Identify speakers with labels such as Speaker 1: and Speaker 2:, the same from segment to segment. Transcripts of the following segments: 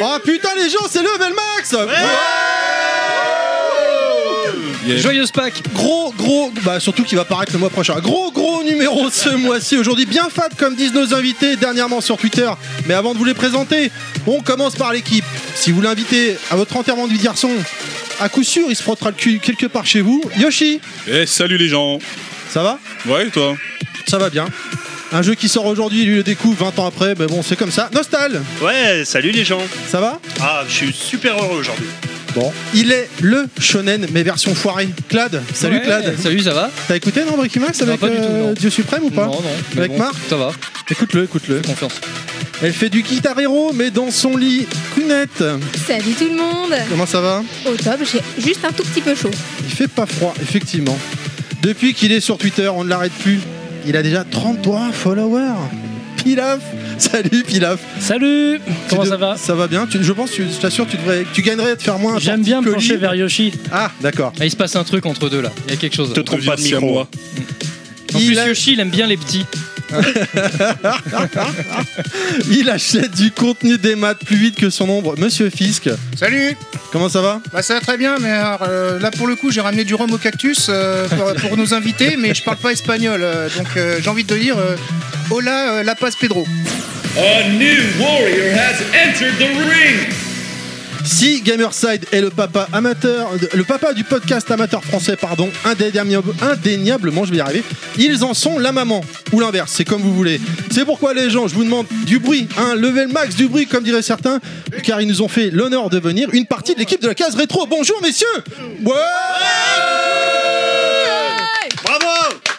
Speaker 1: Ah putain les gens, c'est level max Yeah.
Speaker 2: Joyeuse Pâques
Speaker 1: Gros, gros, bah surtout qu'il va paraître le mois prochain. Gros, gros numéro ce mois-ci. Aujourd'hui, bien fat, comme disent nos invités dernièrement sur Twitter. Mais avant de vous les présenter, on commence par l'équipe. Si vous l'invitez à votre enterrement du garçon, à coup sûr, il se frottera le cul quelque part chez vous. Yoshi,
Speaker 3: Eh salut les gens
Speaker 1: ça va
Speaker 3: Ouais et toi
Speaker 1: Ça va bien. Un jeu qui sort aujourd'hui, lui le découvre 20 ans après, mais bon, c'est comme ça. Nostal,
Speaker 4: Ouais, salut les gens.
Speaker 1: ça va
Speaker 4: Ah, je suis super heureux aujourd'hui.
Speaker 1: Bon. Il est le shonen, mais version foirée. Clad, salut
Speaker 2: Ouais,
Speaker 1: Clad.
Speaker 2: Salut, ça va
Speaker 1: T'as écouté, non, Breaking Max
Speaker 2: Non,
Speaker 1: avec
Speaker 2: pas du tout,
Speaker 1: euh,
Speaker 2: non.
Speaker 1: Dieu Suprême ou pas
Speaker 2: Non, non. mais
Speaker 1: Avec Marc
Speaker 2: Ça va,
Speaker 1: Écoute-le, écoute-le.
Speaker 2: fais confiance.
Speaker 1: Elle fait du guitar hero, mais dans son lit. Cunette,
Speaker 5: Salut tout le monde
Speaker 1: comment ça va
Speaker 5: Au top, j'ai juste un tout petit peu chaud.
Speaker 1: Il fait pas froid, effectivement. Depuis qu'il est sur Twitter, on ne l'arrête plus. Il a déjà 33 followers. Pilaf Salut Pilaf
Speaker 6: Salut
Speaker 1: Tu
Speaker 6: Comment
Speaker 1: de-
Speaker 6: ça va
Speaker 1: Ça va bien Tu- Je pense, tu- je t'assure, tu, devrais, tu gagnerais à te faire moins un
Speaker 6: J'aime bien me
Speaker 1: torticolis.
Speaker 6: pencher vers Yoshi.
Speaker 1: Ah, d'accord.
Speaker 2: Ah, il se passe un truc entre deux là, il y a quelque chose. Mm.
Speaker 4: Te trompe pas de
Speaker 3: Deviens
Speaker 4: micro.
Speaker 3: siamois.
Speaker 2: En
Speaker 1: Il
Speaker 2: plus,
Speaker 1: a-
Speaker 2: Yoshi, il aime bien les petits.
Speaker 1: Il achète du contenu des maths plus vite que son nombre. Monsieur Fisk,
Speaker 7: Salut
Speaker 1: comment ça va
Speaker 7: Bah ça va très bien, mais alors, euh, là pour le coup j'ai ramené du rhum au cactus euh, pour, pour nos invités, mais je parle pas espagnol, euh, donc euh, j'ai envie de dire euh, Hola euh, La Paz Pedro.
Speaker 8: A new warrior has entered the ring.
Speaker 1: Si Gamerside est le papa amateur, le papa du podcast amateur français, pardon, indéniable- indéniablement, je vais y arriver, ils en sont la maman, ou l'inverse, c'est comme vous voulez. C'est pourquoi les gens, je vous demande du bruit, un level max du bruit, comme diraient certains, car ils nous ont fait l'honneur de venir, une partie de l'équipe de la case rétro. Bonjour messieurs Ouais
Speaker 4: Bravo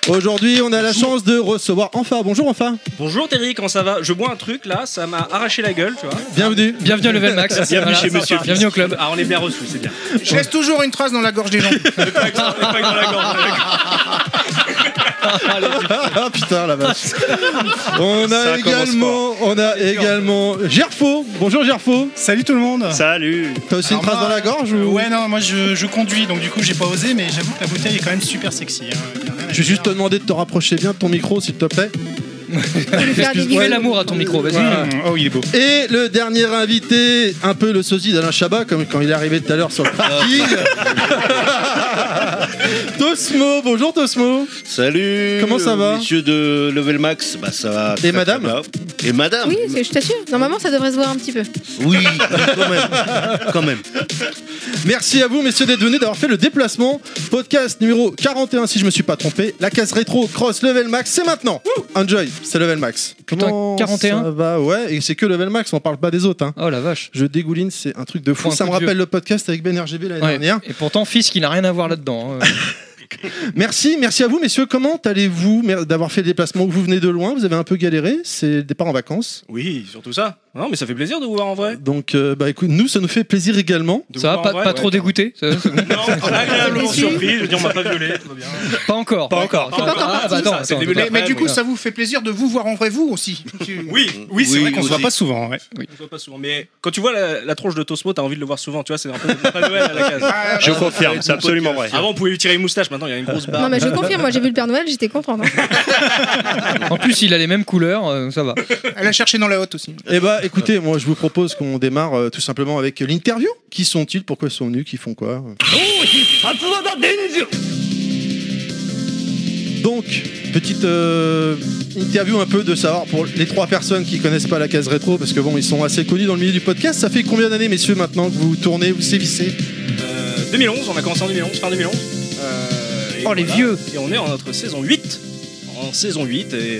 Speaker 1: Aujourd'hui, on a la chance de recevoir Enfin. Bonjour Enfin,
Speaker 9: Bonjour Terry, comment ça va Je bois un truc là, ça m'a arraché la gueule, tu vois.
Speaker 1: bienvenue.
Speaker 2: Bienvenue à Level Max.
Speaker 4: Bienvenue chez Monsieur Fisk.
Speaker 2: Bienvenue au club.
Speaker 9: Ah, on est bien reçu, c'est bien.
Speaker 7: Je laisse toujours une trace dans la gorge des gens.
Speaker 1: Ah putain la vache. On
Speaker 4: Ça
Speaker 1: a
Speaker 4: commence
Speaker 1: également, on a également Gerfo. Bonjour Gerfo.
Speaker 10: Salut tout le monde
Speaker 4: Salut
Speaker 1: T'as aussi Euh, une
Speaker 10: Alors
Speaker 1: trace
Speaker 10: moi,
Speaker 1: dans la gorge ou
Speaker 10: Ouais non moi je, je conduis donc du coup j'ai pas osé mais j'avoue que la bouteille est quand même super sexy. hein. Y a rien à
Speaker 1: Je vais
Speaker 10: dire.
Speaker 1: juste te demander de te rapprocher bien de ton micro, s'il te plaît.
Speaker 5: Je vais lui faire des
Speaker 2: Fais
Speaker 5: bisous.
Speaker 2: l'amour à ton micro, vas-y.
Speaker 10: Mmh, Oh il est beau.
Speaker 1: Et le dernier invité, un peu le sosie d'Alain Chabat, comme quand il est arrivé tout à l'heure sur le parking. Tosmo, bonjour Tosmo.
Speaker 11: Salut
Speaker 1: Comment ça va
Speaker 11: Monsieur de Level Max, bah ça va. très, très
Speaker 1: madame
Speaker 11: bien. Et madame
Speaker 5: Oui, c'est- je t'assure, normalement ça devrait se voir un petit peu.
Speaker 11: Oui, quand même. Quand même.
Speaker 1: Merci à vous, messieurs, d'être venus, d'avoir fait le déplacement. Podcast numéro 41, si je me suis pas trompé. La case rétro cross level max, c'est maintenant. Enjoy, c'est level max.
Speaker 2: Putain, 41?
Speaker 1: ça va ouais, et c'est que level max, on parle pas des autres. Hein.
Speaker 2: Oh la vache.
Speaker 1: Je dégouline, c'est un truc de fou.
Speaker 2: Faut un
Speaker 1: Ça me
Speaker 2: coup de
Speaker 1: rappelle le podcast avec Ben RGB l'année
Speaker 2: Ouais.
Speaker 1: dernière.
Speaker 2: Et pourtant, Fisk, il n'a rien à voir là-dedans. hein.
Speaker 1: Merci, merci à vous, messieurs. Comment allez-vous mer- d'avoir fait le déplacement Vous venez de loin, vous avez un peu galéré, c'est le départ en vacances.
Speaker 9: Oui, surtout ça. Non, mais ça fait plaisir de vous voir en vrai.
Speaker 1: Donc, euh, bah écoute, nous, ça nous fait plaisir également.
Speaker 9: De
Speaker 2: Ça va,
Speaker 9: vous voir
Speaker 2: pas,
Speaker 9: en vrai,
Speaker 2: pas
Speaker 9: ouais.
Speaker 2: trop dégoûté ça- c'est bon.
Speaker 9: Non, agréablement
Speaker 5: Déçu.
Speaker 9: surpris, je veux dire, on m'a pas violé, tout va bien.
Speaker 2: Pas encore.
Speaker 9: Pas encore.
Speaker 5: C'est pas encore
Speaker 2: Ah, bah
Speaker 5: parti.
Speaker 2: attends,
Speaker 9: Ça, c'est
Speaker 2: attends,
Speaker 9: le début de
Speaker 2: attends.
Speaker 7: Mais, mais du coup
Speaker 2: oui,
Speaker 7: ça vous fait plaisir de vous voir en vrai vous aussi.
Speaker 9: Oui,
Speaker 6: Oui c'est
Speaker 11: Oui,
Speaker 6: vrai qu'on se voit
Speaker 11: aussi.
Speaker 6: pas souvent ouais.
Speaker 9: on se voit pas souvent. Mais quand tu vois la, la tronche de Tosmo, t'as envie de le voir souvent, tu vois, c'est un peu le Papa Noël à la case.
Speaker 7: Ah,
Speaker 4: Je confirme, c'est absolument vrai.
Speaker 9: Avant, on pouvait lui tirer une moustache, maintenant il y a une grosse barbe.
Speaker 5: Non mais je confirme, moi j'ai vu le Père Noël, j'étais contente. hein.
Speaker 2: En plus, il a les mêmes couleurs, euh, ça va.
Speaker 7: Elle a cherché dans la hotte aussi.
Speaker 1: Eh bah écoutez, moi je vous propose qu'on démarre euh, tout simplement avec l'interview. Qui sont-ils Pourquoi ils sont venus Qui font quoi Donc, petite euh, interview un peu de savoir pour les trois personnes qui connaissent pas la case rétro, parce que bon, ils sont assez connus dans le milieu du podcast. Ça fait combien d'années, messieurs, maintenant que vous tournez, vous sévissez
Speaker 9: Euh, 2011, on a commencé en 2011, fin 2011. Euh, et
Speaker 2: Oh, les
Speaker 9: voilà.
Speaker 2: vieux.
Speaker 9: Et on est en notre saison 8. En saison 8 et, euh,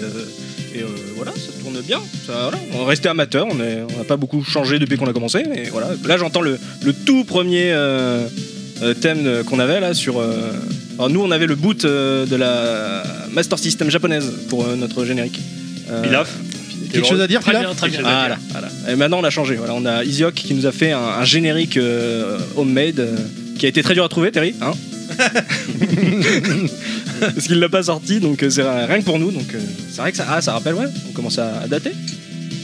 Speaker 9: et, euh, voilà, ça tourne bien. Ça, voilà. On restait amateur, on est- on n'a pas beaucoup changé depuis qu'on a commencé. Mais voilà. Là j'entends le, le tout premier euh, euh, thème euh, qu'on avait là sur... euh, Alors nous on avait le boot euh, de la Master System japonaise pour euh, notre générique. Euh,
Speaker 4: Pilaf.
Speaker 1: Quelque chose à dire,
Speaker 6: Très
Speaker 1: Pilaf
Speaker 6: bien, très bien.
Speaker 9: voilà, voilà. Et maintenant on a changé. Voilà, on a Isiok qui nous a fait un, un générique euh, homemade euh, qui a été très dur à trouver, Terry. Hein Parce qu'il l'a pas sorti, donc euh, c'est rien que pour nous. Donc euh, c'est vrai que ça, ah, ça rappelle, ouais. On commence à, à dater.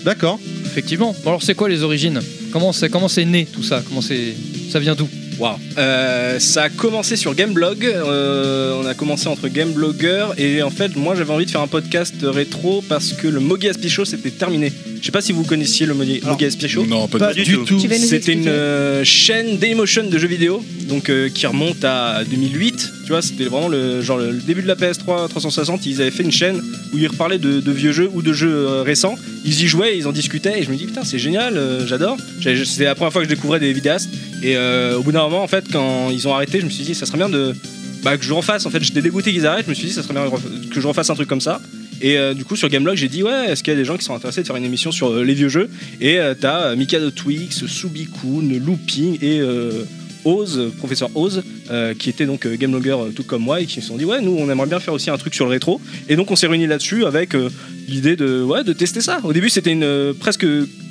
Speaker 1: D'accord.
Speaker 2: Effectivement. Bon, alors, c'est quoi les origines Comment c'est comment c'est né tout ça Comment c'est ça vient d'où
Speaker 9: Waouh. Euh, Ça a commencé sur Gameblog. Euh, on a commencé entre Gameblogger et en fait, moi j'avais envie de faire un podcast rétro parce que le Mogi Aspicho c'était terminé. Je sais pas si vous connaissiez le Mogi- Mogi Pichot.
Speaker 6: Non, pas Pas du du tout. tout. Tu vas nous
Speaker 9: C'était une
Speaker 6: expliquer.
Speaker 9: euh, chaîne Dailymotion de jeux vidéo, donc euh, qui remonte à 2008. Tu vois, c'était vraiment le genre le début de la PS3 360. Ils avaient fait une chaîne où ils reparlaient de, de vieux jeux ou de jeux euh, récents. Ils y jouaient, ils en discutaient. Et je me dis putain, c'est génial, euh, j'adore. J'ai- C'était la première fois que je découvrais des vidéastes. Et euh, au bout d'un moment, en fait, quand ils ont arrêté, je me suis dit ça serait bien de bah, que je refasse. En fait, j'étais dégoûté qu'ils arrêtent. Je me suis dit, ça serait bien que je refasse un truc comme ça. Et euh, du coup, sur Gameblog, j'ai dit, ouais, est-ce qu'il y a des gens qui sont intéressés de faire une émission sur euh, les vieux jeux Et euh, t'as euh, Mikado Twix, Subikun, Looping et. euh, Oz, euh, professeur Oz, euh, qui était donc euh, gamelogger euh, tout comme moi, et qui se sont dit ouais, nous on aimerait bien faire aussi un truc sur le rétro, et donc on s'est réunis là-dessus avec euh, l'idée de ouais de tester ça. Au début c'était une euh, presque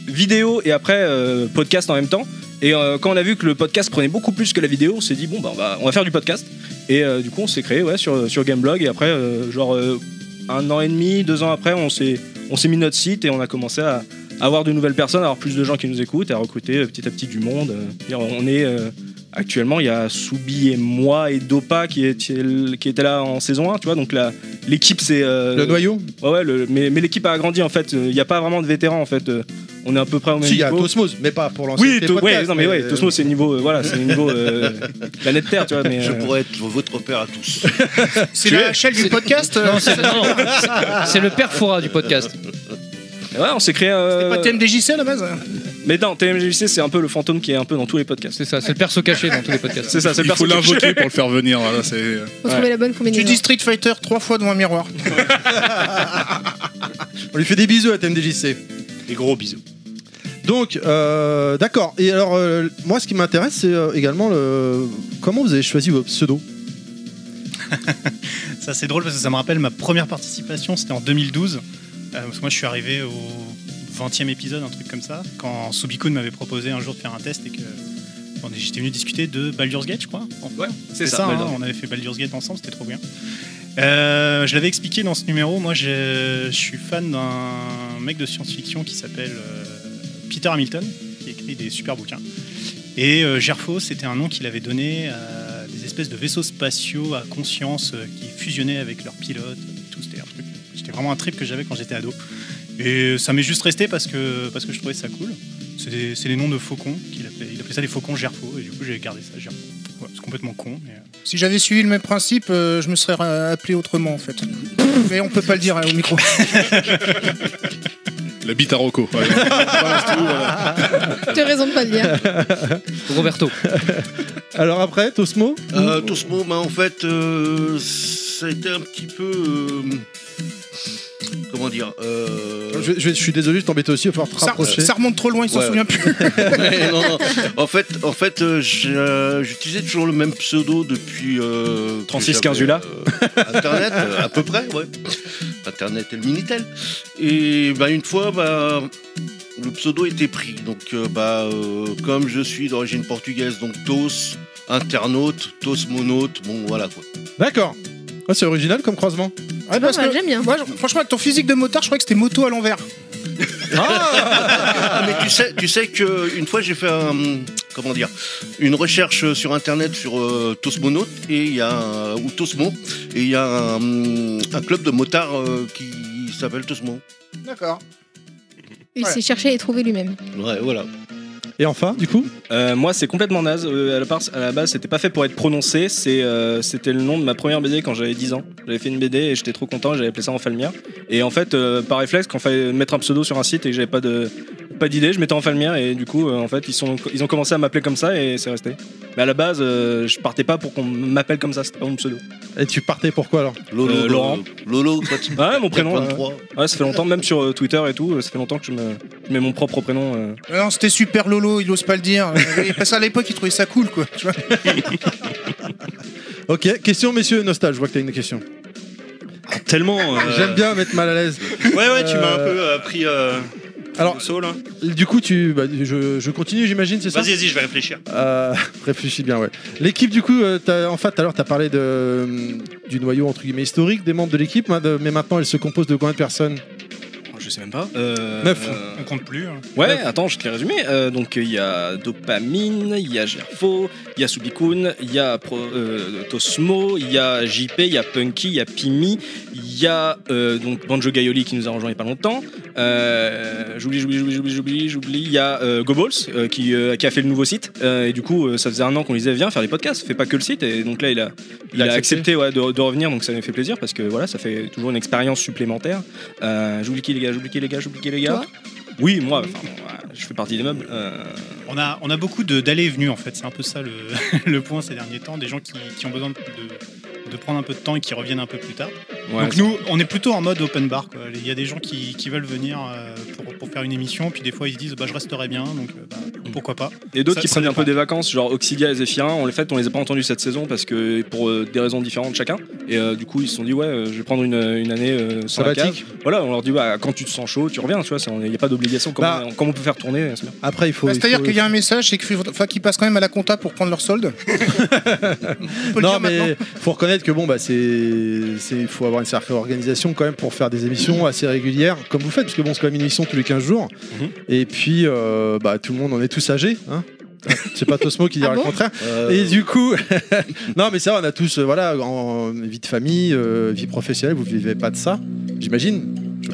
Speaker 9: vidéo et après euh, podcast en même temps, et euh, quand on a vu que le podcast prenait beaucoup plus que la vidéo, on s'est dit bon bah on va, on va faire du podcast, et euh, du coup on s'est créé ouais sur sur Gameblog, et après euh, genre euh, un an et demi, deux ans après on s'est on s'est mis notre site et on a commencé à à avoir de nouvelles personnes, à avoir plus de gens qui nous écoutent, à recruter euh, petit à petit du monde. euh. Dire, on est euh, actuellement, il y a Soubi et moi et Dopa qui étaient, qui étaient là en saison 1, tu vois. Donc la- l'équipe, c'est. euh,
Speaker 1: Le noyau
Speaker 9: Ouais, ouais, le- mais, mais l'équipe a agrandi en fait. Euh, Il n'y a pas vraiment de vétérans en fait. Euh, On est à peu près au même
Speaker 1: Si, il y a
Speaker 9: niveau.
Speaker 1: Tosmos, mais pas pour l'ancien
Speaker 9: Oui, To- ouais, non, mais ouais, Tosmo, c'est niveau, euh, voilà, c'est niveau euh, planète Terre, tu vois. Mais,
Speaker 11: Je
Speaker 9: euh,
Speaker 11: pourrais être votre père à tous.
Speaker 7: C'est
Speaker 9: Tu
Speaker 7: la
Speaker 9: es-
Speaker 7: HL du podcast euh,
Speaker 9: Non, c'est- non,
Speaker 2: C'est le père Foura du podcast.
Speaker 9: Et ouais, on s'est créé. euh,
Speaker 7: Pas TMDJC à la base
Speaker 9: Mais non, TMJC, c'est un peu le fantôme qui est un peu dans tous les podcasts.
Speaker 2: C'est ça, c'est le perso caché dans tous les podcasts.
Speaker 9: C'est ça, c'est le
Speaker 6: Il faut
Speaker 9: perso caché.
Speaker 6: l'invoquer pour le faire venir. Voilà, c'est.
Speaker 5: Faut trouver la bonne combinaison.
Speaker 7: Tu dis Street Fighter trois fois devant un miroir.
Speaker 1: On lui fait des bisous à TMDJC.
Speaker 11: Des gros bisous.
Speaker 1: Donc, euh, d'accord. Et alors, euh, moi, ce qui m'intéresse, c'est euh, également le... comment vous avez choisi vos pseudos.
Speaker 10: Ça c'est drôle parce que ça me rappelle ma première participation, c'était en 2012. Euh, parce que moi je suis arrivé au 20e épisode, un truc comme ça, quand Subikun m'avait proposé un jour de faire un test et que bon, j'étais venu discuter de Baldur's Gate, je crois. Ouais,
Speaker 9: c'est ça, Baldur's Gate.
Speaker 10: on avait fait Baldur's Gate ensemble, c'était trop bien. Euh, je l'avais expliqué dans ce numéro, moi je, je suis fan d'un mec de science-fiction qui s'appelle euh, Peter Hamilton, qui écrit des super bouquins. Et euh, Gerfo, c'était un nom qu'il avait donné à des espèces de vaisseaux spatiaux à conscience euh, qui fusionnaient avec leurs pilotes. et Tout, c'était un truc. C'était vraiment un trip que j'avais quand j'étais ado. Et ça m'est juste resté parce que, parce que je trouvais ça cool. C'est des- c'est les noms de faucons qu'il appelait. Il appelait ça les faucons Gerfo, et du coup j'ai gardé ça, Gerfo. Ouais, c'est complètement con. mais, euh,
Speaker 7: Si j'avais suivi le même principe, euh, je me serais euh, appelé autrement en fait. Mais on peut pas le dire euh, au micro.
Speaker 6: La bite à Rocco. ouais. Voilà, c'est tout, voilà.
Speaker 5: Tu as raison de pas le dire.
Speaker 2: Roberto.
Speaker 1: Alors après, Tosmo Mmh.
Speaker 11: Euh, tout ce mot, bah, en fait, euh, ça a été un petit peu. euh, comment dire euh,
Speaker 1: je, je- je suis désolé, je t'embête aussi, il va falloir te
Speaker 7: Ça,
Speaker 1: rapprocher.
Speaker 7: ça remonte trop loin, il s'en
Speaker 11: Ouais.
Speaker 7: souvient plus.
Speaker 11: Ouais, non, non. En fait, en fait euh, j'ai, euh, j'utilisais toujours le même pseudo depuis. euh, que
Speaker 9: 36
Speaker 11: j'avais,
Speaker 9: 15 Zula.
Speaker 11: euh, Internet, euh, à peu près, ouais. Internet et le Minitel. Et bah, une fois, bah, le pseudo était pris. Donc, euh, bah, euh, comme je suis d'origine portugaise, donc TOS, internaute, TOS monaute, bon, voilà quoi.
Speaker 1: D'accord. Ouais, c'est original comme croisement.
Speaker 2: Ah,
Speaker 7: Ouais,
Speaker 2: bah,
Speaker 7: parce que- moi, je- franchement, avec ton physique de motard, je croyais que c'était moto à l'envers.
Speaker 11: Ah, mais tu sais, tu sais que une fois j'ai fait un, comment dire, une recherche sur internet sur euh, Tosmonaut et il y a un- ou Tosmo et il y a un, un club de motards euh, qui s'appelle Tosmo.
Speaker 7: D'accord.
Speaker 5: Il s'est cherché et trouvé lui-même.
Speaker 11: Ouais, voilà.
Speaker 1: Et enfin, du coup
Speaker 9: Euh, Moi, c'est complètement naze. Euh, à, la part- à la base, c'était pas fait pour être prononcé. C'est, euh, c'était le nom de ma première BD quand j'avais 10 ans. J'avais fait une BD et j'étais trop content. J'avais appelé ça Enfalmia. Et en fait, euh, par réflexe, quand fallait mettre un pseudo sur un site et que j'avais pas de pas d'idée, je mettais Enfalmia. Et du coup, euh, en fait, ils sont ils ont commencé à m'appeler comme ça et c'est resté. Mais à la base, euh, je partais pas pour qu'on m'appelle comme ça. C'était pas mon pseudo.
Speaker 1: Et tu partais pourquoi alors
Speaker 11: Lolo,
Speaker 9: Euh, Laurent.
Speaker 11: Lolo,
Speaker 9: Ouais, mon prénom.
Speaker 11: Quatre
Speaker 9: Ouais. Ouais, ça fait longtemps, même sur euh, Twitter et tout. euh, Ça fait longtemps que je, me, je mets mon propre prénom. euh.
Speaker 7: Mais Ah Non, c'était super Lolo, il ose pas le dire. Euh, Parce qu'à l'époque, il trouvait ça cool, quoi. Tu vois Bah,
Speaker 1: Ok, question, messieurs, Nostal, je vois que t'as une question.
Speaker 4: Ah, Tellement. euh,
Speaker 1: J'aime bien mettre mal à l'aise.
Speaker 4: Ouais, ouais, tu m'as un
Speaker 1: Euh,
Speaker 4: peu euh, pris. euh,
Speaker 1: Alors,
Speaker 4: au saut, là.
Speaker 1: du coup, tu, bah, je, je continue, j'imagine, c'est ça
Speaker 4: Vas-y, vas-y, je vais réfléchir.
Speaker 1: Euh, réfléchis bien, ouais. L'équipe, du coup, euh, t'as- en fait, tout à l'heure, t'as parlé de, hein, euh, du noyau entre guillemets historique des membres de l'équipe, ma- de- mais maintenant, elle se compose de combien de personnes
Speaker 4: Je
Speaker 9: je sais même pas. Euh,
Speaker 10: Neuf.
Speaker 9: euh,
Speaker 10: On compte plus. hein.
Speaker 9: Ouais,
Speaker 10: Neuf.
Speaker 9: attends, je te les résume. Euh, donc il y a Dopamine, il y a Gerfo, il y a Subikun, il y a Pro- euh, Tosmo, il y a JP, il y a Punky, il y a Pimi, il y a euh, donc Banjo Gaioli qui nous a rejoint il n'y a pas longtemps. Euh, j'oublie, j'oublie, j'oublie, j'oublie, j'oublie, j'oublie. Il y a euh, Goballs euh, qui, euh, qui a fait le nouveau site. Euh, et du coup, euh, ça faisait un an qu'on lui disait viens faire les podcasts, fais pas que le site. Et donc là, il a, il a accepté, ouais, de, de revenir, donc ça nous fait plaisir parce que voilà, ça fait toujours une expérience supplémentaire. Euh, j'oublie qui les gars, j'oublie qui les gars, j'oublie qui les gars.
Speaker 10: Toi
Speaker 9: Oui, moi, enfin, bon, voilà, je fais partie des meubles. euh,
Speaker 10: On a, on a beaucoup de- d'allées et venues en fait, c'est un peu ça le, le point ces derniers temps, des gens qui, qui ont besoin de, de- de prendre un peu de temps et qui reviennent un peu plus tard.
Speaker 9: Ouais,
Speaker 10: Donc
Speaker 9: c'est-
Speaker 10: nous, on est plutôt en mode open bar. quoi. Il y a des gens qui, qui veulent venir euh, pour, pour faire une émission, puis des fois ils se disent bah, je resterai bien, donc euh, bah,
Speaker 2: Mm.
Speaker 10: pourquoi pas.
Speaker 9: Et d'autres
Speaker 10: Ça-
Speaker 9: qui
Speaker 10: ça
Speaker 9: prennent un
Speaker 10: dépend.
Speaker 9: peu des vacances, genre Oxidia et Zephyrin, on les fait, on les a pas entendus cette saison parce que pour euh, des raisons différentes chacun. Et euh, du coup, ils se sont dit ouais, euh, je vais prendre une, une année euh, sans la
Speaker 1: Sabbatique.
Speaker 9: cave. Voilà, on leur dit bah quand tu te sens chaud, tu reviens, tu vois, il n'y a pas d'obligation. Comme,
Speaker 7: Bah.
Speaker 9: on- comme on peut faire tourner, c'est bien.
Speaker 1: Après, il faut.
Speaker 7: Bah, C'est-à-dire
Speaker 9: faut-
Speaker 7: qu'il y a un message, c'est qu'il faut- enfin, qu'ils passent quand même à la compta pour prendre leur solde.
Speaker 1: non mais faut reconnaître que bon bah c'est c'est il faut avoir une certaine organisation quand même pour faire des émissions assez régulières comme vous faites parce que bon c'est quand même une émission tous les 15 jours et puis euh, bah tout le monde on est tous âgés hein c'est pas Tosmo qui dira
Speaker 6: Ah
Speaker 1: le
Speaker 6: bon
Speaker 1: contraire.
Speaker 6: Euh,
Speaker 1: Et du coup, non mais ça, on a tous, euh, voilà, en vie de famille, euh, vie professionnelle, vous vivez pas de ça, j'imagine.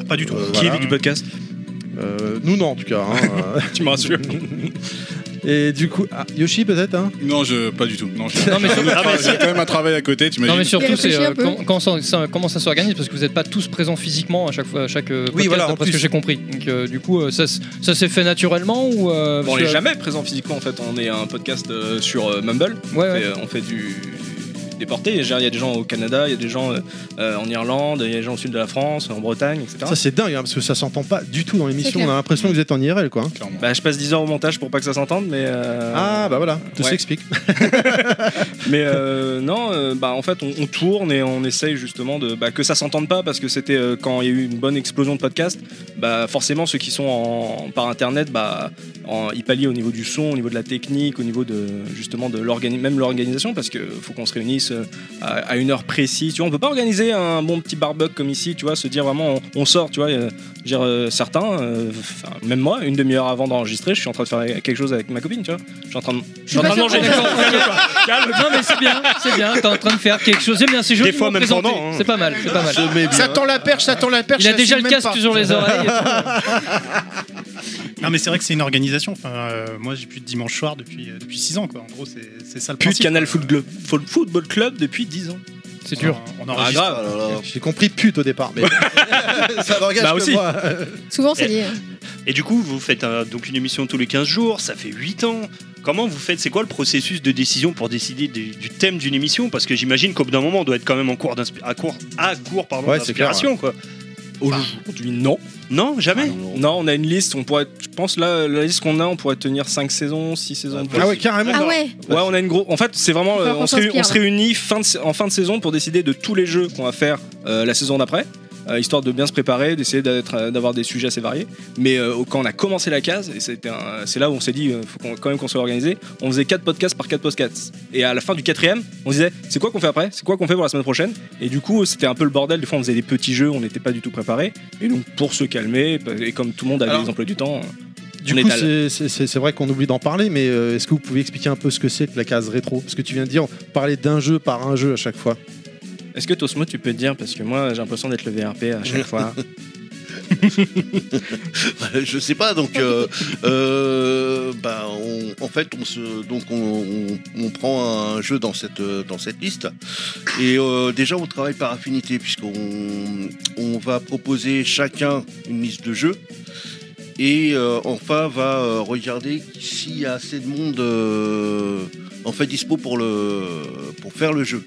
Speaker 10: Pas du tout.
Speaker 1: Euh,
Speaker 9: Qui
Speaker 1: voilà.
Speaker 9: évite du podcast
Speaker 1: Euh, Nous non en tout cas. hein.
Speaker 9: Tu me rassures.
Speaker 1: Et du coup, ah, Yoshi peut-être. Hein
Speaker 6: Non, je, pas du tout. Non, je-
Speaker 1: Non, mais
Speaker 6: j'ai un autre
Speaker 1: surtout-
Speaker 6: travail- j'ai quand même un travail à côté, tu
Speaker 2: Non mais surtout c'est euh, com- comment, ça- ça- comment ça s'organise parce que vous n'êtes pas tous présents physiquement à chaque fois à chaque euh, podcast,
Speaker 9: Oui, voilà, en
Speaker 2: d'après ce que
Speaker 9: plus.
Speaker 2: j'ai compris. Donc euh, du coup euh, ça, s- ça s'est fait naturellement ou euh,
Speaker 9: Bon, on
Speaker 2: parce
Speaker 9: n'est
Speaker 2: que-
Speaker 9: jamais présent physiquement en fait. On est un podcast euh, sur euh, Mumble.
Speaker 2: ouais.
Speaker 9: Et, euh, on fait du des portées. Genre, Il y a des gens au Canada, il y a des gens euh, euh, en Irlande, il y a des gens au sud de la France, en Bretagne, etc.
Speaker 1: Ça c'est dingue hein, parce que ça s'entend pas du tout dans l'émission.
Speaker 9: C'est
Speaker 1: On
Speaker 9: clair.
Speaker 1: a l'impression que vous êtes en IRL quoi. hein.
Speaker 9: Bah, je passe 10 heures au montage pour pas que ça s'entende, mais. euh,
Speaker 1: Ah bah voilà, tout
Speaker 9: ouais.
Speaker 1: s'explique.
Speaker 9: Mais euh, non, euh, bah en fait, on, on tourne et on essaye justement de bah, que ça s'entende pas parce que c'était euh, quand il y a eu une bonne explosion de podcasts, bah forcément ceux qui sont en, par internet, bah en, ils pallient au niveau du son, au niveau de la technique, au niveau de justement de l'organi- même l'organisation parce que faut qu'on se réunisse euh, à, à une heure précise. Tu vois, on peut pas organiser un bon petit barbecue comme ici, tu vois, se dire vraiment on, on sort, tu vois. euh, je veux dire euh, certains, euh, enfin, même moi, une demi-heure avant d'enregistrer, je suis en train de faire quelque chose avec ma copine, tu vois. Je suis en train de, je suis en
Speaker 7: Ah,
Speaker 9: train de manger.
Speaker 2: Calme. Non mais c'est bien, c'est bien. T'es en train de faire quelque chose. C'est bien, c'est joli.
Speaker 9: Des fois,
Speaker 2: vous
Speaker 9: même
Speaker 2: présentez.
Speaker 9: pendant, hein.
Speaker 2: C'est pas mal, c'est pas mal.
Speaker 7: Ça tend la perche, ça tend la perche.
Speaker 2: Il a
Speaker 7: ça
Speaker 2: déjà le
Speaker 7: assume même
Speaker 2: casque
Speaker 7: pas.
Speaker 2: sur les oreilles.
Speaker 10: Non mais c'est vrai que c'est une organisation. Enfin, euh, moi j'ai plus de dimanche soir depuis 6 ans quoi. En gros c'est c'est ça le
Speaker 9: Plus de
Speaker 10: principe.
Speaker 9: Canal Foot Club- Fo- Football Club depuis 10 ans.
Speaker 2: C'est
Speaker 10: dur. Euh, On enregistre.
Speaker 9: Ah, grave.
Speaker 1: J'ai compris pute au départ, mais ça n'engage
Speaker 4: Bah
Speaker 1: que
Speaker 4: aussi.
Speaker 1: moi.
Speaker 5: Souvent, c'est lié. hein.
Speaker 4: Et du coup, vous faites euh, donc une émission tous les 15 jours, ça fait 8 ans. Comment vous faites C'est quoi le processus de décision pour décider du, du thème d'une émission Parce que j'imagine qu'au bout d'un moment, on doit être quand même en cours d'inspi- à court, à court pardon,
Speaker 9: Ah, Ouais, c'est clair,
Speaker 4: d'inspiration.
Speaker 9: ouais.
Speaker 4: quoi.
Speaker 9: Aujourd'hui, non. Ah,
Speaker 4: Non, jamais.
Speaker 9: non. on a une liste. On pourrait, je pense là, la liste qu'on a, on pourrait tenir 5 saisons, 6 saisons.
Speaker 1: Ah ouais, carrément. Ah
Speaker 5: ouais.
Speaker 9: Ouais, on a une grosse. En fait, c'est vraiment,
Speaker 5: Faut
Speaker 9: euh,
Speaker 5: qu'on
Speaker 9: on, se réunit,
Speaker 5: s'inspire.
Speaker 9: on se réunit fin de sa- en fin de saison pour décider de tous les jeux qu'on va faire euh, la saison d'après. euh, histoire de bien se préparer, d'essayer d'être, euh, d'avoir des sujets assez variés. Mais euh, quand on a commencé la case, et c'était un- c'est là où on s'est dit, euh, faut qu'on- quand même qu'on soit organisé, on faisait 4 podcasts par 4 podcasts. Et à la fin du quatrième, on se disait, c'est quoi qu'on fait après C'est quoi qu'on fait pour la semaine prochaine Et du coup, c'était un peu le bordel. Des fois, on faisait des petits jeux, on n'était pas du tout préparé. Et donc, pour se calmer, et comme tout le monde avait
Speaker 1: Alors,
Speaker 9: des emplois du temps,
Speaker 1: Du
Speaker 9: on
Speaker 1: coup,
Speaker 9: étale.
Speaker 1: c'est- c'est c'est- c'est vrai qu'on oublie d'en parler, mais euh, est-ce que vous pouvez expliquer un peu ce que c'est que la case rétro Parce que tu viens de dire parler d'un jeu par un jeu à chaque fois.
Speaker 9: Est-ce que Tosmo, tu peux te dire Parce que moi, j'ai l'impression d'être le VRP à chaque fois.
Speaker 11: Bah, je sais pas donc euh, euh, bah, on- en fait on se donc on, on- on prend un jeu dans cette euh, dans cette liste et euh, déjà on travaille par affinité puisqu'on on va proposer chacun une liste de jeux et euh, enfin va euh, regarder s'il y a assez de monde euh, en fait dispo pour le pour faire le jeu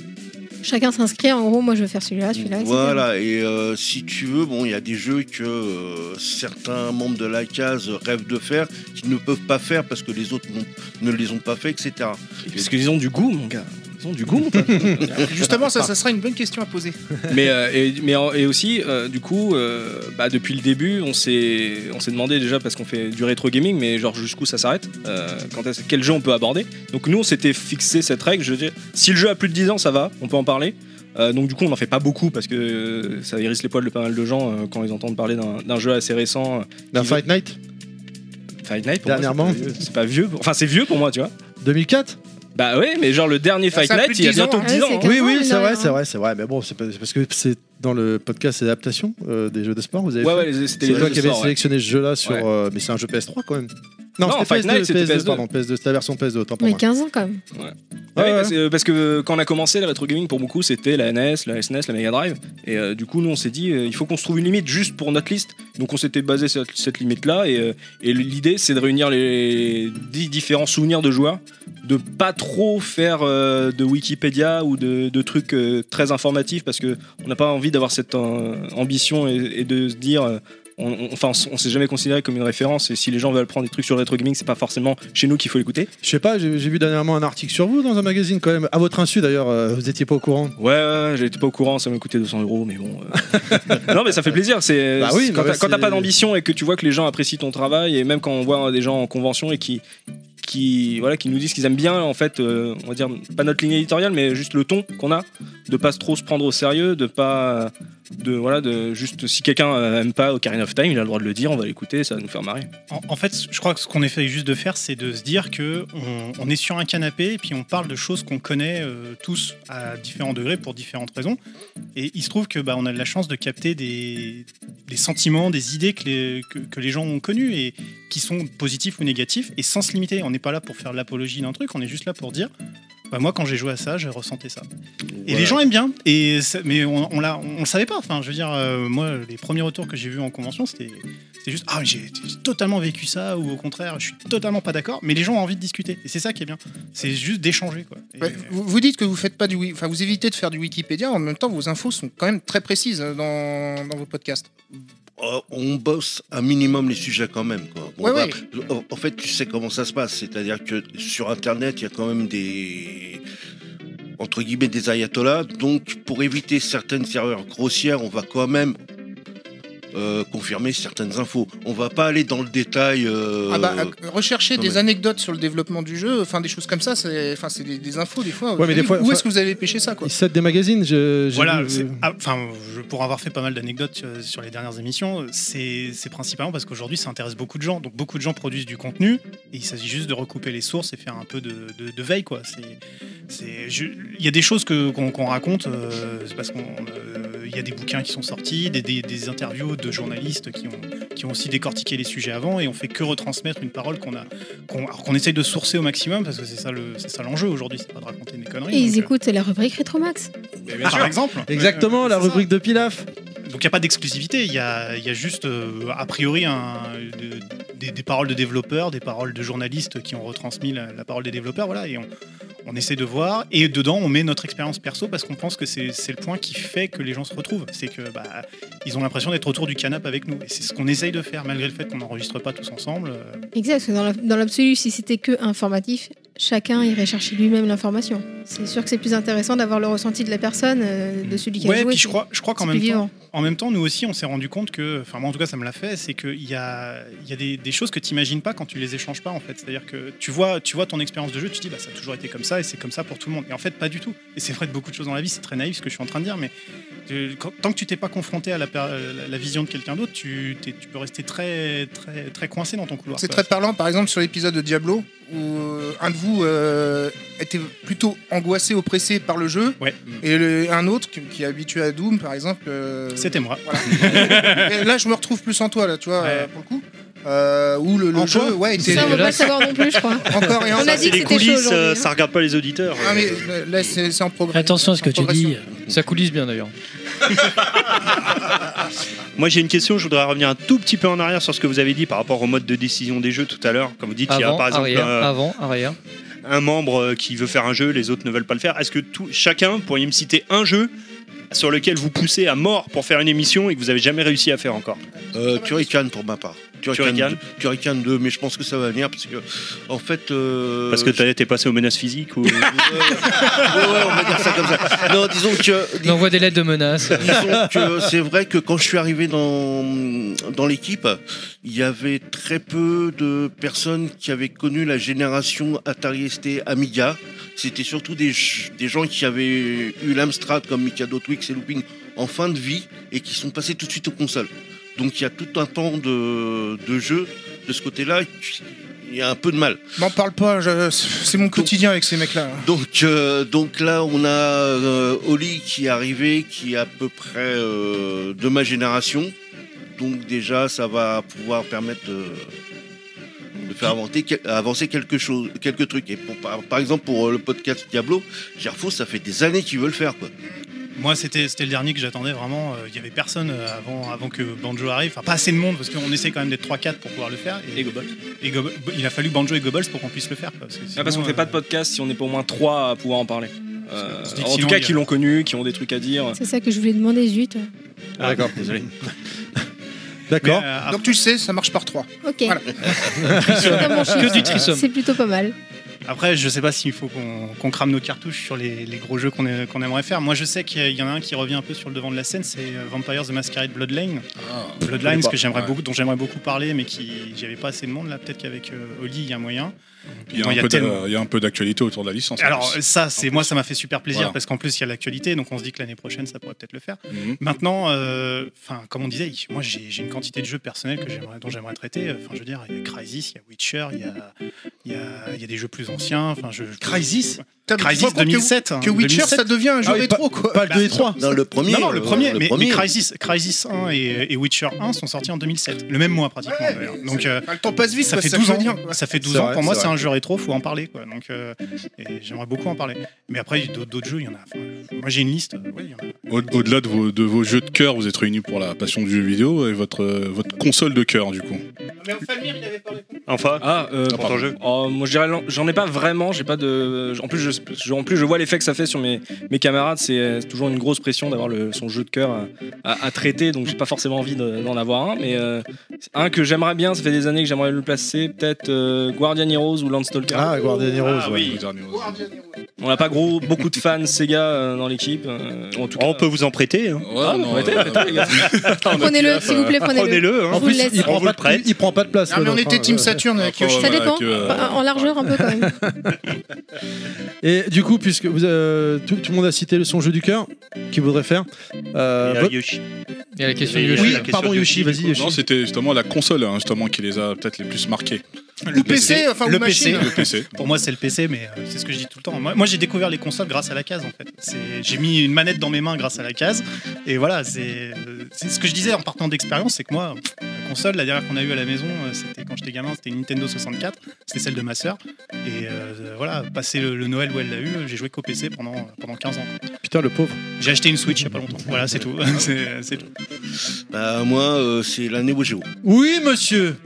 Speaker 5: Chacun s'inscrit. En gros, moi, je veux faire celui-là, celui-là. etc.
Speaker 11: voilà, et euh, si tu veux, bon, il y a des jeux que euh, certains membres de la case rêvent de faire, qu'ils ne peuvent pas faire parce que les autres n'ont- ne les ont pas fait, etc.
Speaker 9: Parce qu'ils ont du goût, mon gars. Ils ont du goût, mon gars.
Speaker 7: Justement, ça, ça sera une bonne question à poser.
Speaker 9: mais euh, et, mais en- et aussi euh, du coup euh, bah, depuis le début on s'est on s'est demandé déjà parce qu'on fait du rétro gaming mais genre jusqu'où ça s'arrête euh, quand est-ce- quel jeu on peut aborder donc nous on s'était fixé cette règle je veux dire si le jeu a plus de 10 ans ça va on peut en parler Euh, donc du coup, on n'en fait pas beaucoup parce que euh, ça hérisse les poils de pas mal de gens euh, quand ils entendent parler d'un d'un jeu assez récent. euh,
Speaker 1: D'un Fight Night
Speaker 9: Fight Night, pour moi,
Speaker 1: Dernièrement.
Speaker 9: c'est pas vieux. C'est pas vieux. Enfin, c'est vieux pour moi, tu vois.
Speaker 1: 2004
Speaker 9: Bah ouais, mais genre le dernier Fight
Speaker 1: Ça a plus
Speaker 9: Night,
Speaker 1: de
Speaker 9: il y a
Speaker 1: 10 ans,
Speaker 9: bientôt
Speaker 1: hein.
Speaker 9: 10 ans. hein.
Speaker 1: Oui, oui, c'est vrai, c'est vrai, c'est vrai. Mais bon, c'est pas- c'est parce que c'est dans le podcast adaptation euh, des jeux de sport. Vous avez
Speaker 9: Ouais,
Speaker 1: fait.
Speaker 9: ouais, les- c'était
Speaker 1: C'est
Speaker 9: les
Speaker 1: toi
Speaker 9: jeux
Speaker 1: qui
Speaker 9: de
Speaker 1: avais
Speaker 9: sport, ouais.
Speaker 1: sélectionné ce jeu-là sur.
Speaker 9: Ouais.
Speaker 1: euh, mais c'est un jeu PS3 quand même.
Speaker 9: Non,
Speaker 1: c'était
Speaker 9: Fight Night, c'était PS2.
Speaker 1: pardon, PS2, c'était la version PS2, autant pour
Speaker 5: Mais
Speaker 1: moi.
Speaker 5: 15 ans quand même.
Speaker 9: Ah oui, parce, euh, parce que euh, quand on a commencé le rétro gaming, pour beaucoup, c'était la NES, la SNES, la Mega Drive. Et euh, du coup, nous, on s'est dit, euh, il faut qu'on se trouve une limite juste pour notre liste. Donc, on s'était basé sur cette limite-là. Et, euh, et l'idée, c'est de réunir les 10 différents souvenirs de joueurs, de pas trop faire euh, de Wikipédia ou de, de trucs euh, très informatifs, parce que on n'a pas envie d'avoir cette euh, ambition et, et de se dire. euh, on, on- enfin, on s- on s'est jamais considéré comme une référence et si les gens veulent prendre des trucs sur le rétro gaming, c'est pas forcément chez nous qu'il faut l'écouter.
Speaker 1: Je sais pas, j'ai j'ai vu dernièrement un article sur vous dans un magazine quand même. À votre insu d'ailleurs, euh, vous étiez pas au courant.
Speaker 9: Ouais, ouais, ouais, j'étais pas au courant, ça m'a coûté 200 euros, mais bon. euh. non, mais ça fait plaisir. C'est
Speaker 1: Bah oui,
Speaker 9: c'est- quand
Speaker 1: bah
Speaker 9: t'as-
Speaker 1: ouais,
Speaker 9: quand t'as
Speaker 1: c'est-
Speaker 9: pas d'ambition et que tu vois que les gens apprécient ton travail, et même quand on voit euh, des gens en convention et qui qui voilà qui nous disent qu'ils aiment bien en fait euh, on va dire pas notre ligne éditoriale mais juste le ton qu'on a de pas trop se prendre au sérieux de pas de voilà de juste si quelqu'un euh, aime pas Ocarina of Time il a le droit de le dire on va l'écouter ça va nous faire marrer
Speaker 10: En, en fait, je crois que ce qu'on essaye juste de faire, c'est de se dire que on, on est sur un canapé et puis on parle de choses qu'on connaît euh, tous à différents degrés pour différentes raisons. Et il se trouve que bah, on a de la chance de capter des, des sentiments, des idées que les, que, que les gens ont connues et qui sont positifs ou négatifs et sans se limiter. On n'est pas là pour faire de l'apologie d'un truc, on est juste là pour dire. Bah moi, quand j'ai joué à ça, j'ai ressenti ça. Et les gens aiment bien. Et ça- mais on, on, l'a- on le savait pas. Enfin, je veux dire, euh, moi, les premiers retours que j'ai vus en convention, c'était c'est juste ah mais j'ai j'ai totalement vécu ça ou au contraire je suis totalement pas d'accord mais les gens ont envie de discuter et c'est ça qui est bien c'est juste d'échanger quoi Et-
Speaker 7: Ouais, vous, vous dites que vous faites pas du, wi- enfin vous évitez de faire du Wikipédia. En même temps, vos infos sont quand même très précises euh, dans, dans vos podcasts.
Speaker 11: Euh, on bosse un minimum les sujets quand même. Quoi. Bon,
Speaker 7: Ouais,
Speaker 11: bah,
Speaker 7: ouais.
Speaker 11: en- En fait, tu sais comment ça se passe. C'est-à-dire que sur Internet, il y a quand même des entre guillemets des ayatollahs. Donc, pour éviter certaines erreurs grossières, on va quand même euh, confirmer certaines infos. On va pas aller dans le détail. euh,
Speaker 7: Ah bah, euh, rechercher
Speaker 11: non,
Speaker 7: des
Speaker 11: mais-
Speaker 7: anecdotes sur le développement du jeu, enfin des choses comme ça, c'est, enfin c'est des, des infos des fois.
Speaker 1: Ouais, mais
Speaker 7: Je
Speaker 1: des
Speaker 7: dis,
Speaker 1: fois-
Speaker 7: où
Speaker 1: enfin-
Speaker 7: est-ce que vous avez pêché ça quoi
Speaker 1: Ils sortent des magazines, je, j'ai
Speaker 10: voilà
Speaker 1: vu,
Speaker 10: c'est-
Speaker 1: euh,
Speaker 10: ah, enfin je- pour avoir fait pas mal d'anecdotes euh, sur les dernières émissions euh, c'est c'est principalement parce qu'aujourd'hui ça intéresse beaucoup de gens donc beaucoup de gens produisent du contenu et il s'agit juste de recouper les sources et faire un peu de, de- de veille quoi c'est c'est je- il y a des choses que qu'on qu'on raconte euh, c'est parce qu'on euh, il y a des bouquins qui sont sortis des, des- des interviews de journalistes qui ont qui ont aussi décortiqué les sujets avant et on fait que retransmettre une parole qu'on a qu'on alors qu'on essaye de sourcer au maximum parce que c'est ça le c'est ça l'enjeu aujourd'hui c'est pas de raconter des conneries
Speaker 5: Et ils
Speaker 10: donc, euh,
Speaker 5: écoutent la rubrique Rétromax.
Speaker 10: par exemple.
Speaker 1: Exactement, la rubrique de Pilaf.
Speaker 10: Donc il n'y a pas d'exclusivité, il y a, il y a juste euh, a priori un- de- des, des paroles de développeurs, des paroles de journalistes qui ont retransmis la, la parole des développeurs, voilà, et on, on essaie de voir. Et dedans, on met notre expérience perso parce qu'on pense que c'est c'est le point qui fait que les gens se retrouvent. C'est que bah, ils ont l'impression d'être autour du canapé avec nous. Et c'est ce qu'on essaye de faire, malgré le fait qu'on n'enregistre pas tous ensemble. euh,
Speaker 5: Exact, parce que dans la- dans l'absolu, si c'était que informatif, chacun irait chercher lui-même l'information. C'est sûr que c'est plus intéressant d'avoir le ressenti de la personne, euh, de celui qui a
Speaker 10: Ouais,
Speaker 5: joué.
Speaker 10: puis je crois, je crois qu'en
Speaker 5: C'est
Speaker 10: même
Speaker 5: plus
Speaker 10: temps,
Speaker 5: vivant.
Speaker 10: en même temps, nous aussi, on s'est rendu compte que, enfin moi en tout cas, ça me l'a fait, c'est qu'il y a, il y a des, des choses que tu imagines pas quand tu les échanges pas en fait. C'est-à-dire que tu vois, tu vois ton expérience de jeu, tu te dis bah ça a toujours été comme ça et c'est comme ça pour tout le monde. Et en fait, pas du tout. Et c'est vrai de beaucoup de choses dans la vie, c'est très naïf ce que je suis en train de dire, mais euh, quand- tant que tu t'es pas confronté à la, per- euh, la- la vision de quelqu'un d'autre, tu, t'es- tu peux rester très, très, très coincé dans ton couloir.
Speaker 7: C'est
Speaker 10: quoi.
Speaker 7: très parlant, par exemple, sur l'épisode de Diablo, où euh, un de vous euh, était plutôt angoissé, oppressé par le jeu,
Speaker 10: Ouais.
Speaker 7: et le- un autre qui, qui est habitué à Doom, par exemple. euh,
Speaker 10: C'était moi.
Speaker 7: voilà. Et là, je me retrouve plus en toi, là, tu vois, euh, pour le coup. Euh, où le, le
Speaker 4: En
Speaker 7: jeu,
Speaker 4: toi
Speaker 7: ouais, était.
Speaker 5: Ça, on va pas le savoir non plus, je crois.
Speaker 7: Encore et
Speaker 5: On
Speaker 7: encore.
Speaker 5: a dit que c'était
Speaker 4: les
Speaker 5: chaud
Speaker 4: coulisses, euh,
Speaker 5: aujourd'hui. hein
Speaker 4: ça regarde pas les auditeurs.
Speaker 7: Ah, mais euh, là, c'est c'est en progrès.
Speaker 4: Attention à ce
Speaker 7: C'est en
Speaker 4: que tu dis.
Speaker 7: progression.
Speaker 2: Ça coulisse bien d'ailleurs.
Speaker 4: Moi j'ai une question, je voudrais revenir un tout petit peu en arrière sur ce que vous avez dit par rapport au mode de décision des jeux tout à l'heure. Comme vous dites, il y a
Speaker 2: Avant,
Speaker 4: par exemple
Speaker 2: arrière,
Speaker 4: euh,
Speaker 2: avant, arrière.
Speaker 4: un membre euh, qui veut faire un jeu, les autres ne veulent pas le faire. Est-ce que tout, chacun pourriez me citer un jeu sur lequel vous poussez à mort pour faire une émission et que vous avez jamais réussi à faire encore
Speaker 11: Euh, Turrican pour ma part.
Speaker 4: Turrican
Speaker 11: 2, Turrican 2, mais je pense que ça va venir parce que en fait. euh,
Speaker 4: Parce que t'as- t'es passé aux menaces physiques ou
Speaker 1: euh.
Speaker 11: Non, disons que.
Speaker 2: Il envoie des lettres de menace.
Speaker 11: Disons que c'est vrai que quand je suis arrivé dans, dans l'équipe, il y avait très peu de personnes qui avaient connu la génération Atari ST Amiga c'était surtout des, ch- des gens qui avaient eu l'Amstrad comme Mikado Twix et Looping en fin de vie et qui sont passés tout de suite aux consoles. Donc il y a tout un temps de, de jeu de ce côté-là, il y a un peu de mal.
Speaker 7: M'en parle pas, je- c'est mon quotidien avec ces mecs-là.
Speaker 11: Donc, euh, donc là, on a euh, Oli qui est arrivé, qui est à peu près euh, de ma génération. Donc déjà, ça va pouvoir permettre de, de faire avancer, quel- avancer quelque chose, quelques trucs. Et pour, par, par exemple, pour euh, le podcast Diablo, Gerfo, ça fait des années qu'ils veulent le faire. Quoi.
Speaker 10: Moi, c'était c'était le dernier que j'attendais vraiment. euh, Il y avait personne euh, avant, avant que Banjo arrive. Enfin, pas assez de monde, parce qu'on essaie quand même d'être 3-4 pour pouvoir le faire. Et,
Speaker 9: Goebbels.
Speaker 10: et Goebbels- Il a fallu Banjo et Goebbels pour qu'on puisse le faire. quoi. Parce que
Speaker 9: Ah, parce
Speaker 10: sinon,
Speaker 9: qu'on fait
Speaker 10: euh,
Speaker 9: pas de podcast si on n'est pas au moins trois à pouvoir en parler. Euh,
Speaker 10: se dit que
Speaker 9: en tout
Speaker 10: sinon,
Speaker 9: cas,
Speaker 10: il y a-
Speaker 9: qui l'ont connu, qui ont des trucs à dire.
Speaker 5: C'est ça que je voulais demander, Zut.
Speaker 9: Ah, d'accord, désolé.
Speaker 1: D'accord.
Speaker 10: euh,
Speaker 7: Donc tu le sais, ça marche par trois.
Speaker 5: Ok.
Speaker 7: Voilà.
Speaker 5: Comme mon chiffre.
Speaker 10: Que du trisome.
Speaker 5: C'est plutôt pas mal.
Speaker 10: Après, je sais pas s'il faut qu'on qu'on crame nos cartouches sur les, les gros jeux qu'on est- qu'on aimerait faire. Moi, je sais qu'il y en a un qui revient un peu sur le devant de la scène, c'est euh, Vampires the Masquerade Bloodline.
Speaker 6: Ah,
Speaker 10: Bloodline, ce que j'aimerais beaucoup, dont j'aimerais beaucoup parler, mais qui j'avais pas assez de monde là. Peut-être qu'avec euh, Oli, il y a moyen.
Speaker 6: Il y a
Speaker 10: Non,
Speaker 6: un peu
Speaker 10: tellement-
Speaker 6: de- il y a un peu d'actualité autour de la licence. en
Speaker 10: Alors
Speaker 6: plus.
Speaker 10: ça, c'est moi, ça m'a fait super plaisir
Speaker 6: Voilà.
Speaker 10: parce qu'en plus il y a l'actualité, donc on se dit que l'année prochaine ça pourrait peut-être le faire.
Speaker 6: Mhm.
Speaker 10: Maintenant, euh, enfin comme on disait, moi j'ai j'ai une quantité de jeux personnels que j'aimerais, dont j'aimerais traiter. Enfin je veux dire, il y a Crysis, il y a Witcher, il y a, il y a- il y a des jeux plus anciens. Enfin je, je-
Speaker 7: Crysis T'as- tu te rends
Speaker 10: Crysis
Speaker 7: compte que-
Speaker 10: 2007.
Speaker 7: que Witcher, ça devient un jeu
Speaker 10: rétro
Speaker 7: rétro, quoi.
Speaker 1: pas le 2 et 3.
Speaker 11: Non, le premier,
Speaker 10: Non, non, le
Speaker 11: euh,
Speaker 10: premier,
Speaker 11: le
Speaker 10: mais,
Speaker 11: premier.
Speaker 10: mais Crysis, Crysis 1 et, et Witcher 1 sont sortis en 2007, le même mois pratiquement. d'ailleurs. Donc euh,
Speaker 7: Le temps passe vite,
Speaker 10: ça
Speaker 7: ouais,
Speaker 10: fait
Speaker 7: ça
Speaker 10: 12
Speaker 7: veut
Speaker 10: ans.
Speaker 7: dire.
Speaker 10: Ça fait 12
Speaker 1: C'est
Speaker 10: ans.
Speaker 1: vrai,
Speaker 10: Pour moi,
Speaker 1: c'est
Speaker 10: c'est
Speaker 1: vrai.
Speaker 10: un jeu rétro, faut en parler. Quoi. Donc, euh, et j'aimerais beaucoup en parler. Mais après, il y a d'autres d'autres jeux, il y en a. enfin, moi, j'ai une liste. euh, ouais, il y en a.
Speaker 6: Au- Au-delà de, vos, de vos jeux de cœur, vous êtes réunis pour la passion du jeu vidéo et votre, euh, votre console de cœur, du coup.
Speaker 4: Enfin,
Speaker 9: Ah, euh,
Speaker 4: pour ton jeu.
Speaker 9: oh, moi je dirais l'en- j'en ai pas vraiment, j'ai pas de. En plus, je, je- en plus, je vois l'effet que ça fait sur mes, mes camarades. C'est euh, c'est toujours une grosse pression d'avoir le- son jeu de cœur à, à- à traiter, donc j'ai pas forcément envie de- d'en avoir un. Mais euh, un que j'aimerais bien, ça fait des années que j'aimerais le placer, peut-être euh, Guardian Heroes ou Landstalker.
Speaker 1: Ah, Guardian Heroes.
Speaker 9: Ah
Speaker 1: ouais.
Speaker 9: oui.
Speaker 6: Dernier-
Speaker 9: On n'a pas gros beaucoup de fans Sega euh, dans l'équipe. euh, en tout cas,
Speaker 4: Oh, on peut vous en prêter. hein.
Speaker 5: Ah,
Speaker 6: Ouais, non,
Speaker 9: arrêtez,
Speaker 6: euh,
Speaker 9: arrêtez, les gars.
Speaker 5: Prenez-le, s'il vous plaît, prenez-le.
Speaker 4: Prenez-le. hein.
Speaker 5: On
Speaker 1: En
Speaker 5: vous
Speaker 1: plus,
Speaker 5: le laisse.
Speaker 1: il prend,
Speaker 4: On vous
Speaker 1: pas
Speaker 4: le
Speaker 1: de,
Speaker 4: prête.
Speaker 1: il prend pas de place.
Speaker 7: Non,
Speaker 1: le
Speaker 7: mais on
Speaker 1: nôtre,
Speaker 7: était
Speaker 1: hein,
Speaker 7: Team
Speaker 1: ouais.
Speaker 7: Saturn avec
Speaker 6: Après,
Speaker 7: Yoshi.
Speaker 5: Ça
Speaker 6: voilà,
Speaker 5: dépend.
Speaker 6: Ah, que, euh,
Speaker 5: Bah, En en largeur un peu quand même.
Speaker 1: Et du coup, puisque vous, euh, tout, tout le monde a cité le son jeu du cœur qu'il voudrait faire. euh,
Speaker 4: Il y a
Speaker 1: votre-
Speaker 4: Yoshi.
Speaker 2: Il y a la question
Speaker 4: Oui,
Speaker 2: du
Speaker 4: oui.
Speaker 2: Yoshi.
Speaker 1: Oui,
Speaker 4: la question
Speaker 1: pardon
Speaker 4: de
Speaker 1: Yoshi,
Speaker 4: Yoshi,
Speaker 1: vas-y Yoshi.
Speaker 6: Non, c'était justement la console hein, justement qui les a peut-être les plus marqués.
Speaker 7: Ou PC, enfin,
Speaker 10: le
Speaker 7: ou machine.
Speaker 10: PC.
Speaker 6: Le PC.
Speaker 10: Pour moi, c'est le PC, mais euh, c'est ce que je dis tout le temps. Moi, moi, j'ai découvert les consoles grâce à la case, en fait. C'est- J'ai mis une manette dans mes mains grâce à la case. Et voilà, c'est euh, c'est ce que je disais en partant d'expérience, c'est que moi, pff, la console, la dernière qu'on a eue à la maison, euh, c'était quand j'étais gamin, c'était une Nintendo 64. C'était celle de ma sœur. Et euh, voilà, passé le, le Noël où elle l'a eu, j'ai joué qu'au PC pendant, pendant 15 ans.
Speaker 1: Putain le pauvre.
Speaker 10: J'ai acheté une Switch il y a pas longtemps. Voilà, c'est tout. C'est- c'est tout.
Speaker 11: Bah, moi, euh, c'est la Neo Geo.
Speaker 1: Oui monsieur.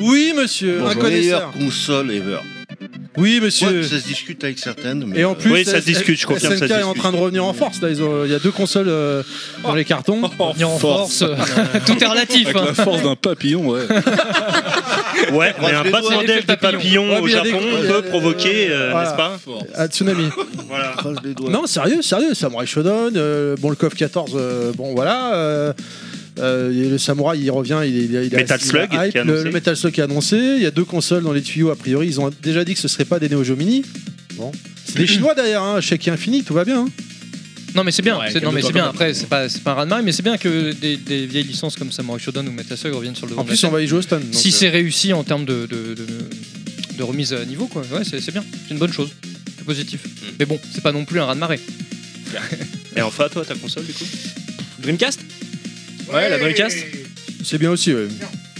Speaker 1: Oui monsieur.
Speaker 11: Bon,
Speaker 1: un
Speaker 11: meilleure
Speaker 1: connaisseur.
Speaker 11: console ever.
Speaker 1: Oui
Speaker 11: Ouais,
Speaker 1: monsieur.
Speaker 11: ça se discute avec certaines. Mais
Speaker 1: Et en
Speaker 11: euh,
Speaker 1: plus,
Speaker 4: Oui, ça se discute, je confirme, ça se
Speaker 1: SNK est en
Speaker 4: discute.
Speaker 1: train de revenir en force. Là, ils ont- il y a deux consoles euh, dans les cartons.
Speaker 4: Oh,
Speaker 2: Revenir en force.
Speaker 4: Euh,
Speaker 2: Tout est relatif.
Speaker 6: Avec
Speaker 2: hein.
Speaker 6: la force d'un papillon, ouais.
Speaker 4: Ouais, mais un
Speaker 11: les doigts.
Speaker 4: battement d'aile de papillon
Speaker 1: Ouais,
Speaker 4: au
Speaker 1: mais il y a des-
Speaker 4: Japon
Speaker 1: il y a-
Speaker 4: peut provoquer, euh,
Speaker 1: Voilà.
Speaker 4: n'est-ce pas
Speaker 1: À Tsunami.
Speaker 4: Voilà.
Speaker 11: croise les doigts.
Speaker 1: Non, sérieux, sérieux. Samurai Shodown, euh, bon, le KOF 14, euh, bon, voilà. euh, euh, et le Samurai, il revient, il, est- il, est- il est
Speaker 4: Metal
Speaker 1: assez-
Speaker 4: Slug
Speaker 1: il est hype.
Speaker 4: qui est
Speaker 1: le,
Speaker 4: annoncé.
Speaker 1: le Metal Slug qui est annoncé. Il y a deux consoles dans les tuyaux, a priori. Ils ont déjà dit que ce serait pas des Neo Geo Mini. Bon. C'est des Chinois derrière, hein. Chèque infini, tout va bien. hein.
Speaker 2: Non mais c'est bien,
Speaker 10: Ouais,
Speaker 2: c'est- non mais
Speaker 10: calme-toi
Speaker 2: c'est bien.
Speaker 10: quand même.
Speaker 2: Après c'est pas c'est pas un raz-de-marée, mais c'est bien que des, des vieilles licences comme Samurai Shodown ou Metal Slug reviennent sur le devant
Speaker 1: En
Speaker 2: de
Speaker 1: plus,
Speaker 2: la
Speaker 1: on va y jouer au stand.
Speaker 2: scène.
Speaker 1: donc,
Speaker 2: Si
Speaker 1: euh,
Speaker 2: c'est réussi en termes de, de, de- de remise à niveau quoi, ouais c'est c'est bien, c'est une bonne chose, c'est positif.
Speaker 10: Hmm.
Speaker 2: Mais bon, c'est pas non plus un raz-de-marée.
Speaker 4: Et enfin, toi, ta console, du coup
Speaker 9: Dreamcast Ouais, la Dreamcast.
Speaker 1: c'est bien aussi, ouais.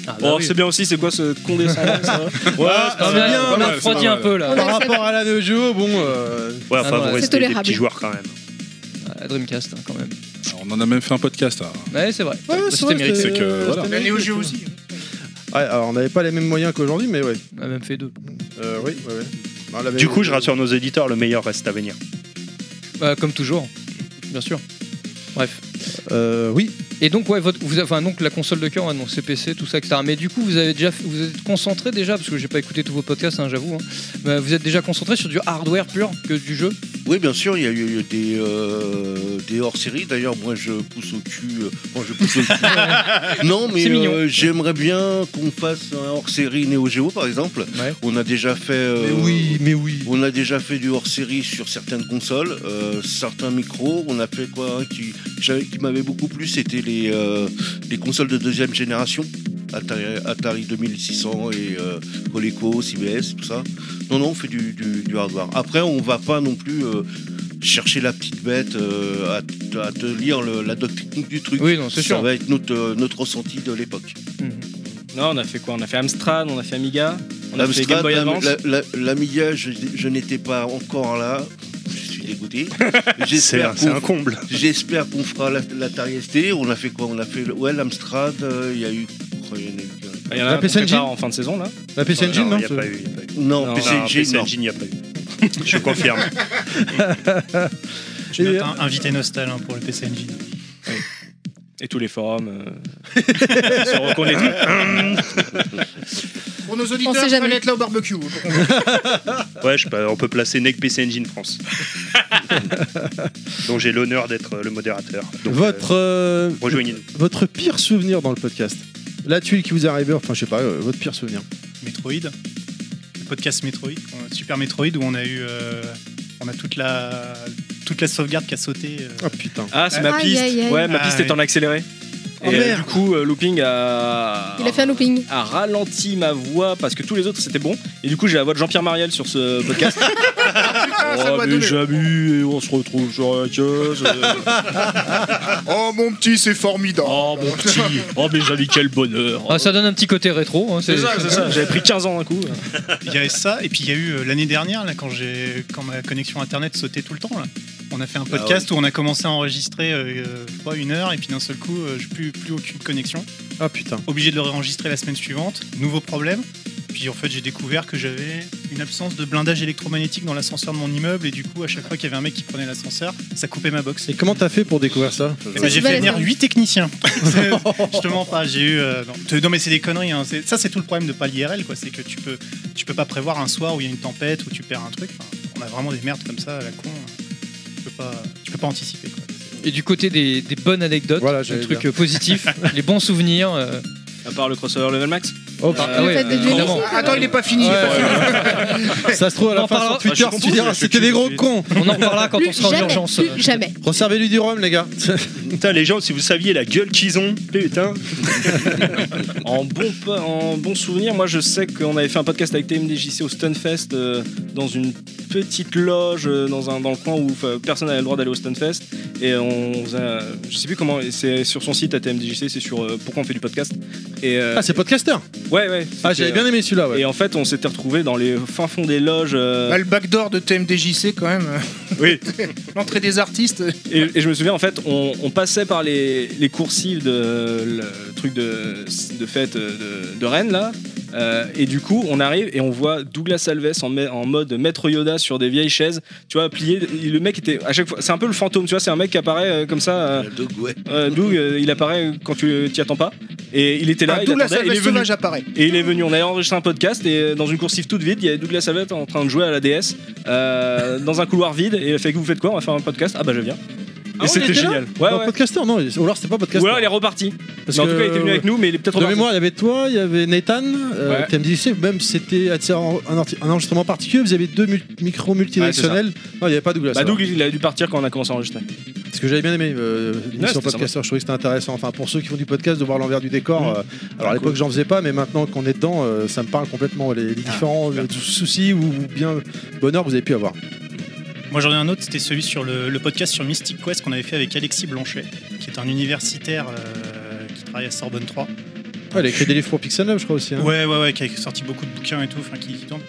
Speaker 2: Ah,
Speaker 9: oh, c'est bien aussi, c'est quoi ce condescendant
Speaker 2: Ah,
Speaker 9: ça
Speaker 2: mais
Speaker 1: bah c'est bien,
Speaker 2: là, on
Speaker 6: pas
Speaker 2: a
Speaker 6: mal,
Speaker 2: refroidi
Speaker 6: c'est pas
Speaker 2: un
Speaker 6: mal.
Speaker 2: peu là.
Speaker 5: On
Speaker 1: Par
Speaker 5: a-
Speaker 1: rapport à la Neo Geo, bon. euh,
Speaker 4: Ouais,
Speaker 2: Ah,
Speaker 4: enfin,
Speaker 2: non,
Speaker 4: vous
Speaker 2: c'est
Speaker 4: restez des
Speaker 5: tolérable.
Speaker 4: petits joueurs quand même.
Speaker 2: Ah, Dreamcast hein, quand même.
Speaker 9: Ah,
Speaker 6: Alors, on en a même fait un podcast. hein.
Speaker 2: Ouais c'est vrai.
Speaker 1: ouais,
Speaker 2: C'était
Speaker 1: vrai,
Speaker 2: mérité.
Speaker 6: c'est que,
Speaker 1: euh,
Speaker 6: voilà.
Speaker 1: c'était
Speaker 7: La Neo
Speaker 1: mérité,
Speaker 7: Geo
Speaker 1: c'est
Speaker 7: aussi.
Speaker 1: Ouais, alors on n'avait pas les mêmes moyens qu'aujourd'hui, mais ouais.
Speaker 2: On a même fait deux.
Speaker 1: Euh, oui, ouais, ouais. Non, la-
Speaker 4: Du coup, je rassure nos éditeurs, le meilleur reste à venir.
Speaker 2: Bah, comme toujours, bien sûr. Bref.
Speaker 1: Euh, oui.
Speaker 2: Et donc ouais, votre, vous avez- enfin donc la console de cœur, ouais, donc c'est PC, tout ça, etc. Mais du coup, vous avez déjà, vous êtes concentré Bah, déjà, parce que j'ai pas écouté tous vos podcasts, hein, j'avoue. hein. Mais vous êtes déjà concentré sur du hardware pur que du jeu.
Speaker 11: Oui, bien sûr, il y a eu des, euh, des hors-séries. D'ailleurs, moi, je pousse au cul. euh, moi, je pousse au cul. non, mais
Speaker 12: C'est mignon.
Speaker 11: euh, j'aimerais bien qu'on fasse un hors-série Neo Geo, par exemple. On a déjà fait. mais oui,
Speaker 1: mais oui.
Speaker 11: On a déjà fait du hors-série sur certaines consoles, euh, certains micros. On a fait quoi hein, qui, j'avais- qui m'avait beaucoup plu, c'était les, euh, les consoles de deuxième génération. Atari, Atari 2600 et euh, Coleco, CBS, tout ça. Non, non, on fait du, du- du hardware. Après, on va pas non plus euh, chercher la petite bête euh, à, t- à te lire le- la doc technique du truc.
Speaker 9: Oui, non, c'est
Speaker 11: ça
Speaker 9: sûr.
Speaker 11: va être notre, euh, notre ressenti de l'époque.
Speaker 9: Non, on a fait quoi On a fait Amstrad, on a fait Amiga, on a fait
Speaker 11: L'Amstrad,
Speaker 9: Game Boy
Speaker 11: la-
Speaker 9: Advance.
Speaker 11: la- la- L'Amiga, je, je n'étais pas encore là. Je suis dégoûté.
Speaker 4: C'est
Speaker 11: J'espère
Speaker 4: un- c'est
Speaker 11: qu'on-
Speaker 4: un comble.
Speaker 11: J'espère qu'on fera la- l'Atari ST. On a fait quoi On a fait le- ouais, l'Amstrad. euh, Il y a eu. Il y en a eu qu'un.
Speaker 9: Il y en a un qu'on prépare en fin de saison là.
Speaker 1: La PC Engine,
Speaker 11: non,
Speaker 1: non
Speaker 11: il y a pas eu, il y a pas eu. Non,
Speaker 4: PC Engine, il n'y a pas eu. Je confirme.
Speaker 10: Je note un invité nostal hein, pour le PC Engine.
Speaker 9: Et tous les forums euh, se reconnaîtront.
Speaker 7: Pour nos auditeurs,
Speaker 5: sait
Speaker 7: on
Speaker 5: jamais.
Speaker 7: fallait être là au barbecue.
Speaker 4: Ouais, je peux- on peut placer NEC PC Engine France. dont j'ai l'honneur d'être euh, le modérateur. Donc,
Speaker 1: votre, euh,
Speaker 4: rejoignez-nous.
Speaker 1: votre pire souvenir dans le podcast La tuile qui vous est arrivée, enfin, je sais pas, euh, votre pire souvenir.
Speaker 10: Metroid, le podcast Metroid, euh, Super Metroid où on a eu, euh, on a toute la toute la sauvegarde qui a sauté. euh.
Speaker 1: Ah putain.
Speaker 9: Ah, c'est ma piste. Ouais, ma piste est en accéléré.
Speaker 10: Oh,
Speaker 9: et euh,
Speaker 10: merde.
Speaker 9: du coup, euh, Looping a...
Speaker 5: Il a fait un looping.
Speaker 9: a ralenti ma voix parce que tous les autres c'était bon. Et du coup, j'ai la voix de Jean-Pierre Mariel sur ce podcast.
Speaker 7: Ah,
Speaker 9: oh, mais j'abuse et on se retrouve sur la euh. case.
Speaker 7: oh mon petit, c'est formidable.
Speaker 9: Oh mon petit, oh mes amis, quel bonheur.
Speaker 2: Ah, ça donne un petit côté rétro. hein,
Speaker 9: C'est ça, c'est ça. J'avais pris 15 ans d'un coup.
Speaker 10: euh, Il y avait ça et puis il y a eu euh, l'année dernière là quand j'ai quand ma connexion internet sautait tout le temps là. On a fait un
Speaker 1: Ah
Speaker 10: podcast où on a commencé à enregistrer euh, euh, je sais pas, une heure et puis d'un seul coup euh, j'ai plus plus aucune connexion.
Speaker 1: Ah putain.
Speaker 10: Obligé de le réenregistrer la semaine suivante, nouveau problème. Puis en fait j'ai découvert que j'avais une absence de blindage électromagnétique dans l'ascenseur de mon immeuble et du coup à chaque fois qu'il y avait un mec qui prenait l'ascenseur, ça coupait ma box.
Speaker 1: Et comment t'as fait pour découvrir ça
Speaker 10: Eh ben, j'ai fait venir 8 techniciens. C'est- je te mens pas, j'ai eu. euh, non. Te- non. mais c'est des conneries. hein. C'est- Ça, c'est tout le problème de pas l'IRL, quoi. C'est que tu peux, tu peux pas prévoir un soir où il y a une tempête, où tu perds un truc. Enfin, on a vraiment des merdes comme ça à la con. Tu peux pas, tu peux pas anticiper. quoi.
Speaker 2: Et du côté des, des bonnes anecdotes,
Speaker 10: Voilà,
Speaker 2: des
Speaker 10: j'allais
Speaker 2: trucs
Speaker 10: dire.
Speaker 2: euh, positifs, les bons souvenirs.
Speaker 9: À part le crossover level max
Speaker 2: Oh, ah ouais, euh, évidemment.
Speaker 7: Attends, il est pas fini.
Speaker 1: Ça se trouve à
Speaker 2: On
Speaker 1: la
Speaker 2: en
Speaker 1: fin
Speaker 2: parlera-
Speaker 1: sur Twitter,
Speaker 2: Ah, je suis confus, je suis
Speaker 1: tu diras c'était des gros
Speaker 2: confus.
Speaker 1: cons.
Speaker 2: On en reparlera quand on sera en
Speaker 5: jamais,
Speaker 2: urgence.
Speaker 5: Plus jamais.
Speaker 1: Reservez-lui euh, du rhum, les gars.
Speaker 4: Putain, les gens, si vous saviez la gueule qu'ils ont, putain.
Speaker 9: en, bon, po- en bon souvenir, moi je sais qu'on avait fait un podcast avec TMDJC au Stunfest euh, dans une petite loge euh, dans, un, dans le coin où enfin, personne n'avait le droit d'aller au Stunfest. Et on faisait, euh, je sais plus comment, et c'est sur son site à TMDJC, c'est sur euh, pourquoi on fait du podcast. Et, euh,
Speaker 1: Ah, c'est podcasteur
Speaker 9: Ouais, ouais.
Speaker 1: Ah, j'avais bien aimé celui-là, ouais.
Speaker 9: Et en fait, on s'était retrouvé dans les fins fonds des loges. euh,
Speaker 7: Bah, le backdoor de TMDJC quand même.
Speaker 9: Oui.
Speaker 7: L'entrée des artistes.
Speaker 9: Et, et je me souviens, en fait, on, on passait par les, les coursives de euh, le truc de, de fête euh, de, de Rennes, là. Euh, et du coup, on arrive et on voit Douglas Alves en, ma- en mode maître Yoda sur des vieilles chaises, tu vois, plié. Il- Le mec était à chaque fois, c'est un peu le fantôme, tu vois, c'est un mec qui apparaît euh, comme ça. euh, euh, Doug, euh, il apparaît quand tu t'y attends pas. Et il était là.
Speaker 7: Ah,
Speaker 9: il
Speaker 7: Douglas
Speaker 9: attendait, il
Speaker 7: Alves
Speaker 9: est venu.
Speaker 7: Sauvage apparaît.
Speaker 9: Et il est venu, on a enregistré un podcast et euh, dans une coursive toute vide, il y avait Douglas Savette en train de jouer à la DS euh, dans un couloir vide et il a fait que vous faites quoi On va faire un podcast Ah bah je viens. Et c'était génial. Ouais,
Speaker 1: Ouais,
Speaker 9: ouais.
Speaker 1: podcasteur, non, ou alors c'était pas
Speaker 9: Ou
Speaker 1: podcasteur.
Speaker 9: alors il est reparti.
Speaker 1: Parce
Speaker 9: Mais en
Speaker 1: que-
Speaker 9: tout cas, il était venu avec nous, mais il est peut-être
Speaker 1: De
Speaker 9: reparti.
Speaker 1: mémoire, il y avait toi, il y avait Nathan, euh,
Speaker 9: Ouais.
Speaker 1: TMDJC, même c'était un, un orti- un enregistrement particulier, vous avez deux mul- micros multidirectionnels.
Speaker 9: Ouais,
Speaker 1: non, il n'y avait pas Douglas.
Speaker 9: Bah,
Speaker 1: alors.
Speaker 9: Doug, il a dû partir quand on a commencé à enregistrer.
Speaker 1: Parce que j'avais bien aimé euh,
Speaker 9: Ouais,
Speaker 1: l'émission
Speaker 9: c'était
Speaker 1: podcasteur, je trouvais que c'était intéressant. Enfin, pour ceux qui font du podcast, de voir l'envers du décor. euh, alors à l'époque, j'en faisais pas, mais maintenant qu'on est dedans, euh, ça me parle complètement. Les, les différents euh, soucis ou bien bonheur que vous avez pu avoir.
Speaker 10: Moi j'en ai un autre, c'était celui sur le, le podcast sur Mystic Quest qu'on avait fait avec Alexis Blanchet, qui est un universitaire euh, qui travaille à Sorbonne 3.
Speaker 1: Ouais, il a écrit des livres pour Pixel Love, je crois aussi. hein.
Speaker 10: Ouais, ouais, ouais, qui a sorti beaucoup de bouquins et tout, enfin qui, qui tourne.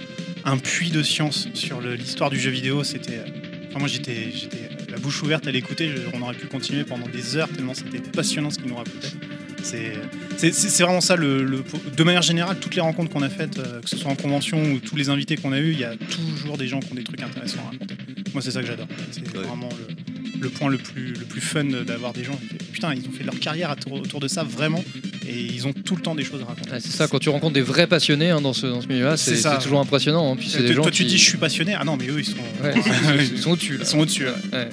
Speaker 10: Un puits de science sur le- l'histoire du jeu vidéo, c'était. euh, Enfin, moi j'étais j'étais euh, la bouche ouverte à l'écouter, je- on aurait pu continuer pendant des heures tellement c'était passionnant ce qu'il nous racontait. C'est- euh, C'est c'est- c'est vraiment ça, le, le- de manière générale, toutes les rencontres qu'on a faites, euh, que ce soit en convention ou tous les invités qu'on a eus, il y a toujours des gens qui ont des trucs intéressants à raconter. Moi c'est ça que j'adore, c'est vraiment le, le point le plus, le plus fun d'avoir des gens. qui- Putain, ils ont fait leur carrière autour autour de ça vraiment, et ils ont tout le temps des choses à raconter.
Speaker 2: C'est ça, quand tu rencontres des vrais passionnés hein, dans ce, dans ce milieu-là, c'est
Speaker 10: C'est ça.
Speaker 2: c'est toujours impressionnant. hein. Puis c'est
Speaker 10: Euh,
Speaker 2: des
Speaker 10: toi-
Speaker 2: gens
Speaker 10: toi, tu
Speaker 2: qui-
Speaker 10: dis je suis passionné, ah non mais eux ils sont,
Speaker 2: Ouais, ils sont au-dessus. là.
Speaker 10: Ils sont au-dessus. ouais.
Speaker 2: Ouais.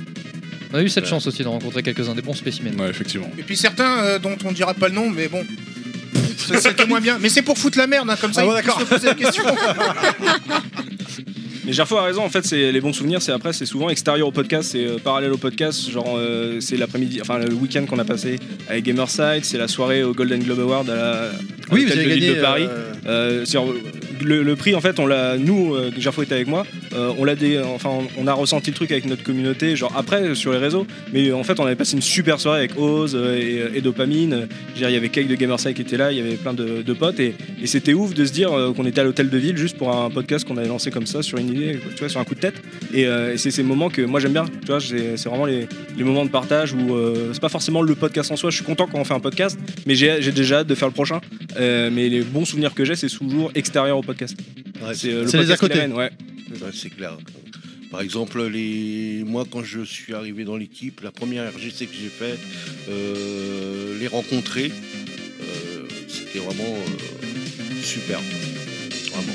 Speaker 2: On a eu cette
Speaker 10: Ouais.
Speaker 2: chance aussi de rencontrer quelques-uns des bons spécimens.
Speaker 6: Ouais, effectivement.
Speaker 7: Et puis certains euh, dont on dira pas le nom, mais bon. C'est c'est moins bien. Mais c'est pour foutre la merde, hein, comme ça,
Speaker 9: Ah
Speaker 7: ils
Speaker 9: bon,
Speaker 7: peuvent
Speaker 9: d'accord.
Speaker 7: se poser la question.
Speaker 9: Mais Gerfo a raison, en fait, c'est les bons souvenirs, c'est après, c'est souvent extérieur au podcast, c'est euh, parallèle au podcast, genre euh, c'est l'après-midi, enfin le week-end qu'on a passé à Gamerside, c'est la soirée au Golden Globe Award à la à
Speaker 1: Oui,
Speaker 9: l'hôtel
Speaker 1: vous avez
Speaker 9: de ville
Speaker 1: gagné,
Speaker 9: de Paris.
Speaker 1: euh,
Speaker 9: Euh, sur- le, le prix, en fait, on l'a, nous, euh, Gerfo était avec moi, euh, on l'a, dé- enfin, on, on a ressenti le truc avec notre communauté, genre après euh, sur les réseaux, mais euh, en fait, on avait passé une super soirée avec Oz euh, et, euh, et Dopamine. Euh, je veux dire, Il y avait Cake de Gamerside qui était là, il y avait plein de, de potes et, et c'était ouf de se dire euh, qu'on était à l'hôtel de ville juste pour un podcast qu'on avait lancé comme ça sur une idée, tu vois, sur un coup de tête. Et, euh, et c'est ces moments que moi j'aime bien, tu vois, c'est c'est vraiment les, les moments de partage où euh, c'est pas forcément le podcast en soi. Je suis content quand on fait un podcast, mais j'ai j'ai déjà hâte de faire le prochain. Euh, mais les bons souvenirs que j'ai, c'est toujours extérieur au podcast. c'est euh, le
Speaker 11: C'est les
Speaker 9: podcast
Speaker 11: à côté.
Speaker 9: qui l'amène, ouais.
Speaker 11: Ouais, c'est clair. Par exemple, les... moi, quand je suis arrivé dans l'équipe, la première RGC que j'ai faite, euh, les rencontrer, euh, c'était vraiment euh, super. Vraiment.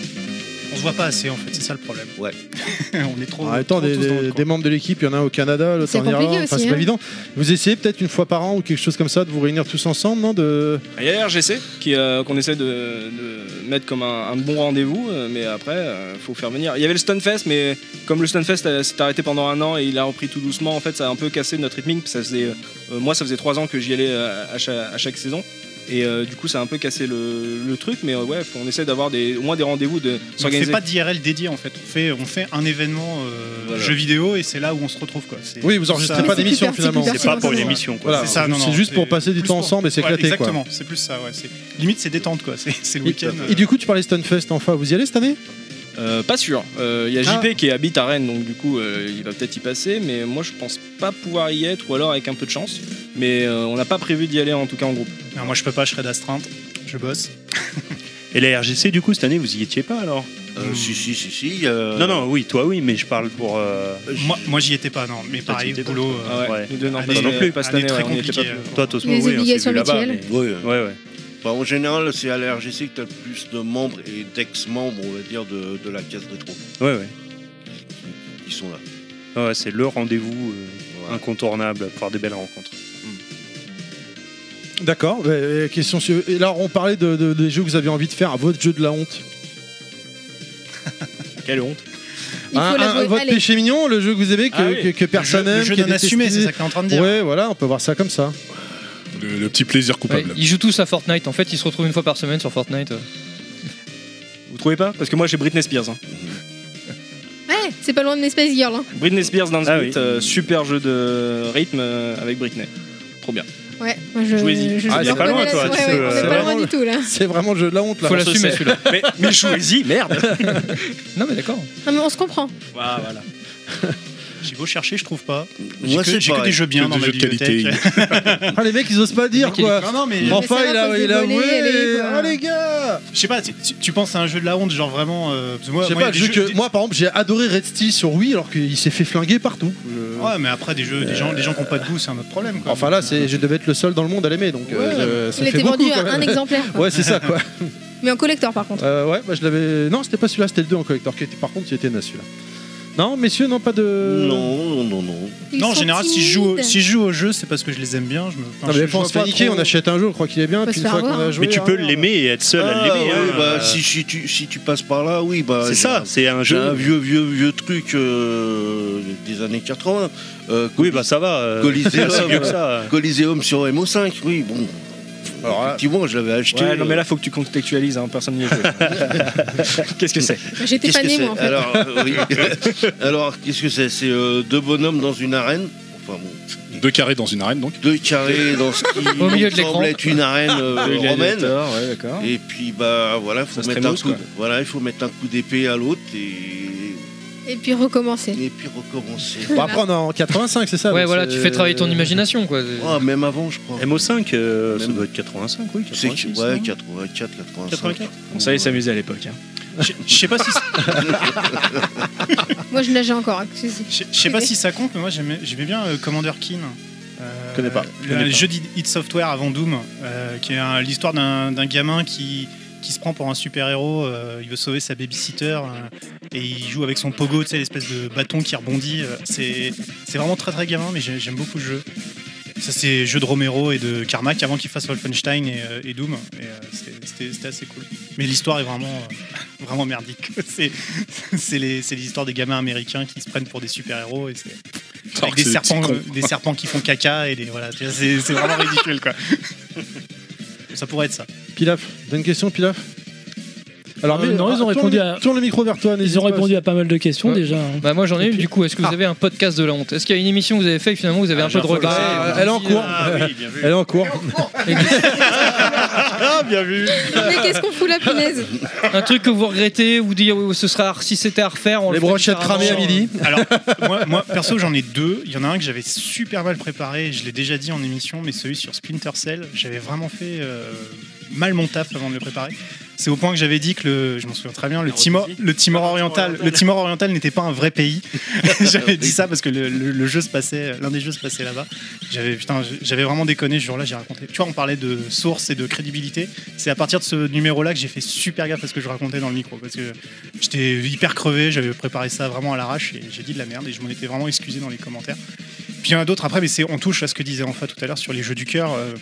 Speaker 10: On se voit pas assez en fait, c'est ça le problème.
Speaker 11: Ouais.
Speaker 10: on est trop.
Speaker 1: En même temps,
Speaker 10: trop
Speaker 1: Ah, des,
Speaker 10: tous dans notre
Speaker 1: des membres de l'équipe, il y en a un au Canada, l'autre
Speaker 10: C'est
Speaker 1: en Irlande,
Speaker 10: compliqué
Speaker 1: enfin,
Speaker 10: aussi,
Speaker 1: c'est
Speaker 10: hein.
Speaker 1: pas évident. Vous essayez peut-être une fois par an ou quelque chose comme ça de vous réunir tous ensemble, non de...
Speaker 9: Il y a l'RGC qui, euh, qu'on essaie de, de mettre comme un, un bon rendez-vous, euh, mais après, euh, faut faire venir. Il y avait le Stunfest, mais comme le Stunfest euh, s'est arrêté pendant un an et il a repris tout doucement, en fait, ça a un peu cassé notre rythme. Ça faisait, euh, moi, ça faisait trois ans que j'y allais euh, à, cha- à chaque saison. Et euh, du coup, ça a un peu cassé le, le truc, mais euh, ouais, faut- on essaie d'avoir des, au moins des rendez-vous, de
Speaker 10: On fait
Speaker 9: s'organiser.
Speaker 10: pas d'IRL dédié en fait. On fait, on fait un événement euh,
Speaker 9: Voilà.
Speaker 10: jeu vidéo et c'est là où on se retrouve quoi. C'est-
Speaker 1: Oui, vous enregistrez
Speaker 10: ça-
Speaker 1: pas d'émission finalement. Voilà,
Speaker 10: C'est ça, non, non,
Speaker 1: C'est juste pour passer du
Speaker 10: plus
Speaker 1: temps
Speaker 10: pour-
Speaker 1: ensemble et
Speaker 10: voilà,
Speaker 1: s'éclater quoi.
Speaker 10: Exactement, c'est plus ça. Ouais. c'est- Limite c'est détente quoi. C'est c'est le week-end. euh,
Speaker 1: Et du coup, tu parlais Stunfest enfin, vous y allez cette année
Speaker 9: Euh, pas sûr. Euh, Il y a
Speaker 10: Ah.
Speaker 9: JP qui habite à Rennes, donc du coup, euh, il va peut-être y passer, mais moi, je pense pas pouvoir y être, ou alors avec un peu de chance. Mais euh, on n'a pas prévu d'y aller en tout cas en groupe.
Speaker 10: Non, moi, je peux pas, je serai d'astreinte. Je bosse.
Speaker 4: Et la RGC, du coup, cette année, vous y étiez pas alors
Speaker 11: Euh, Si, si, si, si.
Speaker 4: Non, non, oui, toi, oui, mais je parle pour. euh,
Speaker 10: Moi, moi, j'y étais pas, non, mais
Speaker 4: Toi,
Speaker 10: pareil,
Speaker 4: tu y étais
Speaker 10: boulot.
Speaker 4: pas.
Speaker 10: euh,
Speaker 4: Ah ouais. Toi
Speaker 10: année-
Speaker 4: non plus, pas cette
Speaker 10: année
Speaker 4: année,
Speaker 10: très
Speaker 4: ouais, on y était
Speaker 10: compliquée,
Speaker 4: pas
Speaker 10: euh,
Speaker 4: plus. Toi, Tosmo, Les oui, on s'est obligations vu là-bas, mutuelles. mais-
Speaker 11: Oui, euh.
Speaker 4: Ouais, ouais.
Speaker 11: Enfin, en général, c'est à la RGC que tu as le plus de membres et d'ex-membres, on va dire, de, de la case rétro.
Speaker 4: Ouais, ouais.
Speaker 11: Ils sont là.
Speaker 4: Ouais, ouais, c'est le rendez-vous euh, incontournable pour avoir des belles rencontres.
Speaker 1: D'accord, euh, question suivante. Et là, on parlait de, de- des jeux que vous aviez envie de faire, votre jeu de la honte.
Speaker 9: Quelle honte.
Speaker 5: Il faut l'avouer,
Speaker 1: Hein, votre
Speaker 5: allez.
Speaker 1: péché mignon, le jeu que vous aimez, que,
Speaker 10: Ah oui.
Speaker 1: que- que personne
Speaker 10: Le jeu-
Speaker 1: n'aime.
Speaker 10: le jeu
Speaker 1: qui est
Speaker 10: non assumé,
Speaker 1: détesté.
Speaker 10: c'est ça que hein. t'es en train de dire.
Speaker 1: Ouais, voilà, on peut voir ça comme ça.
Speaker 6: Le, le petit plaisir coupable.
Speaker 2: Ouais, ils jouent tous à Fortnite. En fait, ils se retrouvent une fois par semaine sur Fortnite. euh.
Speaker 9: Vous trouvez pas Parce que moi, j'ai Britney Spears. hein.
Speaker 5: Ouais, c'est pas loin de mes Space Girl. Hein.
Speaker 9: Britney Spears dans le
Speaker 4: Ah oui.
Speaker 9: super jeu de rythme euh, avec Britney. Trop bien.
Speaker 5: Ouais, moi je.
Speaker 9: Jouez-y.
Speaker 5: je
Speaker 9: Ah,
Speaker 5: je
Speaker 9: t'es
Speaker 5: me
Speaker 9: pas loin,
Speaker 5: reconnais
Speaker 9: toi,
Speaker 5: là-
Speaker 9: tu
Speaker 5: ouais,
Speaker 9: peux,
Speaker 5: ouais, on
Speaker 9: euh,
Speaker 5: est pas loin
Speaker 1: vraiment-
Speaker 5: du tout là.
Speaker 1: C'est vraiment le jeu de la honte là.
Speaker 2: Faut
Speaker 1: On se
Speaker 2: l'assumer
Speaker 1: sait.
Speaker 2: celui-là.
Speaker 9: Mais, mais jouez-y, merde
Speaker 2: Non, mais d'accord.
Speaker 5: Non, Ah, mais on se comprend.
Speaker 9: Voilà, voilà.
Speaker 10: J'ai beau chercher, je trouve pas. J'ai
Speaker 1: Moi,
Speaker 10: que,
Speaker 1: c'est
Speaker 10: j'ai que
Speaker 1: pareil.
Speaker 10: des jeux bien
Speaker 1: Que
Speaker 10: dans
Speaker 1: des
Speaker 10: ma
Speaker 1: jeux de qualité.
Speaker 10: bibliothèque.
Speaker 1: Ah, les mecs, ils osent pas dire quoi.
Speaker 10: Non, non, mais.
Speaker 1: Enfin, il a, il a avoué. Ah, les gars
Speaker 10: Je sais pas, tu, tu- tu penses à un jeu de la honte, genre vraiment. euh, parce que moi,
Speaker 1: Je sais
Speaker 10: moi,
Speaker 1: pas,
Speaker 10: il y
Speaker 1: le
Speaker 10: a
Speaker 1: jeu
Speaker 10: des
Speaker 1: que-
Speaker 10: jeux-
Speaker 1: moi par exemple j'ai adoré Red Steel sur Wii alors qu'il s'est fait flinguer partout.
Speaker 10: des- Ouais, mais après, des jeux, des gens, des gens qui ont pas de goût, c'est un autre problème. Quoi.
Speaker 1: Euh, Enfin là c'est- je devais être le seul dans le monde à l'aimer donc euh, je- ça
Speaker 5: Il
Speaker 1: fait
Speaker 5: était vendu
Speaker 1: beaucoup,
Speaker 5: à
Speaker 1: quand
Speaker 5: un
Speaker 1: même.
Speaker 5: exemplaire, quoi.
Speaker 1: Ouais c'est ça quoi.
Speaker 5: Mais en collector par contre.
Speaker 1: Euh, ouais bah, je l'avais. Non c'était pas celui-là c'était le 2 en collector qui était par contre il était naze celui-là. Non messieurs non pas de.
Speaker 11: Non non non.
Speaker 5: Ils
Speaker 10: non, en
Speaker 5: sont
Speaker 10: général, si je, joue, au-
Speaker 5: timides.
Speaker 10: si je joue au jeu, c'est parce que je les aime bien. Je me, enfin,
Speaker 1: Non,
Speaker 10: je-
Speaker 1: mais
Speaker 10: je
Speaker 1: on
Speaker 10: vois
Speaker 1: se fait
Speaker 10: pas
Speaker 1: niquer,
Speaker 10: trop-
Speaker 1: on achète un jeu, on croit qu'il est bien,
Speaker 10: Faut
Speaker 1: puis
Speaker 10: se
Speaker 1: une
Speaker 10: faire
Speaker 1: fois qu'on
Speaker 10: avoir,
Speaker 1: a
Speaker 10: hein.
Speaker 1: joué.
Speaker 4: mais tu
Speaker 1: ah,
Speaker 4: peux
Speaker 1: merde.
Speaker 4: l'aimer et être seul à
Speaker 11: Ah,
Speaker 4: l'aimer.
Speaker 11: ouais,
Speaker 4: hein.
Speaker 11: bah,
Speaker 4: Euh,
Speaker 11: si, si tu, si tu passes par là, oui. Bah,
Speaker 4: C'est
Speaker 11: j'ai
Speaker 4: ça, c'est un
Speaker 11: j'ai
Speaker 4: jeu.
Speaker 11: Un vieux, vieux, vieux truc euh, des années 80. oui, bah
Speaker 4: ça va. euh,
Speaker 11: Coliseum,
Speaker 4: c'est mieux que ça.
Speaker 11: Coliseum sur MO5, oui, bon. Alors, effectivement, je l'avais acheté.
Speaker 9: Ouais, non, mais là, faut que tu contextualises, hein, personne n'y a joué. Qu'est-ce que c'est
Speaker 5: J'étais
Speaker 11: euh, Qu'est-ce
Speaker 5: pas
Speaker 11: que
Speaker 5: né
Speaker 11: c'est
Speaker 5: moi en fait.
Speaker 11: Alors, euh, oui. Alors, qu'est-ce que c'est C'est euh, deux bonhommes dans une arène. Enfin, bon.
Speaker 6: Deux carrés dans une arène, donc.
Speaker 11: Deux carrés dans ce qui
Speaker 6: Au milieu de l'écran.
Speaker 11: semble être une arène euh,
Speaker 9: Le
Speaker 11: romaine.
Speaker 9: gladiateur, ouais, d'accord.
Speaker 11: Et puis bah voilà,
Speaker 9: Ça
Speaker 11: faut
Speaker 9: se
Speaker 11: mettre un
Speaker 9: trémousse,
Speaker 11: coup,
Speaker 9: quoi.
Speaker 11: voilà, il faut mettre un coup d'épée à l'autre et
Speaker 5: Et puis recommencer.
Speaker 11: Et puis recommencer.
Speaker 1: Bon, après on est en 85 c'est ça
Speaker 2: Ouais,
Speaker 1: donc
Speaker 2: voilà,
Speaker 1: c'est-
Speaker 2: tu fais travailler ton imagination, quoi.
Speaker 11: Ah, même avant, je crois.
Speaker 4: MO5, euh, ça doit être 85, oui.
Speaker 11: C'est
Speaker 4: 86,
Speaker 11: que-
Speaker 4: non
Speaker 11: ouais, 84, 85.
Speaker 10: 84.
Speaker 9: On savait s'amuser à l'époque. hein.
Speaker 10: Je je sais pas si.
Speaker 5: Moi je hein. nageais encore. Je
Speaker 10: Je sais pas si ça compte, mais moi j'aimais j'aimais bien euh, Commander Keen. Euh,
Speaker 1: connais pas. Je connais
Speaker 10: Le
Speaker 1: pas.
Speaker 10: jeu d'Id Software avant Doom, euh, qui est un- l'histoire d'un d'un gamin qui, qui se prend pour un super-héros, euh, il veut sauver sa babysitter euh, et il joue avec son pogo, tu sais, l'espèce de bâton qui rebondit. euh, c'est c'est vraiment très très gamin, mais j'ai- j'aime beaucoup le jeu. Ça, c'est jeu de Romero et de Carmack avant qu'ils fassent Wolfenstein et, euh, et Doom. Et, euh, c'est- c'était c'était assez cool. Mais l'histoire est vraiment, euh, vraiment merdique. C'est c'est les- c'est l'histoire des gamins américains qui se prennent pour des super-héros et c'est.
Speaker 6: Alors que
Speaker 10: Avec des
Speaker 6: c'est des
Speaker 10: serpents,
Speaker 6: petits
Speaker 10: euh,
Speaker 6: cons.
Speaker 10: des serpents qui font caca et des. Voilà, tu vois, c'est c'est vraiment ridicule quoi. ça pourrait être ça.
Speaker 1: Pilaf, t'as une question, Pilaf Alors,
Speaker 12: Euh,
Speaker 1: mais-
Speaker 12: non, ils ont
Speaker 1: tourne-
Speaker 12: répondu à-
Speaker 1: Tourne le micro vers toi,
Speaker 12: Ils
Speaker 1: n'hésite
Speaker 12: ont
Speaker 1: pas.
Speaker 12: répondu à pas mal de questions
Speaker 1: Ouais.
Speaker 12: déjà. hein.
Speaker 2: Bah moi j'en ai une du coup, est-ce que vous avez un podcast de la honte Est-ce qu'il y a une émission que vous avez fait et que finalement vous
Speaker 10: Ah,
Speaker 2: avez un peu de regret
Speaker 1: Bah, elle est en cours. Elle est en cours.
Speaker 2: Ah bien vu
Speaker 5: Mais qu'est-ce qu'on fout la punaise
Speaker 2: Un truc que vous regrettez, vous dites oh, ce sera si c'était à refaire, on le ferait différemment.
Speaker 10: Alors, moi, moi, perso, j'en ai deux. Il y en a un que j'avais super mal préparé, je l'ai déjà dit en émission, mais celui sur Splinter Cell, j'avais vraiment fait euh, mal mon taf avant de le préparer. C'est au point que j'avais dit que le, Euh, je m'en souviens très bien, le Timor, le Timor oriental, le Timor oriental n'était pas un vrai pays. j'avais dit ça parce que le, le- le jeu se passait, l'un des jeux se passait là-bas. J'avais putain, j'avais vraiment déconné ce jour-là. J'ai raconté. Tu vois, on parlait de source et de crédibilité. C'est à partir de ce numéro-là que j'ai fait super gaffe à ce que je racontais dans le micro parce que j'étais hyper crevé. J'avais préparé ça vraiment à l'arrache et j'ai dit de la merde et je m'en étais vraiment excusé dans les commentaires. Puis il y en a d'autres après, mais c'est on touche à ce que disait Enfa tout à l'heure sur les jeux du cœur. Euh,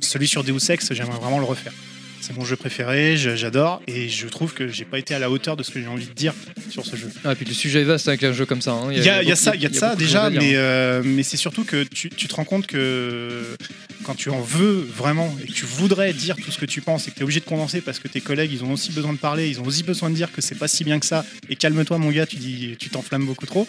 Speaker 10: celui sur Deus Ex, j'aimerais vraiment le refaire. C'est mon jeu préféré, je- j'adore, et je trouve que j'ai pas été à la hauteur de ce que j'ai envie de dire sur ce jeu.
Speaker 2: Ah, et puis le sujet est vaste avec un jeu comme ça. hein.
Speaker 10: Il y a, il y a
Speaker 2: beaucoup-
Speaker 10: ça, il y a de ça
Speaker 2: beaucoup de hein.
Speaker 10: déjà,
Speaker 2: choses à dire.
Speaker 10: mais, euh, mais c'est surtout que tu, tu te rends compte que quand tu en veux vraiment et que tu voudrais dire tout ce que tu penses et que tu es obligé de condenser parce que tes collègues ils ont aussi besoin de parler, ils ont aussi besoin de dire que c'est pas si bien que ça et calme-toi mon gars, tu dis tu t'enflammes beaucoup trop.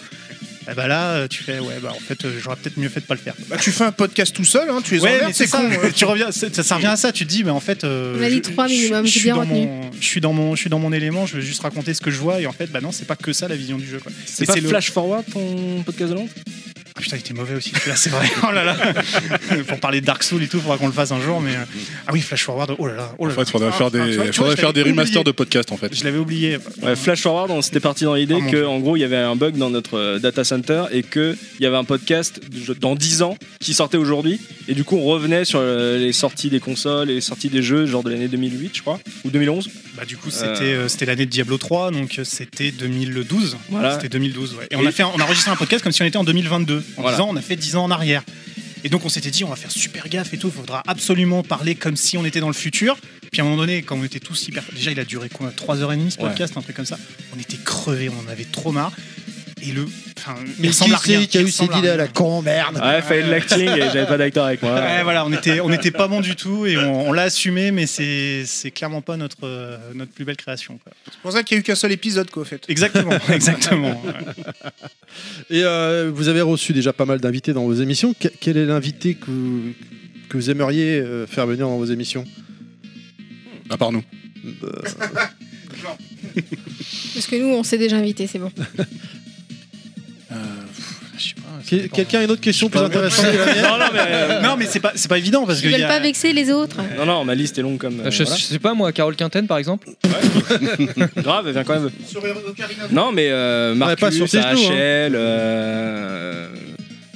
Speaker 10: Et bah là tu fais ouais bah en fait euh, j'aurais peut-être mieux fait de pas le faire.
Speaker 7: Bah, tu fais un podcast tout seul, hein, tu les
Speaker 10: Ouais,
Speaker 7: emmerdes,
Speaker 10: mais
Speaker 7: c'est
Speaker 10: ça,
Speaker 7: con. euh.
Speaker 10: tu reviens, c'est- ça, ça revient à ça, tu te dis mais en fait euh,
Speaker 5: On a dit
Speaker 10: je-
Speaker 5: trois
Speaker 10: je-
Speaker 5: minimum,
Speaker 10: je
Speaker 5: j'ai
Speaker 10: suis
Speaker 5: bien
Speaker 10: dans
Speaker 5: retenu.
Speaker 10: mon- Je suis dans mon je suis dans mon élément, je veux juste raconter ce que je vois et en fait bah non, c'est pas que ça la vision du jeu quoi.
Speaker 9: C'est
Speaker 10: Et
Speaker 9: pas
Speaker 10: le-
Speaker 9: Flash Forward ton podcast de l'ombre
Speaker 10: ah putain, il était mauvais aussi, celui-là, c'est vrai. Oh là là. Pour parler de Dark Souls et tout, faudra qu'on le fasse un jour. Mais euh, ah oui, Flash Forward. Oh là là. Oh là
Speaker 6: En fait,
Speaker 10: là.
Speaker 6: faudrait
Speaker 10: Ah,
Speaker 6: faire
Speaker 10: putain,
Speaker 6: des-
Speaker 10: tu vois, tu
Speaker 6: faudrait
Speaker 10: vois, je
Speaker 6: faire des
Speaker 10: l'avais
Speaker 6: remasters
Speaker 10: oublié.
Speaker 6: de podcasts, en fait.
Speaker 10: Je l'avais oublié.
Speaker 9: Ouais, Flash Forward, on s'était parti dans l'idée
Speaker 10: Ah, mon
Speaker 9: que
Speaker 10: Dieu.
Speaker 9: en gros il y avait un bug dans notre euh, data center et que il y avait un podcast de- dans 10 ans qui sortait aujourd'hui et du coup on revenait sur euh, les sorties des consoles et les sorties des jeux genre de l'année 2008 je crois ou 2011.
Speaker 10: Bah du coup C'était euh, c'était l'année de Diablo 3, donc euh, c'était 2012.
Speaker 9: Voilà.
Speaker 10: C'était 2012, ouais. Et, on,
Speaker 9: Et-
Speaker 10: a fait un- on a enregistré un podcast comme si on était en 2022. En
Speaker 9: Voilà.
Speaker 10: disant, on a fait 10 ans en arrière. Et donc on s'était dit, on va faire super gaffe et tout, faudra absolument parler comme si on était dans le futur. Puis à un moment donné, quand on était tous hyper. Déjà, il a duré quoi 3h30 ce
Speaker 9: Ouais.
Speaker 10: podcast, un truc comme ça. On était crevés, on en avait trop marre. Et le. Enfin, il
Speaker 9: Mais
Speaker 10: ressemble
Speaker 9: qui
Speaker 10: à rien,
Speaker 9: c'est qui a
Speaker 10: il
Speaker 9: eu ces
Speaker 10: ressemble à
Speaker 9: idées-là,
Speaker 10: rien.
Speaker 9: la con, merde Ouais, fallait de l'acting et j'avais pas d'acteur avec moi.
Speaker 10: Euh, Ouais, voilà, on était, on était pas bon du tout et on, on l'a assumé, mais c'est c'est clairement pas notre, euh, notre plus belle création. quoi.
Speaker 7: C'est pour ça qu'il y a eu qu'un seul épisode, quoi, en fait.
Speaker 10: Exactement, exactement.
Speaker 1: Et euh, vous avez reçu déjà pas mal d'invités dans vos émissions. Que- quel est l'invité que vous, que vous aimeriez euh, faire venir dans vos émissions Euh,
Speaker 6: À part nous.
Speaker 5: Parce que nous, on s'est déjà invités, c'est bon.
Speaker 1: Quel- Quelqu'un a une autre question plus intéressante que la mienne
Speaker 9: non, non, mais, euh,
Speaker 10: non, mais c'est pas, c'est pas évident parce
Speaker 5: Ils veulent pas vexer les autres.
Speaker 9: Non, non, ma liste est longue comme.
Speaker 2: Euh, Je- je sais pas moi, Carole Quinten par exemple.
Speaker 9: Grave, elle vient quand même. Non, mais euh, Marcus,
Speaker 2: pas sur ses genoux, hein.
Speaker 9: AHL, euh,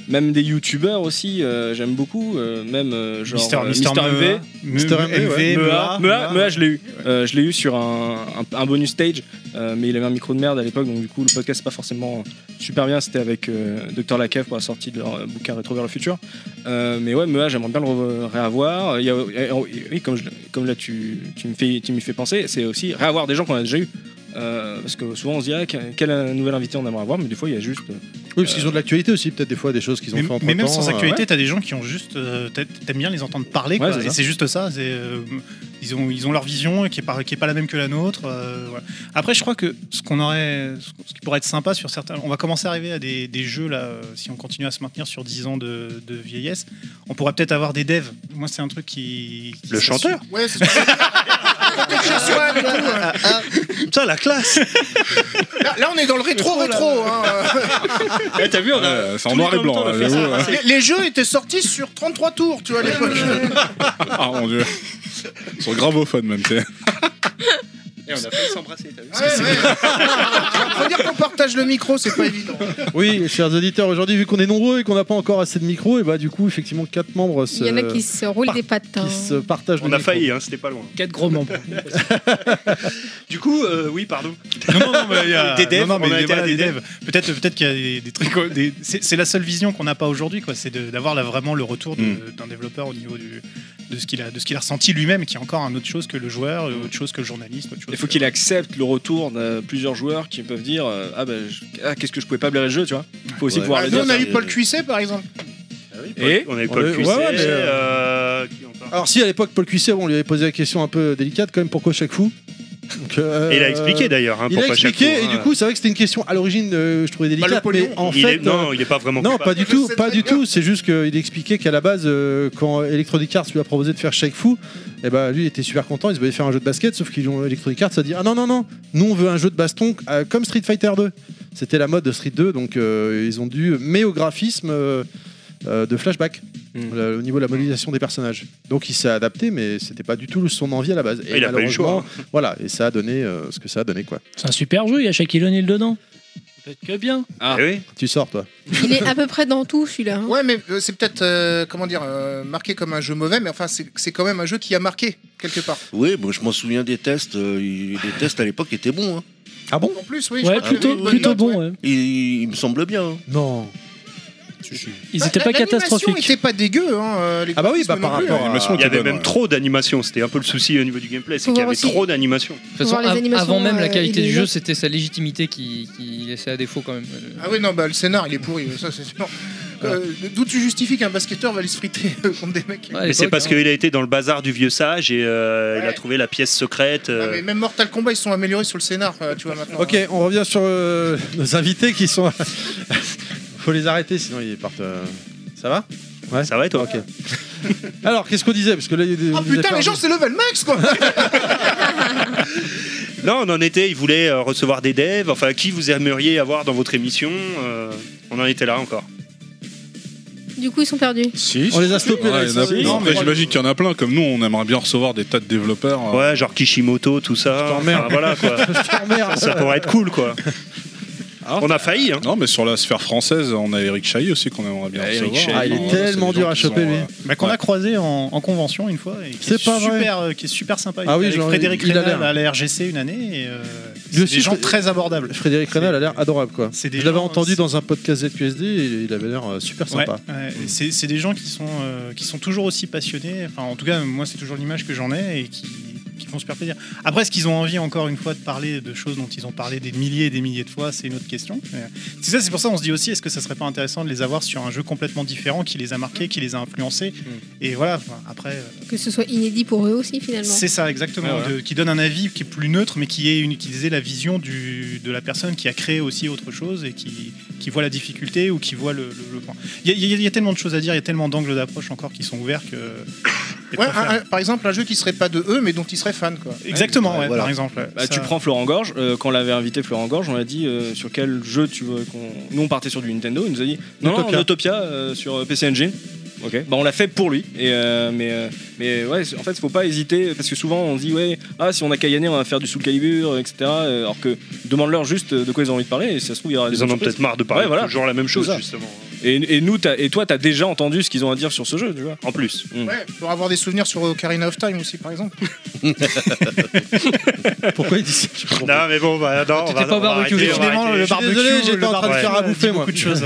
Speaker 9: même des youtubeurs aussi, euh, j'aime beaucoup. euh, même euh, genre
Speaker 10: Mister-
Speaker 9: euh,
Speaker 10: Mister
Speaker 9: Mister MV.
Speaker 10: Mea. Mister MV, ouais.
Speaker 9: Mea,
Speaker 10: Mea.
Speaker 9: Mea, Mea, je l'ai eu. Euh, je l'ai eu sur un, un- un bonus stage, euh, mais il avait un micro de merde à l'époque, donc du coup le podcast c'est pas forcément super bien. C'était avec euh, Docteur Lacave pour la sortie de leur euh, bouquin Rétro vers le futur. Euh, mais ouais, Mea, j'aimerais bien le re- réavoir. Il y a- euh, oui, comme, je- comme là tu, tu me fais, tu m'y fais penser, c'est aussi réavoir des gens qu'on a déjà eu. Euh, parce que souvent on se dit ah, quel, quel, euh, nouvel invité on aimerait avoir, mais des fois il y a juste. euh,
Speaker 1: Oui, parce qu'ils ont de l'actualité aussi, peut-être des fois des choses qu'ils ont
Speaker 10: Mais,
Speaker 1: fait en
Speaker 10: mais même sans actualité,
Speaker 1: actualité
Speaker 10: t'as des gens qui ont juste. euh, t'a- T'aimes bien les entendre parler,
Speaker 1: Ouais,
Speaker 10: quoi,
Speaker 1: c'est
Speaker 10: et
Speaker 1: ça.
Speaker 10: c'est juste ça. c'est, euh, ils, ont, ils ont leur vision qui est, pas, qui est pas la même que la nôtre. euh, voilà. Après, je crois que ce qu'on aurait. Ce qui pourrait être sympa sur certains. On va commencer à arriver à des, des jeux, là, euh, si on continue à se maintenir sur 10 ans de, de vieillesse. On pourrait peut-être avoir des devs. Moi, c'est un truc qui. qui
Speaker 4: Le
Speaker 10: s'assure.
Speaker 4: chanteur
Speaker 7: Ouais, c'est
Speaker 10: Ah,
Speaker 7: ça.
Speaker 4: Putain, la classe
Speaker 7: hein. Là, là, on est dans le hein. rétro-rétro.
Speaker 4: Ah,
Speaker 10: Eh,
Speaker 9: T'as vu, on
Speaker 6: a. C'est en noir et blanc. là, j'avoue, hein.
Speaker 7: les, les jeux étaient sortis sur 33 tours, tu vois, à l'époque.
Speaker 6: Ah mon dieu. Sur gravophone même, tu sais.
Speaker 4: Et on a failli s'embrasser, t'as vu
Speaker 7: Faut dire qu'on partage le micro, c'est pas évident.
Speaker 1: Oui, chers auditeurs, aujourd'hui, vu qu'on est nombreux et qu'on n'a pas encore assez de micros, et bah du coup, effectivement, quatre membres se,
Speaker 5: Il y en a qui se roulent des pattes. hein.
Speaker 1: qui se partagent
Speaker 4: On a failli, hein, c'était pas loin.
Speaker 2: Quatre gros membres.
Speaker 4: Du coup, euh, oui, pardon.
Speaker 10: Non, non, non, mais il y a
Speaker 4: Des devs,
Speaker 10: non, non, mais
Speaker 4: on a été
Speaker 10: voilà,
Speaker 4: à
Speaker 10: des
Speaker 4: des
Speaker 10: devs. Peut-être peut qu'il y a des, des trucs. des- C'est c'est la seule vision qu'on n'a pas aujourd'hui, quoi. C'est de- d'avoir là vraiment le retour
Speaker 4: Hmm.
Speaker 10: de- d'un développeur au niveau du, de ce qu'il a, de ce qu'il a ressenti lui-même, qui est encore un autre chose que le joueur, euh, autre chose que le journaliste, autre chose.
Speaker 9: Il faut qu'il accepte le retour de plusieurs joueurs qui peuvent dire euh, Ah, bah, je- ah, qu'est-ce que je pouvais pas blairer le jeu, tu vois. Faut aussi
Speaker 11: Ouais.
Speaker 9: pouvoir
Speaker 7: Ah,
Speaker 9: le
Speaker 7: nous,
Speaker 9: dire.
Speaker 7: on a
Speaker 9: ça.
Speaker 7: eu Paul Cuisset, par exemple.
Speaker 9: Et
Speaker 4: On avait
Speaker 1: On
Speaker 4: Paul
Speaker 1: est-
Speaker 4: Cuisset.
Speaker 1: ouais, ouais, mais,
Speaker 4: euh, qui encore
Speaker 1: Alors si à l'époque Paul Cuisset, bon, on lui avait posé la question un peu délicate quand même, pourquoi chaque fou Donc, euh,
Speaker 4: Et il a expliqué, d'ailleurs, hein,
Speaker 1: il a
Speaker 4: pourquoi chaque
Speaker 1: expliqué
Speaker 4: fou,
Speaker 1: et
Speaker 4: hein.
Speaker 1: du coup c'est vrai que c'était une question à l'origine euh, je trouvais
Speaker 5: Bah,
Speaker 1: délicate mais en
Speaker 4: Il
Speaker 1: fait
Speaker 4: est- non,
Speaker 1: euh,
Speaker 4: il est pas vraiment.
Speaker 1: non,
Speaker 4: coupable.
Speaker 1: pas du tout, pas du tout. C'est juste qu'il expliquait qu'à la base, euh, quand Electronic Arts lui a proposé de faire Shake Fu, et ben lui il était super content. Il se voulait faire un jeu de basket, sauf qu'ils ont Electronic Arts a dit ah non non non, nous on veut un jeu de baston euh, comme Street Fighter 2. C'était la mode de Street 2, donc euh, ils ont dû mais au graphisme euh, euh, de flashback
Speaker 4: Hmm.
Speaker 1: le- au niveau de la modélisation des personnages. Donc il s'est adapté, mais c'était pas du tout son envie à la base.
Speaker 4: Ah, il a pas eu le choix,
Speaker 1: malheureusement, Voilà, et ça a donné euh, ce que ça a donné quoi.
Speaker 12: C'est un super jeu, il y a Shaquille O'Neal dedans. Peut-être que bien.
Speaker 4: Ah oui.
Speaker 1: Tu sors toi.
Speaker 5: Il est à peu près dans tout celui-là. hein.
Speaker 7: Ouais, mais euh, c'est peut-être, euh, comment dire, euh, marqué comme un jeu mauvais, mais enfin, c'est c'est quand même un jeu qui a marqué, quelque part.
Speaker 11: Oui, bon, je m'en souviens des tests. euh, il- les tests à l'époque étaient bons. hein.
Speaker 1: Ah bon
Speaker 7: En plus, oui, je
Speaker 12: Ouais,
Speaker 7: crois qu'il
Speaker 12: plutôt,
Speaker 7: avait une bonne
Speaker 12: plutôt
Speaker 7: note, ouais.
Speaker 12: bon. ouais.
Speaker 11: Il, il me semble bien. hein.
Speaker 1: Non.
Speaker 12: Ils
Speaker 7: Bah,
Speaker 12: étaient
Speaker 7: la-
Speaker 12: pas
Speaker 7: l'animation
Speaker 12: catastrophiques.
Speaker 7: était pas dégueu. hein, euh, les
Speaker 1: Ah bah oui,
Speaker 7: graphismes
Speaker 1: bah,
Speaker 7: non
Speaker 1: par
Speaker 7: plus,
Speaker 1: rapport
Speaker 7: hein.
Speaker 1: à-
Speaker 6: L'animation
Speaker 4: Il y
Speaker 6: était
Speaker 4: avait
Speaker 6: bonne,
Speaker 4: même
Speaker 6: ouais.
Speaker 4: trop d'animation, c'était un peu le souci au niveau du gameplay, c'est
Speaker 5: Faut
Speaker 4: qu'il y
Speaker 5: voir
Speaker 4: avait
Speaker 5: aussi-
Speaker 4: trop d'animation.
Speaker 2: De toute façon,
Speaker 5: Voir les
Speaker 2: av-
Speaker 5: animations,
Speaker 2: avant même
Speaker 5: euh,
Speaker 2: la qualité
Speaker 5: il est
Speaker 2: du jeu,
Speaker 5: bien.
Speaker 2: c'était sa légitimité qui, qui laissait à défaut quand même.
Speaker 7: Ah oui, non, bah, le scénar, il est pourri, ça, c'est sûr. Euh, D'où tu justifies qu'un basketteur va aller se friter euh, contre des mecs
Speaker 2: Ouais, à
Speaker 4: Mais c'est
Speaker 2: l'époque,
Speaker 4: parce
Speaker 2: hein.
Speaker 4: qu'il a été dans le bazar du vieux sage et euh, il a
Speaker 7: Ouais.
Speaker 4: trouvé la pièce secrète. euh,
Speaker 7: Ah, mais Même Mortal Kombat, ils sont améliorés sur le scénar, euh, tu vois, maintenant.
Speaker 1: Ok, on revient sur euh, nos invités qui sont. Faut les arrêter, sinon ils partent. euh, Ça va Ouais.
Speaker 4: Ça va et toi Ah,
Speaker 1: Ok. Alors, qu'est-ce qu'on disait Parce que là, il y a des.
Speaker 7: Oh putain, les gens, c'est level max, quoi
Speaker 4: Non, on en était, il voulait euh, recevoir des devs, enfin qui vous aimeriez avoir dans votre émission euh, On en était là encore.
Speaker 5: Du coup, ils sont perdus.
Speaker 6: Si.
Speaker 1: On les a stoppés là.
Speaker 6: Ouais,
Speaker 1: ils
Speaker 6: il y en a-
Speaker 1: sont-
Speaker 6: non,
Speaker 1: Non,
Speaker 6: après,
Speaker 1: mais-
Speaker 6: j'imagine qu'il y en a plein. Comme nous, on aimerait bien recevoir des tas de développeurs. euh,
Speaker 4: Ouais, genre Kishimoto, tout ça.
Speaker 1: t'emmerde.
Speaker 4: Enfin, voilà quoi.
Speaker 1: Ah, merde.
Speaker 4: ça pourrait être cool quoi. On a failli, hein.
Speaker 6: Ah. Non, mais sur la sphère française, on a Eric Chahi aussi qu'on aimerait bien
Speaker 4: Ah, Eric
Speaker 6: recevoir.
Speaker 4: Chahi.
Speaker 1: Ah, il est
Speaker 6: Enfin,
Speaker 1: tellement
Speaker 6: c'est des
Speaker 1: dur
Speaker 6: gens
Speaker 1: à
Speaker 6: qui
Speaker 1: choper,
Speaker 6: sont,
Speaker 1: lui.
Speaker 6: euh,
Speaker 10: Bah, qu'on
Speaker 6: Ouais.
Speaker 10: a croisé en, en convention une fois et qui est,
Speaker 1: C'est pas vrai.
Speaker 10: super, euh, qui est super sympa. Il
Speaker 1: Ah oui,
Speaker 10: était
Speaker 1: je-
Speaker 10: avec Frédéric
Speaker 1: il a
Speaker 10: Renal
Speaker 1: l'air.
Speaker 10: à la RGC une année et euh, c'est
Speaker 1: Lui
Speaker 10: des
Speaker 1: aussi,
Speaker 10: gens
Speaker 1: Fré-
Speaker 10: très abordables.
Speaker 1: Frédéric Renal a l'air adorable quoi.
Speaker 10: C'est des
Speaker 1: Je l'avais
Speaker 10: gens,
Speaker 1: entendu
Speaker 10: c'est-
Speaker 1: dans un podcast ZQSD et il avait l'air euh, super
Speaker 10: Ouais,
Speaker 1: sympa.
Speaker 10: ouais. Et C'est c'est des gens qui sont, euh, qui sont toujours aussi passionnés. Enfin, en tout cas, moi, c'est toujours l'image que j'en ai et qui, qui font super plaisir. Après, ce qu'ils ont envie, encore une fois, de parler de choses dont ils ont parlé des milliers et des milliers de fois, c'est une autre question. Mais, C'est ça, c'est pour ça on se dit aussi, est-ce que ça serait pas intéressant de les avoir sur un jeu complètement différent qui les a marqués, qui les a influencés
Speaker 1: Mm.
Speaker 10: Et voilà, enfin, après, euh,
Speaker 5: Que ce soit inédit pour eux aussi, finalement.
Speaker 10: c'est ça exactement,
Speaker 9: Ouais, ouais.
Speaker 10: de- qui donne un avis qui est plus neutre, mais qui est une, qui disait la vision du, de la personne qui a créé aussi autre chose et qui, qui voit la difficulté ou qui voit le, le- le point. Il y, a- il y a- il y a tellement de choses à dire, il y a tellement d'angles d'approche encore qui sont ouverts que. et de
Speaker 7: Ouais,
Speaker 10: quoi faire.
Speaker 7: un- un- par exemple, un jeu qui serait pas de eux, mais dont ils seraient fans, quoi.
Speaker 10: Exactement,
Speaker 9: Ouais,
Speaker 10: ouais,
Speaker 9: voilà.
Speaker 10: par exemple. ouais.
Speaker 9: Bah,
Speaker 10: Ça-
Speaker 9: tu prends Florent Gorge, euh, quand on l'avait invité Florent Gorge, on a dit euh, sur quel jeu tu veux qu'on. Nous on partait sur du Nintendo, il nous a dit non,
Speaker 1: Utopia.
Speaker 9: non, Utopia euh, sur euh, PC Engine. Ok, bah on l'a fait pour lui. Et euh, mais euh, mais ouais, c'est- en fait faut pas hésiter parce que souvent on dit ouais ah si on a Kayane on va faire du Soul Calibur etc. euh, Alors que demande-leur juste euh, de quoi ils ont envie de parler et si ça se trouve il y aura des
Speaker 4: Ils en ont
Speaker 9: bonnes
Speaker 4: peut-être
Speaker 9: surprises.
Speaker 4: marre de parler
Speaker 9: Ouais, voilà.
Speaker 4: toujours la même chose
Speaker 9: C'est ça.
Speaker 4: justement.
Speaker 9: Et, et nous t'as- et toi t'as déjà entendu ce qu'ils ont à dire sur ce jeu tu vois. Mmh.
Speaker 4: En plus.
Speaker 7: Ouais, pour avoir des souvenirs sur Ocarina of Time aussi, par exemple.
Speaker 1: Pourquoi il dit ça Je comprends pas.
Speaker 4: Non mais bon, bah, non, on
Speaker 2: T'étais
Speaker 4: va,
Speaker 2: pas
Speaker 4: on va
Speaker 2: barbecue,
Speaker 4: arrêter, on va
Speaker 10: Décidément,
Speaker 4: arrêter.
Speaker 10: le
Speaker 1: suis
Speaker 10: barbecue,
Speaker 1: désolé, j'étais
Speaker 10: le
Speaker 1: en train de faire à
Speaker 10: barbecue,
Speaker 1: bouffer,
Speaker 10: dit
Speaker 1: moi.
Speaker 10: beaucoup de choses.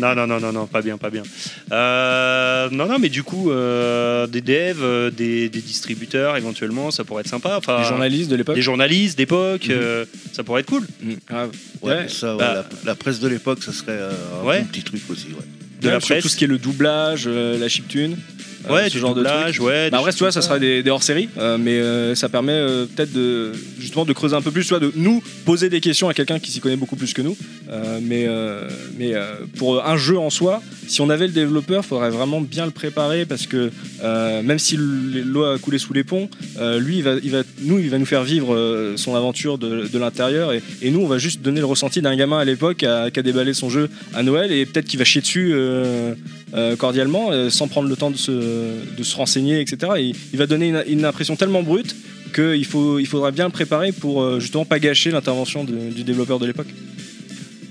Speaker 4: Non, non, non, non, non, pas bien, pas bien. Euh, non, non, mais du coup, euh, des devs, euh, des, des distributeurs éventuellement, ça pourrait être sympa. Enfin,
Speaker 9: Les journalistes de
Speaker 4: des
Speaker 9: l'époque.
Speaker 4: journalistes d'époque,
Speaker 9: Mhm.
Speaker 4: euh, ça pourrait être cool.
Speaker 9: Mmh,
Speaker 1: Mhm.
Speaker 9: grave.
Speaker 11: Ah, Ouais,
Speaker 9: Ouais.
Speaker 11: ça, ouais,
Speaker 4: Bah.
Speaker 11: la, la presse de l'époque, ça serait euh, un
Speaker 4: Ouais.
Speaker 11: bon petit truc aussi. ouais.
Speaker 4: De la
Speaker 9: Même sur
Speaker 4: presse.
Speaker 9: tout ce qui est le doublage, euh, la chiptune, euh,
Speaker 4: ouais,
Speaker 9: ce
Speaker 4: du
Speaker 9: genre de trucs.
Speaker 4: doublage, ouais.
Speaker 9: Bah
Speaker 4: des
Speaker 9: après,
Speaker 4: choses
Speaker 9: tu vois, ça
Speaker 4: comme
Speaker 9: sera des, des hors-séries, euh, mais euh, ça permet euh, peut-être de justement de creuser un peu plus, soit de nous poser des questions à quelqu'un qui s'y connaît beaucoup plus que nous. Euh, mais euh, mais euh, pour un jeu en soi, si on avait le développeur, faudrait vraiment bien le préparer parce que euh, même si l- l'eau a coulé sous les ponts, euh, lui, il va, il va, nous, il va nous faire vivre euh, son aventure de, de l'intérieur et, et nous, on va juste donner le ressenti d'un gamin à l'époque qui a, qui a déballé son jeu à Noël et peut-être qu'il va chier dessus. euh, euh, cordialement, euh, sans prendre le temps de se, de se renseigner, etc. Et il va donner une, une impression tellement brute qu'il faut, il faudra bien le préparer pour euh, justement pas gâcher l'intervention de- du développeur de l'époque.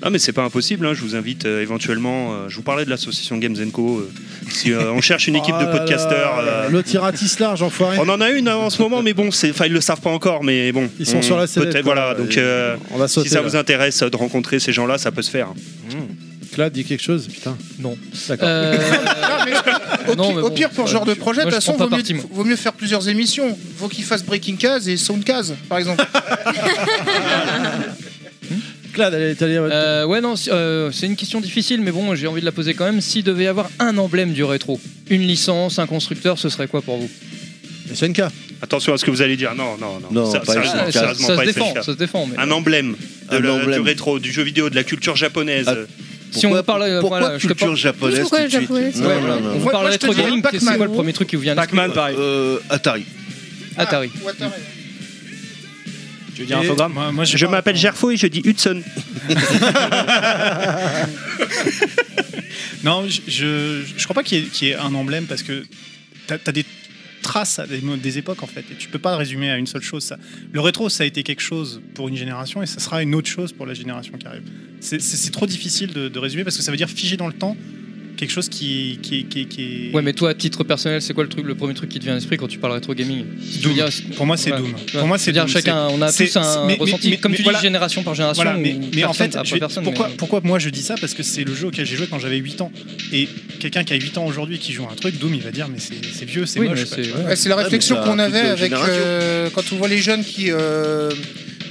Speaker 4: Ah mais c'est pas impossible, hein, je vous invite euh, éventuellement, euh, je vous parlais de l'association Games Co. euh, si euh, on cherche une équipe
Speaker 1: Oh
Speaker 4: de
Speaker 1: là là,
Speaker 4: podcasteurs... euh,
Speaker 1: Le tiratis large, enfoiré.
Speaker 4: on en a une hein, en ce moment, mais bon, c'est- enfin ils le savent pas encore, mais bon.
Speaker 1: Ils sont
Speaker 4: on-
Speaker 1: sur la sellette,
Speaker 4: hmm, peut-être,
Speaker 1: quoi.
Speaker 4: Voilà, donc
Speaker 1: Et
Speaker 4: euh,
Speaker 1: on va sauter,
Speaker 4: si ça
Speaker 1: là.
Speaker 4: vous intéresse euh, de rencontrer ces gens-là, ça peut se faire.
Speaker 1: Clad dit quelque chose, putain.
Speaker 2: Non.
Speaker 1: D'accord.
Speaker 10: Euh,
Speaker 7: Au,
Speaker 1: Non,
Speaker 7: pi-
Speaker 1: mais
Speaker 7: au
Speaker 1: bon,
Speaker 7: pire, pour ce
Speaker 1: euh,
Speaker 7: genre de
Speaker 1: je-
Speaker 7: projet, de
Speaker 1: moi,
Speaker 7: toute
Speaker 1: je
Speaker 7: façon,
Speaker 1: prends
Speaker 7: vaut,
Speaker 1: pas
Speaker 7: mieux-
Speaker 1: parti, moi.
Speaker 7: vaut mieux faire plusieurs émissions. Faut qu'ils fassent Breaking Case et Sound Case, par exemple.
Speaker 1: Clad, allez, t'as les-
Speaker 2: Euh, ouais, non, si- euh, c'est une question difficile, mais bon, j'ai envie de la poser quand même. S'il devait y avoir un emblème du rétro, une licence, un constructeur, ce serait quoi pour vous
Speaker 1: SNK.
Speaker 4: Attention à ce que vous allez dire. Non, non, non.
Speaker 2: Non,
Speaker 4: Ça-
Speaker 2: pas
Speaker 4: sérieusement,
Speaker 2: SNK.
Speaker 4: sérieusement,
Speaker 2: Ça se
Speaker 4: pas
Speaker 2: défend,
Speaker 4: SNK.
Speaker 2: ça se défend, mais-
Speaker 4: Un emblème, de
Speaker 2: Un
Speaker 4: la-
Speaker 2: emblème.
Speaker 4: du rétro, du jeu vidéo, de la culture japonaise.
Speaker 2: Si on parle, euh,
Speaker 4: pourquoi
Speaker 2: voilà, je te
Speaker 4: culture
Speaker 2: parle-
Speaker 4: japonaise Pourquoi tout de suite japonaise
Speaker 2: Ouais,
Speaker 4: Non, non, non.
Speaker 2: On vous
Speaker 4: Moi,
Speaker 2: parle
Speaker 4: moi, je te
Speaker 2: rétro
Speaker 4: dirais
Speaker 2: gaming. qu'est-ce- C'est quoi le premier truc qui vous vient
Speaker 11: Pac-Man,
Speaker 2: pareil.
Speaker 11: Euh, Atari.
Speaker 1: Ah
Speaker 2: Atari.
Speaker 9: Tu veux
Speaker 2: dire infogramme
Speaker 10: moi, moi, j'ai
Speaker 4: Je
Speaker 10: pas-
Speaker 4: m'appelle Gerfo et je dis Hudson.
Speaker 10: Non, je, je, je crois pas qu'il y, ait- qu'il y ait un emblème parce que t'as as des traces à des, mo- des époques en fait. Et tu peux pas résumer à une seule chose. Ça. Le rétro, ça a été quelque chose pour une génération et ça sera une autre chose pour la génération qui arrive. C'est- C'est c'est trop difficile de, de résumer parce que ça veut dire figé dans le temps quelque chose qui, qui, qui, qui est.
Speaker 2: Ouais, mais toi, à titre personnel, c'est quoi le truc, le premier truc qui te vient à l'esprit quand tu parles rétro gaming Si tu veux dire-
Speaker 10: Pour moi, c'est
Speaker 2: Voilà.
Speaker 10: Doom.
Speaker 2: Tu vois,
Speaker 10: Pour moi,
Speaker 2: je
Speaker 10: c'est
Speaker 2: veux dire,
Speaker 10: Doom.
Speaker 2: chacun,
Speaker 10: C'est-
Speaker 2: on a
Speaker 10: c'est-
Speaker 2: tous un
Speaker 10: mais- mais-
Speaker 2: ressenti,
Speaker 10: mais-
Speaker 2: comme tu
Speaker 10: mais
Speaker 2: dis,
Speaker 10: voilà.
Speaker 2: génération par génération.
Speaker 10: Voilà, mais,
Speaker 2: ou
Speaker 10: mais en
Speaker 2: personne
Speaker 10: fait,
Speaker 2: par
Speaker 10: je vais-
Speaker 2: personne,
Speaker 10: pourquoi,
Speaker 2: mais-
Speaker 10: pourquoi moi je dis ça Parce que c'est le jeu auquel j'ai joué quand j'avais 8 ans. Et quelqu'un qui a 8 ans aujourd'hui et qui joue à un truc, Doom, il va dire mais c'est c'est vieux, c'est
Speaker 2: Oui,
Speaker 10: moche.
Speaker 2: mais
Speaker 10: quoi,
Speaker 2: c'est-
Speaker 10: tu vois.
Speaker 7: Ouais, c'est la réflexion qu'on avait avec
Speaker 10: génération.
Speaker 7: euh, quand on voit les jeunes qui, euh,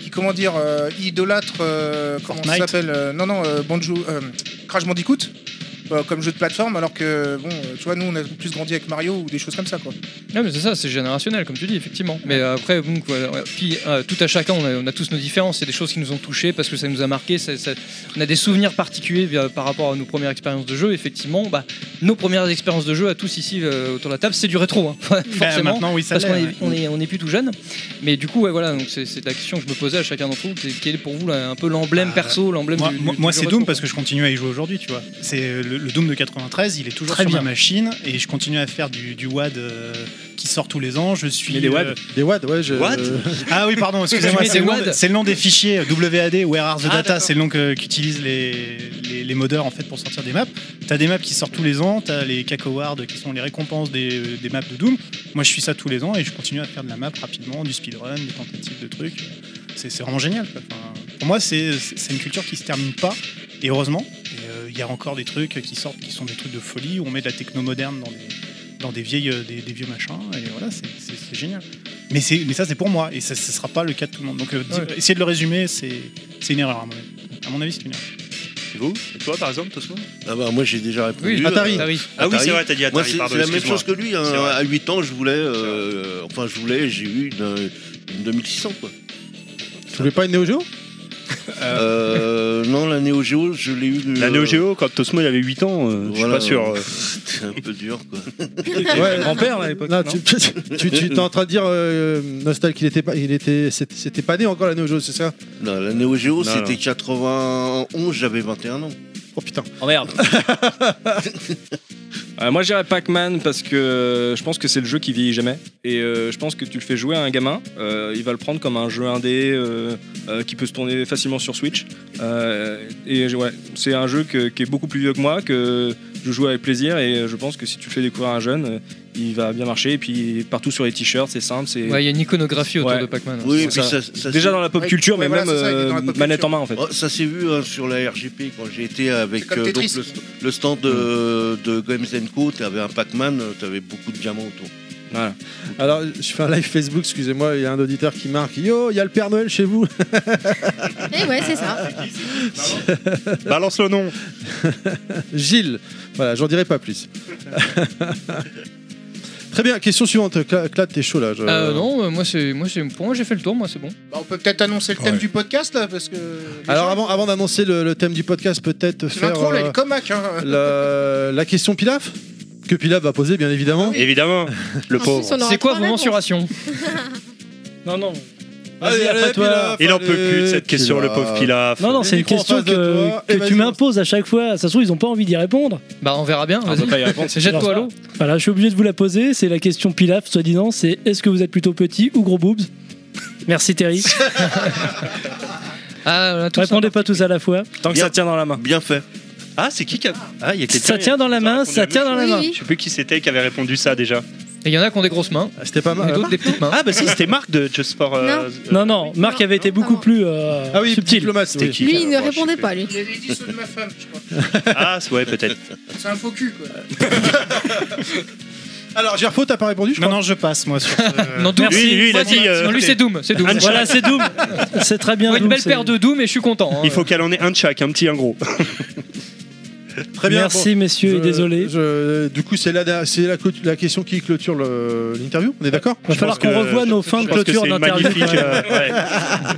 Speaker 7: qui comment dire, euh, idolâtrent euh, comment ça s'appelle euh, Non, non, euh, Banjo, euh, Crash Bandicoot euh, comme jeu de plateforme, alors que bon, euh, tu vois, nous on a plus grandi avec Mario ou des choses comme ça, quoi.
Speaker 2: Non, mais c'est ça, c'est générationnel, comme tu dis, effectivement. Mais euh, après, bon, quoi, ouais, puis, euh, tout à chacun, on a, on a tous nos différences. C'est des choses qui nous ont touchés parce que ça nous a marqué. ça- ça- on a des souvenirs particuliers euh, par rapport à nos premières expériences de jeu. Effectivement, bah, nos premières expériences de jeu à tous ici euh, autour de la table, c'est du rétro, hein,
Speaker 1: Ben,
Speaker 2: forcément.
Speaker 10: Ben, maintenant, oui, ça
Speaker 2: parce qu'on
Speaker 10: l'est,
Speaker 2: est,
Speaker 10: ouais.
Speaker 2: on est- on est plus tout jeune. Mais du coup, ouais, voilà, donc c'est c'est la question que je me posais à chacun d'entre vous. c'est Quel est pour vous là, un peu l'emblème perso, l'emblème
Speaker 10: Bah, Moi,
Speaker 2: du, du-
Speaker 10: moi- moi,
Speaker 2: du
Speaker 10: c'est
Speaker 2: rétro,
Speaker 10: Doom parce que je continue à y jouer aujourd'hui, tu vois. C'est euh, le, le Doom de 93, il est toujours
Speaker 2: Très
Speaker 10: sur
Speaker 2: bien.
Speaker 10: ma machine et je continue à faire du, du WAD euh, qui sort tous les ans. Je suis euh,
Speaker 1: Mais des WAD euh, Des WAD, ouais. Je...
Speaker 10: What Ah oui, pardon,
Speaker 1: Tu
Speaker 10: excusez-moi,
Speaker 1: mets
Speaker 10: c'est le,
Speaker 1: des
Speaker 10: nom-
Speaker 1: WAD
Speaker 10: c'est le nom des fichiers euh, WAD, Where Are the
Speaker 1: Ah,
Speaker 10: Data, c'est le nom que- qu'utilisent les, les, les modeurs en fait pour sortir des maps. T'as des maps qui sortent tous les ans, t'as les cacawards qui sont les récompenses des, des maps de Doom. Moi je suis ça tous les ans et je continue à faire de la map rapidement, du speedrun, des tentatives de trucs. C'est c'est vraiment génial. quoi. Enfin, pour moi, c'est c'est une culture qui se termine pas et heureusement. Et, euh, Il y a encore des trucs qui sortent qui sont des trucs de folie où on met de la techno moderne dans des dans des vieilles euh, des, des vieux machins et voilà c'est- c'est c'est génial mais c'est mais ça c'est pour moi et ça ce sera pas le cas de tout le monde donc euh, di-
Speaker 4: Ouais.
Speaker 10: essayer de le résumer c'est c'est une erreur à mon avis à mon avis c'est une erreur
Speaker 4: Vous Et toi, par exemple, Tosmo
Speaker 11: Ah bah moi j'ai déjà répondu.
Speaker 4: Oui, Atari. Atari. Ah oui, c'est vrai, t'as dit
Speaker 11: Moi,
Speaker 4: Atari,
Speaker 11: c'est-
Speaker 4: pardon,
Speaker 11: c'est la même
Speaker 4: excuse-moi.
Speaker 11: chose que lui. hein.
Speaker 4: C'est vrai.
Speaker 11: À 8 ans, je voulais. euh, enfin, je voulais, j'ai eu une, une 2600 quoi.
Speaker 1: Tu voulais pas une Neo Geo
Speaker 11: Euh, non, la Neo Geo, je l'ai eu.
Speaker 4: La
Speaker 11: euh,
Speaker 4: Neo Geo, quand Tosmo il avait 8 ans, euh, je suis
Speaker 11: voilà,
Speaker 4: pas sûr.
Speaker 11: euh,
Speaker 4: euh.
Speaker 11: C'était un peu dur quoi.
Speaker 1: Ouais.
Speaker 9: grand-père, là, à l'époque,
Speaker 1: Non,
Speaker 9: non
Speaker 1: tu, tu, tu- tu- t'es en train de dire euh, Nostal qu'il était pas, il était, c'était c'était pas né encore la Neo Geo, c'est ça
Speaker 11: Non, la Neo Geo,
Speaker 1: Non,
Speaker 11: c'était
Speaker 1: non.
Speaker 11: 91, j'avais 21 ans.
Speaker 1: Oh putain.
Speaker 9: Oh merde Euh, Moi j'irais Pac-Man parce que euh, je pense que c'est le jeu qui vieillit jamais. Et euh, je pense que tu le fais jouer à un gamin, euh, il va le prendre comme un jeu indé euh, euh, qui peut se tourner facilement sur Switch. Euh, et ouais, c'est un jeu que- qui est beaucoup plus vieux que moi, que je joue avec plaisir et euh, je pense que si tu le fais découvrir à un jeune, euh, il va bien marcher. Et puis partout sur les t-shirts, c'est simple. c'est-
Speaker 2: Ouais, il y a une iconographie autour
Speaker 9: Ouais.
Speaker 2: de Pac-man. hein.
Speaker 11: Oui,
Speaker 2: C'est
Speaker 11: et puis ça- ça
Speaker 9: Déjà
Speaker 11: s'est-
Speaker 9: dans la pop culture, mais même euh, manette en main en fait.
Speaker 11: Oh, ça s'est vu hein, sur la RGP quand j'ai été avec
Speaker 9: comme
Speaker 11: euh, donc, le,
Speaker 9: Tetris.
Speaker 11: st- le stand de, de Games Co. T'avais un Pac-Man, euh, t'avais beaucoup de diamants autour.
Speaker 1: Alors, je fais un live Facebook, excusez-moi, il y a un auditeur qui marque Yo, il y a le Père Noël chez vous
Speaker 7: Eh
Speaker 5: Et ouais, c'est ça.
Speaker 1: Balance le nom Gilles. Voilà, j'en dirai pas plus. Très bien, question suivante. Cla- Clad, t'es chaud là. je-
Speaker 2: Euh, non, euh, moi, c'est, moi, c'est, pour moi, j'ai fait le tour, moi, c'est bon.
Speaker 7: Bah, on peut peut-être annoncer le thème
Speaker 1: Ouais.
Speaker 7: du podcast là, parce que
Speaker 1: Alors, avant, avant d'annoncer le, le thème du podcast, peut-être faire.
Speaker 7: l'intro là,
Speaker 1: euh,
Speaker 7: il est comme Mac. Hein.
Speaker 1: la, la question Pilaf Que Pilaf va poser, bien évidemment.
Speaker 4: Évidemment, le
Speaker 7: En plus, pauvre. on aura
Speaker 2: C'est quoi
Speaker 7: trois
Speaker 2: vos mensurations
Speaker 9: Non, non.
Speaker 1: Vas-y,
Speaker 4: Allez,
Speaker 1: après
Speaker 4: allez,
Speaker 1: toi.
Speaker 4: Pilaf, Il en peut
Speaker 1: allez,
Speaker 4: plus de cette question, le pauvre Pilaf.
Speaker 12: Euh, Non, non, c'est une question que, que tu m'imposes à chaque fois. Ça se trouve, ils n'ont pas envie d'y répondre.
Speaker 2: Bah, on verra bien. vas-y. Jette-toi à l'eau.
Speaker 12: Voilà, je suis obligé de vous la poser. C'est la question Pilaf, soi-disant. C'est est-ce que vous êtes plutôt petit ou gros boobs Merci Terry. Répondez pas tous à la fois.
Speaker 9: Tant que ça tient dans la main.
Speaker 11: Bien fait.
Speaker 4: Ah, c'est qui qui a. Ah, il y a quelqu'un.
Speaker 12: Ça tient dans la main,
Speaker 4: qui a
Speaker 12: ça
Speaker 4: répondu
Speaker 12: tient dans
Speaker 4: la
Speaker 12: la
Speaker 4: même
Speaker 12: main.
Speaker 4: chose. Je sais plus qui c'était qui avait répondu ça déjà.
Speaker 2: Et il y en a qui ont des grosses mains.
Speaker 1: C'était pas
Speaker 2: mal. Et d'autres des petites mains.
Speaker 4: Ah, bah si, c'était Marc de Just for. euh,
Speaker 12: Non, non, Marc avait été beaucoup plus euh,
Speaker 1: Ah oui,
Speaker 12: subtil.
Speaker 1: diplomate,
Speaker 12: oui.
Speaker 4: qui,
Speaker 5: Lui,
Speaker 4: alors
Speaker 5: il ne
Speaker 4: Moi, je
Speaker 5: répondait
Speaker 4: sais
Speaker 5: pas, lui.
Speaker 7: Il avait dit ceux de ma femme, je crois.
Speaker 4: plus. Ah, ouais, peut-être.
Speaker 7: C'est un faux cul, quoi.
Speaker 1: Alors, Gerfo, t'as pas répondu, je
Speaker 10: Non, non, je passe, moi. Sur ce-
Speaker 2: Non, Doom.
Speaker 10: Merci.
Speaker 2: Lui, lui, il a
Speaker 10: Merci.
Speaker 2: dit, euh, Non, lui, c'est Doom, c'est Doom.
Speaker 12: Ah, Voilà, c'est Doom. C'est très bien.
Speaker 2: Ouais, une
Speaker 12: Doom,
Speaker 2: belle
Speaker 12: c'est-
Speaker 2: paire de Doom et je suis content. hein.
Speaker 4: Il faut qu'elle en ait un de chaque, un petit, un gros.
Speaker 1: Très bien.
Speaker 12: Merci, messieurs, et
Speaker 1: je-
Speaker 12: désolé.
Speaker 1: je- du coup, c'est la, c'est la, clôt- la question qui clôture le- l'interview. On est d'accord
Speaker 12: Va falloir
Speaker 4: pense
Speaker 12: qu'on
Speaker 4: que-
Speaker 12: revoie nos fins de
Speaker 4: Je pense que
Speaker 12: clôture
Speaker 4: c'est une
Speaker 12: d'interview.
Speaker 4: magnifique. euh, ouais.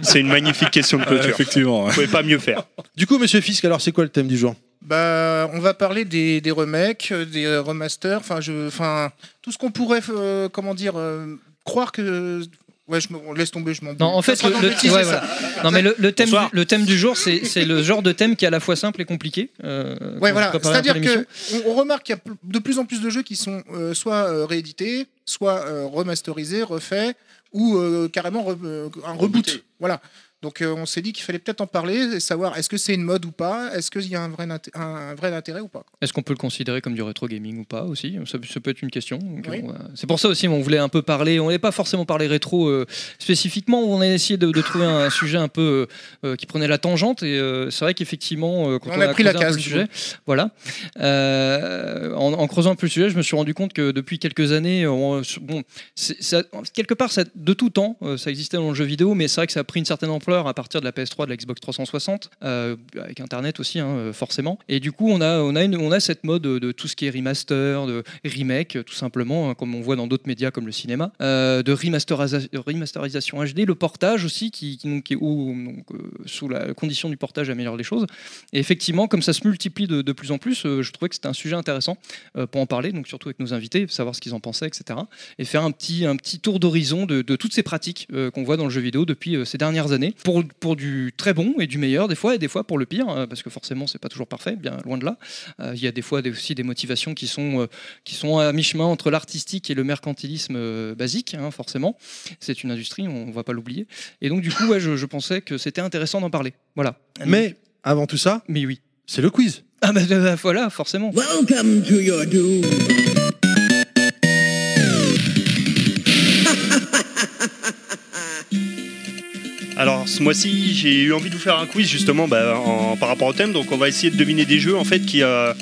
Speaker 4: C'est une magnifique question de clôture.
Speaker 6: effectivement.
Speaker 4: Vous pouvez pas mieux faire.
Speaker 1: Du coup, Monsieur Fisk, alors c'est quoi le thème du jour
Speaker 7: Bah, on va parler des, des remakes, euh, des euh, remasters, enfin, je, enfin, tout ce qu'on pourrait, euh, comment dire, euh, croire que. Ouais, je me on laisse tomber, je m'en.
Speaker 2: Non, en
Speaker 7: Ça
Speaker 2: fait,
Speaker 7: sera
Speaker 2: le,
Speaker 7: dans
Speaker 2: le-
Speaker 7: bêtise,
Speaker 2: ouais,
Speaker 7: c'est
Speaker 2: voilà.
Speaker 7: ça.
Speaker 2: Non, mais le, le thème, du, le thème du jour, c'est c'est le genre de thème qui est à la fois simple et compliqué. euh, quand
Speaker 7: Ouais,
Speaker 2: je
Speaker 7: voilà.
Speaker 2: préparais un peu
Speaker 7: C'est-à-dire
Speaker 2: l'émission.
Speaker 7: que on, on remarque qu'il y a pl- de plus en plus de jeux qui sont euh, soit euh, réédités, soit euh, remasterisés, refaits, ou euh, carrément re- euh, un reboot. Voilà. Donc euh, on s'est dit qu'il fallait peut-être en parler et savoir est-ce que c'est une mode ou pas, est-ce qu'il y a un vrai, inté- un, un vrai intérêt ou pas.
Speaker 2: Est-ce qu'on peut le considérer comme du rétro gaming ou pas aussi ça, ça peut être une question. Donc,
Speaker 7: Oui.
Speaker 2: on va- C'est pour ça aussi on voulait un peu parler. On n'allait pas forcément parler rétro euh, spécifiquement. On a essayé de, de trouver un sujet un peu euh, qui prenait la tangente. Et euh, c'est vrai qu'effectivement, euh, quand
Speaker 7: On
Speaker 2: on,
Speaker 7: a pris la
Speaker 2: creusé un peu
Speaker 7: case,
Speaker 2: le
Speaker 7: du
Speaker 2: sujet, voilà. Euh, en, en creusant un peu le sujet, je me suis rendu compte que depuis quelques années, euh, on- bon, c'est- ça- quelque part, ça, de tout temps, euh, ça existait dans le jeu vidéo, mais c'est vrai que ça a pris une certaine ampleur à partir de la PS3, de la Xbox 360, euh, avec Internet aussi, hein, euh, forcément. Et du coup, on a, on, a une, on a cette mode de, de tout ce qui est remaster, de remake, euh, tout simplement, hein, comme on voit dans d'autres médias comme le cinéma, euh, de remasterisa- remasterisation HD, le portage aussi, qui, qui, donc, qui est où, donc, euh, sous la condition du portage améliore les choses. Et effectivement, comme ça se multiplie de, de plus en plus, euh, je trouvais que c'était un sujet intéressant euh, pour en parler, donc surtout avec nos invités, savoir ce qu'ils en pensaient, etc. Et faire un petit, un petit tour d'horizon de, de toutes ces pratiques euh, qu'on voit dans le jeu vidéo depuis euh, ces dernières années, pour, pour du très bon et du meilleur des fois, et des fois pour le pire, euh, parce que forcément c'est pas toujours parfait, bien loin de là. Euh, Il y a des fois des- aussi des motivations qui sont, euh, qui sont à mi-chemin entre l'artistique et le mercantilisme euh, basique, hein, forcément. C'est une industrie, on va pas l'oublier. Et donc du coup, ouais, je, je pensais que c'était intéressant d'en parler. Voilà.
Speaker 1: Mais avant tout ça,
Speaker 2: mais oui,
Speaker 1: c'est le quiz.
Speaker 2: Ah bah euh, voilà, forcément.
Speaker 8: Welcome to your doom.
Speaker 4: Alors ce mois-ci, j'ai eu envie de vous faire un quiz justement bah, en- par rapport au thème. Donc on va essayer de deviner des jeux en fait qui, euh,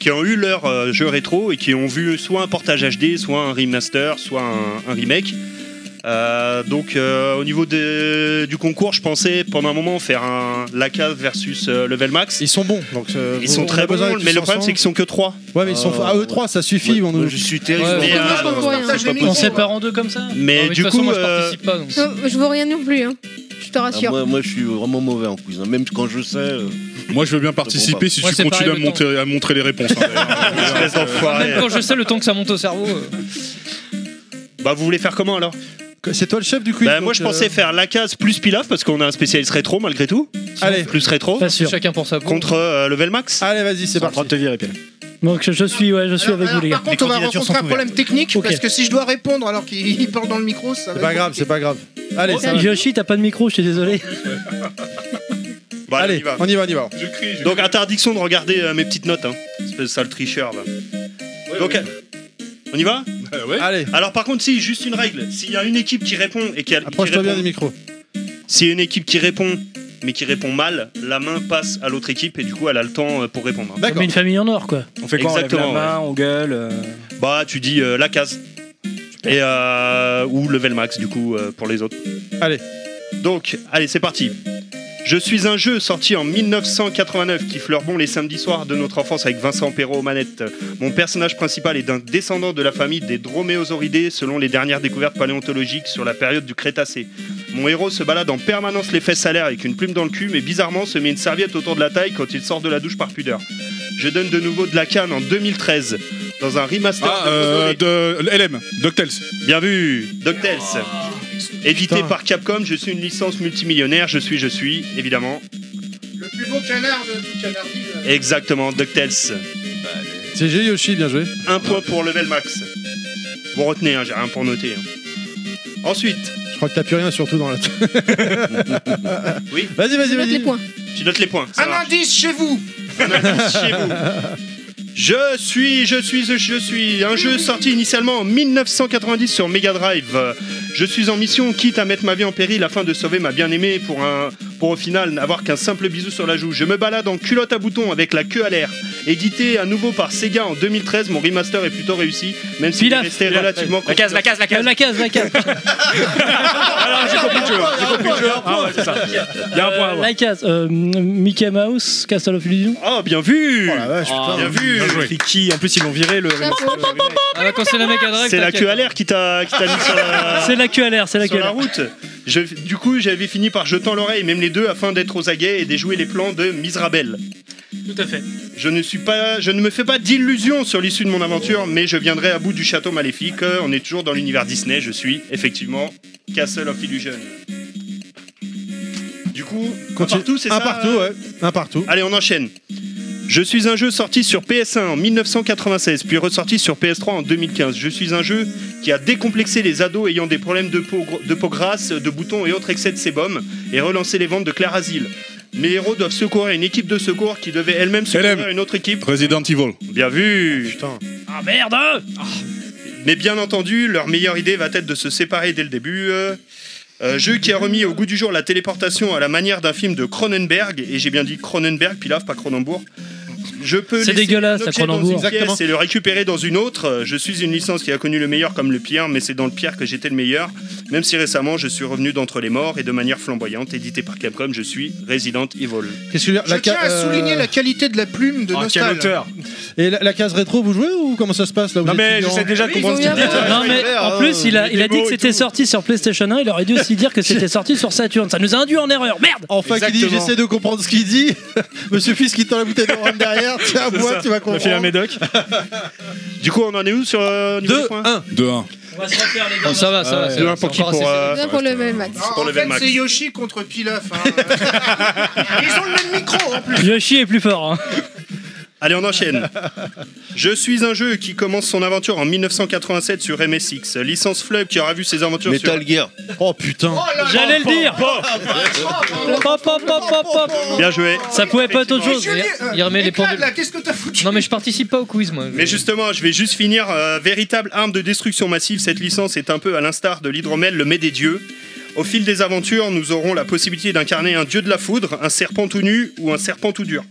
Speaker 4: qui ont eu leur euh, jeu rétro et qui ont vu soit un portage HD, soit un remaster, soit un, un remake. Euh, donc euh, au niveau de- du concours, je pensais pendant un moment faire un la cave versus euh, level max.
Speaker 1: Ils sont bons, donc euh,
Speaker 4: ils
Speaker 1: vous-
Speaker 4: sont
Speaker 1: on
Speaker 4: très
Speaker 1: a
Speaker 4: bons,
Speaker 1: besoin d'être
Speaker 4: mais
Speaker 1: tous
Speaker 4: le problème
Speaker 1: ensemble.
Speaker 4: c'est qu'ils sont que trois. Euh,
Speaker 1: Ouais, mais ils sont à eux trois, ça suffit. on nous-
Speaker 11: Je suis terrible.
Speaker 4: Ouais, mais, euh,
Speaker 12: On sépare en deux comme ça
Speaker 2: Non,
Speaker 4: Mais
Speaker 2: mais
Speaker 4: du
Speaker 2: de toute
Speaker 4: coup,
Speaker 2: façon, moi, je
Speaker 4: euh,
Speaker 2: participe pas. donc-
Speaker 5: Non, je vois rien non plus, hein. je te
Speaker 11: Ah,
Speaker 5: rassure.
Speaker 11: moi, moi, je suis vraiment mauvais en quiz. hein. Même quand je sais. euh,
Speaker 6: Moi, je veux bien participer si
Speaker 2: bah, Ouais,
Speaker 6: tu
Speaker 2: c'est
Speaker 6: continues
Speaker 2: pareil,
Speaker 6: à,
Speaker 2: le temps.
Speaker 6: monter- à montrer les réponses. hein, d'ailleurs.
Speaker 4: Espèce d'enfoiré.
Speaker 2: Même quand je sais le temps que ça monte au cerveau. euh,
Speaker 4: Bah vous voulez faire comment alors
Speaker 1: C'est toi le chef du quiz.
Speaker 4: Bah
Speaker 1: donc,
Speaker 4: moi je pensais
Speaker 1: euh,
Speaker 4: faire la case plus pilaf parce qu'on a un spécialiste rétro malgré tout.
Speaker 1: Allez.
Speaker 4: Plus rétro.
Speaker 12: Pas sûr.
Speaker 2: Chacun pour sa peau.
Speaker 4: Contre euh, level max.
Speaker 1: Allez, vas-y,
Speaker 9: T'es
Speaker 1: c'est
Speaker 9: en
Speaker 1: parti.
Speaker 9: train de te virer, Pierre.
Speaker 12: Donc je, je suis, ouais, je suis
Speaker 7: Alors,
Speaker 12: avec vous,
Speaker 7: alors,
Speaker 12: les gars.
Speaker 7: par contre, on va
Speaker 10: candidatures sont
Speaker 7: rencontrer un
Speaker 10: ouvertes.
Speaker 7: problème technique
Speaker 12: Ok.
Speaker 7: parce que si je dois répondre alors qu'il il parle dans le micro, ça va.
Speaker 1: C'est pas
Speaker 7: être
Speaker 1: grave, c'est pas grave. Allez, ça va.
Speaker 12: Yoshi, t'as pas de micro, je suis désolé.
Speaker 4: Bah,
Speaker 1: Allez,
Speaker 4: on y va.
Speaker 1: on y va, on y va.
Speaker 4: Donc interdiction de regarder euh, mes petites notes. Hein. Espèce de sale tricheur là. Donc euh, on y va
Speaker 2: Bah,
Speaker 1: Allez,
Speaker 4: Alors par contre si juste une règle, s'il y a une équipe qui répond et qui, a- qui
Speaker 1: approche-toi bien
Speaker 4: répond,
Speaker 1: du micro.
Speaker 4: s'il y a une équipe qui répond mais qui répond mal, la main passe à l'autre équipe et du coup elle a le temps euh, pour répondre.
Speaker 1: D'accord.
Speaker 12: Comme une famille en or, quoi.
Speaker 9: On fait quoi On
Speaker 4: Exactement,
Speaker 9: lève la main, on gueule. euh,
Speaker 4: Bah tu dis euh, la case. Et euh, ou level max du coup euh, pour les autres.
Speaker 1: Allez.
Speaker 4: Donc, allez, c'est parti. Je suis un jeu sorti en 1989 qui fleure bon les samedis soirs de notre enfance avec Vincent Perrault aux manettes. Mon personnage principal est un descendant de la famille des Droméosauridés selon les dernières découvertes paléontologiques sur la période du Crétacé. Mon héros se balade en permanence les fesses salaires avec une plume dans le cul mais bizarrement se met une serviette autour de la taille quand il sort de la douche par pudeur. Je donne de nouveau de la canne en 2013 dans un remaster
Speaker 6: Ah,
Speaker 4: de
Speaker 6: euh,
Speaker 4: Mausolée.
Speaker 6: de LM, DuckTales.
Speaker 4: Bien vu, DuckTales. Édité
Speaker 7: Putain.
Speaker 4: par Capcom, je suis une licence multimillionnaire, je suis, je suis, évidemment.
Speaker 7: Le plus beau canard de tout canardie.
Speaker 4: Exactement, DuckTales.
Speaker 1: C'est G Yoshi, bien joué.
Speaker 4: Un point pour level max. Vous retenez, hein, j'ai rien pour noter. hein. Ensuite,
Speaker 1: Je crois que t'as plus rien surtout dans la.
Speaker 4: oui.
Speaker 1: Vas-y, vas-y, vas-y.
Speaker 4: Tu notes les points. ça
Speaker 7: Un indice chez vous
Speaker 4: chez vous. Je suis, je suis, je suis. Un jeu sorti initialement en 1990 sur Mega Drive. Euh, Je suis en mission, quitte à mettre ma vie en péril afin de sauver ma bien-aimée pour, un, pour au final n'avoir qu'un simple bisou sur la joue. Je me balade en culotte à boutons avec la queue à l'air. Édité à nouveau par Sega en 2013, mon remaster est plutôt réussi, même s'il est resté relativement...
Speaker 9: La case, la case, la case. La case, la case.
Speaker 4: Alors, j'ai compris le jeu. J'ai compris le jeu. Ah ouais, c'est ça. Il y a un point.
Speaker 12: Euh, La case, euh, Mickey Mouse, Castle of Illusion.
Speaker 4: Oh, bien vu Bien vu
Speaker 9: Qui En plus, ils l'ont viré le.
Speaker 2: Ah, quand c'est la mec à drive,
Speaker 4: C'est la
Speaker 2: t'inquiète. hein.
Speaker 4: queue à l'air qui t'a qui t'a mis sur la...
Speaker 12: C'est la queue à l'air, c'est la
Speaker 4: sur
Speaker 12: queue à
Speaker 4: la
Speaker 12: l'air.
Speaker 4: route. Je- du coup, j'avais fini par jetant l'oreille, même les deux, afin d'être aux aguets et déjouer les plans de Misrabel.
Speaker 2: Tout à fait.
Speaker 4: Je ne, suis pas, je ne me fais pas d'illusions sur l'issue de mon aventure, mais je viendrai à bout du château maléfique. Euh, On est toujours dans l'univers Disney, je suis effectivement Castle of Illusion. Du coup, un
Speaker 1: Continue.
Speaker 4: partout, c'est
Speaker 1: un
Speaker 4: ça
Speaker 1: partout,
Speaker 4: euh,
Speaker 1: ouais. Un partout.
Speaker 4: Allez, on enchaîne. Je suis un jeu sorti sur PS1 en 1996, puis ressorti sur PS3 en 2015. Je suis un jeu qui a décomplexé les ados ayant des problèmes de peau, de peau grasse, de boutons et autres excès de sébum, et relancé les ventes de Claire Asile. Mes héros doivent secourir une équipe de secours qui devait elle-même secourir une autre équipe.
Speaker 6: Resident Evil.
Speaker 4: Bien vu
Speaker 9: Ah
Speaker 12: hein.
Speaker 9: merde
Speaker 4: mais bien entendu, leur meilleure idée va être de se séparer dès le début. Euh, euh, jeu qui a remis au goût du jour la téléportation à la manière d'un film de Cronenberg, et j'ai bien dit Cronenberg, Pilaf, pas Cronenbourg. Je peux
Speaker 12: C'est
Speaker 4: laisser
Speaker 12: dégueulasse,
Speaker 4: un objet
Speaker 12: la Cronenbourg.
Speaker 4: dans une pièce
Speaker 12: Exactement.
Speaker 4: et le récupérer dans une autre. Euh, Je suis une licence qui a connu le meilleur comme le pire, mais c'est dans le pire que j'étais le meilleur. Même si récemment je suis revenu d'entre les morts et de manière flamboyante, édité par Capcom, je suis Resident Evil.
Speaker 1: Qu'est-ce que veux dire
Speaker 7: Je
Speaker 1: La
Speaker 7: tiens
Speaker 1: ca-
Speaker 7: à souligner
Speaker 1: euh,
Speaker 7: la qualité de la plume
Speaker 4: Ah,
Speaker 7: de Nostal.
Speaker 1: Et la, la case rétro, vous jouez ou comment ça se passe là vous
Speaker 7: Non,
Speaker 1: êtes
Speaker 7: mais
Speaker 1: client
Speaker 7: j'essaie déjà de Oui, ils comprendre ont ce qu'il bien dit. fait.
Speaker 12: Non mais
Speaker 7: euh,
Speaker 12: en plus
Speaker 4: euh,
Speaker 12: il a, il a dit que c'était sorti sur PlayStation 1, il aurait dû aussi dire que c'était sorti sur Saturn. Ça nous a induit en erreur, merde
Speaker 1: Enfin, qui dit j'essaie de comprendre ce qu'il dit. Monsieur Fils qui tend la bouteille de rhum derrière, tiens,
Speaker 4: C'est
Speaker 1: bois,
Speaker 4: ça.
Speaker 1: tu vas
Speaker 4: On a fait un
Speaker 1: comprendre.
Speaker 4: médoc. du coup, on en est où sur euh, niveau des points
Speaker 1: 1.
Speaker 6: 2-1.
Speaker 12: On va se refaire les gars.
Speaker 2: Bon, ça va, ça va. c'est-
Speaker 4: Deux, un pour
Speaker 2: c'est
Speaker 4: qui
Speaker 2: encore
Speaker 4: pour,
Speaker 2: assez-
Speaker 4: euh,
Speaker 5: Bien pour le même max.
Speaker 7: Ah,
Speaker 4: Pour
Speaker 7: en
Speaker 4: le
Speaker 7: fait,
Speaker 4: Velmax.
Speaker 7: c'est Yoshi contre Pilaf. hein. Ils ont le même micro en plus.
Speaker 12: Yoshi est plus fort. hein.
Speaker 4: Allez, on enchaîne. Je suis un jeu qui commence son aventure en 1987 sur MSX. Licence Flub qui aura vu ses aventures
Speaker 11: Metal
Speaker 4: sur...
Speaker 11: Gear.
Speaker 1: Oh putain.
Speaker 12: J'allais le dire Pop, pop, pop, pop, pop.
Speaker 4: Bien joué.
Speaker 12: Ça pouvait pas être autre chose.
Speaker 7: Julien,
Speaker 2: Il- Il remet les
Speaker 7: euh, éclate,
Speaker 2: pendules.
Speaker 7: là, qu'est-ce que t'as foutu
Speaker 2: Non mais je participe pas au quiz moi.
Speaker 4: Mais justement, je vais juste finir. euh, véritable arme de destruction massive, cette licence est un peu à l'instar de l'hydromel, le mets des dieux. Au fil des aventures, nous aurons la possibilité d'incarner un dieu de la foudre, un serpent tout nu ou un serpent tout dur.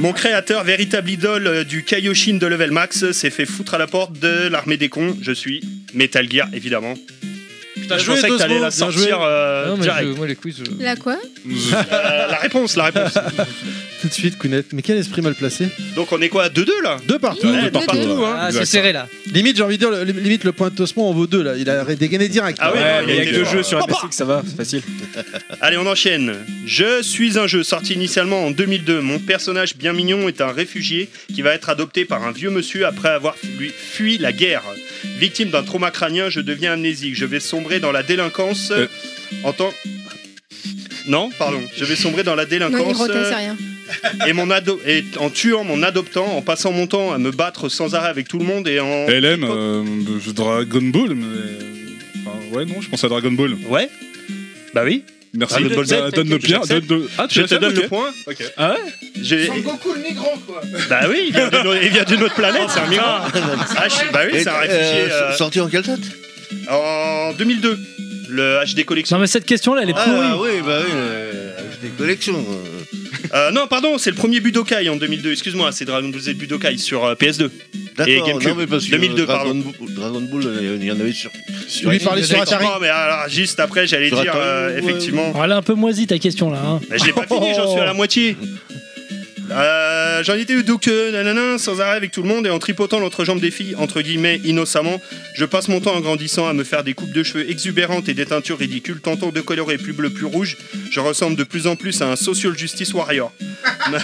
Speaker 4: Mon créateur, véritable idole euh, du Kaioshin de level max, s'est fait foutre à la porte de l'armée des cons. Je suis Metal Gear, évidemment. Putain, je
Speaker 1: joué,
Speaker 4: pensais que
Speaker 1: Tosmo,
Speaker 4: t'allais la
Speaker 1: bien joué.
Speaker 4: sortir euh,
Speaker 2: Non, mais
Speaker 4: direct.
Speaker 2: je- Ah, moi les quiz. je-
Speaker 5: La quoi
Speaker 4: Euh, la réponse, la réponse.
Speaker 1: Tout de suite, Kounet. Mais quel esprit mal placé.
Speaker 4: Donc on est quoi 2-2 là
Speaker 1: Deux partout.
Speaker 4: Ouais,
Speaker 1: deux
Speaker 4: deux
Speaker 1: partout.
Speaker 4: partout,
Speaker 1: hein.
Speaker 2: Ah c'est serré là.
Speaker 1: Limite, j'ai envie de dire, le- limite le point de Tosmo en vaut deux là. Il a dégainé direct.
Speaker 4: Ah ouais,
Speaker 9: Ouais,
Speaker 4: non,
Speaker 9: mais il y a
Speaker 4: été
Speaker 9: que deux
Speaker 4: fort.
Speaker 9: jeux sur
Speaker 1: Papa
Speaker 9: MSX, ça va, c'est facile.
Speaker 4: Allez, on enchaîne. Je suis un jeu sorti initialement en 2002. Mon personnage bien mignon est un réfugié qui va être adopté par un vieux monsieur après avoir fui, fui la guerre. Victime d'un trauma crânien, je deviens amnésique. Je vais sombrer dans la délinquance
Speaker 6: Euh.
Speaker 4: en tant... Non, pardon. Je vais sombrer dans la
Speaker 5: Non, il
Speaker 4: délinquance
Speaker 5: rotait,
Speaker 4: euh,
Speaker 5: c'est rien.
Speaker 4: et, mon ado- et en tuant mon adoptant, en passant mon temps à me battre sans arrêt avec tout le monde et en...
Speaker 6: LM, euh, Dragon Ball, mais. enfin, ouais, non, je pense à Dragon Ball.
Speaker 4: Ouais Bah oui.
Speaker 6: Merci.
Speaker 4: Dragon Ball Z,
Speaker 6: Bah, donne le
Speaker 4: t'inquiète,
Speaker 6: pire. Donne
Speaker 4: j'accepte.
Speaker 6: le... Ah,
Speaker 4: Je
Speaker 6: tu
Speaker 4: te
Speaker 6: l'acceptes,
Speaker 4: donne
Speaker 6: ok.
Speaker 4: le point.
Speaker 6: Ok.
Speaker 9: Ah ouais
Speaker 4: J'ai-
Speaker 7: Son Goku le migrant quoi.
Speaker 4: Bah oui, il vient d'une autre- il vient d'une autre planète, c'est un migrant. Ah, je- bah oui,
Speaker 11: Et,
Speaker 4: c'est un réfugié.
Speaker 11: euh, Sorti en quelle date
Speaker 4: euh, en 2002, le HD Collection.
Speaker 12: Non mais cette question là elle est
Speaker 11: Ah
Speaker 12: pourrie.
Speaker 11: oui, bah oui, euh, des collections. euh.
Speaker 4: Euh, non, pardon, c'est le premier Budokai en 2002. Excuse-moi, c'est Dragon Ball Z Budokai sur euh, PS2. Et
Speaker 11: D'accord,
Speaker 4: GameCube.
Speaker 11: non mais parce que euh,
Speaker 4: 2002,
Speaker 11: Dragon,
Speaker 4: pardon.
Speaker 11: Ball- Dragon Ball, euh, il y en avait sur.
Speaker 1: Tu lui parlais sur Atari.
Speaker 4: Non, mais alors, juste après, j'allais
Speaker 11: Sur
Speaker 4: dire,
Speaker 11: Atari,
Speaker 4: euh,
Speaker 11: ouais.
Speaker 4: effectivement.
Speaker 12: Alors, elle est un peu moisie ta question là. hein.
Speaker 4: Bah, je l'ai pas fini, j'en suis à la moitié. Euh, J'en étais donc euh, nanana, sans arrêt avec tout le monde et en tripotant l'entrejambe des filles, entre guillemets, innocemment. Je passe mon temps en grandissant à me faire des coupes de cheveux exubérantes et des teintures ridicules, tantôt de colorer plus bleu, plus rouge. Je ressemble de plus en plus à un social justice warrior. Ma,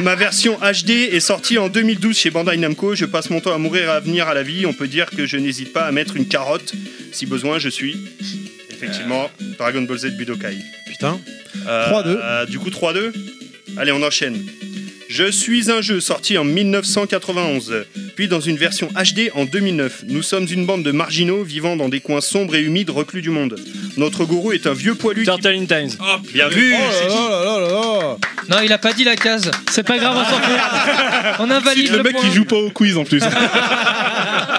Speaker 4: ma version HD est sortie en 2012 chez Bandai Namco. Je passe mon temps à mourir et à venir à la vie. On peut dire que je n'hésite pas à mettre une carotte. Si besoin, je suis. Effectivement, Dragon Ball Z Budokai.
Speaker 1: Putain.
Speaker 4: 3-2. du coup, 3-2. Allez, on enchaîne. Je suis un jeu sorti en 1991, puis dans une version HD en 2009. Nous sommes une bande de marginaux vivant dans des coins sombres et humides reclus du monde. Notre gourou est un vieux poilu. Oh, Turtle Times.
Speaker 2: Oh,
Speaker 4: bien vu.
Speaker 2: euh,
Speaker 4: j'ai dit.
Speaker 2: Non, il a pas dit la case. C'est pas grave, on s'en fout. On invalide le,
Speaker 4: le mec
Speaker 2: point.
Speaker 4: qui joue pas au quiz en plus.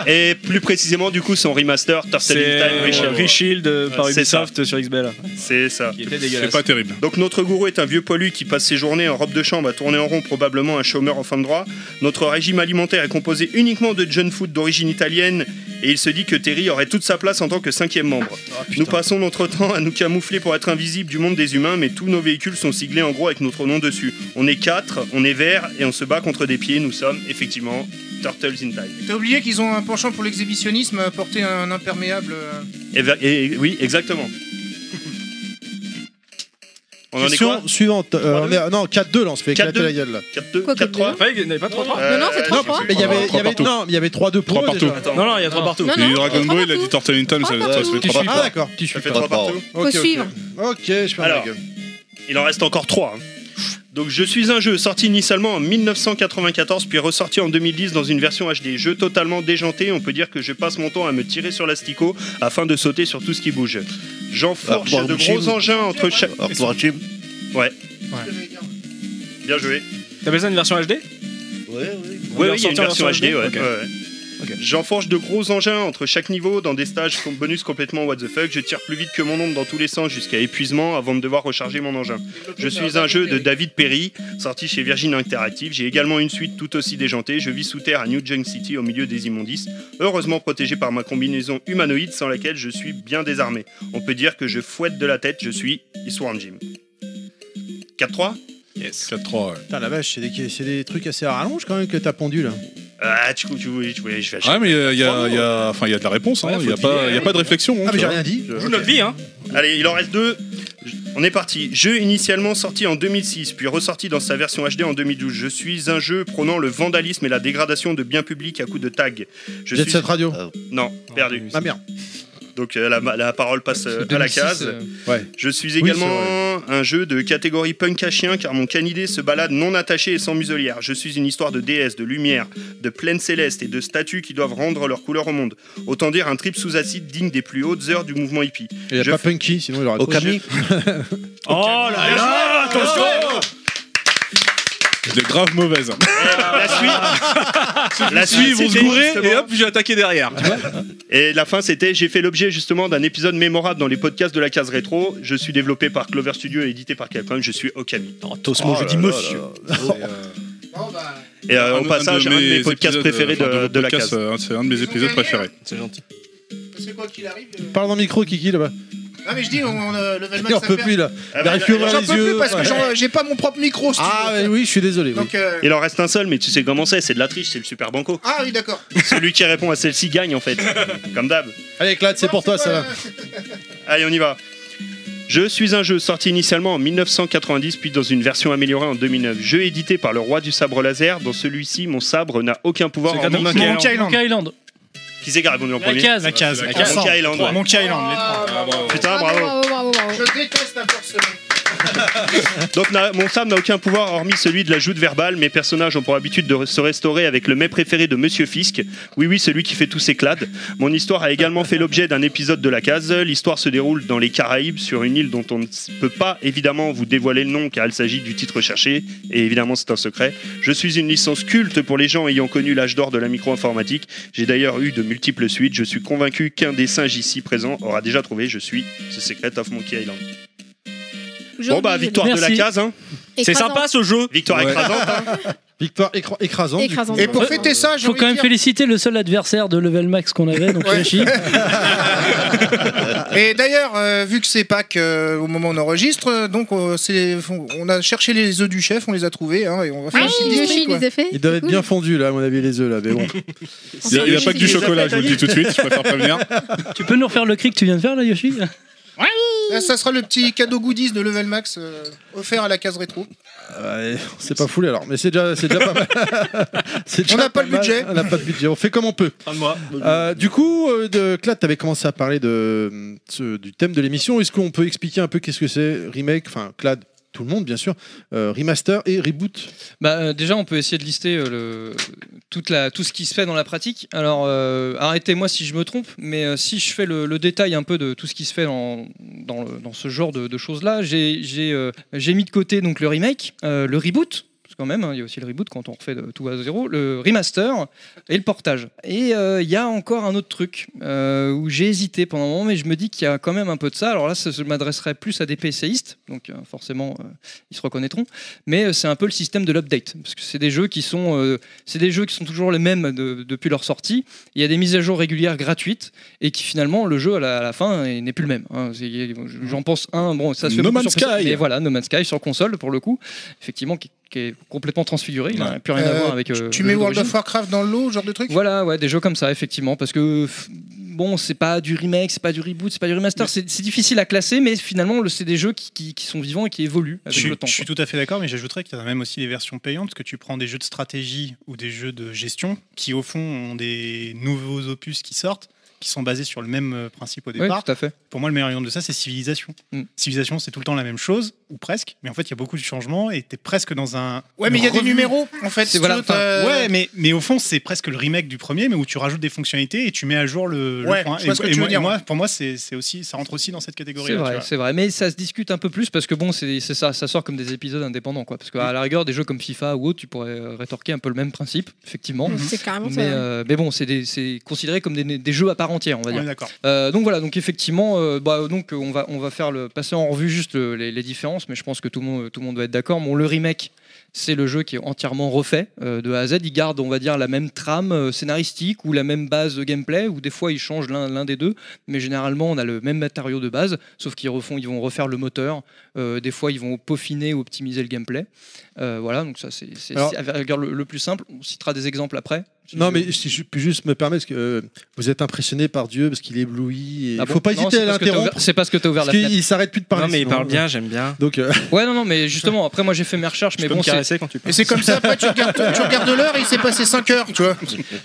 Speaker 4: Et plus précisément, du coup, son remaster, Turtle in
Speaker 9: C'est
Speaker 4: Time Reshield.
Speaker 9: Reshield, euh, par
Speaker 4: Ouais, c'est ça.
Speaker 9: Ubisoft sur XBL.
Speaker 4: C'est ça.
Speaker 9: était dégueulasse. C'est pas terrible.
Speaker 4: Donc notre gourou est un vieux poilu qui passe ses journées en robe de chambre à tourner en rond, probablement un chômeur en fin de droit. Notre régime alimentaire est composé uniquement de junk food d'origine italienne et il se dit que Terry aurait toute sa place en tant que cinquième membre.
Speaker 9: Oh,
Speaker 4: nous passons notre temps à nous camoufler pour être invisibles du monde des humains, mais tous nos véhicules sont siglés en gros avec notre nom dessus. On est quatre, on est vert et on se bat contre des pieds. Nous sommes effectivement Turtles in Time.
Speaker 7: T'as oublié qu'ils ont un penchant pour l'exhibitionnisme, à porter un imperméable. euh,
Speaker 4: Et, ver- et- Eh ben, oui, exactement. On en est
Speaker 1: Question
Speaker 4: quoi
Speaker 1: suivante. Euh, on est- non, 4-2 là, on se fait éclater
Speaker 4: 4-2.
Speaker 1: la gueule là.
Speaker 4: 4-2,
Speaker 1: Quoi que
Speaker 4: 4-3.
Speaker 9: Ouais, il n'y avait pas 3-3
Speaker 1: Euh, mais il y avait, il y avait, non, mais il y avait 3-2 pour
Speaker 6: Trois
Speaker 1: eux, déjà.
Speaker 6: partout.
Speaker 1: Attends.
Speaker 6: Non, non,
Speaker 9: il y a trois partout.
Speaker 1: Non,
Speaker 6: Il y a
Speaker 1: non,
Speaker 6: eu
Speaker 4: Ah,
Speaker 6: Dragon
Speaker 1: trois
Speaker 6: Ball, il a dit Turtle in Time, ça, ça se fait trois partout.
Speaker 1: Ah d'accord.
Speaker 2: Tu suis
Speaker 4: fait trois partout.
Speaker 1: Ok, ok.
Speaker 5: suivre.
Speaker 1: Ok, je ferme
Speaker 4: Alors,
Speaker 1: ma gueule.
Speaker 4: Il en reste encore 3. Donc je suis un jeu sorti initialement en 1994 puis ressorti en 2010 dans une version HD. Jeu totalement déjanté, on peut dire que je passe mon temps à me tirer sur l'asticot afin de sauter sur tout ce qui bouge. J'enfourche
Speaker 11: Artwork
Speaker 4: de
Speaker 11: Jim.
Speaker 4: gros engins entre chaque...
Speaker 11: Artwork Jim.
Speaker 4: Ouais. Bien joué.
Speaker 9: T'appelles ça une version HD
Speaker 11: Ouais, ouais.
Speaker 4: Oui, oui, il y a une
Speaker 9: Sortir
Speaker 4: version
Speaker 9: en
Speaker 4: HD, ouais.
Speaker 9: Ok.
Speaker 4: ouais, ouais. J'enforge de gros engins entre chaque niveau dans des stages com- bonus complètement what the fuck. Je tire plus vite que mon ombre dans tous les sens jusqu'à épuisement avant de devoir recharger mon engin. Je suis un jeu de David Perry, sorti chez Virgin Interactive. J'ai également une suite tout aussi déjantée. Je vis sous terre à New Junk City au milieu des immondices, heureusement protégé par ma combinaison humanoïde sans laquelle je suis bien désarmé. On peut dire que je fouette de la tête, je suis Iswaran Jim. 4-3
Speaker 6: Yes. 4-3, ouais.
Speaker 1: Putain, la vache, c'est des, c'est des trucs assez à rallonge quand même que t'as pondu là.
Speaker 4: Ah, tu, tu, tu, tu- je vais acheter. Oh.
Speaker 6: Ouais, mais il y a, il y a- enfin, il y a de la réponse, hein. il n'y a, pas- il y a pas de réflexion. hein,
Speaker 1: Ah,
Speaker 6: tu
Speaker 1: mais j'ai
Speaker 6: vois.
Speaker 1: rien dit.
Speaker 4: Joue notre vie, hein Allez, il en reste deux. Je- On est parti. Jeu initialement sorti en 2006, puis ressorti dans sa version HD en 2012. Je suis un jeu prônant le vandalisme et la dégradation de biens publics à coups de tags. Je
Speaker 1: Jet
Speaker 4: suis...
Speaker 1: Set Radio.
Speaker 4: Non, perdu.
Speaker 1: Ah merde.
Speaker 4: Donc euh, la, la parole passe euh, à la
Speaker 1: 2006,
Speaker 4: case.
Speaker 1: euh, Ouais.
Speaker 4: Je suis
Speaker 1: Oui,
Speaker 4: également un jeu de catégorie punk à chien car mon canidé se balade non attaché et sans muselière. Je suis une histoire de déesse, de lumière, de plaine céleste et de statues qui doivent rendre leur couleur au monde. Autant dire un trip sous acide digne des plus hautes heures du mouvement hippie.
Speaker 1: Il y a
Speaker 4: Je
Speaker 1: pas Punky, sinon il aurait
Speaker 4: Okami.
Speaker 9: Oh là là Attention
Speaker 6: Je l'ai grave mauvaise. hein.
Speaker 4: La suite,
Speaker 6: La suite, ils vont se
Speaker 4: c'était
Speaker 6: gourer,
Speaker 4: justement-
Speaker 6: et hop,
Speaker 4: j'ai attaqué derrière. Et la fin, c'était j'ai fait l'objet justement d'un épisode mémorable dans les podcasts de la case rétro. Je suis développé par Clover Studio et édité par Capcom. Je suis Okami.
Speaker 9: Tosmo,
Speaker 4: Oh
Speaker 9: je dis monsieur.
Speaker 7: bah.
Speaker 4: Et euh,
Speaker 6: euh, Bah, Un-
Speaker 4: au passage, un de mes podcasts
Speaker 6: épisodes, euh,
Speaker 4: préférés
Speaker 6: enfin,
Speaker 4: de,
Speaker 6: vos
Speaker 4: de la
Speaker 6: podcasts,
Speaker 4: case.
Speaker 6: euh, C'est un de mes épisodes préférés.
Speaker 9: C'est gentil.
Speaker 1: Parle dans le micro, Kiki là-bas.
Speaker 7: Non mais je dis, on, on, euh, level max.
Speaker 1: Et on
Speaker 7: ça
Speaker 1: peut
Speaker 7: perd.
Speaker 1: plus là.
Speaker 7: Ah,
Speaker 1: J'arrive
Speaker 7: bah,
Speaker 1: plus à ouvrir
Speaker 7: J'en
Speaker 1: les
Speaker 7: peux
Speaker 1: yeux.
Speaker 7: plus parce que j'en- j'ai pas mon propre micro. Oh, si tu
Speaker 1: Ah
Speaker 7: veux.
Speaker 1: ouais, oui, je suis désolé. oui.
Speaker 7: Donc, euh,
Speaker 4: Il en reste un seul, mais tu sais comment c'est, c'est de la triche, c'est le super banco.
Speaker 7: Ah oui, d'accord.
Speaker 4: Celui qui répond à celle-ci gagne en fait, comme d'hab.
Speaker 1: Allez, éclate, c'est pour toi ça là.
Speaker 4: Allez, on y va. Je suis un jeu sorti initialement en 1990, puis dans une version améliorée en 2009. Jeu édité par le roi du sabre laser. Dans celui-ci, mon sabre n'a aucun pouvoir.
Speaker 10: C'est Monkey
Speaker 4: Monkey
Speaker 10: Island. Monkey
Speaker 4: Island. Qui c'est qui a répondu en
Speaker 10: La
Speaker 4: premier
Speaker 10: case. La case, la case.
Speaker 4: Monkey Island.
Speaker 10: Trois.
Speaker 4: ouais.
Speaker 10: Monkey Island, les trois.
Speaker 4: Putain, bravo.
Speaker 5: Ah, bravo, bravo.
Speaker 7: Ah, Je déteste un personnage.
Speaker 4: Donc na- mon sabre n'a aucun pouvoir hormis celui de la joute verbale. Mes personnages ont pour habitude de re- se restaurer avec le mets préféré de Monsieur Fisk. Oui oui, celui qui fait tous ses clades. Mon histoire a également fait l'objet d'un épisode de la case. L'histoire se déroule dans les Caraïbes, sur une île dont on ne s- peut pas évidemment vous dévoiler le nom car il s'agit du titre cherché et évidemment c'est un secret. Je suis une licence culte pour les gens ayant connu l'âge d'or de la micro-informatique. J'ai d'ailleurs eu de multiples suites. Je suis convaincu qu'un des singes ici présents aura déjà trouvé. Je suis The Secret of Monkey Island. Bon bah victoire de la case hein.
Speaker 5: C'est Écrasant. sympa,
Speaker 4: ce jeu. Victoire
Speaker 1: Ouais.
Speaker 4: écrasante. hein.
Speaker 1: Victoire écra- écrasante. du
Speaker 5: Écrasante.
Speaker 1: coup.
Speaker 5: Et pour fêter
Speaker 7: ça,
Speaker 1: j'ai
Speaker 12: Faut
Speaker 1: envie
Speaker 12: quand
Speaker 1: de
Speaker 12: même
Speaker 1: dire-
Speaker 12: féliciter le seul adversaire de level max qu'on avait, donc Yoshi.
Speaker 7: Et d'ailleurs, euh, vu que c'est Pâques euh, au moment où on enregistre, euh, donc euh, c'est- on a cherché les œufs du chef, on les a trouvés, hein, et on va faire
Speaker 5: Ah,
Speaker 7: une petite
Speaker 5: Yoshi,
Speaker 7: défi, quoi.
Speaker 5: les a fait
Speaker 1: Ils doivent être bien fondus là, à mon avis, les œufs là, mais bon.
Speaker 6: Il n'y a, il y a pas que du chocolat, je vous le dis tout de suite, je préfère prévenir.
Speaker 12: tu peux nous refaire le cri que tu viens de faire là, Yoshi
Speaker 7: Là, ça sera le petit cadeau goodies de Level Max euh, offert à la case rétro.
Speaker 1: Ouais, c'est pas foulé alors, mais c'est déjà, c'est déjà pas mal. C'est déjà
Speaker 7: On n'a pas le
Speaker 1: mal.
Speaker 7: budget.
Speaker 1: On n'a pas de budget, on fait comme on peut. Euh, du coup, euh, de, Clad, t'avais commencé à parler de, euh, ce- du thème de l'émission. Est-ce qu'on peut expliquer un peu qu'est-ce que c'est Remake, enfin Clad, tout le monde bien sûr, euh, remaster et reboot
Speaker 2: Bah, euh, déjà, on peut essayer de lister euh, le- toute la- tout ce qui se fait dans la pratique. Alors, euh, arrêtez-moi si je me trompe, mais euh, si je fais le, le détail un peu de tout ce qui se fait dans, dans le- dans ce genre de, de choses-là, j'ai j'ai, euh, j'ai mis de côté donc, le remake, euh, le reboot. parce que Quand même, hein, il y a aussi le reboot quand on refait de- tout à zéro, le remaster et le portage. Et euh, il y a encore un autre truc euh, où j'ai hésité pendant un moment, mais je me dis qu'il y a quand même un peu de ça. Alors là, ça, je m'adresserais plus à des PCistes, donc euh, forcément, euh, ils se reconnaîtront. Mais euh, c'est un peu le système de l'update, parce que c'est des jeux qui sont, euh, c'est des jeux qui sont toujours les mêmes de- depuis leur sortie. Il y a des mises à jour régulières gratuites et qui finalement le jeu à la, à la fin il n'est plus le même. hein. C'est- il y a- J'en pense un, bon, ça se fait
Speaker 1: No
Speaker 2: beaucoup
Speaker 1: Man's
Speaker 2: sur PC,
Speaker 1: Sky.
Speaker 2: mais voilà, No Man's Sky sur console pour le coup, effectivement, qui, qui est complètement transfiguré. Il n'a plus rien à
Speaker 7: Euh,
Speaker 2: voir avec. euh,
Speaker 7: tu
Speaker 2: le
Speaker 7: mets
Speaker 2: jeu
Speaker 7: World
Speaker 2: d'origine.
Speaker 7: of Warcraft dans l'eau, genre de truc
Speaker 2: Voilà, ouais, des jeux comme ça, effectivement, parce que f- bon, c'est pas du remake, c'est pas du reboot, c'est pas du remaster, c'est c'est difficile à classer, mais finalement, le- c'est des jeux qui, qui- qui sont vivants et qui évoluent
Speaker 7: Ah,
Speaker 10: Je
Speaker 2: avec
Speaker 10: suis,
Speaker 2: le temps.
Speaker 10: je suis tout à fait d'accord, mais j'ajouterais qu'il y en a même aussi des versions payantes, parce que tu prends des jeux de stratégie ou des jeux de gestion qui, au fond, ont des nouveaux opus qui sortent, qui sont basés sur le même euh, principe au
Speaker 2: Oui,
Speaker 10: départ.
Speaker 2: tout à fait. Mm.
Speaker 10: Pour moi, le meilleur exemple de ça, c'est Civilisation. Civilisation, c'est tout le temps la même chose, ou presque, mais en fait, il y a beaucoup de changements et t'es presque dans un.
Speaker 7: Ouais, mais il
Speaker 10: une
Speaker 7: y a des
Speaker 10: revue.
Speaker 7: numéros, en fait. si tu veux, t'as-
Speaker 10: Ouais, mais, mais au fond, c'est presque le remake du premier, mais où tu rajoutes des fonctionnalités et tu mets à jour le. le
Speaker 7: Ouais,
Speaker 10: point.
Speaker 7: je vois
Speaker 10: euh, Et-
Speaker 7: ce que
Speaker 10: et
Speaker 7: tu veux
Speaker 10: moi- et
Speaker 7: dire.
Speaker 10: moi, pour moi, c'est c'est aussi, ça rentre aussi dans cette catégorie.
Speaker 2: C'est vrai, c'est vrai, mais ça se discute un peu plus parce que bon, c'est c'est ça, ça sort comme des épisodes indépendants, quoi. Parce qu'à la rigueur, des jeux comme FIFA ou autre, tu pourrais euh, rétorquer un peu le même principe, effectivement.
Speaker 5: Mhm. C'est carrément
Speaker 2: mais,
Speaker 5: ça, ouais.
Speaker 2: euh, mais bon, c'est des- c'est considéré comme des, des jeux à part entière, on va
Speaker 10: Ouais,
Speaker 2: dire.
Speaker 10: d'accord.
Speaker 2: Euh, donc voilà, donc effectivement, euh, bah, donc euh, on va on va faire le passer en revue juste le- les, les différences, mais je pense que tout le monde tout le monde doit être d'accord. Bon, le remake. C'est le jeu qui est entièrement refait euh, de A à Z. Il garde, on va dire, la même trame euh, scénaristique ou la même base de gameplay, ou des fois ils changent l'un l'un des deux, mais généralement on a le même matériau de base, sauf qu'ils refont, ils vont refaire le moteur. euh, des fois ils vont peaufiner, optimiser le gameplay. Euh, voilà, donc ça c'est c'est-
Speaker 1: Alors-
Speaker 2: c'est- à la rigueur, le, le plus simple. On citera des exemples après.
Speaker 1: Non, mais si je puis juste me permettre, parce que euh, vous êtes impressionné par Dieu parce qu'il éblouit. Et...
Speaker 2: Ah bon
Speaker 1: faut pas
Speaker 2: Non,
Speaker 1: hésiter
Speaker 2: c'est
Speaker 1: à
Speaker 2: parce que t'as
Speaker 1: l'interrompre.
Speaker 2: ouvert- c'est parce que t'as ouvert la
Speaker 1: parce qu'il-
Speaker 2: fenêtre.
Speaker 1: Il s'arrête plus de parler.
Speaker 2: Non, mais il
Speaker 1: sinon,
Speaker 2: parle bien,
Speaker 1: euh,
Speaker 9: j'aime bien.
Speaker 1: Donc, euh,
Speaker 2: Ouais, non, non, mais justement, après moi j'ai fait mes recherches, mais
Speaker 9: peux
Speaker 2: bon,
Speaker 9: me caresser quand tu
Speaker 7: Et c'est comme ça, après, tu regardes, tu regardes l'heure et il s'est passé 5 heures, tu vois.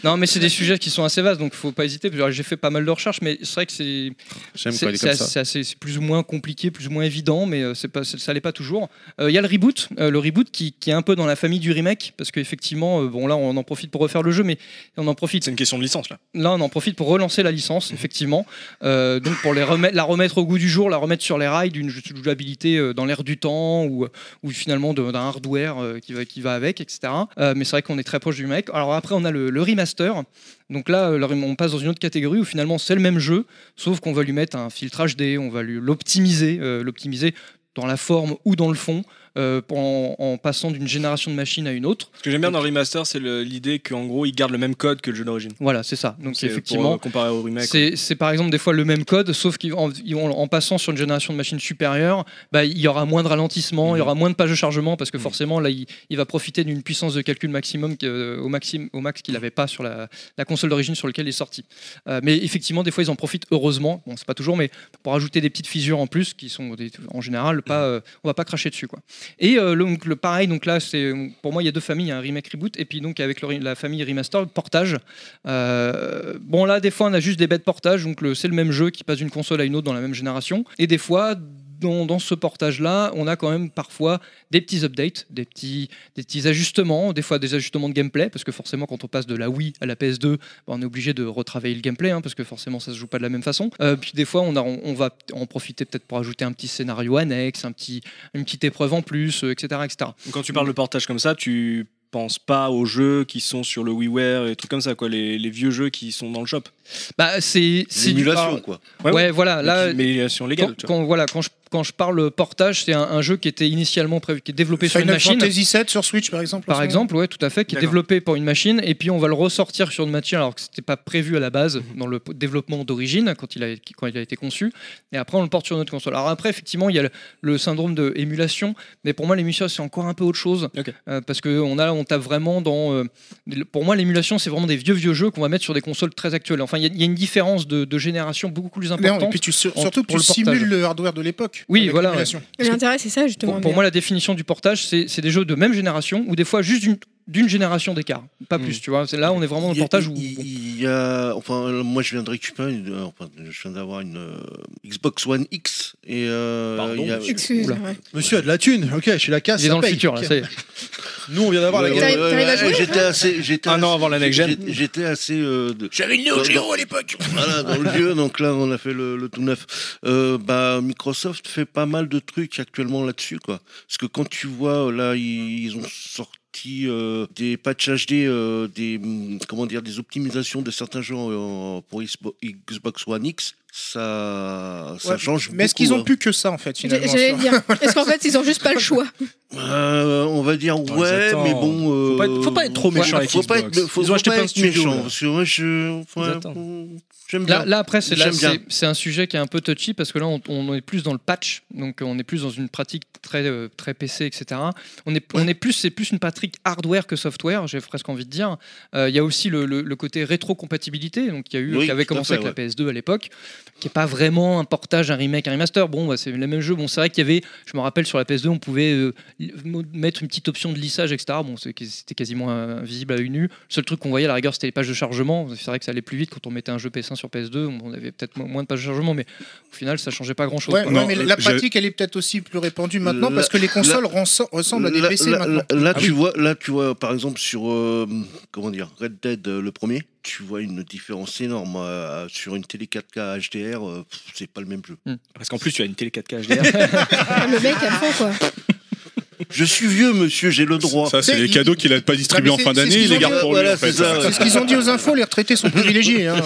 Speaker 2: Non, mais c'est des sujets qui sont assez vastes, donc faut pas hésiter. J'ai fait pas mal de recherches, mais c'est vrai que c'est
Speaker 1: J'aime
Speaker 2: c'est-
Speaker 1: quand il est
Speaker 2: c'est
Speaker 1: comme
Speaker 2: assez-
Speaker 1: ça.
Speaker 2: c'est assez- c'est plus ou moins compliqué, plus ou moins évident, mais euh, c'est pas ça l'est pas toujours. Euh, Il y a le reboot, euh, le reboot qui, qui est un peu dans la famille du remake, parce qu'effectivement, euh, bon là on en profite pour refaire le jeu, mais on en profite. C'est
Speaker 9: une question de licence là. Mhm.
Speaker 2: Là, on en profite pour relancer la licence, effectivement, Euh, donc pour les remettre, la remettre au goût du jour, la remettre sur les rails d'une jouabilité euh, dans l'air du temps ou, ou finalement de- d'un hardware euh, qui va, qui va avec, etc. Euh, mais c'est vrai qu'on est très proche du remake. Alors après, on a le, le remaster. Donc là, euh, le rem- on passe dans une autre catégorie où finalement c'est le même jeu, sauf qu'on va lui mettre un filtrage D, on va lui l'optimiser, euh, l'optimiser dans la forme ou dans le fond, euh, pour- en- en passant d'une génération de machines à une autre.
Speaker 9: Ce que j'aime bien dans le remaster, c'est le- l'idée qu'en gros, ils gardent le même code que le jeu d'origine.
Speaker 2: Voilà, c'est ça. Donc
Speaker 9: C'est pour,
Speaker 2: effectivement,
Speaker 9: euh, comparé au remake,
Speaker 2: c'est c'est par exemple des fois le même code, sauf qu'en ils vont- en passant sur une génération de machines supérieures, bah, il y aura moins de ralentissement,
Speaker 9: Mhm.
Speaker 2: il y aura moins de pages de chargement parce que forcément là, il, il va profiter d'une puissance de calcul maximum que- euh, au, maxim- au max qu'il n'avait pas sur la, la console d'origine sur laquelle il est sorti. Euh, mais effectivement, des fois ils en profitent heureusement. Bon, c'est pas toujours, mais pour ajouter des petites fissures en plus qui sont des- en général pas,
Speaker 9: Mhm.
Speaker 2: euh, on va pas cracher dessus quoi. Et euh, le, donc, le pareil, donc là, c'est pour moi, il y a deux familles, un remake reboot, et puis donc avec le re- la famille remaster, le portage. Euh, bon, là, des fois, on a juste des bêtes portage, donc le- c'est le même jeu qui passe d'une console à une autre dans la même génération, et des fois. Dans, dans ce portage-là, on a quand même parfois des petits updates, des petits, des petits ajustements, des fois des ajustements de gameplay, parce que forcément quand on passe de la Wii à la PS2, bah, on est obligé de retravailler le gameplay, hein, parce que forcément ça se joue pas de la même façon. Euh, puis des fois on, a- on- on va en profiter peut-être pour ajouter un petit scénario annexe, un petit, une petite épreuve en plus, euh, etc. etc.
Speaker 9: Quand tu parles de portage comme ça, tu penses pas aux jeux qui sont sur le WiiWare et des trucs comme ça, quoi, les, les vieux jeux qui sont dans le shop.
Speaker 2: Bah, c'est. c'est du-
Speaker 9: L'émulation,
Speaker 2: alors-
Speaker 9: quoi.
Speaker 2: Ouais,
Speaker 9: Ouais, ouais.
Speaker 2: voilà.
Speaker 9: Mais
Speaker 2: Là,
Speaker 9: qui- mais émulation légale,
Speaker 2: Quand,
Speaker 9: tu
Speaker 2: quand- voilà, quand, je, quand je parle portage, c'est un, un jeu qui était initialement prévu, qui est développé sur une
Speaker 7: Final
Speaker 2: machine.
Speaker 7: Fantasy 7 sur Switch, par exemple. en
Speaker 2: Par
Speaker 7: ce moment.
Speaker 2: exemple, ouais, tout à fait, qui est
Speaker 7: D'accord.
Speaker 2: développé pour une machine, et puis on va le ressortir sur une machine alors que c'était pas prévu à la base dans le p- développement d'origine quand il a quand il a été conçu, et après on le porte sur notre console. Alors après, effectivement, il y a le, le syndrome de émulation, mais pour moi l'émulation c'est encore un peu autre chose Euh, parce que on a on tape vraiment dans. euh, le- pour moi l'émulation c'est vraiment des vieux vieux jeux qu'on va mettre sur des consoles très actuelles. En Enfin, il y, a- il y a une différence de, de génération beaucoup plus
Speaker 7: Non,
Speaker 2: importante.
Speaker 7: et puis tu, sur-
Speaker 2: en-
Speaker 7: surtout que
Speaker 2: pour
Speaker 7: tu
Speaker 2: le portage.
Speaker 7: simules le hardware de l'époque.
Speaker 2: Oui,
Speaker 7: avec
Speaker 2: voilà,
Speaker 7: l'émulation.
Speaker 2: ouais.
Speaker 5: Mais L'intérêt, c'est ça justement.
Speaker 2: Pour, pour
Speaker 5: mais-
Speaker 2: moi, la définition du portage, c'est c'est des jeux de même génération ou des fois juste d'une- d'une génération d'écart, pas
Speaker 11: Hmm.
Speaker 2: plus. Tu vois, c'est là on est vraiment dans le portage où
Speaker 11: Il y a, enfin, moi je viens de récupérer, une- euh, enfin, je viens d'avoir une euh, Xbox One X et euh, il y a-
Speaker 5: Excuse,
Speaker 11: Oula.
Speaker 5: ouais.
Speaker 1: Monsieur a de la thune, ok, chez la casse.
Speaker 11: Il est
Speaker 1: Ah, ça
Speaker 11: dans le
Speaker 1: paye.
Speaker 11: futur, là,
Speaker 1: Ok.
Speaker 11: ça y est.
Speaker 1: Nous, on vient d'avoir la Ah
Speaker 11: Ouais,
Speaker 1: gamme.
Speaker 11: ouais, ouais, ouais, J'étais assez, j'étais un an avant la
Speaker 1: next gen.
Speaker 11: J'étais assez. euh,
Speaker 1: J'avais une Neo
Speaker 11: au
Speaker 1: Geo à l'époque.
Speaker 11: Voilà, dans le vieux. Donc là, on a fait le, le tout neuf. Euh, bah, Microsoft fait pas mal de trucs actuellement là-dessus, quoi. Parce que quand tu vois, là, ils, ils ont sorti euh, des patchs HD, euh, des hum, comment dire, des optimisations de certains jeux en- en- pour Xbo- Xbox One X. Ça, ça
Speaker 7: Ouais,
Speaker 11: change.
Speaker 7: Mais est-ce
Speaker 11: beaucoup,
Speaker 7: qu'ils ont
Speaker 11: hein.
Speaker 7: plus que ça en fait finalement
Speaker 5: J'allais
Speaker 7: sur-
Speaker 5: le dire. Est-ce qu'en fait, ils ont juste pas le choix
Speaker 11: Euh, on va dire
Speaker 7: Attends,
Speaker 11: ouais,
Speaker 7: attends.
Speaker 11: mais bon. euh,
Speaker 9: Faut pas être- faut pas être trop méchant avec
Speaker 11: faut pas
Speaker 9: Xbox.
Speaker 11: être- faut-
Speaker 9: Ils ont
Speaker 11: faut
Speaker 9: acheté
Speaker 11: pas
Speaker 9: plein de
Speaker 11: être
Speaker 9: studios,
Speaker 11: méchant,
Speaker 9: là.
Speaker 11: parce que moi, je. ouais,
Speaker 9: attendent.
Speaker 11: bon, J'aime bien.
Speaker 2: Là, là, après, c'est là,
Speaker 11: J'aime bien.
Speaker 2: c'est- c'est un sujet qui est un peu touchy parce que là, on, on est plus dans le patch, donc on est plus dans une pratique très, euh, très PC, etc. On est, on est plus, c'est plus une pratique hardware que software, j'ai presque envie de dire. Euh, Il y a aussi le, le- le côté rétrocompatibilité, donc il y a eu,
Speaker 11: Oui,
Speaker 2: qui avait
Speaker 11: tout à
Speaker 2: commencé
Speaker 11: fait,
Speaker 2: avec
Speaker 11: ouais.
Speaker 2: la PS2 à l'époque, qui est pas vraiment un portage, un remake, un remaster. Bon, bah, c'est le même jeu. Bon, c'est vrai qu'il y avait, je me rappelle sur la PS2, on pouvait euh, li- mettre une petite option de lissage, etc. Bon, c'est- c'était quasiment invisible à une nu. Le seul truc qu'on voyait à la rigueur, c'était les pages de chargement. C'est vrai que ça allait plus vite quand on mettait un jeu PS1 sur PS2. On avait peut-être mo- moins de pages de chargement, mais au final, ça changeait pas grand-chose.
Speaker 7: Ouais,
Speaker 2: quoi.
Speaker 7: ouais, mais la pratique, elle est peut-être aussi plus répandue maintenant
Speaker 11: Euh, La-
Speaker 7: parce que les consoles
Speaker 11: la-
Speaker 7: renso- ressemblent à des
Speaker 11: Là-
Speaker 7: PC
Speaker 11: là,
Speaker 7: maintenant.
Speaker 11: là,
Speaker 7: Ah
Speaker 11: tu
Speaker 7: oui.
Speaker 11: vois, là, tu vois, par exemple, sur euh, comment dire, Red Dead, euh, le premier, tu vois une différence énorme euh, sur une télé 4K HDR. euh, pff, c'est pas le même jeu.
Speaker 2: Hmm.
Speaker 9: Parce qu'en plus, tu as une télé 4K HDR.
Speaker 2: Ah.
Speaker 5: Le mec, à fond quoi.
Speaker 11: Je suis vieux, monsieur, j'ai le droit.
Speaker 6: Ça, c'est les cadeaux qu'il a pas distribués en fin d'année, il les garde pour lui. en fait.
Speaker 7: C'est ce qu'ils ont dit aux infos, les retraités sont privilégiés. hein.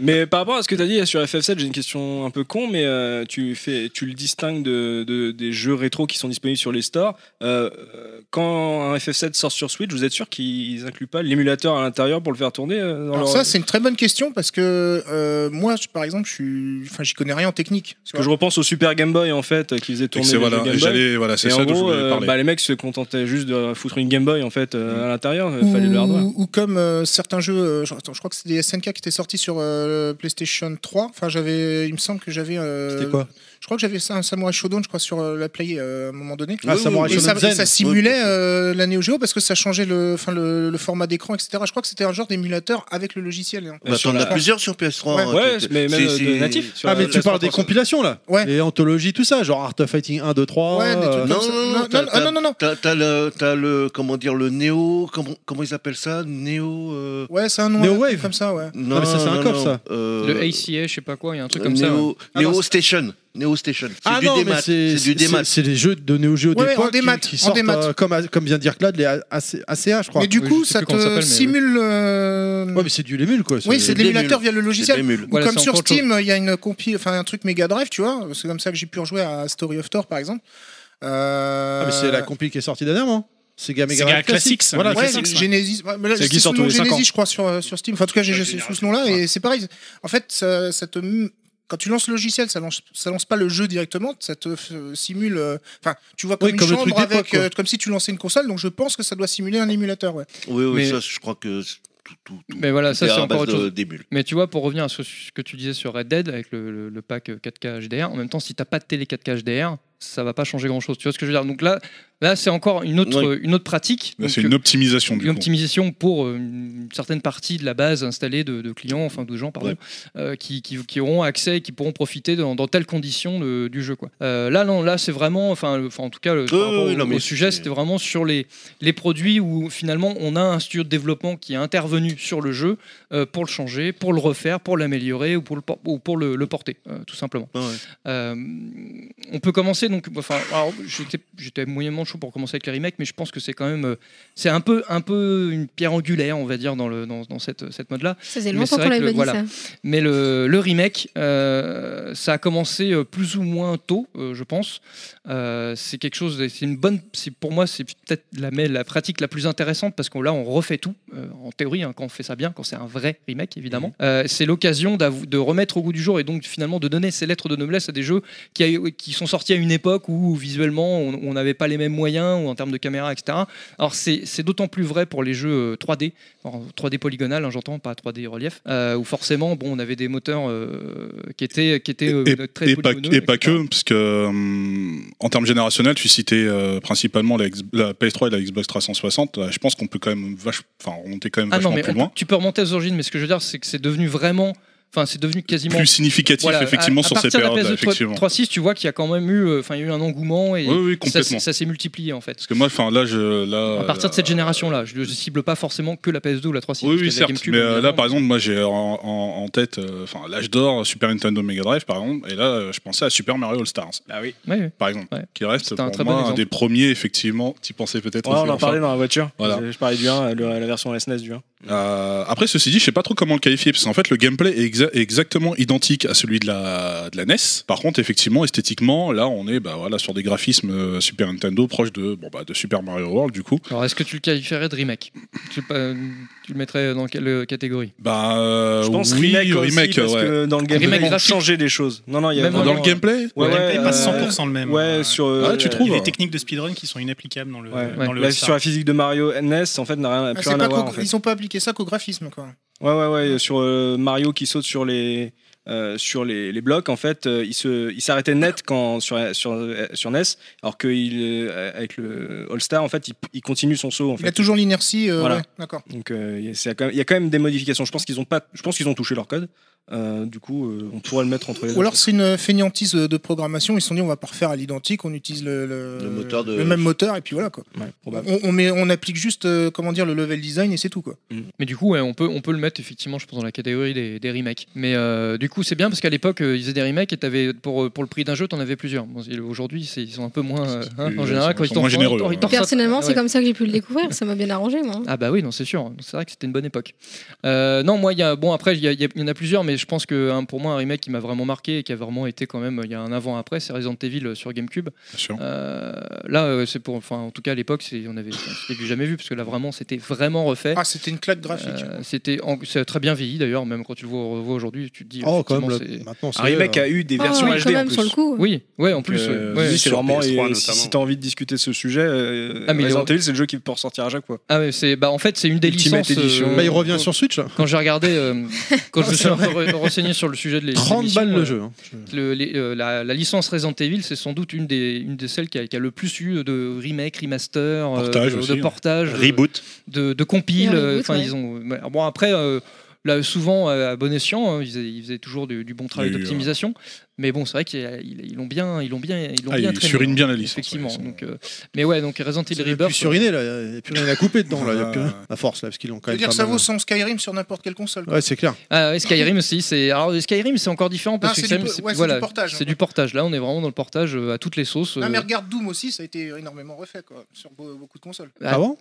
Speaker 9: Mais par rapport à ce que tu as dit sur FF7, j'ai une question un peu con, mais euh, tu, fais, tu le distingues de, de- des jeux rétro qui sont disponibles sur les stores. Euh, euh, quand un FF7 sort sur Switch, vous êtes sûr qu'ils incluent pas l'émulateur à l'intérieur pour le faire tourner euh, dans
Speaker 7: Alors
Speaker 9: leur-
Speaker 7: ça, c'est une très bonne question parce que euh, moi, je- par exemple, je suis, enfin, j'y connais rien en technique. tu
Speaker 9: Parce que je
Speaker 7: vois.
Speaker 9: repense au Super Game Boy en fait euh, qui faisait tourner
Speaker 7: c'est
Speaker 9: les
Speaker 7: voilà,
Speaker 9: jeux Game
Speaker 7: et
Speaker 9: Boy.
Speaker 7: j'allais- voilà, c'est
Speaker 9: Et
Speaker 7: ça
Speaker 9: en
Speaker 7: dont je
Speaker 9: gros,
Speaker 7: voulais
Speaker 9: euh,
Speaker 7: parler.
Speaker 9: bah, les mecs se contentaient juste de foutre une Game Boy en fait euh, à l'intérieur, il
Speaker 7: Ou,
Speaker 9: fallait le hardware.
Speaker 7: ou comme euh, certains jeux, euh, je, attends, je crois que c'est des SNK qui étaient sortis sur euh, le PlayStation 3. Enfin, j'avais, il me semble que j'avais. euh,
Speaker 1: C'était quoi
Speaker 7: Je crois que j'avais ça, un Samurai Shodown, je crois, sur euh, la Play euh, à un moment donné.
Speaker 1: Ah, Samurai
Speaker 7: et, ça,
Speaker 1: Shodown Zen.
Speaker 7: et ça simulait euh, la Neo Geo parce que ça changeait le, enfin, le, le format d'écran, etc. Je crois que c'était un genre d'émulateur avec le logiciel. hein.
Speaker 11: Bah, t'en as plusieurs sur PS3. hein, tu- c'est- c'est-
Speaker 1: Ah, mais tu parles des compilations là
Speaker 7: Ouais.
Speaker 1: Les anthologies, tout ça, genre Art of Fighting 1, 2, 3.
Speaker 7: Ouais, des trucs
Speaker 11: Non,
Speaker 1: euh,
Speaker 11: non, non, t'as- t'as- T'as t'as le, t'as le, comment dire, le néo, comment, comment ils appellent ça, néo. euh,
Speaker 7: Ouais, c'est un nom
Speaker 11: Neo
Speaker 7: un truc
Speaker 11: Wave.
Speaker 7: comme ça, ouais.
Speaker 11: Non,
Speaker 2: Ah, mais ça, c'est un
Speaker 11: non,
Speaker 2: coffre,
Speaker 11: non,
Speaker 2: ça. Ah
Speaker 11: euh,
Speaker 2: Le ACA, je sais pas quoi, il y a un truc
Speaker 11: euh,
Speaker 2: comme ça. hein.
Speaker 11: Neo,
Speaker 2: ouais.
Speaker 11: Neo Station. Neo Station. C'est
Speaker 1: Ah
Speaker 11: du
Speaker 1: non, mais
Speaker 11: démat.
Speaker 1: c'est
Speaker 11: du démat.
Speaker 1: c'est- c'est les jeux de Neo Geo
Speaker 7: Ouais, ouais, en
Speaker 1: d'époque qui-
Speaker 7: démat,
Speaker 1: qui,
Speaker 7: en
Speaker 1: sortent
Speaker 7: démat.
Speaker 1: euh, comme, comme vient de dire Claude, les A- AC ACA, je crois.
Speaker 7: Mais du
Speaker 1: Oui,
Speaker 7: coup,
Speaker 1: je sais
Speaker 7: ça
Speaker 1: plus comment s'appelle,
Speaker 7: te
Speaker 1: mais oui.
Speaker 7: simule. euh,
Speaker 1: Ouais, mais c'est du l'émule quoi.
Speaker 7: Oui, c'est de l'émulateur via le logiciel. Ou
Speaker 1: Voilà,
Speaker 7: comme
Speaker 1: c'est
Speaker 7: sur
Speaker 1: encore autre chose.
Speaker 7: Steam, il y a une compil, enfin un truc Mega Drive, tu vois. C'est comme ça que j'ai pu rejouer à Story of Thor, par exemple. Euh,
Speaker 1: Ah, mais c'est la compil qui est sortie dernièrement. hein. C'est Gamma
Speaker 7: Sega Classics,
Speaker 1: Voilà,
Speaker 7: ouais, Genesis. ouais, mais là,
Speaker 1: C'est
Speaker 7: c'est
Speaker 1: qui
Speaker 7: sous
Speaker 1: sort
Speaker 7: le
Speaker 1: tous
Speaker 7: nom
Speaker 1: les cinq ans.
Speaker 7: Genesis, je crois, sur, euh, sur Steam. Enfin, en tout cas, j'ai j'ai- sous ce nom-là et c'est pareil. En fait, ça, ça te. Quand tu lances le logiciel, ça lance, ça lance pas le jeu directement, ça te f- simule. euh, Enfin, tu vois comme
Speaker 1: Oui,
Speaker 7: une
Speaker 1: comme le
Speaker 7: chambre
Speaker 1: truc d'époque,
Speaker 7: avec, euh,
Speaker 1: quoi.
Speaker 7: comme si tu lançais une console. Donc, je pense que ça doit simuler un émulateur. Ouais.
Speaker 11: Oui, oui,
Speaker 2: Mais-
Speaker 11: ça, je crois que c'est tout, tout, tout-
Speaker 2: Mais voilà,
Speaker 11: tout
Speaker 2: ça
Speaker 11: est
Speaker 2: c'est
Speaker 11: à
Speaker 2: encore
Speaker 11: base
Speaker 2: autre chose.
Speaker 11: de- des bulles.
Speaker 2: Mais tu vois, pour revenir à ce, ce que tu disais sur Red Dead avec le, le- le pack euh, 4K HDR, en même temps, si t'as pas de télé 4K HDR, ça va pas changer grand chose. Tu vois ce que je veux dire Donc là, là c'est encore une autre,
Speaker 6: Oui.
Speaker 2: euh, une autre pratique.
Speaker 6: Là,
Speaker 2: Donc,
Speaker 6: C'est une
Speaker 2: euh,
Speaker 6: optimisation du
Speaker 2: une
Speaker 6: coup.
Speaker 2: optimisation pour euh, une certaine partie de la base installée de, de clients, enfin de gens, pardon, euh, qui, qui, qui auront accès et qui pourront profiter dans, dans telles conditions de- du jeu. Quoi. Euh, là, non, là, c'est vraiment, enfin, le- enfin, en tout cas, le, par
Speaker 11: Oui,
Speaker 2: rapport
Speaker 11: oui,
Speaker 2: au-
Speaker 11: non,
Speaker 2: au,
Speaker 11: mais
Speaker 2: sujet,
Speaker 11: c'est-
Speaker 2: c'était vraiment sur les, les produits où finalement on a un studio de développement qui est intervenu sur le jeu euh, pour le changer, pour le refaire, pour l'améliorer ou pour le, por- ou pour le, le porter, euh, tout simplement. Euh, on peut commencer donc enfin alors, j'étais j'étais moyennement chaud pour commencer avec les remakes mais je pense que c'est quand même euh, c'est un peu un peu une pierre angulaire on va dire dans le dans, dans cette cette mode là
Speaker 5: Ça faisait longtemps qu'on l'avait pas dit, ça.
Speaker 2: mais le, le remake, euh, ça a commencé euh, plus ou moins tôt, euh, je pense. Euh, c'est quelque chose, de- c'est une bonne, c'est pour moi, c'est peut-être la, mais la pratique la plus intéressante parce qu'on là, on refait tout euh, en théorie hein, quand on fait ça bien, quand c'est un vrai remake évidemment. Euh, c'est l'occasion d'avou- de remettre au goût du jour et donc finalement de donner ces lettres de noblesse à des jeux qui, a- qui sont sortis à une époque où visuellement on on n'avait pas les mêmes moyens ou en termes de caméra, etc. Alors c'est c'est d'autant plus vrai pour les jeux euh, 3D, en 3D polygonal, hein, j'entends, pas 3D relief, euh, où forcément bon, on avait des moteurs euh, qui étaient, qui étaient euh,
Speaker 6: Et,
Speaker 2: très
Speaker 6: et pas,
Speaker 2: polygonaux,
Speaker 6: et pas
Speaker 2: etc.
Speaker 6: que, parce que hum, en termes générationnels, tu citais euh, principalement la, X- la PS3 et la Xbox 360. Là, je pense qu'on peut quand même vache, enfin, on était quand même
Speaker 2: Ah
Speaker 6: vachement
Speaker 2: non, mais
Speaker 6: plus
Speaker 2: on-
Speaker 6: loin.
Speaker 2: tu peux remonter aux origines, mais ce que je veux dire, c'est que c'est devenu vraiment. Enfin, c'est devenu quasiment.
Speaker 6: Plus significatif, effectivement, sur ces périodes-là, effectivement.
Speaker 2: 3.6, tu vois qu'il y a quand même eu, euh, enfin, il y a eu un engouement et
Speaker 6: Oui, oui,
Speaker 2: ça-
Speaker 6: complètement.
Speaker 2: ça s'est multiplié en fait.
Speaker 6: Parce que moi, enfin, là, je, là, euh,
Speaker 2: À partir de cette génération-là, je ne cible pas forcément que la PS2 ou la 3.6.
Speaker 6: Oui,
Speaker 2: parce
Speaker 6: oui,
Speaker 2: qu'il y a la
Speaker 6: certes.
Speaker 2: GameCube,
Speaker 6: mais euh,
Speaker 2: évidemment.
Speaker 6: là, par exemple, moi, j'ai en, en- en tête, euh, enfin, l'âge d'or, Super Nintendo, Mega Drive, par exemple. Et là, euh, je pensais à Super Mario All Stars.
Speaker 9: Ah oui.
Speaker 6: Par exemple, qui reste pour
Speaker 9: un très bon
Speaker 6: moi un
Speaker 9: exemple.
Speaker 6: des premiers, effectivement. Tu pensais peut-être.
Speaker 9: Ouais,
Speaker 6: aussi,
Speaker 9: on en
Speaker 6: enfin.
Speaker 9: parlait dans la voiture.
Speaker 6: Voilà.
Speaker 9: Je parlais du 1, le- la version SNES du 1.
Speaker 6: Euh, après, ceci dit, je sais pas trop comment le qualifier parce qu'en fait, le gameplay est exa- exactement identique à celui de la, de la NES. Par contre, effectivement, esthétiquement, là, on est bah, voilà, sur des graphismes euh, Super Nintendo proches de, bon, bah, de Super Mario World, du coup.
Speaker 2: Alors, est-ce que tu le qualifierais de remake tu, le pa- tu le mettrais dans quelle catégorie
Speaker 6: Bah, euh,
Speaker 2: Je pense
Speaker 6: oui,
Speaker 2: remake aussi,
Speaker 9: parce
Speaker 6: ouais.
Speaker 9: que dans le gameplay,
Speaker 2: Remake
Speaker 9: ils ont
Speaker 2: graphique.
Speaker 9: changé des choses. Non, non, il y a
Speaker 6: Même dans le gameplay Ah,
Speaker 9: Ouais,
Speaker 10: Le
Speaker 9: ouais,
Speaker 10: gameplay est pas
Speaker 9: euh,
Speaker 10: 100% le même.
Speaker 9: Ouais, sur.
Speaker 10: Euh,
Speaker 9: euh,
Speaker 10: Il y
Speaker 6: hein.
Speaker 10: a des techniques de speedrun qui sont inapplicables dans le.
Speaker 9: Ouais,
Speaker 10: dans
Speaker 9: ouais.
Speaker 10: le
Speaker 9: La-
Speaker 10: All-Star.
Speaker 9: sur la physique de Mario NES, en fait, n'a rien,
Speaker 7: Ah,
Speaker 9: plus
Speaker 7: c'est
Speaker 9: rien
Speaker 7: pas
Speaker 9: à voir.
Speaker 7: qu'au-
Speaker 9: en fait.
Speaker 7: Ils ont pas appliqué ça qu'au graphisme, quoi.
Speaker 9: Ouais, ouais, ouais. Sur euh, Mario qui saute sur les, euh, sur les, les blocs, en fait, euh, il se, il s'arrêtait net quand sur sur, euh, sur NES, alors que il, euh, avec le All Star, en fait, il, il continue son saut. En
Speaker 7: Il a
Speaker 9: fait.
Speaker 7: toujours l'inertie. euh,
Speaker 9: Voilà.
Speaker 7: ouais, D'accord.
Speaker 9: Donc euh, il y a- c'est quand même- il y a quand même des modifications. Je pense qu'ils ont pas, je pense qu'ils ont touché leur code. Euh, du coup, euh, on pourrait le mettre entre les.
Speaker 7: Ou alors c'est une fainéantise euh, de programmation. Ils se sont dit on va pas refaire à l'identique, on utilise le, le-
Speaker 9: Le moteur de-
Speaker 7: le même moteur et puis voilà quoi.
Speaker 9: Ouais, probable.
Speaker 7: On, on met, on applique juste euh, comment dire le level design et c'est tout quoi.
Speaker 6: Mm.
Speaker 2: Mais du coup, ouais, on, peut, on peut le mettre effectivement, je pense, dans la catégorie des, des remakes. Mais euh, du coup, c'est bien parce qu'à l'époque, euh, ils faisaient des remakes et t'avais, pour, euh, pour le prix d'un jeu, t'en avais plusieurs. Bon, c'est- Aujourd'hui, c'est- ils sont un peu moins. euh, hein, en
Speaker 6: ils
Speaker 2: général,
Speaker 6: sont-
Speaker 2: quand
Speaker 6: ils
Speaker 2: ils
Speaker 6: sont
Speaker 2: t'en font un,
Speaker 6: moins généreux, hein.
Speaker 2: ils t'en ressortent-
Speaker 5: Personnellement, c'est
Speaker 2: ouais.
Speaker 5: comme ça que j'ai pu le découvrir. Ça m'a bien arrangé, moi.
Speaker 2: Ah bah oui, non, c'est sûr. C'est vrai que c'était une bonne époque. Euh, non, moi, il y a, bon, après, il y, a- il y a- il y en a plusieurs, mais je pense que hein, pour moi, un remake qui m'a vraiment marqué et qui a vraiment été quand même, euh, il y a un avant-après, c'est Resident Evil sur GameCube. Euh, là, euh, c'est pour, enfin, en tout cas, à l'époque, c'est, on avait, c'était du jamais vu, parce que là, vraiment, c'était vraiment refait.
Speaker 7: Ah, c'était une claque graphique.
Speaker 2: Euh, c'était, en- c'est très bien vieilli d'ailleurs, même quand tu le vois, revois aujourd'hui, tu te dis.
Speaker 1: Oh, quand
Speaker 2: effectivement,
Speaker 1: même, le- maintenant, c'est,
Speaker 9: Un remake
Speaker 2: euh,
Speaker 9: a eu des
Speaker 2: Ah,
Speaker 9: versions
Speaker 2: ouais,
Speaker 9: HD
Speaker 2: quand
Speaker 9: en
Speaker 2: même,
Speaker 9: plus.
Speaker 2: sur le coup. Oui, ouais, en plus, ouais. Ouais,
Speaker 9: oui, c'est
Speaker 2: sur
Speaker 9: vraiment.
Speaker 2: PS3
Speaker 9: et
Speaker 2: notamment.
Speaker 9: si si t'as envie de discuter de ce sujet, euh,
Speaker 2: Ah, mais il
Speaker 9: Resident
Speaker 2: aurait-
Speaker 9: Evil, c'est le jeu qui peut ressortir à chaque fois.
Speaker 2: Ah, mais c'est, bah, en fait, c'est une des
Speaker 9: Ultimate
Speaker 2: licences. euh,
Speaker 9: Edition.
Speaker 1: Bah, il revient sur Switch là.
Speaker 2: Quand j'ai regardé, euh, quand je me suis
Speaker 1: C'est vrai.
Speaker 2: re- renseigné sur le sujet de les
Speaker 1: 30
Speaker 2: émissions,
Speaker 1: balles le
Speaker 2: euh,
Speaker 1: jeu, hein.
Speaker 2: le- les- euh, la, la licence Resident Evil, c'est sans doute une des, une des celles qui a, qui a le plus eu de remake, remaster, euh,
Speaker 4: Portage
Speaker 2: de,
Speaker 4: aussi,
Speaker 2: de
Speaker 4: hein.
Speaker 2: portage, euh, de-
Speaker 4: Reboot.
Speaker 2: de, de compile.
Speaker 13: Eh
Speaker 4: Ouais,
Speaker 2: euh,
Speaker 4: reboot,
Speaker 2: Enfin,
Speaker 4: ouais.
Speaker 2: ils ont. ouais, Bon après. euh, Là, souvent, euh, à bon escient, hein, ils, faisaient, ils faisaient toujours du, du bon travail
Speaker 6: Oui,
Speaker 2: d'optimisation. Mais bon, c'est vrai qu'ils ils ils l'ont bien, ils l'ont bien, ils l'ont
Speaker 6: Ah,
Speaker 2: bien
Speaker 6: ils
Speaker 2: traîné,
Speaker 6: surinent
Speaker 2: hein,
Speaker 6: bien la licence,
Speaker 2: Effectivement. donc, euh, mais ouais, donc Resident Evil Rebirth.
Speaker 1: Puis suriné là, il y a plus rien à couper dedans là, il y a plus rien. à force là, parce qu'ils l'ont
Speaker 7: Je veux
Speaker 1: quand même.
Speaker 7: dire
Speaker 1: pas
Speaker 7: ça
Speaker 1: mal-
Speaker 7: vaut sans Skyrim sur n'importe quelle console. quoi.
Speaker 1: Ouais, c'est clair.
Speaker 2: Ah ouais, Skyrim aussi, c'est alors Skyrim c'est encore différent parce
Speaker 7: Ah,
Speaker 2: que
Speaker 7: c'est du
Speaker 2: Skyrim,
Speaker 7: po- ouais, c'est
Speaker 2: voilà,
Speaker 7: du portage, hein.
Speaker 2: c'est du portage. Là, on est vraiment dans le portage euh, à toutes les sauces.
Speaker 7: Non
Speaker 2: euh,
Speaker 7: mais regarde Doom aussi, ça a été énormément refait quoi sur be- beaucoup de consoles.
Speaker 2: Ah bon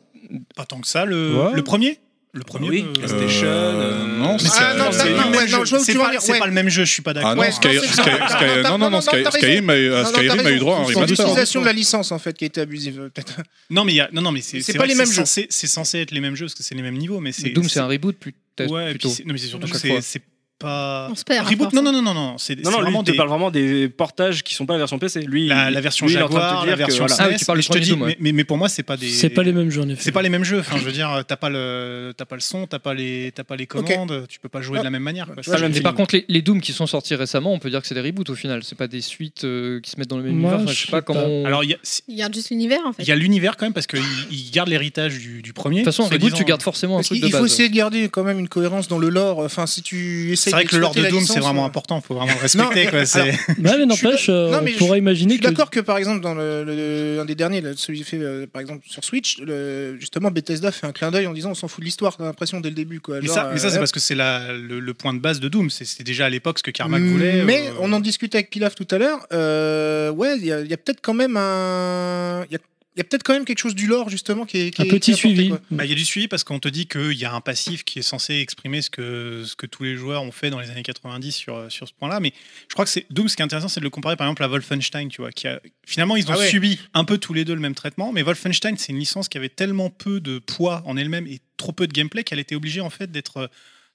Speaker 10: Pas tant que ça, le,
Speaker 6: Ouais.
Speaker 10: le premier Le premier
Speaker 6: oui.
Speaker 10: euh,
Speaker 6: PlayStation, euh, non,
Speaker 10: mais
Speaker 6: Ah, non,
Speaker 10: c'est
Speaker 6: non,
Speaker 10: pas
Speaker 6: non,
Speaker 10: le même
Speaker 6: non,
Speaker 10: jeu.
Speaker 6: je vois où tu
Speaker 10: C'est pas-
Speaker 6: veux en venir,
Speaker 10: c'est
Speaker 6: ouais.
Speaker 10: pas le même jeu, je suis pas d'accord.
Speaker 6: Ah non, Sky-
Speaker 10: c'est-
Speaker 6: Sky- Sky- non, non, non, Sky-
Speaker 7: t'as raison.
Speaker 6: Skyrim a eu- euh,
Speaker 7: Non, non,
Speaker 6: Skyrim
Speaker 7: t'as
Speaker 6: a eu
Speaker 7: raison.
Speaker 6: droit à un
Speaker 7: C'est
Speaker 6: remaster. hein.
Speaker 7: l'utilisation de la licence en fait qui a été abusive euh, peut-être.
Speaker 10: Non, mais il y a- non, non, mais c'est
Speaker 7: C'est
Speaker 10: c'est
Speaker 7: pas
Speaker 10: vrai
Speaker 7: les
Speaker 10: que
Speaker 7: mêmes
Speaker 10: c'est
Speaker 7: jeux.
Speaker 10: censé- C'est censé être les mêmes jeux parce que c'est les mêmes niveaux, mais c'est.
Speaker 2: Doom c'est un reboot plus- peut-être,
Speaker 10: Ouais, et puis
Speaker 2: plutôt.
Speaker 10: c'est- non, mais c'est surtout
Speaker 2: À
Speaker 10: que
Speaker 2: chaque
Speaker 10: c'est
Speaker 2: fois.
Speaker 10: c'est pas.
Speaker 2: On se perd,
Speaker 10: Reboot,
Speaker 2: parfois.
Speaker 10: non, non, non, non, non, c'est c'est
Speaker 9: Non, non, lui,
Speaker 10: vraiment
Speaker 9: il te
Speaker 10: des.
Speaker 9: parle vraiment des portages qui sont pas la version PC. Lui,
Speaker 10: La,
Speaker 9: il-
Speaker 10: la version
Speaker 9: lui, il est en train de te
Speaker 10: Jaguar, la
Speaker 9: dire que,
Speaker 10: version
Speaker 9: voilà.
Speaker 2: Ah
Speaker 10: SNES, mais je te dis, mais, mais- mais pour moi, c'est pas des.
Speaker 12: C'est pas les mêmes jeux, en effet.
Speaker 10: C'est pas les mêmes jeux. Enfin, je veux dire, t'as pas le, t'as pas le son, t'as pas les, t'as pas les commandes. Tu peux pas jouer de la même manière. quoi.
Speaker 2: Mais par contre, les, les Doom qui sont sortis récemment, on peut dire que c'est des reboots au final. C'est pas des suites euh, qui se mettent dans le même
Speaker 10: Moi,
Speaker 2: univers. Enfin,
Speaker 10: je
Speaker 2: je sais
Speaker 10: sais
Speaker 2: pas
Speaker 10: pas.
Speaker 2: comment. on-
Speaker 10: Alors, il y a- si-
Speaker 5: Il garde juste l'univers, en fait.
Speaker 10: il y a l'univers quand même parce qu'ils gardent l'héritage du, du premier.
Speaker 2: de toute façon, un reboot,
Speaker 10: soi-disant.
Speaker 2: tu gardes forcément un
Speaker 10: Parce
Speaker 2: truc
Speaker 10: qu'il-
Speaker 2: de
Speaker 7: Il faut
Speaker 2: base.
Speaker 7: essayer de garder quand même une cohérence dans le lore. Enfin, si tu essayes
Speaker 10: C'est vrai que le lore
Speaker 7: d'exploiter
Speaker 10: de
Speaker 7: la
Speaker 10: Doom, c'est
Speaker 7: licence,
Speaker 10: vraiment
Speaker 7: euh,
Speaker 10: important. Faut vraiment le respecter.
Speaker 7: mais-
Speaker 10: quoi, c'est-
Speaker 7: alors,
Speaker 12: Ouais, mais n'empêche, euh,
Speaker 7: non,
Speaker 12: on
Speaker 7: mais je-
Speaker 12: pourrait
Speaker 7: Je
Speaker 12: imaginer
Speaker 7: suis
Speaker 12: que.
Speaker 7: d'accord que par exemple dans le, le- un des derniers, là, celui fait euh, par exemple sur Switch, le- justement Bethesda fait un clin d'œil en disant on s'en fout de l'histoire, t'as l'impression dès le début quoi.
Speaker 10: Mais
Speaker 7: Genre,
Speaker 10: ça, mais ça
Speaker 7: euh,
Speaker 10: c'est parce que c'est la- le, le point de base de Doom. C'est- C'était déjà à l'époque ce que Carmack voulait.
Speaker 7: Mm, Mais
Speaker 10: euh,
Speaker 7: on en discutait avec Pilaf tout à l'heure. euh, ouais, il y a, il y a peut-être quand même un, il y a, il y a peut-être quand même quelque chose du lore justement qui est qui est- qui est apporté, quoi.
Speaker 10: Bah, Il y a du suivi parce qu'on te dit qu'il y a un passif qui est censé exprimer ce que, ce que tous les joueurs ont fait dans les années 90 sur, euh, sur ce point-là. Mais je crois que c'est Doom, ce qui est intéressant, c'est de le comparer par exemple à Wolfenstein. Tu vois, qui a, finalement, ils ont
Speaker 7: Ah ouais.
Speaker 10: subi un peu tous les deux le même traitement. Mais Wolfenstein, c'est une licence qui avait tellement peu de poids en elle-même et trop peu de gameplay qu'elle était obligée en fait d'être euh,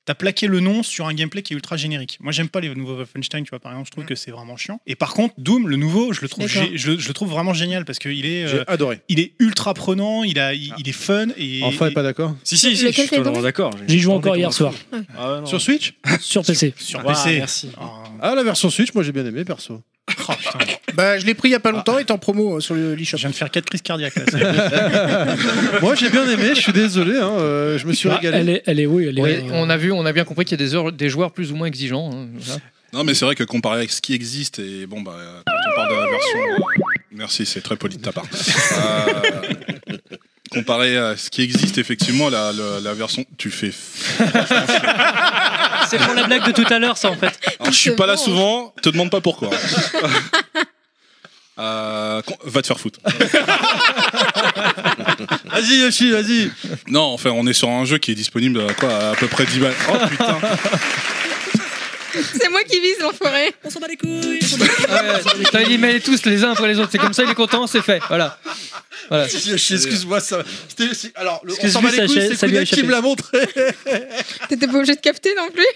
Speaker 10: t'as plaqué le nom sur un gameplay qui est ultra générique. Moi, j'aime pas les nouveaux Wolfenstein, tu vois, par exemple, je trouve que c'est vraiment chiant. Et par contre, Doom, le nouveau, Oh, je le trouve,
Speaker 7: D'accord.
Speaker 10: gé- je, le- je le trouve vraiment génial parce qu'il est. euh,
Speaker 1: J'ai adoré. Ah.
Speaker 10: Il est ultra prenant, il, a, il, il est fun. Et,
Speaker 1: Enfin, elle est pas d'accord
Speaker 10: Si, si, si,
Speaker 1: Lequel
Speaker 10: je suis
Speaker 1: t'es donc
Speaker 10: totalement d'accord.
Speaker 12: J'y joue encore hier soir.
Speaker 10: Ah ouais, non.
Speaker 1: Sur Switch
Speaker 12: Sur PC.
Speaker 10: Sur
Speaker 1: Ah,
Speaker 10: PC.
Speaker 1: merci. Oh, Ah, la version Switch, moi j'ai bien aimé, perso.
Speaker 7: Bah, je l'ai pris il y a pas longtemps, il est en promo euh, sur le
Speaker 10: Je viens de faire 4 crises cardiaques là.
Speaker 1: moi j'ai bien aimé, je suis désolé, hein, euh, je me suis
Speaker 2: Bah,
Speaker 1: régalé.
Speaker 2: elle est-
Speaker 12: elle est, oui, elle
Speaker 2: Ouais, on a vu, on a bien compris qu'il y a des, heures- des joueurs plus ou moins exigeants. hein, voilà.
Speaker 6: Non, mais c'est vrai que comparé avec ce qui existe, et bon, bah, quand on parle de la version. euh, Merci, c'est très poli de ta part. Euh, comparé à ce qui existe, effectivement, la, la- la version. Tu fais.
Speaker 12: C'est pour la blague de tout à l'heure, ça en fait.
Speaker 6: Alors, je suis pas là souvent, te demande pas pourquoi. Euh, con- va te faire foutre.
Speaker 1: vas-y Yoshi, vas-y.
Speaker 6: Non, enfin, on est sur un jeu qui est disponible à quoi à, à peu près 10 balles. Oh putain.
Speaker 5: C'est moi qui vise l'enfoiré. On s'en bat les couilles.
Speaker 2: T'as dit, mais tous les uns après les autres. C'est comme ça, il est content, c'est fait. Voilà. Voilà.
Speaker 1: Yoshi, excuse-moi, ça. c'était- c'est- Alors, le, on
Speaker 2: Excuse-lui,
Speaker 1: s'en bat les
Speaker 2: Sachet,
Speaker 1: couilles, c'est
Speaker 2: ça lui a
Speaker 1: Kounet qui
Speaker 2: échappé.
Speaker 1: me l'a montré.
Speaker 5: T'étais pas obligé de capter non plus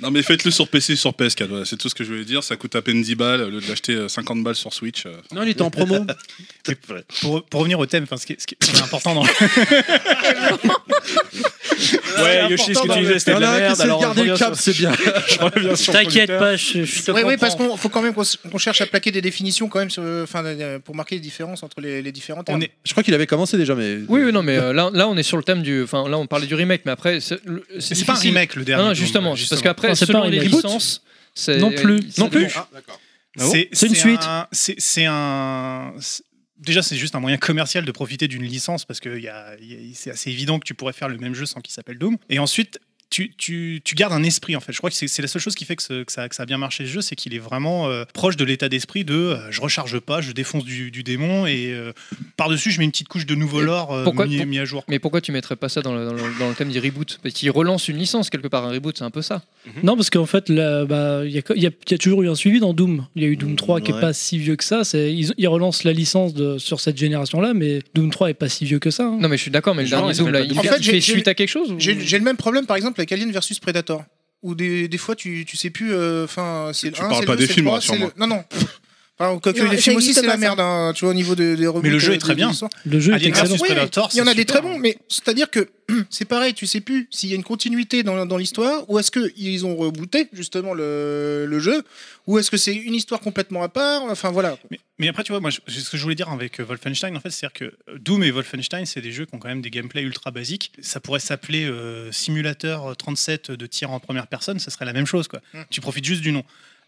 Speaker 6: Non, mais faites-le sur PC, sur PS4. voilà, c'est tout ce que je voulais dire. Ça coûte à peine 10 balles au lieu de l'acheter euh, 50 balles sur Switch. euh, enfin.
Speaker 1: Non, il était en promo.
Speaker 10: pour, pour revenir au thème, enfin, ce qui est, ce qui est- ce qui est important dans.
Speaker 9: Ouais, Yoshi, ce que tu disais, c'était de
Speaker 1: Il y en
Speaker 9: la
Speaker 1: a un qui
Speaker 9: merde.
Speaker 1: sait
Speaker 9: alors
Speaker 1: garder
Speaker 9: je
Speaker 1: le
Speaker 9: reviens
Speaker 1: cap,
Speaker 9: sur-
Speaker 1: c'est bien.
Speaker 9: Je reviens sur
Speaker 12: T'inquiète
Speaker 9: Politer.
Speaker 12: pas, je, je te
Speaker 7: Oui,
Speaker 12: comprends.
Speaker 7: oui, parce qu'on faut quand même qu'on s- qu'on cherche à plaquer des définitions quand même, sur- enfin, euh, pour marquer les différences entre les, les différents termes.
Speaker 1: Je crois qu'il avait commencé déjà, mais.
Speaker 2: Oui, oui, non, mais euh, là, là, on est sur le thème du. Enfin, là, on parlait du remake, mais après, c'est le-
Speaker 10: c'est pas un
Speaker 2: difficile.
Speaker 10: remake, le dernier
Speaker 2: Ah, Non,
Speaker 10: Doom,
Speaker 2: justement,
Speaker 10: justement.
Speaker 2: parce qu'après,
Speaker 10: Non, c'est
Speaker 2: selon
Speaker 10: pas un
Speaker 2: les
Speaker 10: remake.
Speaker 2: licences, c'est
Speaker 12: Non plus.
Speaker 2: ça
Speaker 12: Non plus.
Speaker 2: dépend.
Speaker 10: Ah
Speaker 2: Ah
Speaker 10: C'est
Speaker 12: C'est une
Speaker 10: c'est
Speaker 12: suite.
Speaker 10: un- C'est c'est un. c'est- Déjà, c'est juste un moyen commercial de profiter d'une licence parce que y a- y a- c'est assez évident que tu pourrais faire le même jeu sans qu'il s'appelle Doom. Et ensuite, tu, tu- tu gardes un esprit en fait. Je crois que c'est c'est la seule chose qui fait que, ce- que ça, que ça a bien marché ce jeu, c'est qu'il est vraiment euh, proche de l'état d'esprit de euh, je recharge pas, je défonce du, du démon et euh, par-dessus, je mets une petite couche de nouveau lore euh,
Speaker 2: Pourquoi-
Speaker 10: mis,
Speaker 2: pour-
Speaker 10: mis à jour.
Speaker 2: Mais pourquoi tu mettrais pas ça dans le, dans le- dans le thème du reboot Parce qu'il relance une licence quelque part. Un reboot, c'est un peu ça.
Speaker 12: Non, parce qu'en fait, là, bah, il y, a- il y a- il y a toujours eu un suivi dans Doom. Il y a eu Doom 3 qui est
Speaker 11: ouais.
Speaker 12: pas si vieux que ça. C'est- Ils, ils relancent la licence de- sur cette génération-là, mais Doom 3 est pas si vieux que ça. hein.
Speaker 2: Non, mais je suis d'accord, mais le dernier Doom, là, il,
Speaker 7: En
Speaker 2: il
Speaker 7: fait, j'ai-
Speaker 2: fait
Speaker 7: j'ai-
Speaker 2: suite à quelque chose ou-
Speaker 7: J'ai j'ai le même problème par exemple avec Alien versus Predator. Où des, des fois tu, tu sais plus. euh, Enfin, c'est
Speaker 6: Tu
Speaker 7: le un,
Speaker 6: parles
Speaker 7: c'est
Speaker 6: pas
Speaker 7: le
Speaker 6: des
Speaker 7: deux, c'est
Speaker 6: films,
Speaker 7: le trois,
Speaker 6: rassure-moi.
Speaker 7: c'est le- Non, non. Enfin, quoique
Speaker 5: Non,
Speaker 7: les
Speaker 5: ça
Speaker 7: films aussi,
Speaker 5: existe
Speaker 7: c'est la
Speaker 5: pas, ça.
Speaker 7: merde, hein, tu vois, au niveau des, des reboots,
Speaker 10: Mais le jeu
Speaker 7: euh,
Speaker 10: est très
Speaker 7: des-
Speaker 10: bien.
Speaker 7: des histoires.
Speaker 12: Le jeu est
Speaker 10: Alien
Speaker 12: excellent.
Speaker 10: versus
Speaker 7: Oui,
Speaker 10: Predator,
Speaker 7: Il y en a
Speaker 10: c'est
Speaker 7: des
Speaker 10: super.
Speaker 7: très bons, mais c'est-à-dire que c'est pareil, tu sais plus s'il y a une continuité dans, dans l'histoire, ou est-ce qu'ils ont rebooté justement le, le jeu, ou est-ce que c'est une histoire complètement à part, enfin voilà.
Speaker 10: Mais, mais après, tu vois, moi, je- c'est ce que je voulais dire avec euh, Wolfenstein, en fait, c'est-à-dire que euh, Doom et Wolfenstein, c'est des jeux qui ont quand même des gameplays ultra basiques. Ça pourrait s'appeler euh, Simulateur 37 de tir en première personne, ça serait la même chose, quoi. Tu profites juste du nom.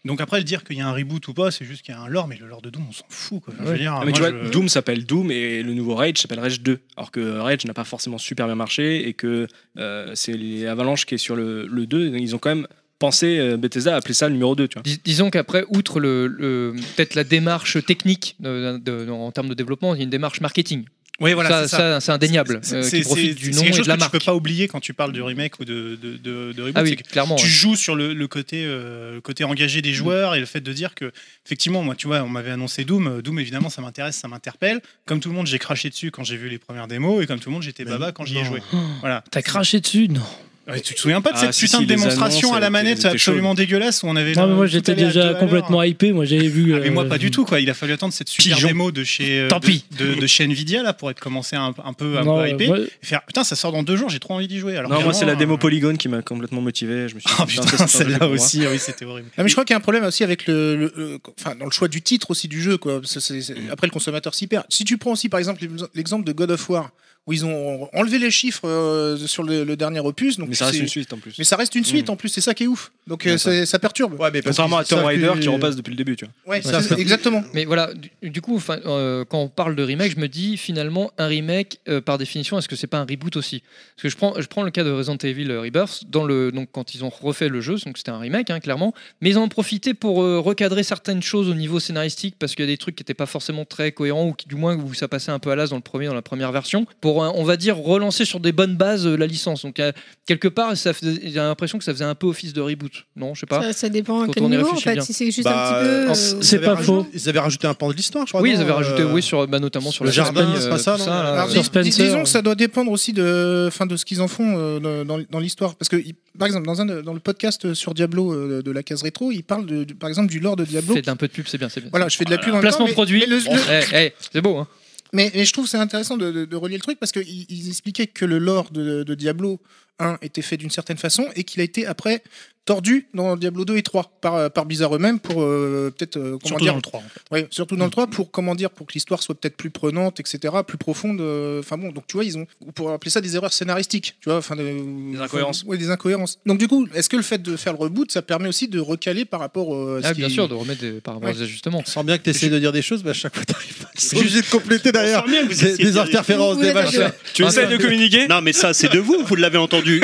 Speaker 10: Donc après, le dire qu'il y a un reboot ou pas, c'est juste qu'il y a un lore, mais le lore de Doom, on s'en fout, quoi. Enfin, je veux dire,
Speaker 9: Ah, mais tu
Speaker 10: moi,
Speaker 9: vois,
Speaker 10: je-
Speaker 9: Doom s'appelle Doom et le nouveau Rage s'appelle Rage 2. Alors que Rage n'a pas forcément super bien marché et que euh, c'est les Avalanche qui est sur le, le 2. Ils ont quand même pensé, euh, Bethesda a appelé ça le numéro 2. Tu
Speaker 10: Mm.
Speaker 9: vois.
Speaker 2: Dis- disons qu'après, outre le, le- peut-être la démarche technique de- de- de- en termes de développement, il y a une démarche marketing.
Speaker 10: Oui, voilà,
Speaker 2: Ça-
Speaker 10: c'est ça.
Speaker 2: ça, c'est indéniable.
Speaker 10: C'est-
Speaker 2: euh,
Speaker 10: c'est-
Speaker 2: qui
Speaker 10: c'est-
Speaker 2: profite du
Speaker 10: c'est
Speaker 2: nom
Speaker 10: quelque
Speaker 2: et
Speaker 10: chose
Speaker 2: de la
Speaker 10: que
Speaker 2: marque.
Speaker 10: Tu peux pas oublier quand tu parles de remake ou de, de, de, de reboot.
Speaker 2: Ah oui,
Speaker 10: c'est que
Speaker 2: clairement,
Speaker 10: Tu
Speaker 2: ouais.
Speaker 10: joues sur le, le côté, euh, le côté engagé des joueurs et le fait de dire que, effectivement, moi, tu vois, on m'avait annoncé Doom. Euh, Doom, évidemment, ça m'intéresse, ça m'interpelle. Comme tout le monde, j'ai craché dessus quand j'ai vu les premières démos et comme tout le monde, j'étais baba quand j'y ai joué. Voilà.
Speaker 12: T'as craché dessus Non.
Speaker 10: Ouais, tu te souviens pas de
Speaker 9: Oh. Ah,
Speaker 10: cette
Speaker 9: si,
Speaker 10: putain
Speaker 9: si,
Speaker 10: de
Speaker 9: les
Speaker 10: démonstration
Speaker 9: annonces,
Speaker 10: à la
Speaker 9: elles
Speaker 10: manette
Speaker 9: étaient
Speaker 10: absolument
Speaker 9: chaudes.
Speaker 10: dégueulasse où on avait.
Speaker 12: Non, mais moi,
Speaker 10: tout
Speaker 12: j'étais
Speaker 10: allait à deux à
Speaker 12: déjà
Speaker 10: l'heure.
Speaker 12: complètement hypé. Moi, j'avais vu.
Speaker 10: Ah, mais moi
Speaker 12: euh,
Speaker 10: pas du tout quoi, il a fallu attendre cette super démo de chez euh,
Speaker 12: Tant
Speaker 10: de,
Speaker 12: pis.
Speaker 10: De, de chez Nvidia là pour être commencé un, un peu un
Speaker 12: Non,
Speaker 10: peu hypé
Speaker 12: moi-
Speaker 10: et faire putain ça sort dans deux jours, j'ai trop envie d'y jouer. Alors
Speaker 9: non, moi,
Speaker 10: clairement,
Speaker 9: c'est la démo
Speaker 10: euh,
Speaker 9: Polygon qui m'a complètement motivé. Je me
Speaker 7: Oh,
Speaker 9: suis dit, ça, c'est
Speaker 10: Ah putain,
Speaker 9: un Ah jeu
Speaker 10: celle-là
Speaker 9: pour moi.
Speaker 10: aussi, oui, c'était horrible.
Speaker 7: Non, Ah, mais je crois qu'il y a un problème aussi avec le, le- le- enfin, dans le choix du titre aussi du jeu. Quoi. Ça, c'est- c'est- après, le consommateur s'y perd. Si tu prends aussi, par exemple, l'ex- l'exemple de God of War, où ils ont enlevé les chiffres euh, sur le, le dernier opus. Donc
Speaker 9: Mais ça reste
Speaker 7: c'est-
Speaker 9: une suite en plus. Mm.
Speaker 7: Mais ça reste une suite en plus, c'est ça qui est ouf. Donc euh,
Speaker 9: Ouais,
Speaker 7: c'est- ça perturbe.
Speaker 1: Ouais, mais
Speaker 9: Contrairement à Tomb Raider qui
Speaker 1: repasse
Speaker 9: repasse depuis le début. Tu vois.
Speaker 7: Ouais,
Speaker 2: Ouais,
Speaker 7: c'est- exactement.
Speaker 2: Mais voilà, du, du coup, enfin, euh, quand on parle de remake, je me dis finalement un remake, euh, par définition, est-ce que c'est pas un reboot aussi Parce que je prends, je prends le cas de Resident Evil Rebirth, dans le, donc quand ils ont refait le jeu, donc c'était un remake, hein, clairement, mais ils en ont profité pour euh, recadrer certaines choses au niveau scénaristique parce qu'il y a des trucs qui n'étaient pas forcément très cohérents ou qui, du moins où ça passait un peu à l'as dans le premier, dans la première version, pour euh, on va dire relancer sur des bonnes bases euh, la licence. Donc euh, quelque part, ça faisait- j'ai l'impression que ça faisait un peu office de reboot. Non, je sais pas.
Speaker 5: Ça, ça dépend à
Speaker 2: Quand
Speaker 5: quel
Speaker 2: on y
Speaker 5: niveau, en
Speaker 2: réfléchit
Speaker 5: fait.
Speaker 2: bien.
Speaker 5: Si c'est juste un
Speaker 7: Bah,
Speaker 5: petit peu, euh,
Speaker 2: ils avaient rajouté-
Speaker 1: Bah, Ils avaient rajouté un pan de l'histoire, je crois.
Speaker 2: Oui,
Speaker 1: non
Speaker 2: ils avaient rajouté,
Speaker 1: Euh,
Speaker 2: oui, sur, bah, notamment sur
Speaker 1: le
Speaker 2: la
Speaker 1: jardin,
Speaker 2: Tasmanie,
Speaker 1: c'est
Speaker 2: euh,
Speaker 1: pas ça,
Speaker 2: tout
Speaker 1: non
Speaker 2: là,
Speaker 7: Alors,
Speaker 2: euh,
Speaker 7: dis- dis- disons que ça doit dépendre aussi de, enfin, de ce qu'ils en font euh, dans, dans- dans l'histoire. Parce que, il- par exemple, dans, un, de- dans le podcast sur Diablo euh, de la case rétro, ils parlent de- de- par exemple du lore de Diablo.
Speaker 2: Faites un peu de pub, c'est bien, c'est bien.
Speaker 7: Voilà, je fais de la pub en même
Speaker 2: Placement
Speaker 7: temps, mais-
Speaker 2: produit.
Speaker 7: mais le-
Speaker 2: Bon,
Speaker 7: le-
Speaker 2: eh, eh, c'est beau, hein.
Speaker 7: Mais, mais je trouve que c'est intéressant de, de- de relier le truc parce qu'ils ils expliquaient que le lore de, de Diablo 1 était fait d'une certaine façon et qu'il a été après tordu dans Diablo 2 et 3 par, euh, par Bizarre eux-mêmes pour euh, peut-être. euh, comment
Speaker 10: Surtout
Speaker 7: dire
Speaker 10: dans le 3, en
Speaker 7: Ouais, surtout dans le 3 pour comment dire pour que l'histoire soit peut-être plus prenante, etc., plus profonde. euh, Enfin bon, donc tu vois, ils ont. On pourrait appeler ça des erreurs scénaristiques, tu vois. Enfin, des
Speaker 2: incohérences.
Speaker 7: Oui, des incohérences. Donc du coup, est-ce que le fait de faire le reboot, ça permet aussi de recaler par rapport euh, à
Speaker 2: Ah,
Speaker 7: ce
Speaker 2: bien
Speaker 7: qui-
Speaker 2: sûr, de remettre des, par rapport
Speaker 7: Ouais.
Speaker 2: aux ajustements.
Speaker 1: Sans bien que tu essaies de dire des choses, bah, à chaque fois t'arrives pas. Je suis obligé de compléter derrière
Speaker 4: bien que vous
Speaker 1: des,
Speaker 4: essayez de
Speaker 1: des
Speaker 4: dire des-
Speaker 1: interférences,
Speaker 4: Vous
Speaker 1: des
Speaker 4: êtes
Speaker 1: machins.
Speaker 4: d'accord. Tu essaies de communiquer Non, mais ça, c'est de vous, vous l'avez entendu.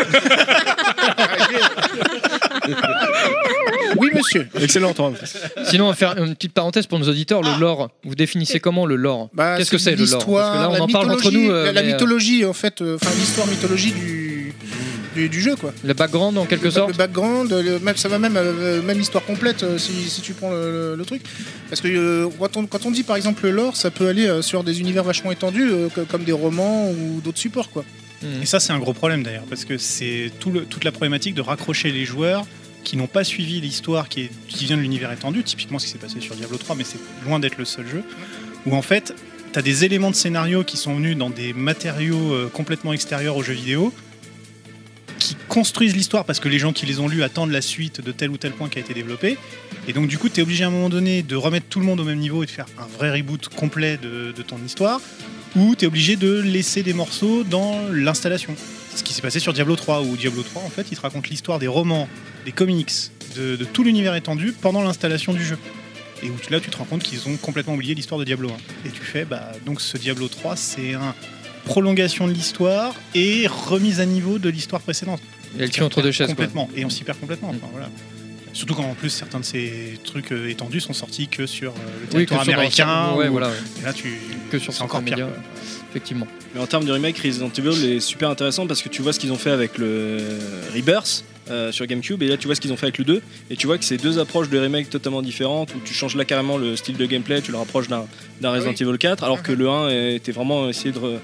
Speaker 7: Oui, monsieur.
Speaker 10: Excellent, toi.
Speaker 2: Sinon, on va faire une petite parenthèse pour nos auditeurs. Le lore, vous définissez comment le lore
Speaker 7: Bah,
Speaker 2: Qu'est-ce que c'est le lore Parce que là,
Speaker 7: l'histoire,
Speaker 2: on
Speaker 7: la
Speaker 2: en parle entre
Speaker 7: mythologie,
Speaker 2: nous. euh,
Speaker 7: la, la
Speaker 2: mais, euh,
Speaker 7: mythologie, en fait, euh, enfin l'histoire mythologie du, du, du jeu, quoi.
Speaker 2: Le background, en quelque
Speaker 7: le,
Speaker 2: sorte
Speaker 7: Le background, le- même, ça va même, euh, même histoire complète euh, si, si tu prends le, le- le truc. Parce que euh, quand, on, quand on dit par exemple le lore, ça peut aller euh, sur des univers vachement étendus, euh, co- comme des romans ou d'autres supports, quoi.
Speaker 10: Et ça, c'est un gros problème d'ailleurs, parce que c'est tout le- toute la problématique de raccrocher les joueurs qui n'ont pas suivi l'histoire qui, est- qui vient de l'univers étendu, typiquement ce qui s'est passé sur Diablo 3, mais c'est loin d'être le seul jeu, où en fait, tu as des éléments de scénario qui sont venus dans des matériaux euh, complètement extérieurs aux jeux vidéo, qui construisent l'histoire parce que les gens qui les ont lus attendent la suite de tel ou tel point qui a été développé. Et donc, du coup, tu es obligé à un moment donné de remettre tout le monde au même niveau et de faire un vrai reboot complet de, de ton histoire, ou tu es obligé de laisser des morceaux dans l'installation. C'est ce qui s'est passé sur Diablo 3, où Diablo 3, en fait, il te raconte l'histoire des romans, des comics, de, de tout l'univers étendu pendant l'installation du jeu. Et où tu- là, tu te rends compte qu'ils ont complètement oublié l'histoire de Diablo 1. Et tu fais, bah, donc ce Diablo 3, c'est un prolongation de l'histoire et remise à niveau de l'histoire précédente.
Speaker 2: Il y a le cul
Speaker 10: On s'y
Speaker 2: entre deux
Speaker 10: perd
Speaker 2: chaises, quoi. Mm.
Speaker 10: Complètement. Et on s'y perd complètement. Enfin, voilà. Surtout quand en plus certains de ces trucs euh, étendus sont sortis que sur euh, le
Speaker 2: Oui, que
Speaker 10: territoire
Speaker 2: sur-
Speaker 10: américain.
Speaker 2: ouais,
Speaker 10: ou-
Speaker 2: voilà.
Speaker 10: Et là, tu.
Speaker 2: Que sur
Speaker 10: c'est encore
Speaker 2: certains
Speaker 10: pire.
Speaker 2: médias, Effectivement.
Speaker 9: Mais en termes de remake, Resident Evil est super intéressant parce que tu vois ce qu'ils ont fait avec le Rebirth euh, sur GameCube et là tu vois ce qu'ils ont fait avec le 2 et tu vois que c'est deux approches de remake totalement différentes où tu changes là carrément le style de gameplay, tu le rapproches d'un d'un Resident Evil 4 alors que le 1 était vraiment euh, essayer de re-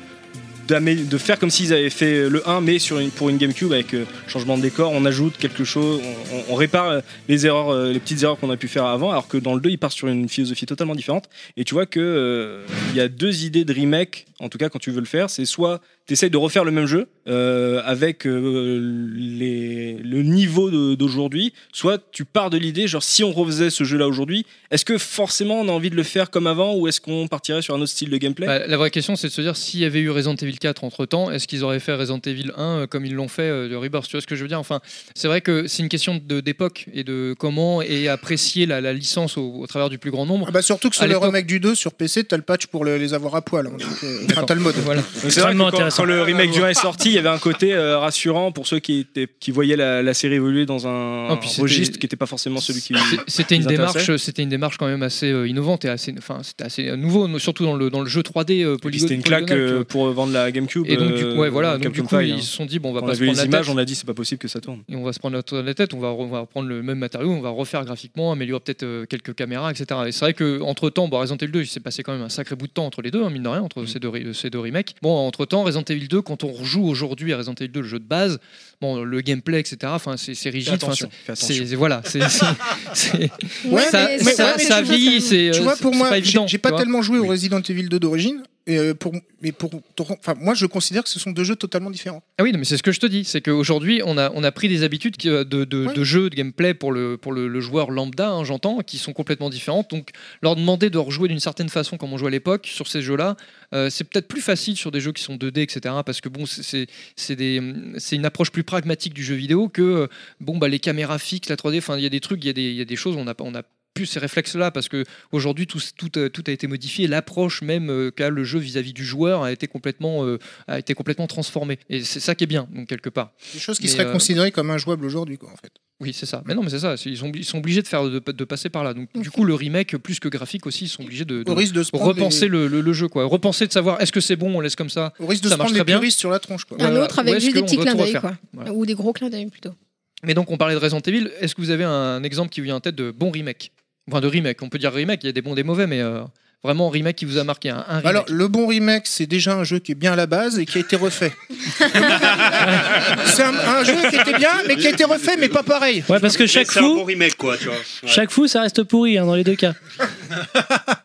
Speaker 9: d'amé- de faire comme s'ils avaient fait le 1 mais sur une, pour une GameCube avec euh, changement de décor on ajoute quelque chose on, on- on répare euh, les erreurs euh, les petites erreurs qu'on a pu faire avant alors que dans le 2 ils partent sur une philosophie totalement différente et tu vois que euh, il y a deux idées de remake en tout cas quand tu veux le faire c'est soit tu essayes de refaire le même jeu euh, avec euh, les- le niveau de- d'aujourd'hui soit tu pars de l'idée genre si on refaisait ce jeu là aujourd'hui est-ce que forcément on a envie de le faire comme avant ou est-ce qu'on partirait sur un autre style de gameplay
Speaker 2: Bah, la vraie question, c'est de se dire s'il y avait eu Resident Evil 4 entre temps, est-ce qu'ils auraient fait Resident Evil 1 euh, comme ils l'ont fait euh, de Rebirth Tu vois ce que je veux dire Enfin, c'est vrai que c'est une question de- d'époque et de comment et apprécier la, la licence au, au travers du plus grand nombre.
Speaker 7: Ah bah, surtout que sur
Speaker 2: À
Speaker 7: le
Speaker 2: l'époque-
Speaker 7: remake du 2, sur PC, t'as le patch pour le- les avoir à poil. hein, donc, euh, enfin, t'as le mode.
Speaker 2: Voilà.
Speaker 9: C'est vrai que quand, quand le remake du 1 est
Speaker 4: Ah,
Speaker 9: sorti, il y avait un côté euh, rassurant pour ceux qui, étaient, qui voyaient la, la série évoluer dans un
Speaker 2: Ah, puis c'était-
Speaker 9: registre qui n'était pas forcément celui qui.
Speaker 2: C'est- C'était une
Speaker 9: les intéressait.
Speaker 2: démarche, c'était une démarche quand même assez euh, innovante et assez, enfin, c'était assez nouveau, no- surtout dans le dans le jeu 3D euh,
Speaker 9: Et puis
Speaker 2: polygone-
Speaker 9: C'était une claque
Speaker 2: polygonal, tu
Speaker 9: euh,
Speaker 2: vois.
Speaker 9: pour vendre la GameCube.
Speaker 2: Et donc, du-
Speaker 9: euh,
Speaker 2: ouais, voilà, donc,
Speaker 9: Capcom
Speaker 2: du coup,
Speaker 9: Five,
Speaker 2: ils
Speaker 9: hein.
Speaker 2: se sont dit, bon, on va
Speaker 9: Quand
Speaker 2: pas
Speaker 9: a
Speaker 2: se
Speaker 9: vu
Speaker 2: prendre
Speaker 9: les
Speaker 2: la
Speaker 9: images,
Speaker 2: tête.
Speaker 9: on a dit c'est pas possible que ça tourne.
Speaker 2: Et on va se prendre la, la tête, on va, re- on va reprendre le même matériau, on va refaire graphiquement, améliorer peut-être euh, quelques caméras, etc. Et c'est vrai qu'entre temps, bon, Resident Evil 2, il s'est passé quand même un sacré bout de temps entre les deux, hein, mine de rien,
Speaker 9: Mm.
Speaker 2: entre ces, deux, re- ces deux remakes. Bon, entre temps, Resident Evil 2, quand on rejoue aujourd'hui à Resident Evil 2, le jeu de base, bon, le gameplay, etc., enfin, c'est c'est rigide. enfin,
Speaker 9: attention,
Speaker 2: c'est-
Speaker 9: fais attention.
Speaker 2: c'est- Voilà, c'est. c'est- c'est-
Speaker 7: Ouais,
Speaker 2: ça
Speaker 7: mais- mais- ouais,
Speaker 2: ça-
Speaker 7: mais
Speaker 2: ça
Speaker 7: tu vois,
Speaker 2: vieillit,
Speaker 7: ça-
Speaker 2: c'est.
Speaker 7: Tu
Speaker 2: euh,
Speaker 7: vois,
Speaker 2: c'est-
Speaker 7: pour
Speaker 2: c'est
Speaker 7: moi, j'ai-
Speaker 2: évident,
Speaker 7: j'ai
Speaker 2: tu
Speaker 7: pas
Speaker 2: vois.
Speaker 7: tellement joué au Resident Evil 2 d'origine. Et euh, pour, mais pour, enfin, moi, je considère que ce sont deux jeux totalement différents.
Speaker 2: Ah oui, non, mais c'est ce que je te dis, c'est qu'aujourd'hui, on a, on a pris des habitudes qui, euh, de, de, de jeu, de gameplay pour le, pour le, le joueur lambda, hein, j'entends, qui sont complètement différentes. Donc, leur demander de rejouer d'une certaine façon comme on jouait à l'époque sur ces jeux-là, euh, c'est peut-être plus facile sur des jeux qui sont 2D, etc. Parce que bon, c'est- c'est c'est des- c'est une approche plus pragmatique du jeu vidéo que euh, bon, bah, les caméras fixes, la 3D, enfin, il y a des trucs, il y, a des- il y a des choses, on n'a pas- on a plus ces réflexes-là parce que aujourd'hui tout, tout, a- tout a été modifié, l'approche même euh, qu'a le jeu vis-à-vis du joueur a été complètement, euh, a été complètement transformée. Et c'est ça qui est bien, donc quelque part.
Speaker 7: Des choses qui
Speaker 2: Mais,
Speaker 7: seraient
Speaker 2: euh,
Speaker 7: considérées comme injouables aujourd'hui, quoi, en fait.
Speaker 2: Oui, c'est ça. Mais non, mais c'est ça. c'est- Ils sont, ils sont obligés de faire de, de passer par là. Donc, du coup, le remake, plus que graphique aussi, ils sont obligés de,
Speaker 7: Au risque de se prendre
Speaker 2: repenser
Speaker 7: les-
Speaker 2: le, le- le jeu, quoi. Repenser de savoir est-ce que c'est bon, on laisse comme ça.
Speaker 7: Au risque de
Speaker 2: ça
Speaker 7: se
Speaker 2: marche
Speaker 7: prendre les
Speaker 2: très bien.
Speaker 7: puristes sur la tronche, quoi.
Speaker 2: Ouais,
Speaker 5: un
Speaker 2: voilà.
Speaker 5: autre
Speaker 2: Ou
Speaker 5: avec
Speaker 2: est-ce
Speaker 5: juste des
Speaker 2: qu'on
Speaker 5: petits
Speaker 2: doit
Speaker 5: clins
Speaker 2: tout
Speaker 5: d'œil,
Speaker 2: refaire
Speaker 5: quoi.
Speaker 2: Voilà.
Speaker 5: Ou des gros clins d'œil plutôt.
Speaker 2: Mais donc on parlait de Resident Evil. Est-ce que vous avez un exemple qui vous vient en tête de bon remake Enfin de remake. On peut dire remake. Il y a des bons, des mauvais, mais euh, vraiment remake qui vous a marqué. Un, un remake.
Speaker 7: Alors, le bon remake, c'est déjà un jeu qui est bien à la base et qui a été refait. c'est un, un jeu qui était bien, mais qui a été refait, mais pas pareil.
Speaker 12: Ouais, parce que chaque
Speaker 4: C'est un bon
Speaker 12: fou,
Speaker 4: remake, quoi, tu vois. Ouais.
Speaker 12: chaque fou, ça reste pourri hein, dans les deux cas.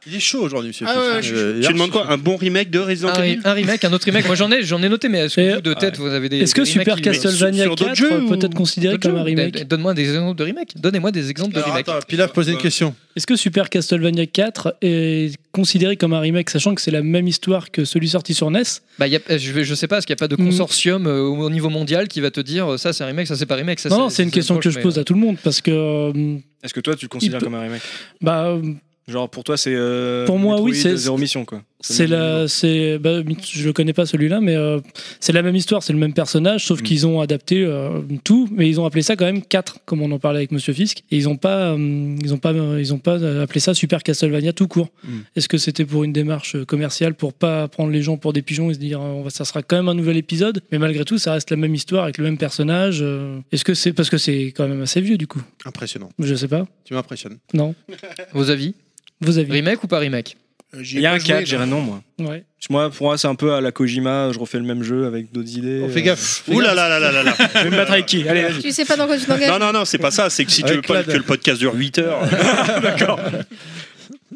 Speaker 1: Il est chaud aujourd'hui, monsieur. Euh,
Speaker 4: Ah ouais, ouais, je suis chaud. Tu demandes quoi Un bon remake de Resident
Speaker 2: Un,
Speaker 4: Evil Ah
Speaker 2: re- un remake, un autre remake. Moi j'en ai, j'en ai noté, mais est-ce que vous, de tête vous avez des.
Speaker 12: Est-ce que
Speaker 2: des remakes
Speaker 12: Super
Speaker 2: qui-
Speaker 12: Castlevania 4 peut être considéré
Speaker 2: D'autres
Speaker 12: comme un
Speaker 2: jeux
Speaker 12: remake
Speaker 2: Don- Donne-moi des exemples de remake. Donnez-moi des exemples de remake.
Speaker 1: Pilaf posait une question.
Speaker 12: Est-ce que Super Castlevania 4 est considéré comme un remake, sachant que c'est la même histoire que celui sorti sur E NES
Speaker 2: Bah, y a- euh, je, vais- je sais pas, est-ce qu'il n'y a pas
Speaker 12: Mm.
Speaker 2: de consortium euh, au au niveau mondial qui va te dire euh, ça c'est un remake, ça c'est pas remake ça,
Speaker 12: Non, non, c'est une question que je pose à tout le monde parce que. euh,
Speaker 9: Est-ce que toi, tu le considères
Speaker 12: peut-
Speaker 9: comme un remake
Speaker 12: Bah, euh,
Speaker 9: Genre, pour toi, c'est. euh,
Speaker 12: Pour moi, oui,
Speaker 9: Metroid
Speaker 12: c'est-
Speaker 9: Zero Mission, quoi.
Speaker 12: c'est la. c'est bah, Je le connais pas celui-là, mais euh, c'est la même histoire, c'est le même personnage, sauf qu'ils ont adapté euh, tout, mais ils ont appelé ça quand même 4, comme on en parlait avec Monsieur Fisk, et ils ont pas, euh, ils ont pas, ils ont pas euh, appelé ça Super Castlevania tout court. Est-ce que c'était pour une démarche euh, commerciale pour pas prendre les gens pour des pigeons et se dire euh, on va- ça sera quand même un nouvel épisode Mais malgré tout, ça reste la même histoire avec le même personnage. euh, Est-ce que c'est parce que c'est quand même assez vieux du coup
Speaker 1: Impressionnant.
Speaker 12: Je sais pas.
Speaker 1: Tu m'impressionnes.
Speaker 12: Non.
Speaker 2: Vos avis
Speaker 12: Vos avis
Speaker 2: Remake ou pas remake
Speaker 9: Il y a un 4, j'ai un nom, moi.
Speaker 12: Ouais.
Speaker 9: Moi, pour moi, c'est un peu à la Kojima, je refais le même jeu avec d'autres idées. euh,
Speaker 1: fais gaffe.
Speaker 9: Ouh là là là là là là. Je vais me battre avec qui Allez, vas-y.
Speaker 5: Tu sais pas dans quoi tu t'engages
Speaker 4: Non, non, non, c'est pas ça. C'est que si tu
Speaker 1: Avec
Speaker 4: veux pas
Speaker 1: Clad.
Speaker 4: que le podcast dure 8 heures.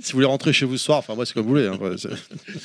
Speaker 1: Si vous voulez rentrer chez vous ce soir, enfin, moi, c'est comme vous voulez. hein, ouais, c'est-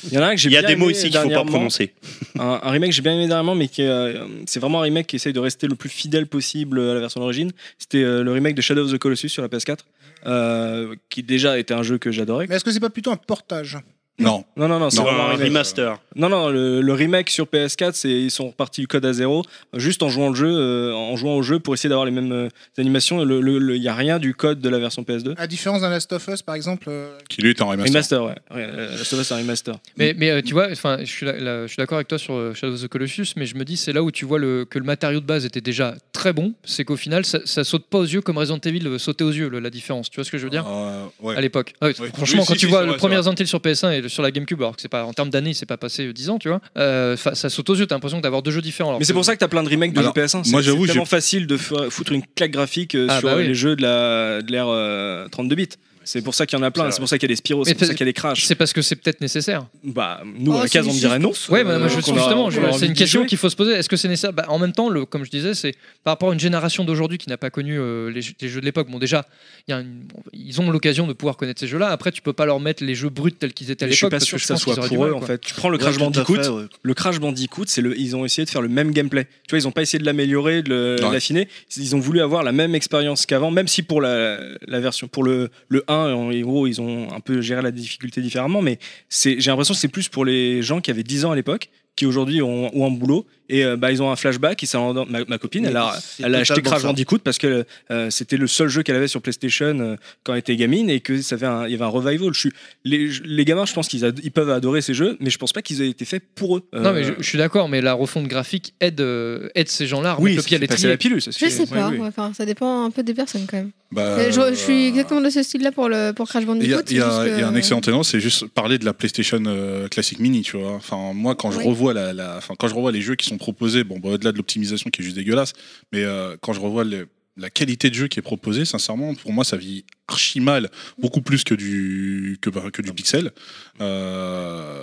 Speaker 9: Il y en a un que j'ai
Speaker 4: Il y a
Speaker 9: bien
Speaker 4: des mots
Speaker 9: aimé
Speaker 4: ici qu'il faut pas
Speaker 9: dernièrement.
Speaker 4: prononcer.
Speaker 9: Un, un remake que j'ai bien aimé dernièrement, mais qui est, euh, c'est vraiment un remake qui essaye de rester le plus fidèle possible à la version d'origine. C'était euh, le remake de Shadow of the Colossus sur la PS4, euh, qui déjà était un jeu que j'adorais.
Speaker 7: Mais est-ce que c'est pas plutôt un portage
Speaker 6: Non.
Speaker 9: Non, non, non, c'est
Speaker 4: Non,
Speaker 9: vraiment un
Speaker 4: un
Speaker 9: remake.
Speaker 4: remaster.
Speaker 9: Non, non, le, le remake sur PS4, c'est ils sont repartis du code à zéro, juste en jouant le jeu, euh, en jouant au jeu pour essayer d'avoir les mêmes euh, animations. Il le, le- le- il y a rien du code de la version PS2.
Speaker 7: À différence d'un Last of Us, par exemple. euh,
Speaker 6: Qui lui est en remaster.
Speaker 9: Remaster, ouais. Ouais, euh, Last of Us, c'est un remaster.
Speaker 2: Mais, mais euh, tu vois, enfin, je suis là- là- je suis d'accord avec toi sur euh, Shadow of the Colossus, mais je me dis c'est là où tu vois le, que le matériau de base était déjà très bon, c'est qu'au final ça, ça saute pas aux yeux comme Resident Evil euh, sautait aux yeux le- la différence. Tu vois ce que je veux dire
Speaker 6: Euh, ouais.
Speaker 2: à l'époque. Ah oui,
Speaker 6: Ouais.
Speaker 2: Franchement,
Speaker 6: Oui,
Speaker 2: quand
Speaker 6: si,
Speaker 2: tu
Speaker 6: si,
Speaker 2: vois
Speaker 6: c'est
Speaker 2: le
Speaker 6: vrai,
Speaker 2: premier
Speaker 6: c'est
Speaker 2: Resident Evil sur PS1 et le- sur la GameCube, alors que c'est pas en termes d'années, c'est pas passé euh, 10 ans, tu vois, euh, fa- ça saute aux yeux. T'as l'impression d'avoir deux jeux différents. alors
Speaker 9: Mais c'est pour ça que t'as plein de remakes de
Speaker 6: Alors,
Speaker 9: jeux PS1.
Speaker 6: moi,
Speaker 9: C'est-
Speaker 6: j'avoue,
Speaker 9: c'est tellement
Speaker 6: j'ai-
Speaker 9: facile de fa- foutre une claque graphique euh,
Speaker 2: Ah,
Speaker 9: sur
Speaker 2: bah oui.
Speaker 9: les jeux de la de l'ère euh, 32 bits. C'est pour ça qu'il y en a plein.
Speaker 4: C'est
Speaker 9: C'est pour ça qu'il y a des Spyro.
Speaker 2: Mais
Speaker 9: C'est pour ça
Speaker 2: peut-
Speaker 9: qu'il y a des Crash.
Speaker 2: C'est parce que c'est peut-être nécessaire.
Speaker 9: Bah nous
Speaker 2: Ah,
Speaker 5: Oh,
Speaker 9: à la
Speaker 5: c'est
Speaker 9: case on me
Speaker 5: du
Speaker 9: dirait non.
Speaker 2: Ouais, bah, moi, je
Speaker 9: Euh,
Speaker 2: suis
Speaker 9: qu'on a-
Speaker 2: justement, je-
Speaker 9: qu'on a envie
Speaker 2: c'est une
Speaker 9: d'y
Speaker 2: question
Speaker 9: jouer.
Speaker 2: qu'il faut se poser. Est-ce que c'est nécessaire Bah, En même temps, le, comme je disais, c'est par rapport à une génération d'aujourd'hui qui n'a pas connu euh, les, jeux- les jeux de l'époque. Bon, déjà, il y a une- bon, ils ont l'occasion de pouvoir connaître ces jeux-là. Après, tu peux pas leur mettre les jeux bruts tels qu'ils étaient à
Speaker 9: Je suis
Speaker 2: l'époque.
Speaker 9: pas
Speaker 2: parce
Speaker 9: sûr que
Speaker 2: je
Speaker 9: ça
Speaker 2: pense
Speaker 9: soit
Speaker 2: qu'ils auraient du
Speaker 9: pour eux
Speaker 2: mal,
Speaker 9: en
Speaker 2: quoi.
Speaker 9: fait. Tu prends le
Speaker 11: Ouais,
Speaker 9: Crash
Speaker 11: tout à
Speaker 9: Bandicoot.
Speaker 11: fait, ouais.
Speaker 9: Le Crash Bandicoot, c'est le, ils ont essayé de faire le même gameplay. Tu vois, ils ont pas essayé de l'améliorer, de le-
Speaker 6: Ouais.
Speaker 9: l'affiner. Ils ont voulu avoir la même expérience qu'avant, même si pour la, la version, pour le, le 1, en gros, ils ont un peu géré la difficulté différemment. Mais c'est, j'ai l'impression que c'est plus pour les gens qui avaient 10 ans à l'époque, qui aujourd'hui ont, ont un boulot. Et euh, bah, ils ont un flashback. Et ça, en- ma, ma copine,
Speaker 11: Mais
Speaker 9: elle a,
Speaker 11: c'est
Speaker 9: elle a acheté
Speaker 11: totalement
Speaker 9: Crash
Speaker 11: ça.
Speaker 9: Bandicoot parce que euh, c'était le seul jeu qu'elle avait sur PlayStation euh, quand elle était gamine et que ça fait un- il y avait un revival. Je suis, les, les gamins, je pense qu'ils ad- ils peuvent adorer ces jeux, mais je pense pas qu'ils aient été faits pour eux. Euh,
Speaker 2: Non, mais je, je suis d'accord, mais la refonte graphique aide, euh, aide ces gens-là à remettre
Speaker 9: oui,
Speaker 2: le pied à
Speaker 9: c'est passer la
Speaker 2: l'étrier.
Speaker 9: pilule. ça,
Speaker 5: Je
Speaker 9: c'est-
Speaker 5: sais
Speaker 9: oui,
Speaker 5: pas,
Speaker 9: oui.
Speaker 5: ouais, enfin, ça dépend un peu des personnes quand même.
Speaker 6: Bah,
Speaker 5: Mais je, je suis
Speaker 6: euh,
Speaker 5: exactement de ce style-là pour, le, pour Crash Bandicoot.
Speaker 6: Il y, a-
Speaker 5: c'est
Speaker 6: il y a
Speaker 5: juste que-
Speaker 6: il y a un excellent élément, c'est juste parler de la PlayStation euh, Classic Mini, tu vois. Enfin, moi, quand je
Speaker 5: Oui.
Speaker 6: revois la, la- enfin, quand je revois les jeux qui sont proposés, bon, bah, au-delà de l'optimisation qui est juste dégueulasse, mais euh, quand je revois le- la qualité de jeu qui est proposée, sincèrement, pour moi, ça vit archi mal, beaucoup plus que du que, bah, que du pixel. Euh,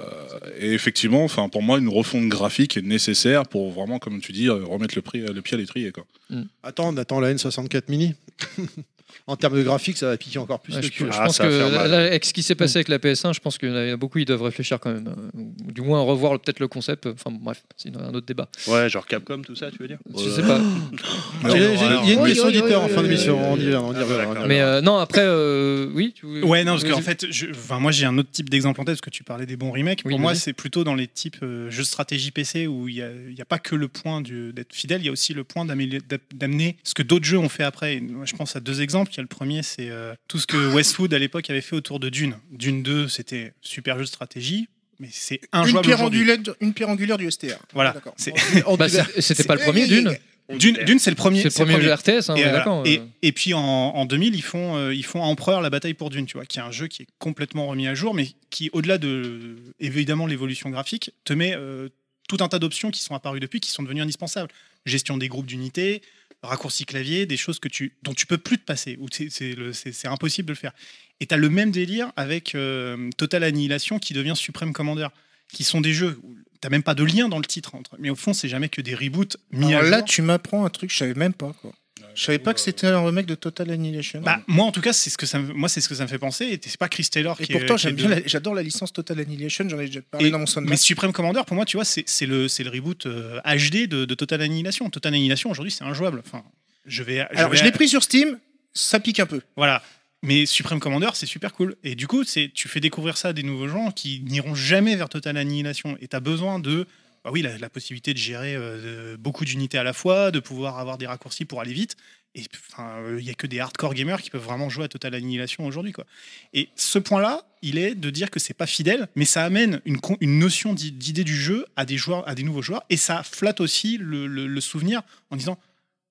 Speaker 6: et effectivement, enfin, pour moi, une refonte graphique est nécessaire pour vraiment, comme tu dis, euh, remettre le, prix, le pied à l'étrier, quoi.
Speaker 1: Attends, on attend la N64 mini. en termes de graphique, ça va piquer encore plus
Speaker 2: Ouais,
Speaker 1: le
Speaker 2: je,
Speaker 1: cul.
Speaker 2: je
Speaker 4: Ah,
Speaker 2: pense
Speaker 4: ça va faire
Speaker 2: que
Speaker 4: mal.
Speaker 2: là, avec ce qui s'est passé avec la PS1, je pense qu'il y en a beaucoup, ils doivent réfléchir quand même. euh, ou du moins revoir peut-être le concept. Enfin bref, c'est une- un autre débat.
Speaker 4: Ouais, genre Capcom, tout ça, tu veux dire
Speaker 2: Je sais pas.
Speaker 1: J'ai- j'ai- Il y a une
Speaker 5: Oui,
Speaker 1: question
Speaker 5: oui, oui,
Speaker 1: auditeur en
Speaker 5: oui,
Speaker 1: fin
Speaker 5: oui,
Speaker 1: d'émission.
Speaker 5: oui,
Speaker 1: On y
Speaker 5: oui.
Speaker 1: va, on y
Speaker 4: Ah,
Speaker 1: va. on y
Speaker 4: d'accord.
Speaker 1: va.
Speaker 2: Mais euh, non, après, euh, oui. Tu...
Speaker 10: Ouais, non, parce qu'en
Speaker 2: Vas-y.
Speaker 10: fait, je- enfin, moi j'ai un autre type d'exemple en tête, parce que tu parlais des bons remakes.
Speaker 2: Oui,
Speaker 10: Pour moi,
Speaker 2: vas-y.
Speaker 10: c'est plutôt dans les types euh, jeux de stratégie PC où il n'y a, il y a pas que le point du- d'être fidèle, il y a aussi le point d'améliorer- d'ap- d'amener ce que d'autres jeux ont fait après. Et moi, je pense à deux exemples. Il y a le premier, c'est euh, tout ce
Speaker 2: Ah.
Speaker 10: que Westwood à l'époque avait fait autour de Dune. Dune 2, c'était super jeu de stratégie, mais c'est
Speaker 7: Une
Speaker 10: injouable
Speaker 7: pierre,
Speaker 10: aujourd'hui.
Speaker 7: angulaire, une pierre angulaire du STR.
Speaker 10: Voilà.
Speaker 7: D'accord.
Speaker 10: C'est-
Speaker 2: Bah, c'est- c'était pas le premier d'une.
Speaker 10: Dune, Dune, c'est le premier.
Speaker 2: C'est le premier jeu RTS, hein, on
Speaker 10: Et,
Speaker 2: est
Speaker 10: voilà.
Speaker 2: d'accord.
Speaker 10: Et-
Speaker 2: euh.
Speaker 10: et puis en, en 2000, ils font, euh, ils font à Empereur la bataille pour Dune, tu vois, qui est un jeu qui est complètement remis à jour, mais qui, au-delà de évidemment l'évolution graphique, te met euh, tout un tas d'options qui sont apparues depuis, qui sont devenues indispensables. Gestion des groupes d'unités, raccourci clavier, des choses que tu, dont tu peux plus te passer, ou c'est- c'est le- c'est c'est impossible de le faire. Et tu as le même délire avec euh, Total Annihilation qui devient Supreme Commander, qui sont des jeux où t'as même pas de lien dans le titre, entre, mais au fond, c'est jamais que des reboots mis
Speaker 7: Alors
Speaker 10: à
Speaker 7: là,
Speaker 10: jour.
Speaker 7: tu m'apprends un truc, je savais même pas. Quoi. Je savais pas que c'était un remake de Total Annihilation.
Speaker 10: euh, Bah, moi en tout cas c'est ce que ça me- moi c'est ce que ça me fait penser et c'est pas Chris Taylor
Speaker 7: Et
Speaker 10: qui est-
Speaker 7: pourtant,
Speaker 10: qui est
Speaker 7: j'aime bien
Speaker 10: de-
Speaker 7: la- j'adore la, licence Total Annihilation, j'en ai déjà parlé
Speaker 10: Et-
Speaker 7: dans mon soundtrack.
Speaker 10: mais Supreme Commander pour moi tu vois c'est c'est le c'est le reboot euh, HD de, de Total Annihilation Total Annihilation aujourd'hui c'est injouable enfin je vais
Speaker 7: Alors,
Speaker 10: vais-
Speaker 7: je l'ai pris sur Steam, ça pique un peu.
Speaker 10: voilà mais Supreme Commander c'est super cool et du coup c'est tu fais découvrir ça à des nouveaux gens qui n'iront jamais vers Total Annihilation et t'as besoin de bah oui la, la possibilité de gérer euh, de- beaucoup d'unités à la fois de pouvoir avoir des raccourcis pour aller vite et enfin, euh, il y a que des hardcore gamers qui peuvent vraiment jouer à Total Annihilation aujourd'hui quoi. Et ce point-là, il est de dire que c'est pas fidèle, mais ça amène une, con- une notion d'i- d'idée du jeu à des joueurs, à des nouveaux joueurs, et ça flatte aussi le, le- le souvenir en disant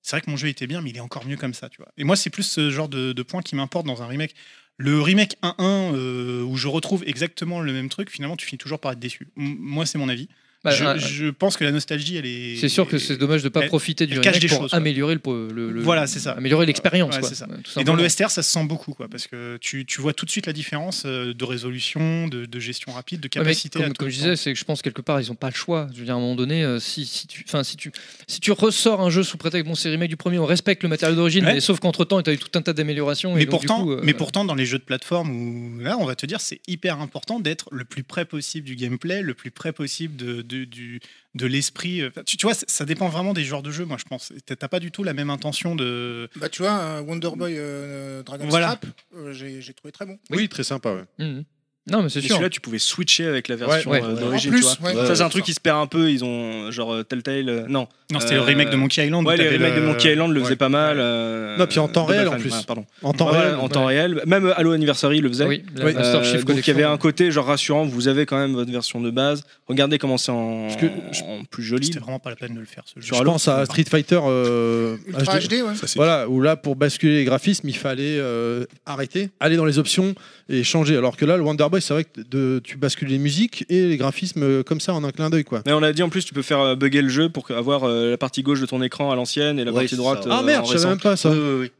Speaker 10: c'est vrai que mon jeu était bien, mais il est encore mieux comme ça, tu vois. Et moi, c'est plus ce genre de, de point qui m'importe dans un remake. Le remake 1-1 euh, où je retrouve exactement le même truc, finalement, tu finis toujours par être déçu. M- moi, c'est mon avis.
Speaker 2: Bah,
Speaker 10: je,
Speaker 2: ouais.
Speaker 10: je pense que la nostalgie, elle est.
Speaker 2: C'est sûr que c'est dommage de pas
Speaker 10: elle-
Speaker 2: profiter du
Speaker 10: elle cache
Speaker 2: remake
Speaker 10: des
Speaker 2: pour
Speaker 10: choses, quoi.
Speaker 2: améliorer le, le- le-
Speaker 10: Voilà, c'est ça.
Speaker 2: améliorer l'expérience.
Speaker 10: Ouais,
Speaker 2: quoi. euh,
Speaker 10: c'est ça.
Speaker 2: Tout
Speaker 10: Et dans
Speaker 2: simplement.
Speaker 10: le STR, ça se sent beaucoup, quoi, parce que tu, tu vois tout de suite la différence euh, de résolution, de, de gestion rapide, de
Speaker 2: Ouais, mais
Speaker 10: capacité.
Speaker 2: comme,
Speaker 10: à tout
Speaker 2: comme je
Speaker 10: prendre.
Speaker 2: disais, c'est que je pense quelque part ils n'ont pas le choix. Je veux dire à un moment donné, euh, si, si tu, enfin si tu, si tu ressors un jeu sous prétexte bon c'est remake du premier, on respecte le matériel d'origine,
Speaker 10: Ouais.
Speaker 2: mais sauf qu'entre temps, tu as eu tout un tas d'améliorations.
Speaker 10: mais
Speaker 2: et donc, du
Speaker 10: pourtant,
Speaker 2: coup, euh,
Speaker 10: mais pourtant, dans les jeux de plateforme, où là, on va te dire, c'est hyper important d'être le plus près possible du gameplay, le plus près possible de, de, du- de l'esprit. euh, Enfin, Tu, tu vois, ça- ça dépend vraiment des genres de jeux, moi, je pense. T'as t'as pas du tout la même intention de.
Speaker 7: Bah, tu vois, un Wonder Boy euh, Dragon
Speaker 10: Voilà.
Speaker 7: Strap, euh, j'ai j'ai trouvé très bon.
Speaker 1: Oui, très sympa, ouais.
Speaker 2: Non, mais c'est
Speaker 9: Mais
Speaker 2: sûr.
Speaker 9: Celui-là, tu pouvais switcher avec la version
Speaker 2: Ouais, ouais.
Speaker 9: euh, d'origine.
Speaker 7: En plus,
Speaker 9: tu vois.
Speaker 7: ouais.
Speaker 9: Ça, c'est
Speaker 7: Ouais.
Speaker 9: un truc qui se perd un peu. Ils ont genre euh, Telltale. euh, non.
Speaker 10: Non, c'était le remake de Monkey Island, où
Speaker 9: Ouais, le
Speaker 10: t'avais
Speaker 9: remake
Speaker 10: le-
Speaker 9: de Monkey Island le
Speaker 10: Ouais.
Speaker 9: faisait pas mal. euh,
Speaker 1: Non, puis en temps
Speaker 9: Double
Speaker 1: réel, en
Speaker 9: Fine,
Speaker 1: plus.
Speaker 9: ouais, pardon.
Speaker 1: En temps
Speaker 9: Ouais,
Speaker 1: réel,
Speaker 9: En
Speaker 1: ouais.
Speaker 9: temps réel. Même euh, Halo Anniversary le faisait.
Speaker 2: Oui, la
Speaker 9: Euh,
Speaker 2: Master Chief
Speaker 9: donc il y
Speaker 2: Collection.
Speaker 9: avait un côté genre rassurant. Vous avez quand même votre version de base. Regardez comment c'est en, en plus joli.
Speaker 10: C'était vraiment pas la peine de le faire. Ce jeu.
Speaker 9: Sur
Speaker 1: je
Speaker 9: Halo,
Speaker 1: pense à Street Fighter euh,
Speaker 7: Ultra HD, ouais. Ça, c'est-
Speaker 1: voilà, où là, pour basculer les graphismes, il fallait euh, arrêter, aller dans les options et changer. Alors que là, le Wonder Boy, c'est vrai que de- tu bascules les musiques et les graphismes euh, comme ça en un clin d'œil, quoi.
Speaker 9: Mais on a dit en plus, tu peux faire euh, bugger le jeu pour que- avoir euh, la partie gauche de ton écran à l'ancienne et la
Speaker 11: Ouais,
Speaker 9: partie
Speaker 11: c'est
Speaker 9: droite.
Speaker 11: ça.
Speaker 9: euh,
Speaker 1: ah
Speaker 9: en
Speaker 1: merde, je savais
Speaker 9: récent.
Speaker 1: même pas ça.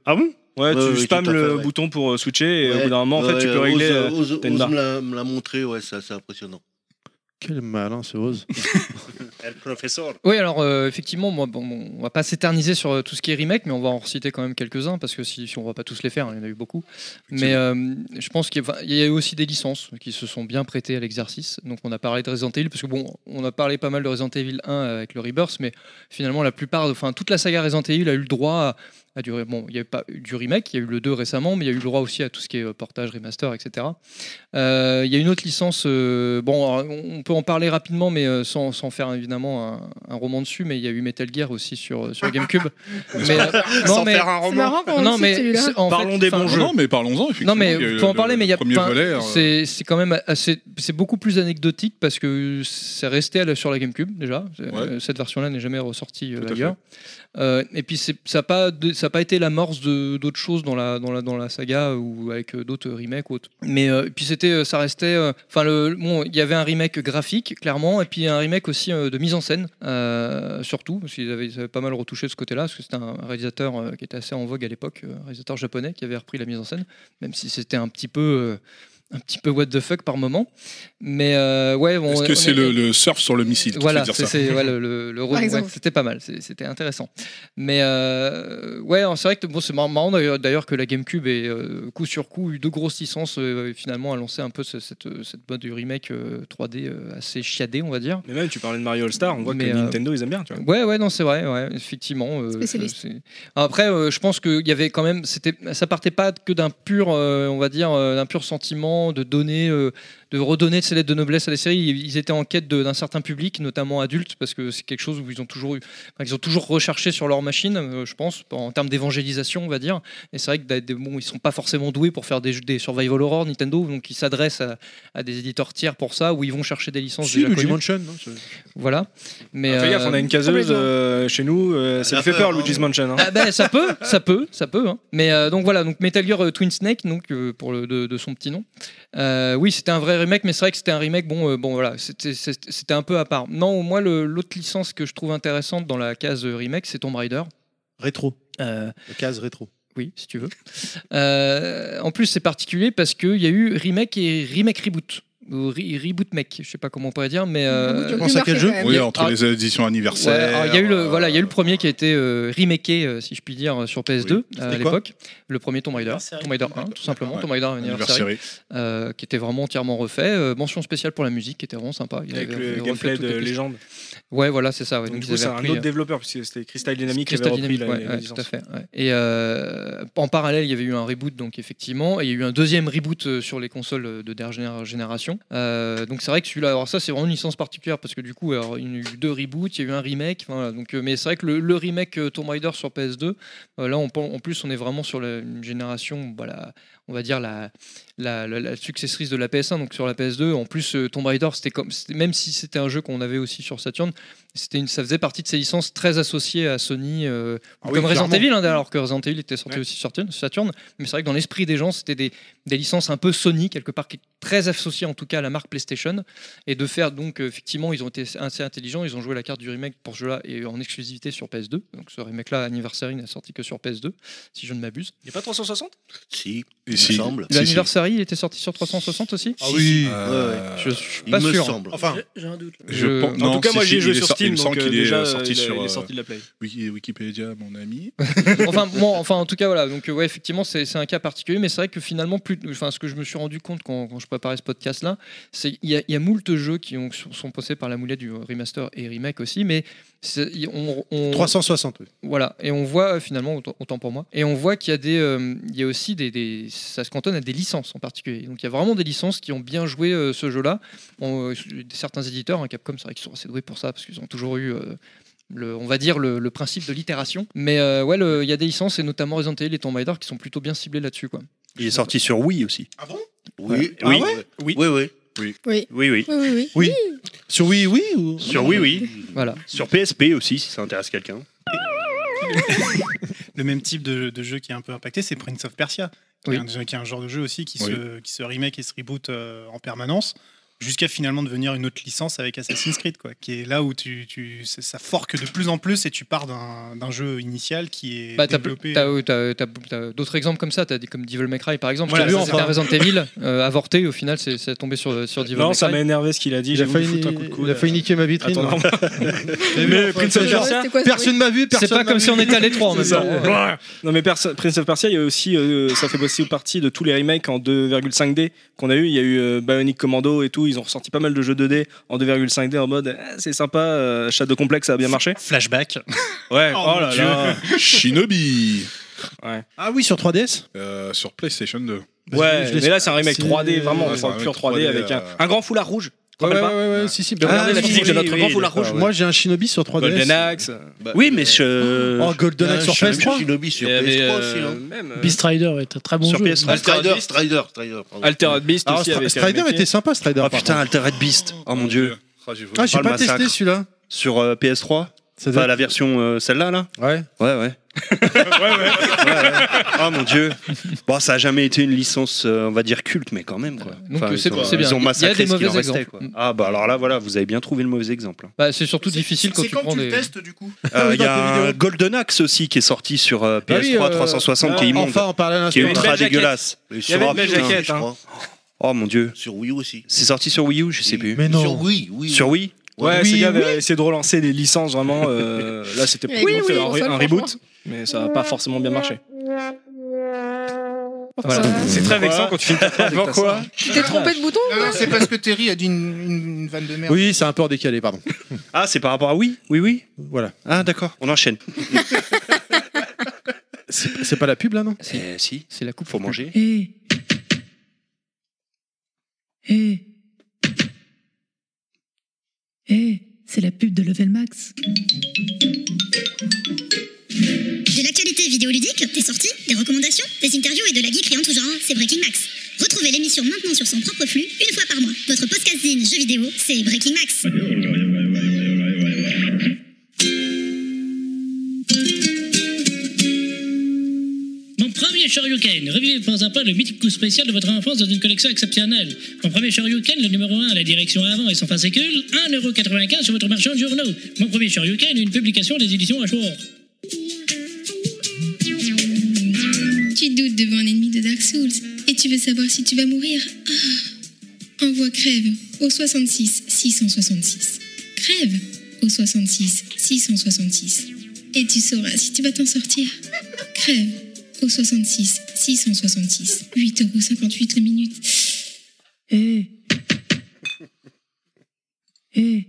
Speaker 9: Ah bon Ouais,
Speaker 11: Ouais, ouais,
Speaker 9: tu
Speaker 11: tout
Speaker 9: spammes
Speaker 11: à fait,
Speaker 9: le
Speaker 11: ouais.
Speaker 9: bouton pour euh, switcher et au
Speaker 11: Ouais,
Speaker 9: bout d'un moment, en fait, tu
Speaker 11: ouais,
Speaker 9: peux régler.
Speaker 11: Ose,
Speaker 9: euh,
Speaker 11: Ose-
Speaker 9: t'as une
Speaker 11: Ose
Speaker 9: barre.
Speaker 11: me l'a- me l'a montré, ouais, ça, c'est impressionnant.
Speaker 1: Quel malin ce Oz.
Speaker 4: El professeur.
Speaker 2: Oui, alors euh, effectivement, moi, bon, bon, on va pas s'éterniser sur euh, tout ce qui est remake, mais on va en reciter quand même quelques-uns parce que si, si on va pas tous les faire, hein, il y en a eu beaucoup. Mais euh, je pense qu'il y, a- enfin, il y a eu aussi des licences qui se sont bien prêtées à l'exercice. Donc on a parlé de Resident Evil parce que bon, on a parlé pas mal de Resident Evil 1 avec le Rebirth, mais finalement la plupart, enfin toute la saga Resident Evil a eu le droit à, à du re- bon, il y a eu pas eu du remake, il y a eu le 2 récemment, mais il y a eu le droit aussi à tout ce qui est euh, portage, remaster, etc. Euh, Il y a une autre licence, euh, bon, alors, on on peut en parler rapidement, mais euh, sans, sans faire évidemment un, un roman dessus, mais il y a eu Metal Gear aussi sur, euh, sur GameCube. mais, euh,
Speaker 7: Sans faire un roman. C'est marrant qu'on le
Speaker 2: non,
Speaker 7: cite,
Speaker 2: mais
Speaker 7: celui-là.
Speaker 2: c'est- en fait,
Speaker 9: Parlons des
Speaker 2: enfin,
Speaker 9: bons jeux.
Speaker 6: Non, mais parlons-en, effectivement.
Speaker 2: non mais
Speaker 6: il y a eu
Speaker 2: on peut en
Speaker 6: le-
Speaker 2: parler, mais il y a
Speaker 6: le premier
Speaker 2: enfin,
Speaker 6: volet, euh,
Speaker 2: c'est c'est quand même assez, c'est beaucoup plus anecdotique parce que c'est resté à la- sur la GameCube déjà. C'est- euh, Cette version-là n'est jamais ressortie euh,
Speaker 6: Tout à
Speaker 2: ailleurs. Euh, et puis c'est- ça n'a pas, de- ça a pas été l'amorce de- d'autres choses dans la, dans la, dans la saga euh, ou avec euh, d'autres remakes ou autres. Mais euh, et puis c'était, euh, ça restait, euh, enfin le, bon, il y avait un remake graphique clairement, et puis un remake aussi euh, de mise en scène euh, surtout parce qu'ils avaient, ils avaient pas mal retouché de ce côté-là parce que c'était un réalisateur euh, qui était assez en vogue à l'époque, euh, un réalisateur japonais qui avait repris la mise en scène, même si c'était un petit peu euh, un petit peu what the fuck par moment. Mais euh, ouais, on-
Speaker 6: Est-ce
Speaker 2: on
Speaker 6: que c'est
Speaker 2: est-
Speaker 6: le, le surf sur le missile tout de
Speaker 2: voilà,
Speaker 6: suite dire
Speaker 2: c'est
Speaker 6: ça.
Speaker 2: c'est- ouais, le, le, le
Speaker 6: Par
Speaker 2: ouais,
Speaker 6: exemple.
Speaker 2: c'était pas mal, c'est- c'était intéressant. Mais euh, ouais, alors, c'est vrai que bon, c'est mar- marrant d'ailleurs- d'ailleurs que la GameCube ait euh, coup sur coup eu deux grosses licences euh, et finalement a lancé un peu ce- cette, cette mode du remake euh, 3D euh, assez chiadé, on va dire.
Speaker 9: Mais même, tu parlais de Mario All-Star, on voit
Speaker 2: Mais,
Speaker 9: que
Speaker 2: euh,
Speaker 9: Nintendo, ils aiment bien, tu vois.
Speaker 2: Ouais, ouais, non, c'est vrai, ouais, effectivement. euh,
Speaker 9: Spécialiste.
Speaker 2: c'est- Après, euh, je pense qu'il y avait quand même, c'était, ça partait pas que d'un pur, euh, on va dire, euh, d'un pur sentiment de donner, euh, de redonner de ces lettres de noblesse à des séries. Ils ils étaient en quête de- d'un certain public, notamment adulte, parce que c'est quelque chose où ils ont toujours eu, enfin, ils ont toujours recherché sur leur machine, euh, je pense, en termes d'évangélisation, on va dire. Et c'est vrai que des, bon, ils sont pas forcément doués pour faire des, jeux- des survival horror Nintendo, donc ils s'adressent à, à des éditeurs tiers pour ça, où ils vont chercher des licences
Speaker 1: Si,
Speaker 2: déjà
Speaker 1: Luigi
Speaker 2: connues.
Speaker 1: Mansion. non, c'est-
Speaker 2: Voilà. Mais
Speaker 9: Ah, fais gaffe,
Speaker 2: euh,
Speaker 9: on a une caseuse euh, chez nous, euh, ça
Speaker 2: a
Speaker 9: lui fait
Speaker 2: peur,
Speaker 9: peur,
Speaker 2: hein.
Speaker 9: Luigi's Mansion. hein.
Speaker 2: Ah ben, ça peut, ça peut, ça peut. hein. Mais euh, donc voilà, donc Metal Gear euh, Twin Snake, donc euh, pour le de, de son petit nom. Euh, oui, c'était un vrai remake, mais c'est vrai que c'était un remake. Bon, euh, bon voilà, c'était c'était- c'était un peu à part. Non, moi, le- l'autre licence que je trouve intéressante dans la case euh, remake, c'est Tomb Raider.
Speaker 1: Rétro.
Speaker 2: La
Speaker 1: case rétro.
Speaker 2: Oui, si tu veux. Euh, en plus, c'est particulier parce qu'il y a eu remake et remake reboot. Ou re- reboot mec, je sais pas comment on pourrait dire, mais. euh,
Speaker 6: Tu penses à quel jeu Oui, entre
Speaker 2: Ah,
Speaker 6: les euh, éditions
Speaker 2: Ouais, alors,
Speaker 6: anniversaires.
Speaker 2: il y a eu le voilà, il y a eu le premier qui a été euh, remaké euh, si je puis dire euh, sur PS2 euh, à
Speaker 6: C'était quoi
Speaker 2: l'époque, le premier Tomb Raider, Tomb Raider 1 tout simplement,
Speaker 6: Ouais.
Speaker 2: Tomb Raider
Speaker 6: Anniversary.
Speaker 2: Anniversary euh, qui était vraiment entièrement refait, Euh, mention spéciale pour la musique qui était vraiment sympa, Il
Speaker 9: Avec
Speaker 2: avait
Speaker 9: le
Speaker 2: refait
Speaker 9: gameplay
Speaker 2: toutes
Speaker 9: de
Speaker 2: les pistes.
Speaker 9: Légende.
Speaker 2: Ouais, voilà, c'est ça, ouais.
Speaker 9: Donc,
Speaker 2: Donc,
Speaker 9: du
Speaker 2: ils
Speaker 9: coup,
Speaker 2: avaient
Speaker 9: c'est un
Speaker 2: repris,
Speaker 9: autre
Speaker 2: euh,
Speaker 9: développeur, puisque c'était Crystal Dynamics qui avait
Speaker 2: Crystal
Speaker 9: repris la,
Speaker 2: Dynamics,
Speaker 9: la
Speaker 2: ouais, ouais,
Speaker 9: licence.
Speaker 2: tout à fait. ouais. Et euh, en parallèle, il y avait eu un reboot, donc effectivement, et il y a eu un deuxième reboot euh, sur les consoles euh, de dernière génération. Euh, donc c'est vrai que celui-là, alors ça, c'est vraiment une licence particulière parce que du coup, alors, il y a eu deux reboots, il y a eu un remake. enfin, voilà, donc, euh, mais c'est vrai que le, le remake euh, Tomb Raider sur PS2, euh, là, on, pen- en plus, on est vraiment sur la- une génération, voilà, on va dire la, la, la- la successrice de la PS1, donc sur la PS2. En plus, euh, Tomb Raider, c'était comme, c'était- même si c'était un jeu qu'on avait aussi sur Saturn, c'était une, ça faisait partie de ces licences très associées à Sony, euh,
Speaker 1: Ah
Speaker 2: comme
Speaker 1: oui,
Speaker 2: Resident
Speaker 1: clairement.
Speaker 2: Evil, hein, alors que Resident Evil était sorti aussi sur Saturn- Saturn. Mais c'est vrai que dans l'esprit des gens, c'était des, des licences un peu Sony, quelque part, qui est très associées en tout cas à la marque PlayStation. Et de faire donc, euh, effectivement, ils ont été assez intelligents, ils ont joué la carte du remake pour ce jeu-là et euh, en exclusivité sur PS2. Donc ce remake-là, Anniversary, n'est sorti que sur PS2, si je ne m'abuse.
Speaker 9: Il n'y a pas 360
Speaker 11: Si,
Speaker 6: il
Speaker 11: me
Speaker 6: si.
Speaker 11: semble.
Speaker 2: L'anniversary, il était sorti sur 360 aussi
Speaker 11: Ah oui.
Speaker 6: Euh,
Speaker 2: Je, je suis
Speaker 11: il
Speaker 2: pas
Speaker 11: me
Speaker 2: sûr. hein.
Speaker 11: semble.
Speaker 1: Enfin,
Speaker 12: J'ai un doute.
Speaker 6: Je
Speaker 2: Je-
Speaker 6: pense-
Speaker 2: En
Speaker 6: non,
Speaker 9: tout cas,
Speaker 6: si,
Speaker 9: moi,
Speaker 6: si,
Speaker 9: j'y ai
Speaker 6: il
Speaker 9: joué
Speaker 6: est
Speaker 9: sur
Speaker 6: sorti- il me
Speaker 9: Steam,
Speaker 6: semble
Speaker 9: donc,
Speaker 6: qu'il
Speaker 9: euh,
Speaker 6: est
Speaker 9: déjà,
Speaker 6: sorti
Speaker 9: il est-
Speaker 6: sur,
Speaker 9: il est
Speaker 6: euh,
Speaker 9: sorti de la Play.
Speaker 6: Wiki- Wikipédia, mon ami.
Speaker 2: enfin, bon, enfin, en tout cas, voilà. Donc, euh, ouais, effectivement, c'est c'est un cas particulier, mais c'est vrai que finalement, plus, enfin, ce que je me suis rendu compte quand, quand je préparais ce podcast-là, c'est il y, a- il y a moult jeux qui ont, sont passés par la moulette du remaster et remake aussi, mais c'est- il- on, on-
Speaker 1: 360, oui.
Speaker 2: Voilà, et on voit euh, finalement, autant, autant pour moi, et on voit qu'il y a des, euh, il y a aussi des, des- ça se cantonne à des licences en particulier. Donc il y a vraiment des licences qui ont bien joué euh, ce jeu-là. On, euh, certains éditeurs, hein, Capcom, c'est vrai qu'ils sont assez doués pour ça parce qu'ils ont toujours eu. euh, le, on va dire le, le principe de l'itération. Mais euh, ouais, le- il y a des licences, et notamment Resident Evil et Tomb Raider, qui sont plutôt bien ciblés là-dessus. quoi.
Speaker 4: Il est sorti sur Wii aussi.
Speaker 1: Ah bon
Speaker 11: Oui,
Speaker 4: Ah
Speaker 11: oui,
Speaker 4: ouais
Speaker 11: oui, oui.
Speaker 5: Oui.
Speaker 4: Oui, oui.
Speaker 5: Oui, oui, oui.
Speaker 1: Oui. Sur oui, oui ou
Speaker 4: Sur Wii, oui.
Speaker 2: Voilà.
Speaker 4: Sur PSP aussi, si ça intéresse quelqu'un.
Speaker 10: Le même type de, de jeu qui est un peu impacté, c'est Prince of Persia, qui,
Speaker 2: Oui.
Speaker 10: est un, jeu- qui est un genre de jeu aussi qui,
Speaker 6: Oui.
Speaker 10: se, qui se remake et se reboot euh, en permanence, jusqu'à finalement devenir une autre licence avec Assassin's Creed, quoi, qui est là où tu, tu- c'est- ça forque de plus en plus et tu pars d'un d'un jeu initial qui est
Speaker 2: Bah, t'as
Speaker 10: développé.
Speaker 2: t'as- t'as- t'as- t'as d'autres exemples comme ça, t'as des- comme Devil May Cry par exemple.
Speaker 10: Voilà,
Speaker 2: Je t'ai
Speaker 10: c'est
Speaker 2: vu, c'était
Speaker 10: ça.
Speaker 2: un Resident Evil euh, avorté, au final, c'est c'est tombé sur, sur Devil
Speaker 9: Non,
Speaker 2: May
Speaker 9: ça
Speaker 2: Cry.
Speaker 9: m'a énervé ce qu'il a dit.
Speaker 1: Il
Speaker 9: j'ai
Speaker 1: a
Speaker 9: voulu
Speaker 1: failli-
Speaker 9: foutre un coup de coude. euh,
Speaker 1: il a failli niquer ma vitrine.
Speaker 9: Attends,
Speaker 1: T'as vu,
Speaker 9: Mais
Speaker 1: enfin,
Speaker 9: Prince of
Speaker 1: c'est genre,
Speaker 9: Persia,
Speaker 5: C'était quoi ce
Speaker 1: Personne m'a vu,
Speaker 2: C'est
Speaker 1: personne
Speaker 2: pas
Speaker 1: m'a
Speaker 2: comme si
Speaker 1: vu.
Speaker 2: on était à l'étroit en même
Speaker 9: C'est
Speaker 2: temps.
Speaker 9: ça.
Speaker 2: Ouais.
Speaker 9: Non mais Pers- Prince of Persia, il y a aussi, euh, ça fait aussi partie de tous les remakes en 2,5D qu'on a eu. Il y a eu euh, Bionic Commando et tout. Ils ont ressorti pas mal de jeux 2D en 2,5D en mode Ah, c'est sympa. euh, Shadow Complex, ça a bien marché.
Speaker 10: Flashback.
Speaker 9: Ouais.
Speaker 10: Oh,
Speaker 9: Oh,
Speaker 10: mon
Speaker 9: là
Speaker 10: Dieu.
Speaker 9: là.
Speaker 6: Shinobi
Speaker 1: Ah oui, sur 3DS
Speaker 6: euh, sur PlayStation 2.
Speaker 9: Ouais.
Speaker 1: Je l'ai-
Speaker 9: Mais là, c'est un remake
Speaker 1: c'est-
Speaker 9: 3D vraiment,
Speaker 6: Ouais, euh,
Speaker 9: c'est un
Speaker 6: un
Speaker 9: pur 3D
Speaker 6: remake
Speaker 9: avec un,
Speaker 6: 3D,
Speaker 9: un grand foulard rouge. Tu te
Speaker 1: Ouais, ouais,
Speaker 9: rappelles pas
Speaker 1: ouais, ouais, si, si. bah,
Speaker 9: Regardez
Speaker 1: oui,
Speaker 9: la physique
Speaker 1: oui,
Speaker 9: de
Speaker 1: oui.
Speaker 9: notre grand foulard rouge.
Speaker 1: Moi, j'ai un Shinobi sur 3DS.
Speaker 9: Golden Axe.
Speaker 1: Bah,
Speaker 4: Oui, mais je-
Speaker 1: euh, Oh, Golden
Speaker 11: Ah,
Speaker 1: Axe sur
Speaker 11: Shinobi-
Speaker 1: PS3
Speaker 11: Shinobi sur
Speaker 1: Eh,
Speaker 9: Il y avait,
Speaker 11: PS3
Speaker 9: euh,
Speaker 11: aussi, hein.
Speaker 9: même, euh,
Speaker 12: Beast Rider est un très bon
Speaker 4: Sur
Speaker 12: jeu.
Speaker 4: PS3.
Speaker 11: Ah, Strider,
Speaker 9: Altered Beast.
Speaker 11: Strider, Strider. pardon.
Speaker 9: Altered Beast
Speaker 4: Ah,
Speaker 1: Alors,
Speaker 9: aussi
Speaker 1: Stra-
Speaker 9: avec
Speaker 1: Strider
Speaker 9: remake.
Speaker 1: était sympa, Strider.
Speaker 4: Oh
Speaker 1: par
Speaker 4: putain,
Speaker 1: contre.
Speaker 4: Altered Beast. Oh mon dieu.
Speaker 6: Ah, j'ai voulu-
Speaker 1: Ah, j'ai
Speaker 4: Oh, le
Speaker 1: pas testé
Speaker 4: massacre.
Speaker 1: celui-là.
Speaker 4: Sur euh, PS3
Speaker 1: Ça
Speaker 4: Enfin,
Speaker 1: doit-
Speaker 4: la version euh, celle-là, là
Speaker 1: Ouais.
Speaker 4: Ouais, ouais. ouais, ouais. Oh mon dieu. Bon, ça a jamais été une licence, euh, on va dire culte, mais quand même, quoi.
Speaker 2: Donc, euh, c'est-
Speaker 4: ils ont,
Speaker 2: c'est bien.
Speaker 4: Ils ont
Speaker 2: Il y a
Speaker 4: massacré
Speaker 2: des
Speaker 4: ce qu'il en
Speaker 2: mauvais
Speaker 4: restait,
Speaker 2: exemples.
Speaker 4: quoi. Ah bah alors là, voilà, vous avez bien trouvé le mauvais exemple.
Speaker 2: Bah, c'est surtout
Speaker 7: C'est-
Speaker 2: difficile quand
Speaker 7: c'est
Speaker 2: tu prends
Speaker 7: tu le
Speaker 2: des.
Speaker 7: testes, du coup
Speaker 4: Euh, Il
Speaker 1: Ah oui,
Speaker 4: y
Speaker 1: dans tes
Speaker 4: a un
Speaker 1: vidéos.
Speaker 4: Golden Axe aussi qui est sorti sur euh, PS3
Speaker 1: Ah oui, euh,
Speaker 4: 360 qui est immonde,
Speaker 1: Enfin, on parlait à
Speaker 4: qui est
Speaker 1: l'instant.
Speaker 9: une
Speaker 4: ultra
Speaker 9: belle jaquette.
Speaker 4: dégueulasse.
Speaker 11: Et
Speaker 9: y
Speaker 11: sur
Speaker 9: avait une belle
Speaker 11: Apple, hein,
Speaker 9: jaquette,
Speaker 11: je
Speaker 9: hein.
Speaker 11: crois.
Speaker 4: Oh mon dieu.
Speaker 11: Sur Wii aussi.
Speaker 4: C'est sorti sur Wii U, je sais
Speaker 11: Et-
Speaker 4: plus.
Speaker 1: Mais non.
Speaker 11: Sur Wii, oui.
Speaker 4: Sur Wii
Speaker 9: Ouais,
Speaker 1: Oui,
Speaker 9: ces gars
Speaker 1: oui.
Speaker 9: avaient essayé de relancer des licences vraiment. euh, là, c'était
Speaker 5: Oui,
Speaker 9: ils ont
Speaker 5: oui,
Speaker 9: fait
Speaker 5: oui,
Speaker 9: un, re-
Speaker 5: console,
Speaker 9: un reboot, mais ça a pas forcément bien marché.
Speaker 2: Voilà.
Speaker 9: C'est très vexant quand tu finis ta phrase. et que t'as ça.
Speaker 5: Tu
Speaker 10: Ah,
Speaker 5: t'es trompé de bouton
Speaker 7: Non, non, c'est parce que Terry a dit une, une- une vanne de merde.
Speaker 1: Oui, c'est un peu en décalé, pardon.
Speaker 4: Ah, c'est par rapport à Wii Oui, oui.
Speaker 1: Voilà.
Speaker 4: Ah, d'accord. On enchaîne.
Speaker 1: C'est c'est pas la pub là, non
Speaker 4: Eh, si,
Speaker 2: C'est la coupe.
Speaker 4: faut manger.
Speaker 12: Eh. Eh. Eh, c'est la pub de Level Max.
Speaker 14: De l'actualité vidéoludique, des sorties, des recommandations, des interviews et de la geekerie en tout genre, c'est Breaking Max. Retrouvez l'émission maintenant sur son propre flux, une fois par mois. Votre podcast zine jeux vidéo, c'est Breaking Max.
Speaker 8: Mon premier
Speaker 13: Shoryuken. Revivez pas à pas le mythique coup spécial de votre enfance dans une collection exceptionnelle. Mon premier Shoryuken, le numéro 1 à la direction avant et sans fascicule, 1,95€ sur votre marchand de journaux. Mon premier Shoryuken, une publication des éditions Ashore.
Speaker 15: Tu doutes devant un ennemi de Dark Souls et tu veux savoir si tu vas mourir. Ah. Envoie crève au 66 666. Crève au 66 666. Et tu sauras si tu vas t'en sortir. Crève au 66 666. 8,58€ la minute.
Speaker 16: Eh. Eh.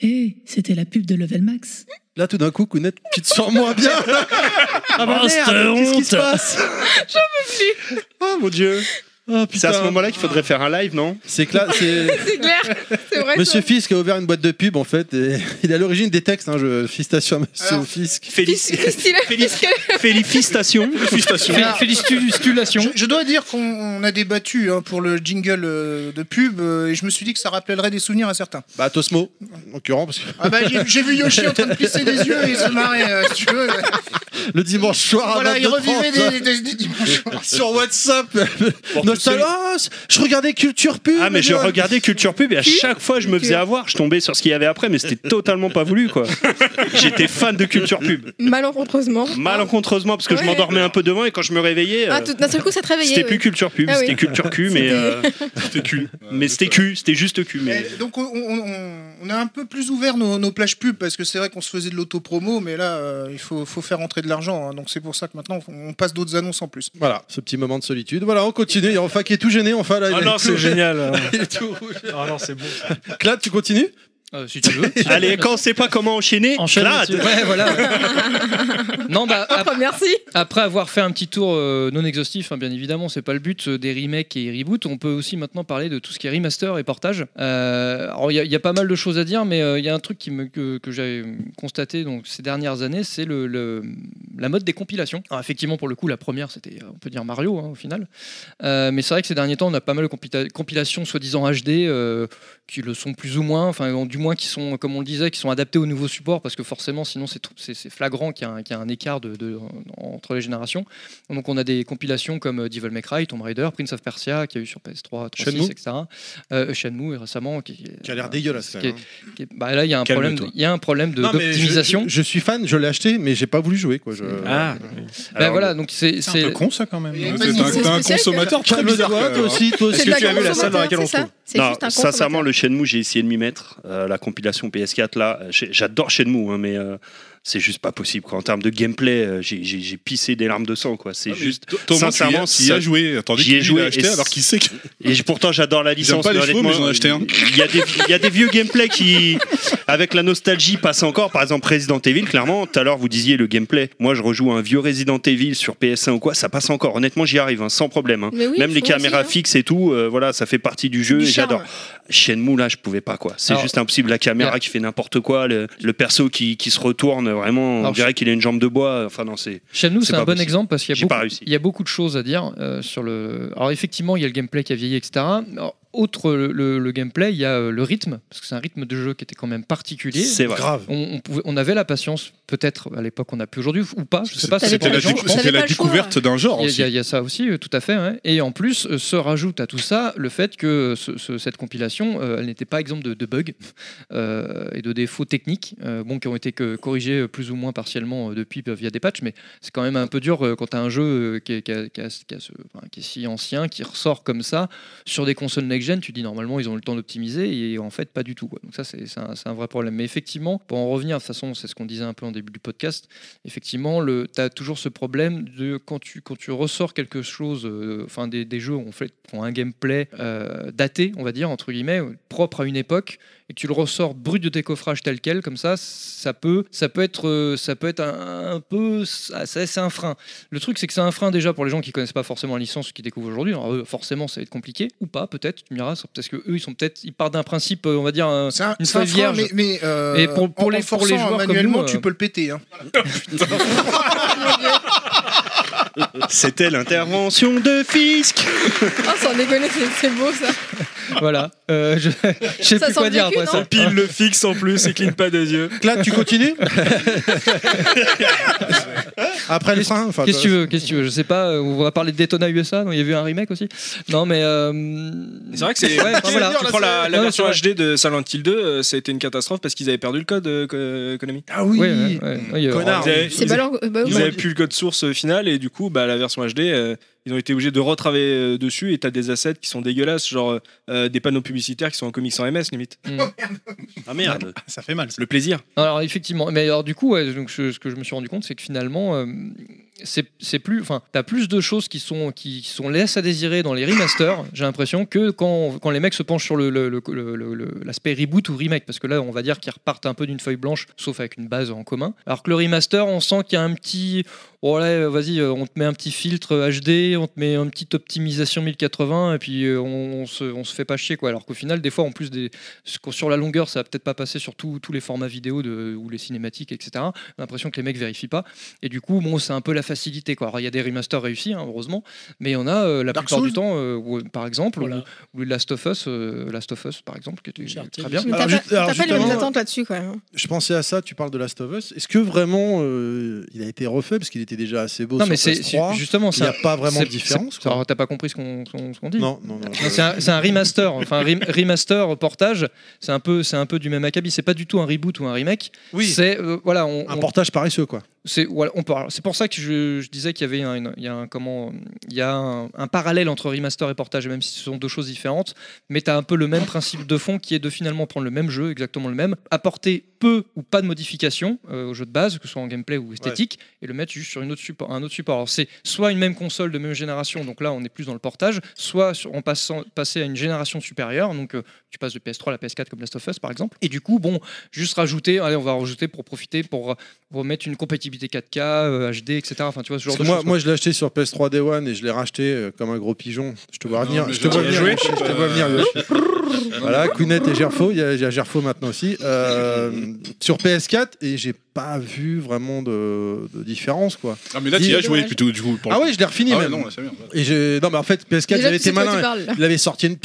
Speaker 16: Eh, c'était la pub de Level Max.
Speaker 1: Là, tout d'un coup, Kounet, tu te sens moins bien.
Speaker 16: Ah,
Speaker 1: bah
Speaker 16: cette
Speaker 1: merde, qu'est-ce qui se
Speaker 16: honte.
Speaker 1: passe
Speaker 17: J'en peux plus.
Speaker 1: Ah mon dieu.
Speaker 4: C'est à ce moment-là qu'il faudrait faire un live, non
Speaker 1: Oh, C'est que là, c'est.
Speaker 17: C'est clair, c'est vrai.
Speaker 1: Monsieur
Speaker 17: ça.
Speaker 1: Fisk a ouvert une boîte de pub en fait. et il est à l'origine des textes. Hein, je... Félicitations à Monsieur Fisk.
Speaker 4: Félicitations.
Speaker 7: Je, je dois dire qu'on on a débattu hein, pour le jingle euh, de pub euh, et je me suis dit que ça rappellerait des souvenirs à certains.
Speaker 1: Bah Tosmo, en l'occurrence. parce que-
Speaker 7: Ah bah, j'ai- j'ai vu Yoshi en train de pisser des yeux et se marrer, euh, si tu veux.
Speaker 1: Le dimanche soir à
Speaker 7: Voilà, il
Speaker 1: 22h30.
Speaker 7: revivait des, des- des dimanches.
Speaker 1: Sur WhatsApp, Nostal- Ah, je regardais Culture Pub.
Speaker 4: Ah mais je
Speaker 1: Dieu.
Speaker 4: regardais Culture Pub et à
Speaker 1: Qui
Speaker 4: chaque fois je me faisais avoir, je tombais sur ce qu'il y avait après, mais c'était totalement pas voulu quoi. J'étais fan de Culture Pub.
Speaker 17: Malencontreusement.
Speaker 4: Malencontreusement parce que je
Speaker 17: Ouais.
Speaker 4: m'endormais un peu devant et quand je me réveillais,
Speaker 17: Ah,
Speaker 4: euh,
Speaker 17: tout- d'un seul coup, ça te réveillait.
Speaker 4: c'était plus
Speaker 17: ouais.
Speaker 4: Culture Pub,
Speaker 17: Ah oui.
Speaker 4: c'était Culture Q, mais euh,
Speaker 6: c'était cul,
Speaker 4: mais c'était cul, c'était juste cul. Mais
Speaker 7: Donc on, on- on- on a un peu plus ouvert nos, nos plages pubs parce que c'est vrai qu'on se faisait de l'autopromo, mais là euh, il faut, faut faire rentrer de l'argent. hein. donc c'est pour ça que maintenant on passe d'autres annonces en plus.
Speaker 1: Voilà, ce petit moment de solitude. Voilà, on continue. Il y a Enfin qui est tout gêné. Enfin
Speaker 4: Ah
Speaker 1: là. il est tout- Il est tout rouge.
Speaker 10: Ah non, c'est bon.
Speaker 1: Clad, tu continues
Speaker 2: Oh, Si tu veux.
Speaker 4: Allez, quand on sait pas comment enchaîner,
Speaker 2: Enchaîne
Speaker 4: Clad.
Speaker 2: là-dessus. Ouais, voilà. non, bah, ap-
Speaker 17: merci.
Speaker 2: Après avoir fait un petit tour euh, non exhaustif, hein, bien évidemment, c'est pas le but euh, des remakes et reboots. On peut aussi maintenant parler de tout ce qui est remaster et portage. Euh, alors, il y, a- il y a pas mal de choses à dire, mais euh, il y a un truc qui me, que, que j'ai constaté donc, ces dernières années, c'est le, le- la mode des compilations. Alors, effectivement, pour le coup, la première, c'était, euh, on peut dire Mario, hein, au final. Euh, mais c'est vrai que ces derniers temps, on a pas mal de compila- compilations soi-disant HD euh, qui le sont plus ou moins, enfin, en- du moins qui sont, comme on le disait, qui sont adaptés au nouveau support parce que forcément, sinon, c'est tr- c'est c'est flagrant qu'il y, a un- qu'il y a un écart de, de- en- entre les générations. Donc, on a des compilations comme euh, Devil May Cry, Tomb Raider, Prince of Persia, qui a eu sur PS3, 36,
Speaker 1: Shenmue.
Speaker 2: etc. Euh, Shenmue récemment, qui,
Speaker 1: Qui a l'air dégueulasse, quand
Speaker 2: qui est-
Speaker 1: même,
Speaker 2: qui est- bah, là, il y a un problème, de-
Speaker 1: Calme-toi.
Speaker 2: il y a un problème de-
Speaker 1: Non, mais je-
Speaker 2: d'optimisation.
Speaker 1: Je, je suis fan, je l'ai acheté, mais j'ai pas voulu jouer quoi. je-
Speaker 2: Ah. Bah, voilà, donc c'est
Speaker 10: C'est un peu con ça quand même.
Speaker 1: Ouais, c'est un- t'es un consommateur très bizarre, quand même, hein.
Speaker 4: Est-ce que tu as vu la salle dans laquelle on se
Speaker 17: c'est ça
Speaker 4: trouve
Speaker 17: C'est juste un
Speaker 4: Sincèrement, le Shenmue, j'ai essayé de m'y mettre. Euh, la compilation PS4, là, euh, j'ai- j'adore Shenmue, hein, mais euh, c'est juste pas possible. Quoi. En termes de gameplay, euh, j'ai- j'ai j'ai pissé des larmes de sang. quoi. C'est juste.
Speaker 6: Ah, Thomas, tu y as- tu y as joué, tandis que
Speaker 4: j'y ai
Speaker 6: lui, il
Speaker 4: joué.
Speaker 6: a acheté,
Speaker 4: et-
Speaker 6: alors qu'il sait que-
Speaker 4: Et je- pourtant, j'adore la
Speaker 6: J'aime
Speaker 4: licence.
Speaker 6: pas les chevaux,
Speaker 4: honnêtement,
Speaker 6: mais j'en ai acheté un.
Speaker 4: Il y, a des- il y a des vieux gameplay qui, avec la nostalgie, passent encore. Par exemple, Resident Evil, clairement, tout à l'heure, vous disiez le gameplay. Moi, je rejoue un vieux Resident Evil sur PS1 ou quoi, ça passe encore. Honnêtement, j'y arrive, hein, sans problème. hein.
Speaker 17: Mais oui,
Speaker 4: Même les
Speaker 17: faut
Speaker 4: caméras
Speaker 17: aussi, hein.
Speaker 4: fixes et tout, euh, voilà, ça fait partie du jeu
Speaker 17: Du
Speaker 4: et
Speaker 17: charme.
Speaker 4: j'adore. Shenmue, là, je pouvais pas, quoi. C'est
Speaker 2: Alors-
Speaker 4: juste impossible. La caméra qui fait n'importe quoi, le, le perso qui, qui se retourne, vraiment, on
Speaker 2: Alors,
Speaker 4: dirait qu'il a une jambe de bois. Enfin, non, c'est.
Speaker 2: Shenmue, c'est un
Speaker 4: pas
Speaker 2: bon
Speaker 4: possible.
Speaker 2: exemple parce qu'il y,
Speaker 4: J'ai
Speaker 2: a
Speaker 4: pas
Speaker 2: beaucoup-
Speaker 4: réussi.
Speaker 2: il y a beaucoup de choses à dire euh, sur le. Alors effectivement, il y a le gameplay qui a vieilli, etc. Alors, autre le, le- le gameplay, il y a euh, le rythme parce que c'est un rythme de jeu qui était quand même particulier.
Speaker 4: C'est vrai. Grave.
Speaker 2: On, on pouvait- on avait la patience, peut-être à l'époque on a plus aujourd'hui ou pas. Je sais pas. ça
Speaker 6: C'était
Speaker 2: dépend des
Speaker 6: la,
Speaker 2: gens,
Speaker 6: décou-
Speaker 2: je pense.
Speaker 6: c'était la découverte d'un genre
Speaker 2: Il y a-
Speaker 6: aussi.
Speaker 2: Il y, a- il y a ça aussi, euh, tout à fait. hein. Et en plus, euh, se rajoute à tout ça le fait que euh, ce- ce- cette compilation, euh, elle n'était pas exempte de, de bugs euh, et de défauts techniques, euh, bon, qui ont été que- corrigés euh, plus ou moins partiellement euh, depuis euh, via des patchs, mais c'est quand même un peu dur euh, quand tu as un jeu euh, qui est, qui a- qui a- qui a ce- enfin, qui est si ancien, qui ressort comme ça sur des consoles next-gen. Tu dis normalement, ils ont eu le temps d'optimiser et en fait, pas du tout. quoi. Donc ça, c'est c'est un, c'est un vrai problème. Mais effectivement, pour en revenir, de toute façon, c'est ce qu'on disait un peu en début du podcast, effectivement, tu as toujours ce problème de quand tu, quand tu ressors quelque chose, euh, enfin des, des jeux où on fait qui ont un gameplay euh, daté, on va dire, entre guillemets, euh, propre à une époque, et que tu le ressors brut de décoffrage tel quel, comme ça, ça peut, ça peut être, euh, ça peut être un, un peu. ça- ça- C'est un frein. Le truc, c'est que c'est un frein déjà pour les gens qui connaissent pas forcément la licence qui découvrent aujourd'hui. Alors, eux, forcément, ça va être compliqué, ou pas, peut-être, tu me diras, parce que eux, ils sont peut-être. Ils partent d'un principe, euh, on va dire, un- une
Speaker 7: C'est un
Speaker 2: feuille
Speaker 7: frein,
Speaker 2: vierge.
Speaker 7: mais, mais, euh,
Speaker 2: et pour, pour
Speaker 7: en-
Speaker 2: les, pour
Speaker 7: en
Speaker 2: les
Speaker 7: forçant
Speaker 2: joueurs comme nous,
Speaker 7: manuellement,
Speaker 2: euh,
Speaker 7: tu peux le péter. hein.
Speaker 4: C'était l'intervention de Fisk.
Speaker 17: Oh, sans déconner, c'est c'est beau ça.
Speaker 2: Voilà. Euh, je je sais
Speaker 17: Ça sent
Speaker 2: plus quoi
Speaker 17: le
Speaker 2: dire
Speaker 17: vécu,
Speaker 2: après
Speaker 17: non
Speaker 2: ça.
Speaker 17: Pile
Speaker 2: le fixe en plus et cligne pas des yeux.
Speaker 1: Là, tu continues Après le train enfin,
Speaker 2: Qu'est-ce que
Speaker 1: toi-
Speaker 2: tu veux Qu'est-ce que tu veux Je sais pas. euh, On va parler de Daytona USA. Non, il y a eu un remake aussi. Non, mais euh,
Speaker 9: C'est vrai que c'est.
Speaker 2: Ouais,
Speaker 9: tu
Speaker 2: voilà.
Speaker 9: tu prends la, la
Speaker 2: Non,
Speaker 9: version
Speaker 2: c'est vrai.
Speaker 9: HD de Silent Hill 2, euh, ça a été une catastrophe parce qu'ils avaient perdu le code euh, que- Konami.
Speaker 1: Ah
Speaker 2: oui. Ouais, ouais,
Speaker 9: Mmh.
Speaker 2: ouais. Ouais, euh, Connard.
Speaker 5: C'est pas leur- euh, bah oui.
Speaker 9: Ils n'avaient plus le code source euh, final et du coup, bah, la version HD, euh, ils ont été obligés de retravailler euh, dessus et t'as des assets qui sont dégueulasses, genre euh, des panneaux publicitaires qui sont en comics sans MS limite.
Speaker 4: Ah
Speaker 9: merde.
Speaker 10: Ça fait mal.
Speaker 9: Le plaisir.
Speaker 2: Mm. Alors effectivement, mais alors du coup, ouais, donc je- ce que je me suis rendu compte, c'est que finalement, euh, c'est c'est plus, enfin, t'as plus de choses qui sont qui sont laisses à désirer dans les remasters. J'ai l'impression que quand, quand les mecs se penchent sur le- le- le- le- le- le- l'aspect reboot ou remake, parce que là, on va dire qu'ils repartent un peu d'une feuille blanche, sauf avec une base en commun. Alors que le remaster, on sent qu'il y a un petit, oh là, euh, vas-y, euh, on te met un petit filtre HD, on te met une petite optimisation 1080, et puis euh, on, on se, on se fait pas chier quoi. Alors qu'au final, des fois, en plus des, ce qu'on- sur la longueur, ça va peut-être pas passer sur tous tous les formats vidéo de, ou les cinématiques, etc. J'ai l'impression que les mecs vérifient pas. Et du coup, bon, c'est un peu la facilité. Quoi. Alors, il y a des remasters réussis, hein, heureusement, mais il y en a euh, la
Speaker 10: Dark
Speaker 2: plupart du
Speaker 10: Souls
Speaker 2: temps, euh, où, par exemple,
Speaker 10: Voilà.
Speaker 2: ou, ou Last of Us, euh, Last of Us, par exemple, qui était très bien.
Speaker 5: Mais T'as
Speaker 1: Alors,
Speaker 5: pas,
Speaker 1: juste- alors,
Speaker 5: t'as pas les mêmes
Speaker 1: justement-
Speaker 5: attentes là-dessus quand même.
Speaker 1: Je pensais à ça, tu parles de Last of Us. Est-ce que vraiment euh, il a été refait parce qu'il était déjà assez beau
Speaker 2: Non,
Speaker 1: sur
Speaker 2: mais c'est
Speaker 1: PS3
Speaker 2: c'est- justement,
Speaker 1: il n'y a
Speaker 2: c'est-
Speaker 1: pas vraiment de
Speaker 2: c'est-
Speaker 1: différence.
Speaker 2: c'est- alors, T'as pas compris ce qu'on ce qu'on- ce qu'on dit
Speaker 1: Non, non, non.
Speaker 2: C'est un, c'est un remaster, enfin un rem- remaster portage. C'est un peu, c'est un peu du même acabit. C'est pas du tout un reboot ou un remake.
Speaker 1: Oui.
Speaker 2: C'est euh, voilà, on,
Speaker 1: Un
Speaker 2: on-
Speaker 1: portage paresseux quoi.
Speaker 2: c'est voilà, on parle. C'est pour ça que je, je disais qu'il y avait un, une- il y a un comment, il y a un, un parallèle entre remaster et portage, même si ce sont deux choses différentes. Mais tu as un peu le même principe de fond qui est de finalement prendre le même jeu, exactement le même, apporter peu ou pas de modifications euh, au jeu de base, que ce soit en gameplay ou esthétique, et le mettre juste sur une autre support, un autre support. Alors c'est soit une même console de même génération, donc là on est plus dans le portage, soit sur- en passant passer à une génération supérieure, donc euh, tu passes de PS3 à la PS4 comme Last of Us par exemple. Et du coup bon, juste rajouter, allez on va rajouter pour profiter pour euh, remettre une compatibilité 4K, euh, HD, etc. Enfin tu vois ce genre
Speaker 1: Parce
Speaker 2: de
Speaker 1: que moi,
Speaker 2: choses.
Speaker 1: moi, je l'ai acheté sur PS3 Day One et je l'ai racheté euh, comme un gros pigeon. Je te vois venir.
Speaker 6: mais
Speaker 1: je
Speaker 6: j'ai
Speaker 1: te vois
Speaker 6: bien
Speaker 1: venir.
Speaker 6: joué.
Speaker 1: Yoshi, Je te vois venir. Yoshi. voilà, Kounet et Gerfo. Il y a, il y a Gerfo maintenant aussi. Euh, sur PS4 et j'ai pas vu vraiment de, de différence quoi.
Speaker 6: Ah, mais là, tu
Speaker 1: Dis-
Speaker 6: y as joué plutôt, du coup. pour le
Speaker 1: Ah
Speaker 6: coup.
Speaker 1: ouais, je l'ai refini
Speaker 6: Ah ouais,
Speaker 1: même.
Speaker 6: non, c'est bien, voilà.
Speaker 1: Et j'ai- non, mais en fait, PS4,
Speaker 6: Déjà,
Speaker 1: il avait
Speaker 6: tu sais
Speaker 1: été
Speaker 6: de quoi
Speaker 1: malin.
Speaker 6: tu parles.
Speaker 1: Il avait sorti une.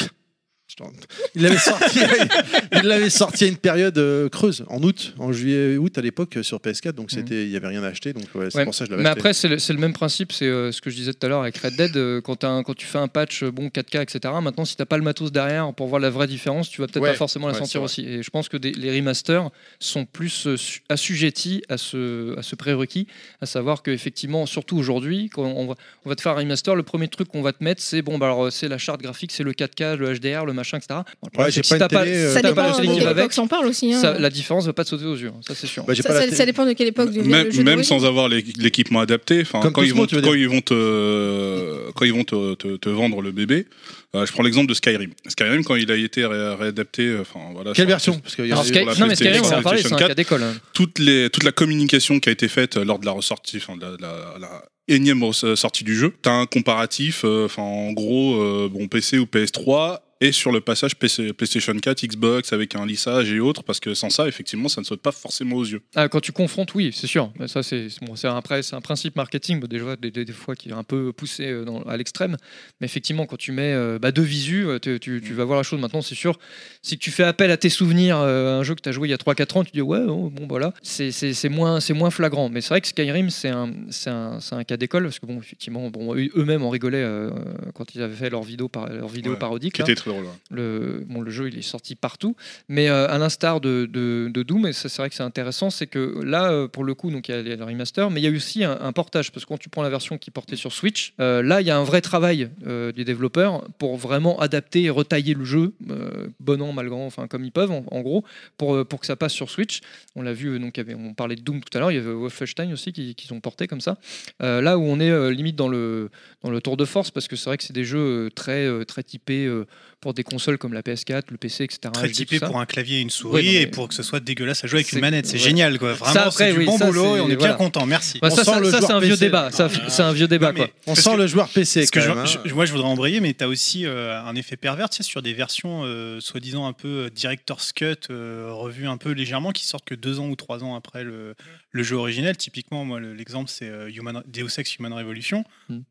Speaker 1: Je t'en- Il l'avait sorti, il l'avait sorti à une période euh, creuse, en août, en juillet, août à l'époque euh, sur PS4,
Speaker 6: Mm.
Speaker 1: donc c'était, il y avait rien à acheter, donc ouais, c'est
Speaker 2: Ouais,
Speaker 1: pour ça que je l'avais
Speaker 2: Mais
Speaker 1: acheté.
Speaker 2: après, c'est le, c'est le même principe, c'est euh, ce que je disais tout à l'heure avec Red Dead. euh, quand, t'as un- quand tu fais un patch euh, bon 4K, etc., maintenant, si t'as pas le matos derrière pour voir la vraie différence, tu vas peut-être
Speaker 1: Ouais,
Speaker 2: pas forcément la
Speaker 1: ouais,
Speaker 2: sentir
Speaker 1: c'est
Speaker 2: aussi. Et je pense que des- les remasters sont plus euh, su- assujettis à ce, à ce prérequis, à savoir qu'effectivement, surtout aujourd'hui, quand on va, on va te faire un remaster, le premier truc qu'on va te mettre, c'est bon, bah, alors, euh, c'est la charte graphique, c'est le 4K, le HDR, le machin, etc. Bon, le problème,
Speaker 1: Ouais,
Speaker 2: c'est
Speaker 1: j'ai
Speaker 2: que
Speaker 1: pas
Speaker 2: si
Speaker 1: une
Speaker 2: t'as pas,
Speaker 1: télé,
Speaker 2: si
Speaker 1: euh,
Speaker 2: t'as
Speaker 1: Ça
Speaker 2: pas
Speaker 1: dépend
Speaker 2: la télé
Speaker 1: de
Speaker 2: qui
Speaker 1: quelle
Speaker 2: va
Speaker 5: époque
Speaker 2: avec,
Speaker 5: s'en parle aussi, hein.
Speaker 2: ça- la différence va pas te sauter aux yeux, hein, ça c'est sûr.
Speaker 6: Bah, j'ai
Speaker 5: Ça,
Speaker 6: pas la
Speaker 5: ça-
Speaker 6: télé.
Speaker 5: ça dépend de quelle époque du
Speaker 6: Même,
Speaker 5: le jeu de
Speaker 6: même
Speaker 5: rue.
Speaker 6: sans avoir les- l'équipement adapté, enfin,
Speaker 1: Comme
Speaker 6: quand, ils
Speaker 1: Cosmo,
Speaker 6: vont,
Speaker 1: tu veux
Speaker 6: quand
Speaker 1: dire.
Speaker 6: ils vont te, quand ils vont te, te- te vendre le bébé, euh, je prends l'exemple de Skyrim. Skyrim, quand il a été ré- réadapté, euh, enfin voilà.
Speaker 1: Quelle
Speaker 6: sur-
Speaker 1: version Parce qu'il y a-
Speaker 6: sur
Speaker 1: Alors, Sky-
Speaker 6: la
Speaker 1: non, mais
Speaker 6: PlayStation-
Speaker 1: Skyrim, on en a parlé,
Speaker 6: PlayStation
Speaker 1: c'est un cas
Speaker 6: 4,
Speaker 1: d'école, hein.
Speaker 6: Toutes les, toute la communication qui a été faite lors de la ressortie, enfin, de la, de la- de la énième res- euh, sortie du jeu, t'as un comparatif, euh, enfin, en gros, euh, bon, PC ou PS3. Et sur le passage PC PlayStation 4, Xbox avec un lissage et autres, parce que sans ça, effectivement, ça ne saute pas forcément aux yeux.
Speaker 2: Ah, quand tu confrontes, oui, c'est sûr. Mais Ça, c'est c'est- bon, c'est un, après, c'est un principe marketing, bah, déjà, des, des- des fois, qui est un peu poussé euh, dans- à l'extrême. Mais effectivement, quand tu mets euh, bah, deux visus, euh, tu, tu- tu vas voir la chose. Maintenant, c'est sûr, si tu fais appel à tes souvenirs, euh, un jeu que tu as joué il y a 3-4 ans, tu dis, ouais, oh, bon, voilà, c'est c'est- c'est moins, c'est moins flagrant. Mais c'est vrai que Skyrim, c'est un, c'est un, c'est un cas d'école, parce que, bon, effectivement, bon, eux- eux-mêmes en rigolaient euh, quand ils avaient fait leur vidéo, par, leur vidéo
Speaker 6: Ouais,
Speaker 2: parodique.
Speaker 6: qui
Speaker 2: là
Speaker 6: était très drôle, ouais.
Speaker 2: le, bon, le jeu il est sorti partout, mais euh, à l'instar de, de, de Doom, et ça, c'est vrai que c'est intéressant, c'est que là, euh, pour le coup, donc, il y a le remaster, mais il y a eu aussi un, un portage, parce que quand tu prends la version qui portait sur Switch, euh, là, il y a un vrai travail euh, des développeurs pour vraiment adapter et retailler le jeu, euh, bon an, mal grand, enfin comme ils peuvent, en, en gros, pour, euh, pour que ça passe sur Switch. On l'a vu, euh, donc, il y avait- on parlait de Doom tout à l'heure, il y avait Wolfenstein aussi qui, qui ont porté comme ça. Euh, là où on est euh, limite dans le, dans le tour de force, parce que c'est vrai que c'est des jeux euh, très, euh, très typés euh, pour des consoles comme la PS4, le PC, etc.
Speaker 10: Très
Speaker 2: HD, tout
Speaker 10: typé
Speaker 2: ça.
Speaker 10: pour un clavier et une souris
Speaker 2: Ouais, non, mais-
Speaker 10: et pour que ce soit dégueulasse à jouer avec
Speaker 2: C'est-
Speaker 10: une manette. C'est
Speaker 2: ouais.
Speaker 10: génial
Speaker 2: Ça,
Speaker 10: quoi. Vraiment,
Speaker 2: après,
Speaker 10: c'est du
Speaker 2: oui,
Speaker 10: bon
Speaker 2: ça,
Speaker 10: boulot
Speaker 2: c'est-
Speaker 10: et on est
Speaker 2: voilà.
Speaker 10: bien content. Merci.
Speaker 2: Bah, ça, ça- ça, c'est un vieux débat. Ça, c'est un vieux débat, quoi.
Speaker 1: On sent le joueur PC
Speaker 10: Ah. Parce que
Speaker 1: quand
Speaker 10: je-
Speaker 1: même. hein.
Speaker 10: je- moi, je voudrais embrayer, mais tu as aussi euh, un effet pervers tu sais, sur des versions euh, soi-disant un peu euh, director's cut, euh, revues un peu légèrement, qui sortent que deux ans ou trois ans après le, le jeu originel. Typiquement, moi, le- l'exemple, c'est euh, Human- Deus Ex
Speaker 2: Hmm.
Speaker 10: Human Revolution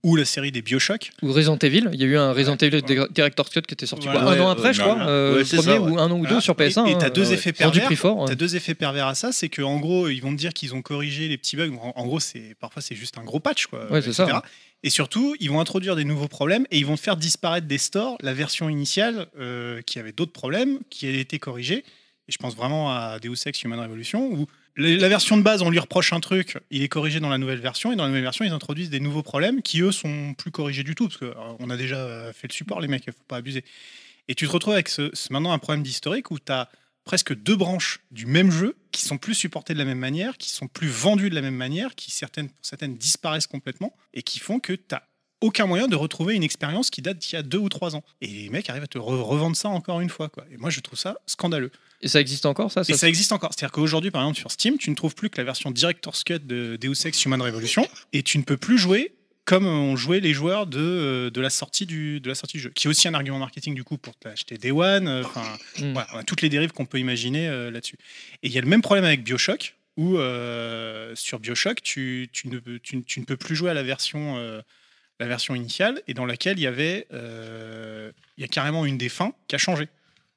Speaker 10: ou la série des Bioshock.
Speaker 2: Ou Resident Evil, il y a eu un Resident Evil Director's Cut qui était sorti sorti quoi, un an après, je crois, euh, le premier ou un an ou deux
Speaker 10: Voilà.
Speaker 2: sur PS1.
Speaker 10: Et et Ah, t'as
Speaker 2: hein,
Speaker 10: deux
Speaker 2: ouais.
Speaker 10: effets
Speaker 2: Rendu
Speaker 10: pervers.
Speaker 2: prix fort. hein.
Speaker 10: T'as deux effets pervers à ça, c'est que en gros ils vont te dire qu'ils ont corrigé les petits bugs. En, en gros, c'est parfois c'est juste un gros patch quoi.
Speaker 2: Ouais, c'est
Speaker 10: etc.
Speaker 2: ça.
Speaker 10: Et surtout, ils vont introduire des nouveaux problèmes et ils vont te faire disparaître des stores la version initiale euh, qui avait d'autres problèmes, qui a été corrigée. Et je pense vraiment à Deus Ex Human Revolution où la la version de base, on lui reproche un truc, il est corrigé dans la nouvelle version, et dans la nouvelle version, ils introduisent des nouveaux problèmes qui, eux, sont plus corrigés du tout, parce qu'on a déjà euh, fait le support, les mecs, il faut pas abuser. Et tu te retrouves avec ce, ce- maintenant un problème d'historique où tu as presque deux branches du même jeu qui sont plus supportées de la même manière, qui sont plus vendues de la même manière, qui, certaines, pour certaines, disparaissent complètement, et qui font que tu aucun moyen de retrouver une expérience qui date d'il y a deux ou trois ans. Et les mecs arrivent à te re- revendre ça encore une fois. Quoi. Et moi, je trouve ça scandaleux.
Speaker 2: Et ça existe encore, ça,
Speaker 10: Et
Speaker 2: ça
Speaker 10: ça existe encore. C'est-à-dire qu'aujourd'hui, par exemple, sur Steam, tu ne trouves plus que la version Director's Cut de Deus Ex Human Revolution et tu ne peux plus jouer comme ont joué les joueurs de, euh, de, la sortie du, de la sortie du jeu, qui est aussi un argument marketing du coup pour acheter Day One, euh, enfin voilà, on a toutes les dérives qu'on peut imaginer euh, là-dessus. Et il y a le même problème avec Bioshock, où euh, sur Bioshock, tu, tu, ne, peux- tu, ne- tu ne peux plus jouer à la version, euh, la version initiale, et dans laquelle il y avait euh, il y a carrément une des fins qui a changé.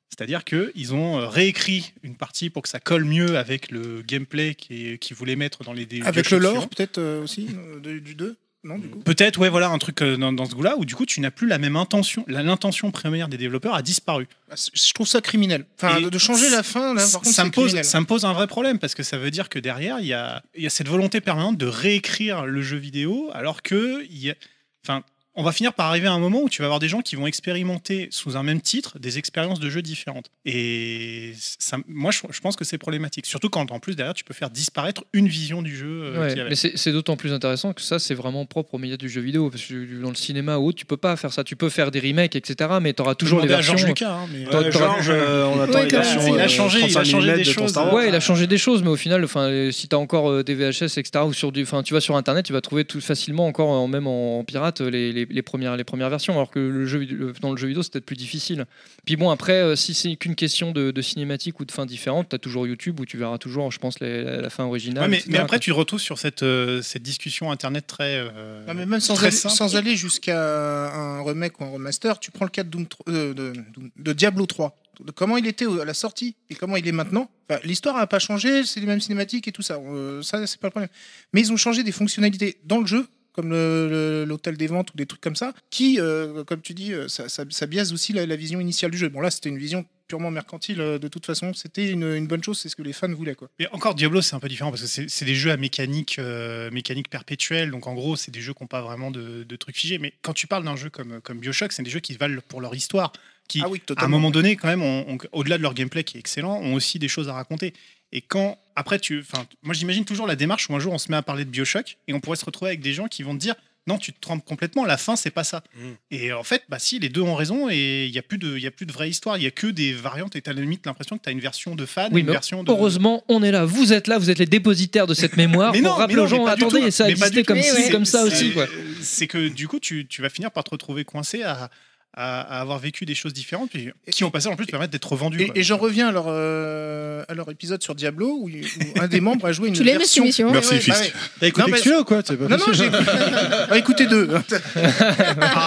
Speaker 10: C'est-à-dire qu'ils ont euh, réécrit une partie pour que ça colle mieux avec le gameplay qui- qu'ils voulaient mettre dans les dé-
Speaker 7: Avec le
Speaker 10: Bioshock
Speaker 7: lore,
Speaker 10: suivants.
Speaker 7: peut-être euh, aussi, euh, de- du 2 Non, du coup
Speaker 10: hein. Euh, Peut-être, ouais, voilà, un truc euh, dans, dans ce goût-là, où du coup, tu n'as plus la même intention. La- L'intention première des développeurs a disparu.
Speaker 7: Bah, Je trouve ça criminel. Enfin, de- de changer la fin, là, par contre,
Speaker 10: ça
Speaker 7: c'est
Speaker 10: me pose,
Speaker 7: criminel.
Speaker 10: ça me pose un vrai problème, parce que ça veut dire que derrière, il y a, il y a cette volonté permanente de réécrire le jeu vidéo, alors que. il y a- Enfin. On va finir par arriver à un moment où tu vas avoir des gens qui vont expérimenter sous un même titre des expériences de jeux différentes. Et ça, moi, je, je pense que c'est problématique. Surtout quand, en plus, derrière, tu peux faire disparaître une vision du jeu. euh,
Speaker 2: Ouais,
Speaker 10: qu'il y avait.
Speaker 2: mais c'est c'est d'autant plus intéressant que ça, c'est vraiment propre au milieu du jeu vidéo. Parce que dans le cinéma ou autre, tu peux pas faire ça. Tu peux faire des remakes, etc. Mais tu auras toujours les
Speaker 10: demander à
Speaker 2: versions.
Speaker 10: George Lucas, hein, mais-
Speaker 2: T'auras-
Speaker 10: Ouais,
Speaker 2: t'auras-
Speaker 10: George, euh, on attend les
Speaker 2: quand
Speaker 10: versions,
Speaker 2: même.
Speaker 10: Il a changé- euh, il a 35 changé mm des de ton choses. Star Wars.
Speaker 2: Ouais, il a changé des choses, mais au final, enfin, euh, si t'as encore euh, des VHS, etc. Ou sur du, enfin, tu vas sur internet, tu vas trouver tout facilement encore, euh, même en, en pirate, euh, les, les- les premières les premières versions. Alors que le jeu vid- le- dans le jeu vidéo, c'est peut-être plus difficile. Puis bon, après, euh, si c'est qu'une question de, de cinématique ou de fin différente, t'as toujours YouTube où tu verras toujours, je pense, les- la, la fin originale.
Speaker 10: Ouais, mais,
Speaker 2: etc.,
Speaker 10: mais après,
Speaker 2: quoi.
Speaker 10: tu te retrouves sur cette, euh, cette discussion internet très. euh,
Speaker 7: Non, mais même sans
Speaker 10: très
Speaker 7: aller,
Speaker 10: simple.
Speaker 7: sans aller jusqu'à un remake ou un remaster, tu prends le cas de, Doom tro- euh, de, Doom- de Diablo 3. De comment il était au- à la sortie et comment il est maintenant. Enfin, L'histoire n'a pas changé, c'est les mêmes cinématiques et tout ça. Euh, ça, c'est pas le problème. Mais ils ont changé des fonctionnalités dans le jeu, comme le- le- l'hôtel des ventes ou des trucs comme ça, qui, euh, comme tu dis, euh, ça, ça- ça biaise aussi la, la vision initiale du jeu. Bon, là, c'était une vision purement mercantile. euh, De toute façon, c'était une, une bonne chose, c'est ce que les fans voulaient. Quoi.
Speaker 10: Et encore Diablo, c'est un peu différent parce que c'est c'est des jeux à mécanique, euh, mécanique perpétuelle. Donc en gros, c'est des jeux qui n'ont pas vraiment de, de trucs figés. Mais quand tu parles d'un jeu comme, comme Bioshock, c'est des jeux qui valent pour leur histoire. Qui,
Speaker 7: Ah oui,
Speaker 10: à un
Speaker 7: totalement.
Speaker 10: moment donné, quand même, ont- ont- au-delà de leur gameplay qui est excellent, ont aussi des choses à raconter. Et quand, après, tu. Enfin, moi, j'imagine toujours la démarche où un jour on se met à parler de Bioshock et on pourrait se retrouver avec des gens qui vont te dire non, tu te trompes complètement, la fin, c'est pas ça. Et en fait, bah si, les deux ont raison et il n'y a, plus de- il y a plus de vraie histoire, il n'y a que des variantes et t'as limite l'impression que t'as une version de fan,
Speaker 2: Oui,
Speaker 10: Ah, une
Speaker 2: mais
Speaker 10: version de.
Speaker 2: heureusement, on est là. Vous êtes là, vous êtes les dépositaires de cette mémoire
Speaker 10: Mais non,
Speaker 2: pour
Speaker 10: mais
Speaker 2: rappeler
Speaker 10: non,
Speaker 2: aux gens
Speaker 10: mais pas du
Speaker 2: attendez,
Speaker 10: tout.
Speaker 2: ça a
Speaker 10: Mais pas
Speaker 2: existé
Speaker 10: du
Speaker 2: comme,
Speaker 10: tout.
Speaker 2: ci,
Speaker 10: C'est-
Speaker 2: comme ça
Speaker 10: c'est-
Speaker 2: aussi. Quoi.
Speaker 10: C'est que du coup, tu, tu vas finir par te retrouver coincé à, à, à avoir vécu des choses différentes puis, qui ont passé en plus te permettre d'être revendu.
Speaker 7: Et, et j'en reviens à leur, euh, à leur épisode sur Diablo où, où un des membres a joué une
Speaker 5: Tu l'aimes,
Speaker 7: version.
Speaker 5: cette émission Merci,
Speaker 7: bah
Speaker 5: Fisk.
Speaker 1: T'as écouté
Speaker 7: Non, mais-
Speaker 1: que celui-là ou quoi C'est pas
Speaker 7: Non, non, j'ai
Speaker 1: possible.
Speaker 7: Ah, écoutez deux.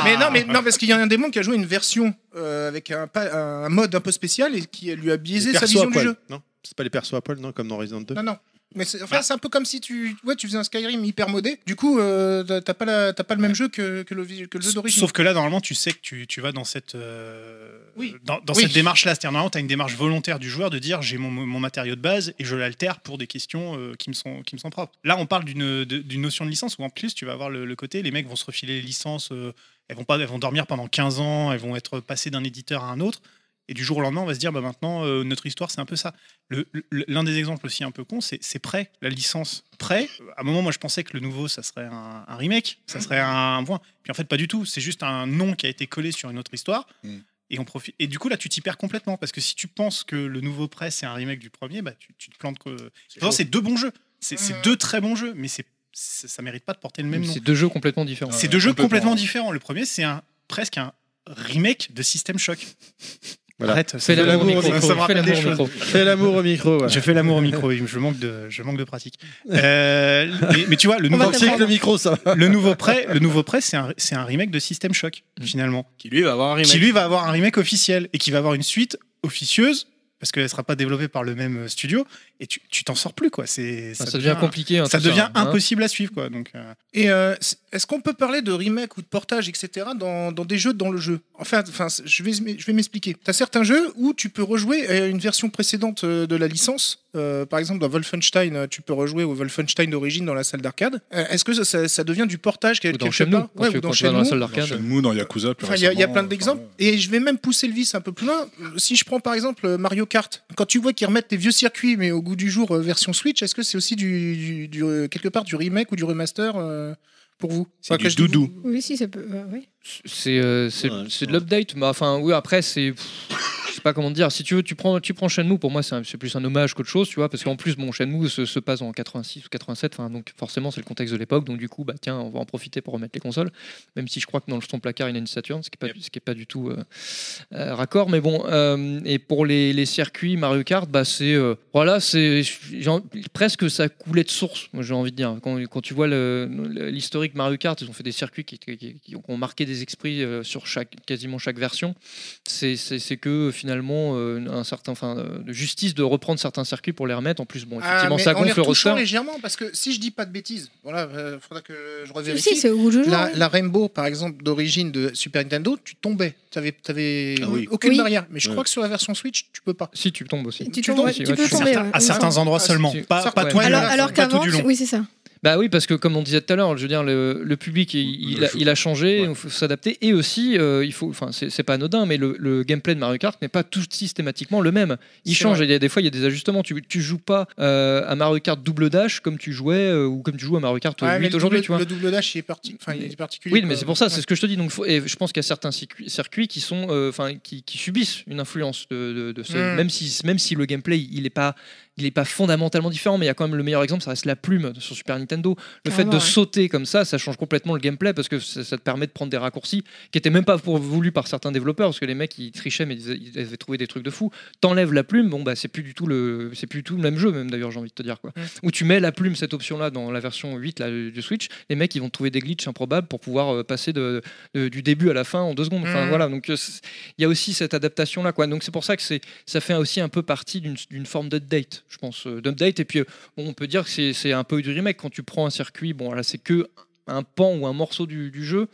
Speaker 7: mais non, mais non, parce qu'il y en a un des membres qui a joué une version euh, avec un, pa- un mode un peu spécial et qui lui a biaisé sa
Speaker 1: persos
Speaker 7: vision
Speaker 1: à
Speaker 7: du
Speaker 1: poil,
Speaker 7: jeu.
Speaker 1: Non, c'est pas les persos à poil, non, comme dans Resident 2.
Speaker 7: Non, non. Mais c'est
Speaker 1: Bah.
Speaker 7: enfin, c'est un peu comme si tu, ouais, tu faisais un Skyrim hyper modé. Du coup, euh, t'as pas, la- t'as pas le même jeu que, que le, vi- que le jeu d'origine.
Speaker 10: Sauf que là, normalement, tu sais que tu, tu vas dans cette, euh, dans, dans
Speaker 7: Oui.
Speaker 10: cette démarche-là. C'est-à-dire, normalement, tu as une démarche volontaire du joueur de dire j'ai mon, mon matériau de base et je l'altère pour des questions euh, qui, me sont, qui me sont propres. Là, on parle d'une de- d'une notion de licence où, en plus, tu vas avoir le, le côté les mecs vont se refiler les licences, euh, elles, vont pas, elles vont dormir pendant 15 ans, elles vont être passées d'un éditeur à un autre. Et du jour au lendemain, on va se dire, bah maintenant, euh, notre histoire, c'est un peu ça. Le- le- L'un des exemples aussi un peu con, c'est c'est Prêt, la licence Prêt. À un moment, moi, je pensais que le nouveau, ça serait un, un remake, ça serait
Speaker 2: Mm.
Speaker 10: un, un point. Puis en fait, pas du tout. C'est juste un nom qui a été collé sur une autre histoire. Et, on profite... et du coup, là, tu t'y perds complètement. Parce que si tu penses que le nouveau Prêt, c'est un remake du premier, bah, tu, tu te plantes. Que... Pourtant,
Speaker 2: chaud.
Speaker 10: C'est deux bons jeux. C'est c'est deux très bons jeux, mais c'est c'est- ça mérite pas de porter le même nom.
Speaker 2: Mm. C'est deux jeux complètement différents.
Speaker 10: C'est deux jeux complètement différents. Le premier, c'est un, presque un remake de System Shock.
Speaker 1: Voilà.
Speaker 10: Arrête,
Speaker 1: Fais l'amour au micro.
Speaker 10: ça me rappelle
Speaker 1: Fais
Speaker 10: des
Speaker 1: l'amour au
Speaker 10: choses.
Speaker 1: micro. Fais l'amour au micro, voilà.
Speaker 10: Je fais l'amour au micro, oui, je manque de, je manque de pratique. Euh, mais, mais tu vois, le
Speaker 1: On va
Speaker 10: nouveau
Speaker 1: t'apprendre. Avec le micro, ça
Speaker 10: Le nouveau prêt, le nouveau prêt, c'est un, c'est un remake de System Shock
Speaker 1: Mm.
Speaker 10: finalement.
Speaker 9: Qui lui va avoir un remake.
Speaker 10: Qui lui va avoir un remake officiel et qui va avoir une suite officieuse parce qu'elle sera pas développée par le même euh, studio et tu, tu t'en sors plus quoi. C'est
Speaker 2: ça devient compliqué, hein,
Speaker 10: ça
Speaker 2: tout ça,
Speaker 10: devient
Speaker 2: hein.
Speaker 10: impossible à suivre quoi. Donc euh,
Speaker 7: Et euh, c- est-ce qu'on peut parler de remake ou de portage, etc., dans, dans des jeux dans le jeu Enfin, enfin, c- je vais, je vais m'expliquer. T'as certains jeux où tu peux rejouer à une version précédente euh, de la licence. Euh, par exemple, dans Wolfenstein, euh, tu peux rejouer au Wolfenstein d'origine dans la salle d'arcade. Euh, Est-ce que ça, ça- ça devient du portage quel-
Speaker 2: Ou dans
Speaker 7: quelque
Speaker 2: Shenmue,
Speaker 7: part
Speaker 2: quand tu- quand tu vas dans la salle d'arcade. Dans
Speaker 6: Shenmue, dans Yakuza, plus
Speaker 7: Enfin, Il y, a- il y a
Speaker 6: récemment,
Speaker 7: plein d'exemples. Et je vais même pousser le vice un peu plus loin. Si je prends par exemple euh, Mario Kart, quand tu vois qu'ils remettent les vieux circuits, mais au goût du jour, euh, version Switch, est-ce que c'est aussi du, du- du, euh, quelque part du remake ou du remaster euh, pour vous
Speaker 2: C'est
Speaker 7: Enfin,
Speaker 2: du
Speaker 7: que je dis
Speaker 2: doudou.
Speaker 7: vous-
Speaker 5: Oui, si, ça peut. bah, oui.
Speaker 2: c'est euh, c'est c'est de l'update mais enfin oui après c'est pff, je sais pas comment dire si tu veux tu prends tu prends Shenmue pour moi c'est un- c'est plus un hommage qu'autre chose tu vois parce qu'en plus bon Shenmue se, se passe en 86 ou 87 enfin donc forcément c'est le contexte de l'époque donc du coup bah tiens on va en profiter pour remettre les consoles même si je crois que dans son placard il a une Saturn ce qui est pas ce qui est pas du tout euh, euh, raccord mais bon euh, et pour les, les circuits Mario Kart bah c'est euh, voilà c'est j'ai en- presque ça coulait de source moi, j'ai envie de dire quand, quand tu vois le- le- l'historique Mario Kart ils ont fait des circuits qui, qui- qui- qui ont marqué des esprits euh, sur chaque quasiment chaque version c'est- c'est c'est que finalement euh, un certain enfin euh, de justice de reprendre certains circuits pour les remettre en plus bon
Speaker 7: Ah,
Speaker 2: effectivement
Speaker 7: mais
Speaker 2: ça
Speaker 7: en les
Speaker 2: gonfle le
Speaker 7: retouchant
Speaker 2: roster
Speaker 7: légèrement parce que si je dis pas de bêtises, voilà, euh, faudra que je revienne.
Speaker 5: Si, c'est au goût du jour,
Speaker 7: La,
Speaker 5: ouais.
Speaker 7: la Rainbow, par exemple, d'origine de Super Nintendo, tu tombais, t'avais, t'avais
Speaker 10: Ah oui.
Speaker 7: aucune
Speaker 10: Oui.
Speaker 7: barrière. Mais je
Speaker 10: Ouais.
Speaker 7: crois que sur la version Switch, tu peux pas.
Speaker 2: Si tu tombes aussi.
Speaker 7: Tu tombes, tu peux tomber,
Speaker 10: certains-
Speaker 7: ouais.
Speaker 10: à certains
Speaker 7: Ouais.
Speaker 10: endroits
Speaker 7: Ah,
Speaker 10: seulement,
Speaker 7: si tu-
Speaker 10: pas,
Speaker 7: certes,
Speaker 10: pas
Speaker 7: ouais.
Speaker 10: tout,
Speaker 7: Alors-
Speaker 10: pas
Speaker 5: Alors
Speaker 10: tout
Speaker 5: qu'avant,
Speaker 10: du long.
Speaker 5: oui, c'est ça.
Speaker 2: Bah oui, parce que comme on disait tout à l'heure, je veux dire, le, le public, il, il a, il a changé, il faut s'adapter, et aussi, euh, il faut, enfin, c'est c'est pas anodin, mais le, le gameplay de Mario Kart n'est pas tout systématiquement le même. Il
Speaker 10: C'est
Speaker 2: change,
Speaker 10: vrai.
Speaker 2: et il y a des fois, il y a des ajustements. Tu, tu joues pas euh, à Mario Kart double dash comme tu jouais euh, ou comme tu joues à Mario Kart
Speaker 7: Ouais, mais
Speaker 2: 8
Speaker 7: le
Speaker 2: aujourd'hui,
Speaker 7: double-
Speaker 2: tu vois.
Speaker 7: Le double dash, il est, parti, enfin, il est particulier.
Speaker 2: Oui, mais
Speaker 7: quoi.
Speaker 2: c'est pour ça,
Speaker 7: Ouais.
Speaker 2: c'est ce que je te dis. Donc, faut- et je pense qu'il y a certains circuits, circuits qui sont, euh, enfin, qui, qui subissent une influence de, de- de ce-
Speaker 7: Mm.
Speaker 2: même si, même si le gameplay, il est pas, il est pas fondamentalement différent, mais il y a quand même le meilleur exemple, ça reste la plume sur Super Nintendo. Le fait
Speaker 10: Carrément,
Speaker 2: de
Speaker 10: ouais.
Speaker 2: sauter comme ça, ça change complètement le gameplay parce que ça, ça te permet de prendre des raccourcis qui étaient même pas pour- voulus par certains développeurs, parce que les mecs ils trichaient, mais ils, ils avaient trouvé des trucs de fou. T'enlèves la plume, bon bah c'est plus du tout le, c'est plus du tout le même jeu, même d'ailleurs, j'ai envie de te dire quoi. Où tu mets la plume, cette option-là, dans la version 8 là, du Switch, les mecs ils vont trouver des glitches improbables pour pouvoir euh, passer de, de- du début à la fin en deux secondes. Enfin
Speaker 10: Mhm.
Speaker 2: voilà, donc euh, c'est- il y a aussi cette adaptation là quoi. Donc c'est pour ça que c'est, ça fait aussi un peu partie d'une, d'une forme d'update, je pense, euh, d'update. Et puis euh, bon, on peut dire que c'est, c'est un peu du remake quand tu prends un circuit. Bon là c'est que un pan ou un morceau du, du jeu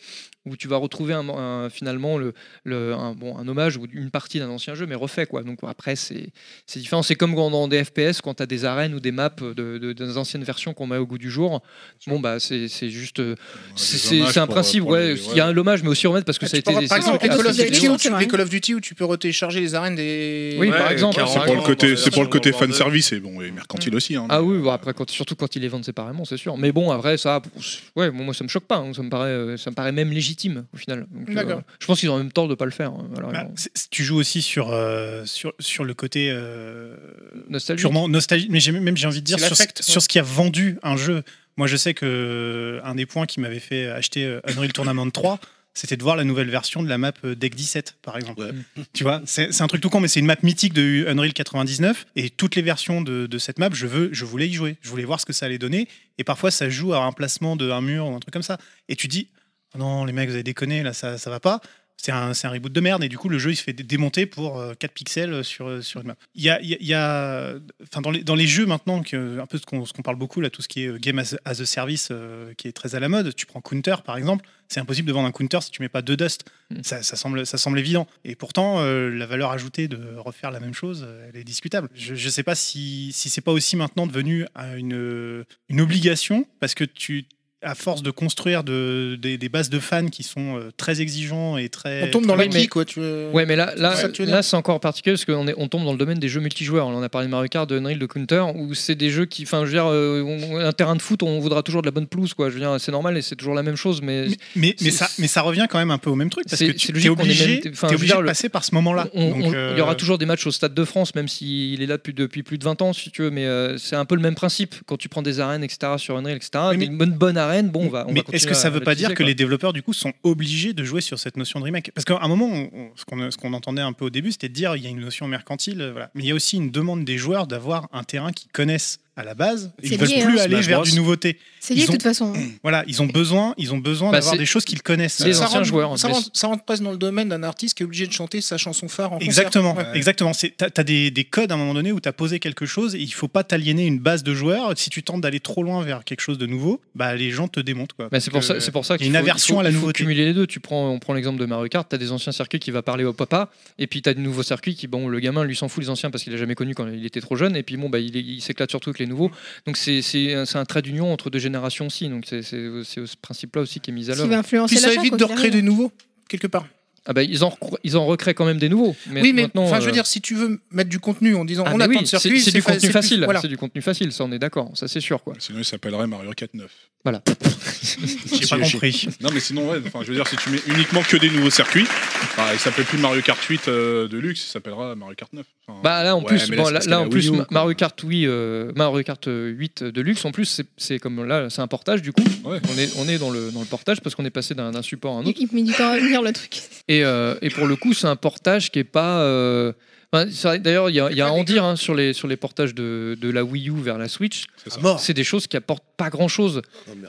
Speaker 2: où tu vas retrouver un, mo- un- finalement le, le- un, bon, un hommage ou une partie d'un ancien jeu mais refait quoi donc après c'est c'est différent c'est comme quand dans des FPS quand tu as des arènes ou des maps de, de- des anciennes versions qu'on met au goût du jour bon bah c'est c'est juste euh, c'est c'est-
Speaker 10: hommages
Speaker 2: c'est un
Speaker 10: pour-
Speaker 2: principe
Speaker 10: pour
Speaker 2: ouais
Speaker 10: les-
Speaker 2: il y a un hommage mais aussi remettre parce que ça a été
Speaker 7: Par,
Speaker 2: des-
Speaker 7: par exemple,
Speaker 2: c'est-
Speaker 7: les Call, of
Speaker 2: c'est-
Speaker 7: Duty, où tu-
Speaker 2: c'est-
Speaker 7: les Call of Duty où tu peux recharger les arènes des.
Speaker 2: Oui, par exemple,
Speaker 6: C'est pour le côté, c'est pour le côté fan service et bon et mercantile aussi. hein.
Speaker 2: Ah oui, bon, après, quand, surtout quand ils les vendent séparément, c'est sûr. Mais bon, après, ça, pff, ouais, bon, moi, ça me choque pas. hein. ça, me paraît, euh, ça me paraît même légitime, au final. Donc, euh,
Speaker 10: D'accord.
Speaker 2: je pense qu'ils ont même tort de pas le faire. hein. Alors,
Speaker 10: Bah,
Speaker 2: ils ont-
Speaker 10: c'est- c'est- tu joues aussi sur, euh, sur, sur le côté euh,
Speaker 2: Nostalgique.
Speaker 10: purement nostalgique, mais j'ai même j'ai envie de dire
Speaker 2: C'est
Speaker 10: sur, ce-
Speaker 2: l'affect, ouais.
Speaker 10: sur ce qui a vendu un jeu. Moi, je sais que euh, un des points qui m'avait fait acheter euh, Unreal Tournament 3, c'était de voir la nouvelle version de la map euh, Deck 17, par exemple. Tu vois, c'est c'est un truc tout con, mais c'est une map mythique de Unreal 99 et toutes les versions de, de cette map, je veux, je voulais y jouer. Je voulais voir ce que ça allait donner. Et parfois, ça joue à un placement d'un mur ou un truc comme ça. Et tu dis, Oh non, les mecs, vous avez déconné, là, ça, ça va pas. C'est un, c'est un reboot de merde et du coup le jeu il se fait dé- démonter pour euh, 4 pixels sur, euh, sur une map. Il y a, il y a- il y a- enfin, dans, les, dans les jeux maintenant, que, un peu ce qu'on ce qu'on parle beaucoup là, tout ce qui est euh, game as, as a service euh, qui est très à la mode, tu prends Counter par exemple, c'est impossible de vendre un Counter si tu mets pas deux Dust. Ça, ça semble, ça semble évident. Et pourtant euh, la valeur ajoutée de refaire la même chose, euh, elle est discutable. Je, je sais pas si, si c'est pas aussi maintenant devenu euh, une, une obligation parce que tu à force de construire de- des, des bases de fans qui sont euh, très exigeants et très.
Speaker 7: On tombe dans
Speaker 10: très-
Speaker 7: la geek, quoi. Tu veux-
Speaker 2: Ouais, mais là, là,
Speaker 7: C'est ça que tu veux dire
Speaker 2: là c'est encore particulier parce qu'on est- on tombe dans le domaine des jeux multijoueurs. Là, on a parlé de Mario Kart, de Unreal, de Counter, où c'est des jeux qui, enfin, je veux dire, euh, on- un terrain de foot, on voudra toujours de la bonne pelouse, quoi. Je veux dire, c'est normal et c'est toujours la même chose, mais.
Speaker 10: Mais, mais
Speaker 2: c'est-
Speaker 10: ça, mais ça revient quand même un peu au même truc parce
Speaker 2: C'est-
Speaker 10: que
Speaker 2: c'est
Speaker 10: tu
Speaker 2: logique
Speaker 10: es
Speaker 2: qu'on ait
Speaker 10: obligé,
Speaker 2: même- enfin,
Speaker 10: t'es
Speaker 2: je veux
Speaker 10: obligé
Speaker 2: dire,
Speaker 10: de
Speaker 2: le-
Speaker 10: passer par ce moment-là.
Speaker 2: on-
Speaker 10: Donc,
Speaker 2: on- Il y aura
Speaker 10: euh,
Speaker 2: toujours des matchs au Stade de France, même s'il est là depuis, depuis plus de 20 ans, si tu veux, mais euh, c'est un peu le même principe. Quand tu prends des arènes, etc., sur Unreal, etc., des- une bonne, bonne arène, Rain, bon, on va. On va
Speaker 10: Mais
Speaker 2: continuer
Speaker 10: est-ce que ça
Speaker 2: à
Speaker 10: veut pas
Speaker 2: l'utiliser,
Speaker 10: dire que
Speaker 2: quoi.
Speaker 10: les développeurs du coup sont obligés de jouer sur cette notion de remake Parce qu'à un moment, on- on- ce qu'on ce qu'on entendait un peu au début, c'était de dire il y a une notion mercantile, euh, voilà. mais il y a aussi une demande des joueurs d'avoir un terrain qu'ils connaissent à la base. Ils
Speaker 5: C'est
Speaker 10: ne veulent
Speaker 5: lié,
Speaker 10: plus
Speaker 5: hein.
Speaker 10: aller
Speaker 5: Smash
Speaker 10: vers
Speaker 5: Bros.
Speaker 10: du nouveauté.
Speaker 5: C'est lié
Speaker 10: Ils
Speaker 5: de
Speaker 10: ont-
Speaker 5: toute façon. hein.
Speaker 10: Voilà, ils ont besoin, ils ont besoin
Speaker 2: Bah,
Speaker 10: d'avoir
Speaker 2: c'est-
Speaker 10: des choses qu'ils connaissent.
Speaker 2: c'est les
Speaker 10: Ça
Speaker 2: anciens
Speaker 10: rentre-
Speaker 2: joueurs, en
Speaker 10: ça
Speaker 2: plus.
Speaker 10: rentre-
Speaker 7: Ça rentre presque dans le domaine d'un artiste qui est obligé de chanter sa chanson phare en concert.
Speaker 10: Exactement,
Speaker 7: Ouais.
Speaker 10: exactement. C'est- T'as t'as des, des codes à un moment donné où t'as posé quelque chose et il faut pas t'aliéner une base de joueurs. Si tu tentes d'aller trop loin vers quelque chose de nouveau, bah les gens te démontent quoi.
Speaker 2: Bah, c'est pour
Speaker 10: Parce
Speaker 2: ça,
Speaker 10: que
Speaker 2: c'est pour ça
Speaker 10: il y
Speaker 2: qu'il
Speaker 10: a une
Speaker 2: faut- il
Speaker 10: aversion
Speaker 2: faut,
Speaker 10: à la
Speaker 2: il faut
Speaker 10: nouveauté.
Speaker 2: cumuler les deux. Tu prends, on prend l'exemple de Mario Kart. T'as des anciens circuits qui va parler au papa, et puis t'as de nouveaux circuits qui, bon, le gamin lui s'en fout les anciens parce qu'il a jamais connu quand il était trop jeune, et puis bon, bah, il, est- il s'éclate surtout avec les nouveaux. Donc c'est, c'est, un- c'est un trait d'union entre deux générations aussi. Donc c'est, c'est, c'est ce principe-là aussi qui est mis à
Speaker 7: Qui
Speaker 2: l'œuvre.
Speaker 7: va influencer Puis ça l'achat, évite quoi, de qu'il recréer arrive. des nouveaux, quelque part.
Speaker 2: Ah bah, ils en, recr- ils en recréent quand même des nouveaux. Mais
Speaker 7: oui, mais
Speaker 2: maintenant,
Speaker 7: enfin, je veux
Speaker 2: euh,
Speaker 7: dire, si tu veux mettre du contenu en disant
Speaker 2: ah,
Speaker 7: on
Speaker 2: mais
Speaker 7: attend
Speaker 2: oui,
Speaker 7: le circuit,
Speaker 2: c'est, c'est du
Speaker 7: fa-
Speaker 2: contenu
Speaker 7: plus-
Speaker 2: facile.
Speaker 7: voilà.
Speaker 2: C'est du contenu facile, ça on est d'accord, ça c'est sûr quoi.
Speaker 6: Sinon il s'appellerait Mario Kart 9.
Speaker 2: Voilà.
Speaker 10: J'ai pas compris.
Speaker 6: Non, mais sinon, ouais, enfin, je veux dire, si tu mets uniquement que des nouveaux circuits, bah, il s'appelle plus Mario Kart 8 euh, de luxe, il s'appellera Mario Kart 9. Enfin,
Speaker 2: Bah là en
Speaker 6: ouais,
Speaker 2: plus,
Speaker 6: mais
Speaker 2: bon,
Speaker 6: c'est
Speaker 2: là,
Speaker 6: parce
Speaker 2: là,
Speaker 6: qu'il y a
Speaker 2: en
Speaker 6: la
Speaker 2: plus
Speaker 6: Wii U,
Speaker 2: Ma- Mario Kart oui, euh, Mario Kart euh, 8 de luxe en plus c'est- c'est comme là c'est un portage du coup. On est on est dans le dans le portage parce qu'on est passé d'un d'un support à un autre.
Speaker 5: Il met du temps à venir le truc.
Speaker 2: Et, euh, et pour le coup, c'est un portage qui est pas. euh, enfin, ça- D'ailleurs, il y a, il y a à en dire hein, sur, les, sur les portages de, de la Wii U vers la Switch. C'est des choses qui apportent pas grand chose.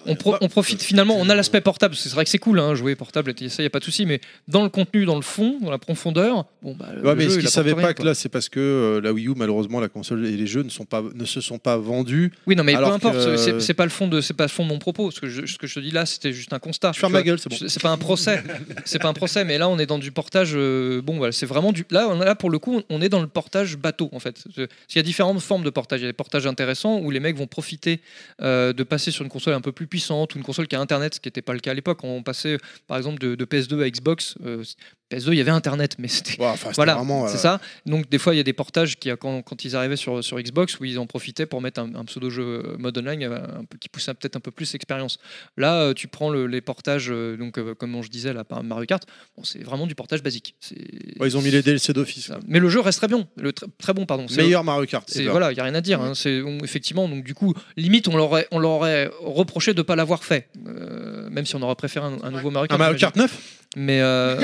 Speaker 2: On, pro- on profite finalement, on a l'aspect portable. parce que C'est vrai que c'est cool, hein, jouer portable, et ça, il n'y a pas de souci. Mais dans le contenu, dans le fond, dans la profondeur, bon, bah, le
Speaker 1: Ouais, Ah, mais
Speaker 2: jeu,
Speaker 1: ce
Speaker 2: il
Speaker 1: qu'ils
Speaker 2: apporte
Speaker 1: savaient
Speaker 2: rien,
Speaker 1: pas que
Speaker 2: quoi.
Speaker 1: là, c'est parce que euh, la Wii U, malheureusement, la console et les jeux ne, sont pas, ne se sont pas vendus.
Speaker 2: Oui, non, mais
Speaker 1: alors
Speaker 2: peu importe,
Speaker 1: que- euh,
Speaker 2: c'est- c'est pas le fond de, c'est pas le fond de mon propos. Ce que je, ce que je te dis là, c'était juste un constat. Je
Speaker 1: ferme ma gueule, c'est bon.
Speaker 2: C'est pas un procès, c'est pas un procès, mais là on est dans du portage. euh, bon, voilà, c'est vraiment du. Là, on, là pour le coup, on est dans le portage bateau en fait. Parce qu'il y a différentes formes de portage. Il y a des portages intéressants où les mecs vont profiter euh, de passer sur une console un peu plus puissante ou une console qui a Internet, ce qui n'était pas le cas à l'époque. On passait par exemple de, de PS2 à Xbox. euh, PS2, il y avait Internet, mais c'était
Speaker 1: c'était
Speaker 2: voilà,
Speaker 1: vraiment,
Speaker 2: c'est
Speaker 1: euh,
Speaker 2: ça. Donc des fois il y a des portages qui, quand, quand ils arrivaient sur, sur Xbox où ils en profitaient pour mettre un, un pseudo-jeu euh, mode online euh, un peu- qui poussait peut-être un peu plus l'expérience. Là euh, tu prends le- les portages, euh, donc, euh, comme je disais là, par Mario Kart, bon, c'est vraiment du portage basique. C'est-
Speaker 1: Ouais, ils ont mis les DLC d'office. quoi.
Speaker 2: Mais le jeu reste très bon, le tr- très bon pardon. C'est-
Speaker 1: Meilleur Mario Kart.
Speaker 2: c'est-
Speaker 1: ever. Mm.
Speaker 2: Voilà, il n'y a rien à dire. hein. C'est, on- effectivement, donc du coup, limite on l'aurait, on l'aurait reproché de ne pas l'avoir fait, Euh, même si on aurait préféré un, un nouveau Mario Kart.
Speaker 1: Un Mario
Speaker 2: j'imagine.
Speaker 1: Kart 9
Speaker 2: Mais, euh,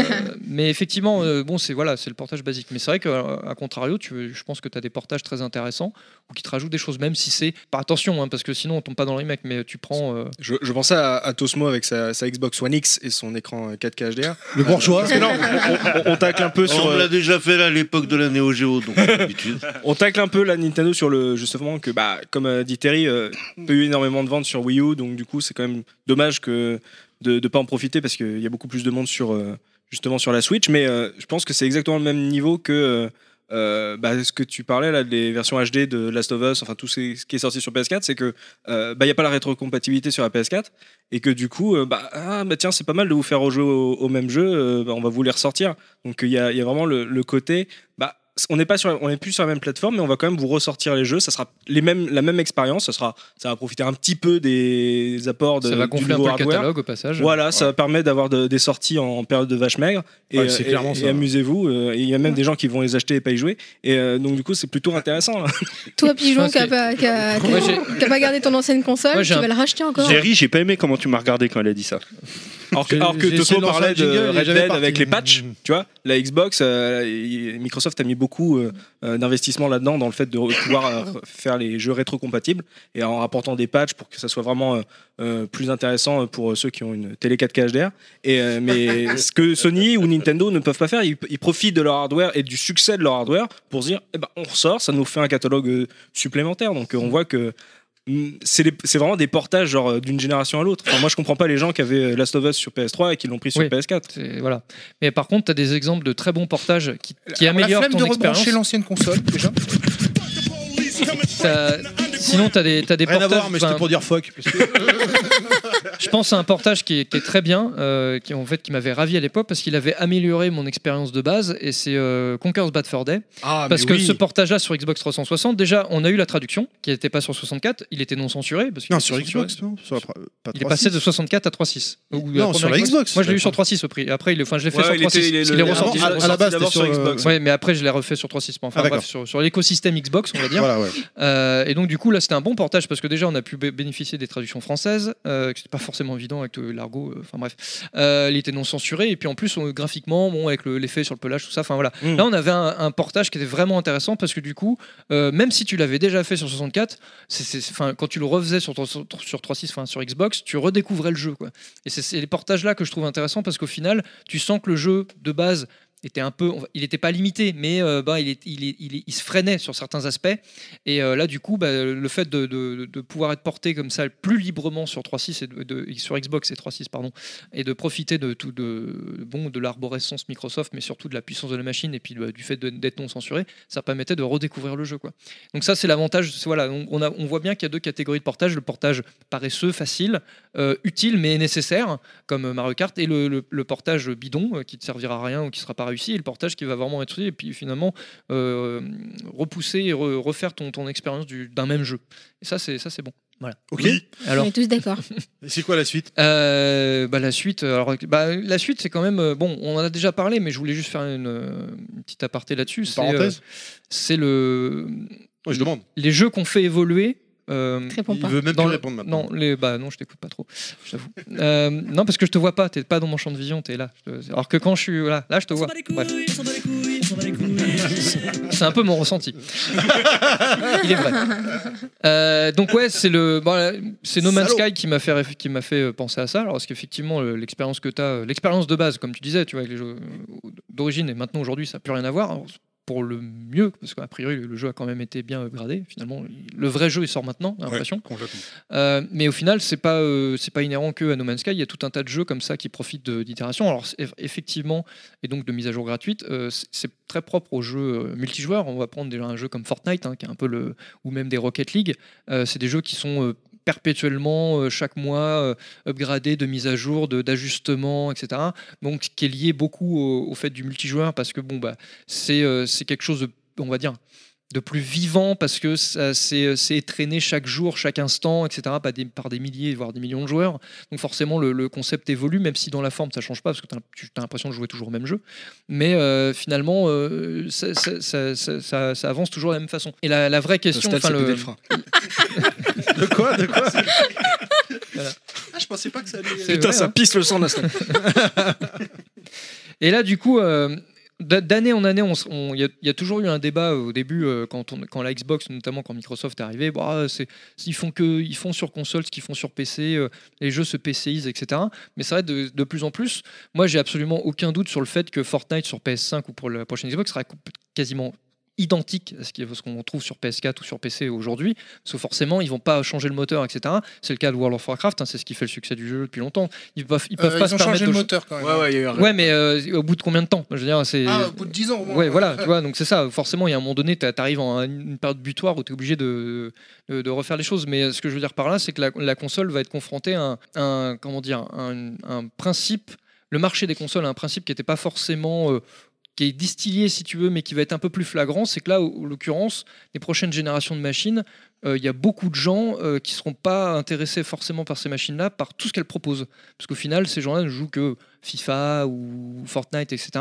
Speaker 2: mais effectivement, euh, bon, c'est voilà, c'est le portage basique. Mais c'est vrai qu'à contrario, tu, je pense que tu as des portages très intéressants ou qui te rajoutent des choses, même si c'est. Pas attention, hein, parce que sinon on tombe pas dans le remake, mais tu prends. euh,
Speaker 9: Je, je pensais à, à Tosmo avec sa, sa Xbox One X et son écran euh, 4K HDR.
Speaker 1: Le bourgeois.
Speaker 9: Parce que là, on, on- on tacle un peu sur.
Speaker 11: On
Speaker 9: euh,
Speaker 11: l'a déjà fait là à l'époque de la Neo Geo, donc d'habitude.
Speaker 9: on tacle un peu la Nintendo sur le justement que bah comme euh, dit Terry euh, pas eu énormément de ventes sur Wii U donc du coup c'est quand même dommage que de ne pas en profiter parce qu'il y a beaucoup plus de monde sur euh, justement sur la Switch mais euh, je pense que c'est exactement le même niveau que euh, euh, bah, ce que tu parlais là des versions HD de Last of Us enfin tout ce ce qui est sorti sur PS4 c'est que euh, bah il y a pas la rétrocompatibilité sur la PS4 et que du coup euh, bah ah bah tiens c'est pas mal de vous faire rejouer au, au même jeu euh, bah, on va vous les ressortir donc il y a, il y a vraiment le, le côté bah on n'est pas sur, on n'est plus sur la même plateforme, mais on va quand même vous ressortir les jeux. Ça sera les mêmes, la même expérience. Ça sera, ça va profiter un petit peu des apports de,
Speaker 2: Ça va
Speaker 9: du
Speaker 2: gonfler un
Speaker 9: nouveau
Speaker 2: peu le
Speaker 9: hardware.
Speaker 2: catalogue, au passage.
Speaker 9: Voilà, ça permet d'avoir de- des sorties en période de vache maigre. Et,
Speaker 2: Ouais, c'est
Speaker 9: euh,
Speaker 2: clairement
Speaker 9: et-
Speaker 2: ça.
Speaker 9: et amusez-vous. euh, et Il y a même des gens qui vont les acheter et pas y jouer. Et euh, donc du coup, c'est plutôt intéressant.
Speaker 5: Toi, Pigeon,
Speaker 9: pense
Speaker 5: qui n'a
Speaker 9: que-
Speaker 5: pas, qui a- qui a-
Speaker 9: Moi, j'ai-
Speaker 5: qui a pas gardé ton ancienne console,
Speaker 9: Moi,
Speaker 5: tu
Speaker 9: j'ai un-
Speaker 5: vas la racheter encore.
Speaker 4: Jerry, j'ai pas aimé comment tu m'as regardé quand elle a dit ça.
Speaker 9: Alors que,
Speaker 4: J'ai-
Speaker 9: alors que
Speaker 4: j'ai essayé
Speaker 9: Tosmo
Speaker 4: de lancer
Speaker 9: parlait
Speaker 4: un
Speaker 9: de
Speaker 4: jingle, il est
Speaker 9: Red
Speaker 4: jamais
Speaker 9: Dead
Speaker 4: parti. Mm.
Speaker 9: avec les patchs, tu vois, la Xbox, euh, y- Microsoft a mis beaucoup euh, euh, d'investissement là-dedans dans le fait de re- pouvoir euh, faire les jeux rétro-compatibles et en rapportant des patchs pour que ça soit vraiment euh, euh, plus intéressant pour euh, ceux qui ont une télé 4K HDR. Et, euh, mais ce que Sony ou Nintendo ne peuvent pas faire, ils, ils profitent de leur hardware et du succès de leur hardware pour se dire, eh ben, on ressort, ça nous fait un catalogue euh, supplémentaire. Donc euh, on voit que Mm, c'est les- c'est vraiment des portages genre euh, d'une génération à l'autre. Enfin, moi je comprends pas les gens qui avaient euh, Last of Us sur PS3 et qui l'ont pris sur
Speaker 2: Oui.
Speaker 9: PS4.
Speaker 2: Voilà. Mais par contre, tu as des exemples de très bons portages qui, qui
Speaker 7: Alors,
Speaker 2: améliorent
Speaker 7: la flemme
Speaker 2: ton
Speaker 7: de
Speaker 2: expérience.
Speaker 7: rebrancher l'ancienne console, déjà.
Speaker 2: T'as- Sinon, tu as des, t'as des
Speaker 1: Rien à
Speaker 2: portages.
Speaker 1: voir, mais c'était
Speaker 2: enfin,
Speaker 1: pour dire fuck.
Speaker 2: je pense à un portage qui est, qui est très bien, euh, qui en fait qui m'avait ravi à l'époque parce qu'il avait amélioré mon expérience de base et c'est euh, Conker's Bad Fur Day.
Speaker 9: Ah, mais
Speaker 2: parce que
Speaker 9: oui.
Speaker 2: ce portage-là sur Xbox 360, déjà on a eu la traduction qui n'était pas sur 64, il était non censuré parce qu'il
Speaker 1: Non,
Speaker 2: était
Speaker 1: sur
Speaker 2: censuré.
Speaker 1: Xbox, non sur la- pas
Speaker 2: Il est
Speaker 1: 3.6.
Speaker 2: passé de 64 à 3.6. Ou
Speaker 1: Non,
Speaker 2: la première
Speaker 1: sur la Xbox.
Speaker 2: Moi, je l'ai eu sur 3.6 au prix. Après, il, enfin, je l'ai fait
Speaker 1: Ouais,
Speaker 2: sur
Speaker 1: il était-
Speaker 2: 3.6.
Speaker 1: il est-
Speaker 2: parce qu'il
Speaker 1: le-
Speaker 2: est ressorti.
Speaker 1: avant- à- à la base, c'était sur, euh,
Speaker 2: Ouais, mais après, je l'ai refait sur 3.6. Enfin,
Speaker 1: Ah,
Speaker 2: bref,
Speaker 1: d'accord.
Speaker 2: sur, sur l'écosystème Xbox, on va dire.
Speaker 1: Voilà, ouais.
Speaker 2: Euh, et donc, du coup, là, c'était un bon portage parce que déjà, on a pu bé- bénéficier des traductions françaises, euh, que c'était pas forcément évident avec euh, l'argot, euh, enfin bref. Euh, il était non censuré, et puis en plus, on- graphiquement, bon, avec le- l'effet sur le pelage, tout ça, enfin voilà.
Speaker 1: Mm.
Speaker 2: Là, on avait un, un portage qui était vraiment intéressant parce que du coup, euh, même si tu l'avais déjà fait sur 64, c'est- c'est- enfin, quand tu le refaisais sur, ton- sur, sur 36, enfin sur Xbox, tu redécouvrais le jeu, quoi. Et c'est- c'est les portages-là que je trouve intéressants parce qu'au final, tu sens que le jeu de base était un peu, on va- il n'était pas limité, mais euh, bah, il, est- il, est- il est- il se freinait sur certains aspects. Et euh, là, du coup, bah, le fait de, de- de pouvoir être porté comme ça plus librement sur 3.6 et de, de- sur Xbox et 3.6 pardon, et de profiter de tout de bon de l'arborescence Microsoft, mais surtout de la puissance de la machine et puis bah, du fait de- d'être non censuré, ça permettait de redécouvrir le jeu, quoi. Donc ça, c'est l'avantage. c'est- Voilà, on, on a- on voit bien qu'il y a deux catégories de portage le portage paresseux, facile, euh, utile mais nécessaire, comme euh, Mario Kart, et le, le- le portage bidon euh, qui ne servira à rien ou qui ne sera pas réussi, et le portage qui va vraiment être utile et puis finalement euh, repousser et re- refaire ton, ton expérience du- d'un même jeu. Et ça, c'est ça, c'est bon. Voilà.
Speaker 1: Ok.
Speaker 2: Alors.
Speaker 5: On est tous d'accord.
Speaker 1: C'est quoi la suite
Speaker 2: bah, La suite, euh, alors, bah, la suite c'est quand même. euh, Bon, on en a déjà parlé, mais je voulais juste faire une, euh, une petite aparté là-dessus. C'est,
Speaker 1: parenthèse
Speaker 2: euh, C'est le.
Speaker 1: je demande.
Speaker 2: Les jeux qu'on fait évoluer. euh,
Speaker 1: Réponds Il pas. veut même
Speaker 2: dans
Speaker 1: plus
Speaker 2: le-
Speaker 1: répondre maintenant.
Speaker 2: Non, les, bah non, je t'écoute pas trop, j'avoue. Euh, non, parce que je te vois pas, t'es pas dans mon champ de vision, t'es là. Alors que quand je suis là, là je te vois. Bref. C'est un peu mon ressenti. Il est vrai. Euh, donc ouais, c'est le, bon, là, c'est No Man's
Speaker 1: Salaud.
Speaker 2: Sky qui m'a fait réf- qui m'a fait euh, penser à ça. Alors parce qu'effectivement, euh, l'expérience que tu as, l'expérience de base, comme tu disais, tu vois, avec les jeux euh, d'origine et maintenant aujourd'hui, ça n'a plus rien à voir. Alors, pour le mieux, parce qu'a priori le jeu a quand même été bien upgradé. Finalement, il- le vrai jeu il sort maintenant, hein. j'ai l'impression. Euh, mais au final, c'est pas euh, c'est pas inhérent que à No Man's Sky. Il y a tout un tas de jeux comme ça qui profitent de- d'itérations. Alors c'est- eff- effectivement, et donc de mises à jour gratuites, euh, c'est- c'est très propre aux jeux euh, multijoueurs. On va prendre déjà un jeu comme Fortnite, hein, qui est un peu le ou même des Rocket League. Euh, c'est des jeux qui sont euh, perpétuellement euh, chaque mois euh, upgradés de mise à jour, de- d'ajustements, etc. Donc ce qui est lié beaucoup au, au fait du multijoueur parce que bon bah c'est euh, c'est quelque chose de on va dire de plus vivant parce que ça c'est c'est étraîné chaque jour, chaque instant, etc. Par des, par des milliers, voire des millions de joueurs. Donc forcément, le, le concept évolue, même si dans la forme, ça change pas, parce que t'as- tu as, l'impression de jouer toujours au même jeu. Mais euh, finalement, euh, ça, ça- ça- ça- ça- ça avance toujours de la même façon. Et la, la vraie question...
Speaker 9: stade,
Speaker 2: enfin,
Speaker 9: c'est péter le frein.
Speaker 1: De quoi De quoi
Speaker 7: Ah, je pensais pas que ça allait.
Speaker 2: C'est vrai, hein.
Speaker 9: pisse le sang de la salle.
Speaker 2: Et là, du coup, euh, d'a- d'année en année, il on, s- on- il y, a- il y a toujours eu un débat euh, au début, euh, quand, on- quand la Xbox, notamment quand Microsoft est arrivé, bah, c'est- ils, font que, ils font sur console ce qu'ils font sur PC, euh, les jeux se PCisent, etc. Mais c'est vrai, de, de plus en plus, moi, j'ai absolument aucun doute sur le fait que Fortnite sur PS5 ou pour la prochaine Xbox sera comp- quasiment identique à ce qui- ce qu'on trouve sur PS4 ou sur PC aujourd'hui, parce que forcément ils vont pas changer le moteur, etc. C'est le cas de World of Warcraft, hein, c'est ce qui fait le succès du jeu depuis longtemps. Ils peuvent, ils peuvent
Speaker 7: Euh,
Speaker 2: pas
Speaker 7: ils
Speaker 2: se
Speaker 7: ont
Speaker 2: permettre
Speaker 7: changé le
Speaker 2: de-
Speaker 7: moteur quand même.
Speaker 9: Ouais, ouais, il y a eu un-
Speaker 2: Ouais, mais euh, au bout de combien de temps Je veux dire, c'est.
Speaker 7: Ah, au bout de 10 ans au moins.
Speaker 2: Ouais, voilà, tu vois, donc c'est ça. Forcément, il y a un moment donné, tu arrives à une période butoir où tu es obligé de, de, de refaire les choses. Mais euh, ce que je veux dire par là, c'est que la, la console va être confrontée à un, un- comment dire, un, un principe. Le marché des consoles a un principe qui n'était pas forcément. euh, qui est distillé si tu veux, mais qui va être un peu plus flagrant, c'est que là, en l'occurrence, les prochaines générations de machines, euh, il y a beaucoup de gens euh, qui ne seront pas intéressés forcément par ces machines-là, par tout ce qu'elles proposent. Parce qu'au final, ces gens-là ne jouent que FIFA ou Fortnite, etc.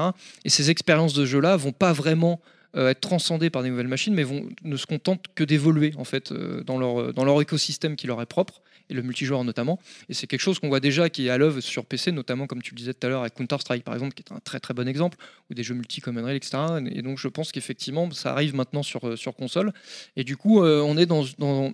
Speaker 2: Et ces expériences de jeu-là vont pas vraiment euh, être transcendées par des nouvelles machines, mais vont, ne se contentent que d'évoluer en fait euh, dans, leur, dans leur écosystème qui leur est propre et le multijoueur notamment. Et c'est quelque chose qu'on voit déjà qui est à l'œuvre sur PC, notamment comme tu le disais tout à l'heure avec Counter-Strike par exemple, qui est un très très bon exemple, ou des jeux multi comme Unreal, etc. Et donc je pense qu'effectivement ça arrive maintenant sur, euh, sur console. Et du coup, euh, on est dans. dans-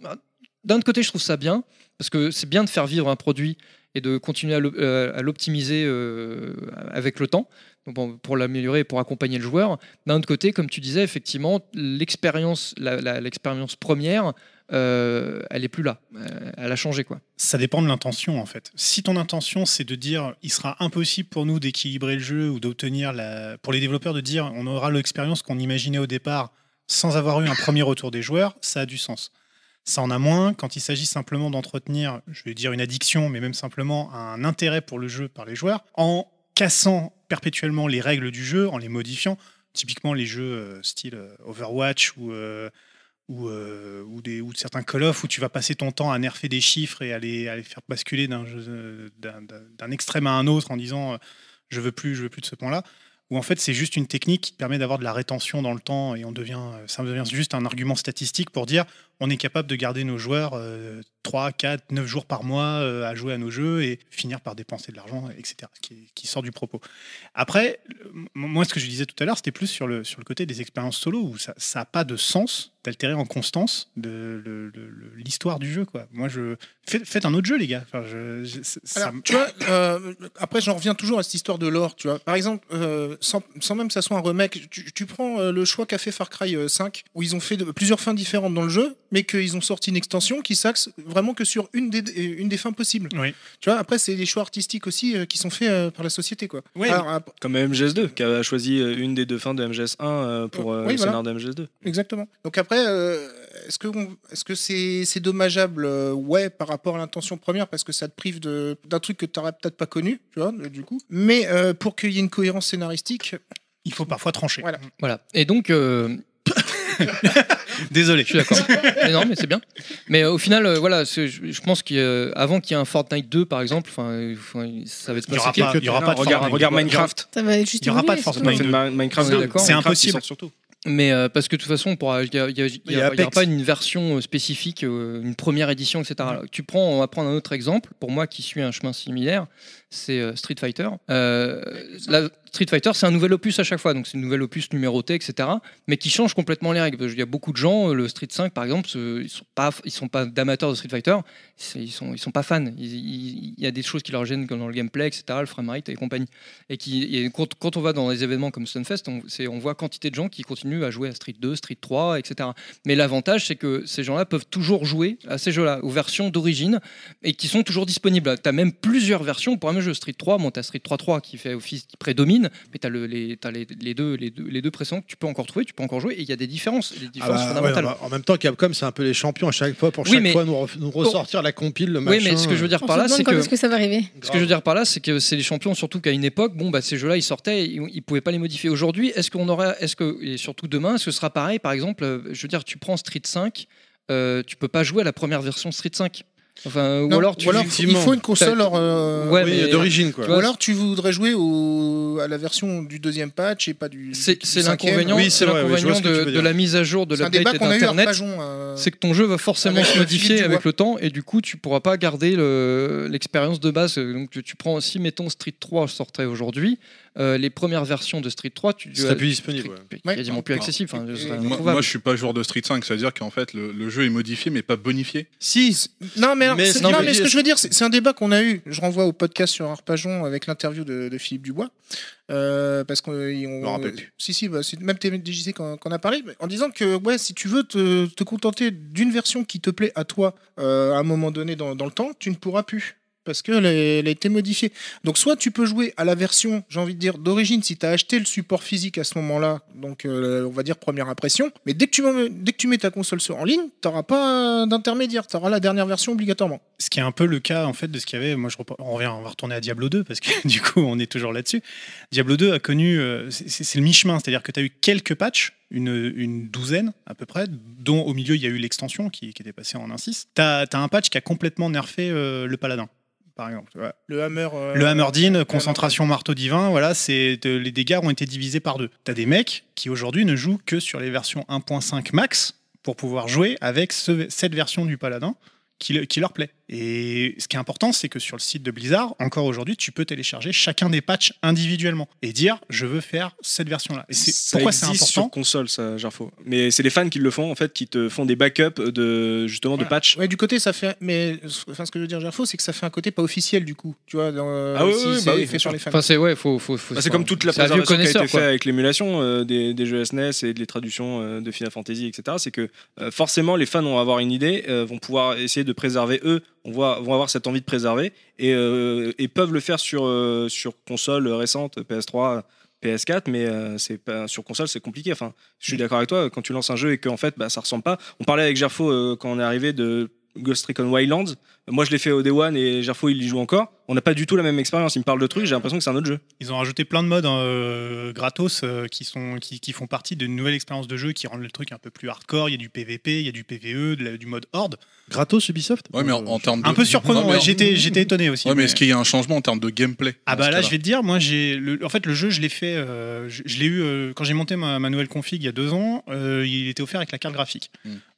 Speaker 2: D'un autre côté, je trouve ça bien, parce que c'est bien de faire vivre un produit et de continuer à l'op- euh, à l'optimiser euh, avec le temps donc, bon, pour l'améliorer et pour accompagner le joueur. D'un autre côté, comme tu disais, effectivement, l'expérience la- la- l'expérience première, euh, elle est plus là. Euh, elle a changé, quoi.
Speaker 10: Ça dépend de l'intention en fait. Si ton intention c'est de dire il sera impossible pour nous d'équilibrer le jeu ou d'obtenir la. pour les développeurs de dire on aura l'expérience qu'on imaginait au départ sans avoir eu un premier retour des joueurs, ça a du sens. Ça en a moins quand il s'agit simplement d'entretenir, je vais dire une addiction, mais même simplement un intérêt pour le jeu par les joueurs, en cassant perpétuellement les règles du jeu, en les modifiant. Typiquement les jeux euh, style euh, Overwatch ou euh, ou, euh, ou, des, ou de certains Call of où tu vas passer ton temps à nerfer des chiffres et à les, à les faire basculer d'un jeu- euh, d'un- d'un d'un extrême à un autre en disant euh, je veux plus, je veux plus de ce point-là. Ou en fait, c'est juste une technique qui te permet d'avoir de la rétention dans le temps et on devient, euh, ça devient juste un argument statistique pour dire on est capable de garder nos joueurs euh, 3, 4, 9 jours par mois euh, à jouer à nos jeux et finir par dépenser de l'argent, etc. ce Qui, est- qui sort du propos. Après, le- m- moi, ce que je disais tout à l'heure, c'était plus sur le, sur le côté des expériences solo où ça n'a pas de sens d'altérer en constance de- le- le- le- l'histoire du jeu. Quoi. Moi, je... Faites, faites un autre jeu, les gars. Enfin, je- je- ça- ça
Speaker 7: Alors,
Speaker 10: me-
Speaker 7: tu vois, euh, après, j'en reviens toujours à cette histoire de l'or, tu vois. Par exemple, euh, sans, sans même que ça soit un remake, tu, tu prends euh, le choix qu'a fait Far Cry euh, 5, où ils ont fait de- plusieurs fins différentes dans le jeu, mais qu'ils ont sorti une extension qui s'axe vraiment que sur une des, euh, une des fins possibles.
Speaker 10: Oui.
Speaker 7: Tu vois, après, c'est des choix artistiques aussi euh, qui sont faits euh, par la société, quoi.
Speaker 9: Ouais,
Speaker 7: Alors,
Speaker 9: mais-
Speaker 7: ap-
Speaker 9: Comme MGS2, qui a choisi euh, une des deux fins de MGS1 euh, pour euh,
Speaker 7: Oui,
Speaker 9: le
Speaker 7: voilà.
Speaker 9: scénar de MGS2.
Speaker 7: Exactement. Donc après, euh, est-ce que on- est-ce que c'est c'est dommageable euh, Ouais, par rapport à l'intention première, parce que ça te prive de- d'un truc que tu n'aurais peut-être pas connu, tu vois, du coup. Mais euh, pour qu'il y ait une cohérence scénaristique,
Speaker 10: il faut parfois trancher.
Speaker 7: Voilà.
Speaker 2: Voilà. Et donc. euh,
Speaker 10: Désolé.
Speaker 2: Je suis d'accord. Mais non, mais c'est bien. Mais euh, au final, euh, voilà, c'est- je, je pense qu'avant qu'il y ait un Fortnite 2, par exemple, enfin, euh, enfin, ça va être
Speaker 10: Il y aura pas- il y aura pas de
Speaker 2: Regarde,
Speaker 10: Fortnite. Ça va juste Il y aura évoluer, pas de Fortnite surtout. 2.
Speaker 9: Minecraft
Speaker 2: On est
Speaker 9: 2.
Speaker 2: d'accord.
Speaker 9: C'est Minecraft, impossible. il sort surtout.
Speaker 2: Mais euh, parce que de toute façon, on pourra- il n'y
Speaker 9: Il y a
Speaker 2: aura
Speaker 9: Apex.
Speaker 2: pas une version euh, spécifique, euh, une première édition, etc. Tu prends, on va prendre un autre exemple. Pour moi, qui suis un chemin similaire, c'est euh, Street Fighter. Euh, la- Street Fighter, c'est un nouvel opus à chaque fois, donc c'est une nouvelle opus numéroté, etc. Mais qui change complètement les règles. Parce qu'il y a beaucoup de gens, euh, le Street 5 par exemple, ce- ils sont pas, ils sont pas d'amateurs de Street Fighter, c'est- ils sont, ils sont pas fans. Ils- ils- Il y a des choses qui leur gênent comme dans le gameplay, etc. Le framerate et compagnie. Et qui, et quand, quand on va dans les événements comme Stunfest, on, c'est- on voit quantité de gens qui continuent à jouer à Street 2, Street 3, etc. Mais l'avantage, c'est que ces gens-là peuvent toujours jouer à ces jeux-là, aux versions d'origine, et qui sont toujours disponibles. Tu as même plusieurs versions pour un même jeu. Street 3, bon, tu as Street 3.3 qui fait office, qui prédomine, mais tu as, les, t'as les, les deux, les, deux, les deux précédents que tu peux encore trouver, tu peux encore jouer, et il y a des différences, des
Speaker 1: Ah
Speaker 2: différences
Speaker 1: bah,
Speaker 2: fondamentales.
Speaker 1: ouais, bah, en même temps, Capcom, c'est un peu les champions à chaque fois pour
Speaker 2: Oui,
Speaker 1: chaque
Speaker 2: mais-
Speaker 1: fois nous, ref- nous ressortir la compile, le
Speaker 2: Oui,
Speaker 1: machin. euh.
Speaker 2: mais ce que je veux dire
Speaker 5: On
Speaker 2: par
Speaker 5: se
Speaker 2: là,
Speaker 5: demande
Speaker 2: c'est
Speaker 5: quand
Speaker 2: que.
Speaker 5: est-ce que ça va arriver
Speaker 2: Ce que je veux dire par là, c'est que c'est les champions, surtout qu'à une époque, bon, bah, ces jeux-là, ils sortaient, ils ils pouvaient pas les modifier. Aujourd'hui, est-ce qu'on aura, est-ce que, et surtout demain, est-ce que ce sera pareil Par exemple, euh, je veux dire, tu prends Street 5, euh, tu peux pas jouer à la première version de Street 5. Enfin,
Speaker 7: non,
Speaker 2: ou alors tu.
Speaker 7: il faut- il faut une console hors, euh,
Speaker 2: Ouais, mais- tu
Speaker 7: Ou
Speaker 2: vois,
Speaker 7: alors tu voudrais jouer au, à la version du deuxième patch et pas du.
Speaker 2: C'est
Speaker 7: du
Speaker 2: c'est
Speaker 7: cinquième.
Speaker 2: l'inconvénient c'est l'inconvénient de, de la mise à jour de
Speaker 7: C'est un
Speaker 2: l'update
Speaker 7: débat
Speaker 2: et
Speaker 7: qu'on a eu à
Speaker 2: d'internet.
Speaker 7: Arpajon, euh,
Speaker 2: C'est que ton jeu va forcément
Speaker 7: avec
Speaker 2: se
Speaker 7: Philippe
Speaker 2: modifier
Speaker 7: Dubois.
Speaker 2: avec le temps et du coup tu pourras pas garder le- l'expérience de base. Donc tu, tu prends aussi, mettons Street 3 sortait aujourd'hui, euh, les premières versions de Street 3, tu
Speaker 1: Ce serait plus disponible,
Speaker 2: Street- quasiment plus accessible. enfin, ce serait
Speaker 6: Moi,
Speaker 2: introuvable.
Speaker 6: moi, je suis pas joueur de Street 5, c'est-à-dire qu'en fait, le, le jeu est modifié mais pas bonifié.
Speaker 1: Si
Speaker 7: Non, mais, alors,
Speaker 6: Mais
Speaker 7: c'est-
Speaker 6: ce qui
Speaker 7: non,
Speaker 6: veut
Speaker 7: mais ce
Speaker 6: dire-
Speaker 7: que je veux dire, c'est c'est un débat qu'on a eu. Je renvoie au podcast sur Arpajon avec l'interview de, de Philippe Dubois. Euh, parce qu'on. on-
Speaker 1: m'en rappelle plus.
Speaker 7: Si, si, bah, c'est même TMDJC qu'on qu'on a parlé. mais En disant que, ouais, si tu veux te, te contenter d'une version qui te plaît à toi euh, à un moment donné dans, dans le temps, tu ne pourras plus. Parce qu'elle a été modifiée. Donc, soit tu peux jouer à la version, j'ai envie de dire, d'origine, si tu as acheté le support physique à ce moment-là, donc euh, on va dire première impression, mais dès que tu, m'en- dès que tu mets ta console sur- en ligne, tu n'auras pas euh, d'intermédiaire, tu auras la dernière version obligatoirement.
Speaker 10: ce qui est un peu le cas en fait de ce qu'il y avait. Moi, je repars- on revient, on va retourner à Diablo 2 parce que du coup, on est toujours là-dessus. Diablo 2 a connu, euh, c'est- c'est c'est le mi-chemin, c'est-à-dire que tu as eu quelques patchs, une, une douzaine à peu près, dont au milieu il y a eu l'extension qui, qui était passée en 1.6. Tu as, un patch qui a complètement nerfé euh, le paladin, par exemple. tu vois.
Speaker 7: Le Hammer. euh,
Speaker 10: Le Hammerdine, concentration marteau divin, voilà, c'est de- les dégâts ont été divisés par deux. T'as des mecs qui aujourd'hui ne jouent que sur les versions 1.5 max pour pouvoir jouer avec ce- cette version du paladin qui, le- qui leur plaît. Et ce qui est important, c'est que sur le site de Blizzard, encore aujourd'hui, tu peux télécharger chacun des patchs individuellement et dire je veux faire cette version-là. Et c'est
Speaker 9: Ça
Speaker 10: pourquoi c'est
Speaker 9: existe sur
Speaker 10: important.
Speaker 9: console, ça, Jarfo. Mais c'est les fans qui le font, en fait, qui te font des backups de, justement, de
Speaker 7: Voilà.
Speaker 9: patch.
Speaker 7: Ouais, du côté, ça fait. Mais enfin, ce que je veux dire, Gerfo, c'est que ça fait un côté pas officiel du coup. Tu vois, dans, euh,
Speaker 9: Ah oui,
Speaker 7: si
Speaker 9: oui,
Speaker 7: c'est
Speaker 9: bah oui, bien
Speaker 7: fait
Speaker 9: sûr.
Speaker 7: par les fans.
Speaker 2: Enfin, c'est ouais, faut, faut, faut-
Speaker 9: Bah, c'est comme toute la
Speaker 2: c'est un vieux
Speaker 9: préservation qui a été
Speaker 2: connaisseur,
Speaker 9: faite
Speaker 2: quoi.
Speaker 9: avec l'émulation euh, des, des jeux SNES et des traductions euh, de Final Fantasy, etc. C'est que euh, forcément, les fans vont avoir une idée, euh, vont pouvoir essayer de préserver eux, on voit, vont avoir cette envie de préserver et, euh, et peuvent le faire sur, euh, sur console récente, PS3. PS4, mais euh, c'est pas sur console, c'est compliqué. Enfin, je
Speaker 2: Mm.
Speaker 9: suis d'accord avec toi. Quand tu lances un jeu et que en fait, bah, ça ressemble pas. On parlait avec Gerfo euh, quand on est arrivé de Ghost Recon Wildlands. Moi, je l'ai fait au Day One et Gerfo, il y joue encore. on n'a pas du tout la même expérience. Il me parle de trucs, j'ai l'impression que c'est un autre jeu.
Speaker 10: Ils ont rajouté plein de modes euh, gratos euh, qui, sont, qui, qui font partie d'une nouvelle expérience de jeu qui rend le truc un peu plus hardcore. Il y a du PVP, il y a du PVE, de la- du mode horde.
Speaker 1: Gratos Ubisoft
Speaker 6: Ouais, mais en, en termes de.
Speaker 10: Un peu surprenant,
Speaker 6: Non, mais
Speaker 10: ouais,
Speaker 6: en-
Speaker 10: j'étais- j'étais étonné aussi,
Speaker 6: Ouais, mais,
Speaker 10: mais-
Speaker 6: est-ce qu'il y a un changement en termes de gameplay
Speaker 10: Ah
Speaker 6: dans ce
Speaker 10: bah là,
Speaker 6: cas-là
Speaker 10: je vais te dire, moi j'ai, le- en fait, le jeu, je l'ai fait, euh, je, je l'ai eu euh, quand j'ai monté ma, ma nouvelle config il y a deux ans. euh, il était offert avec la carte graphique.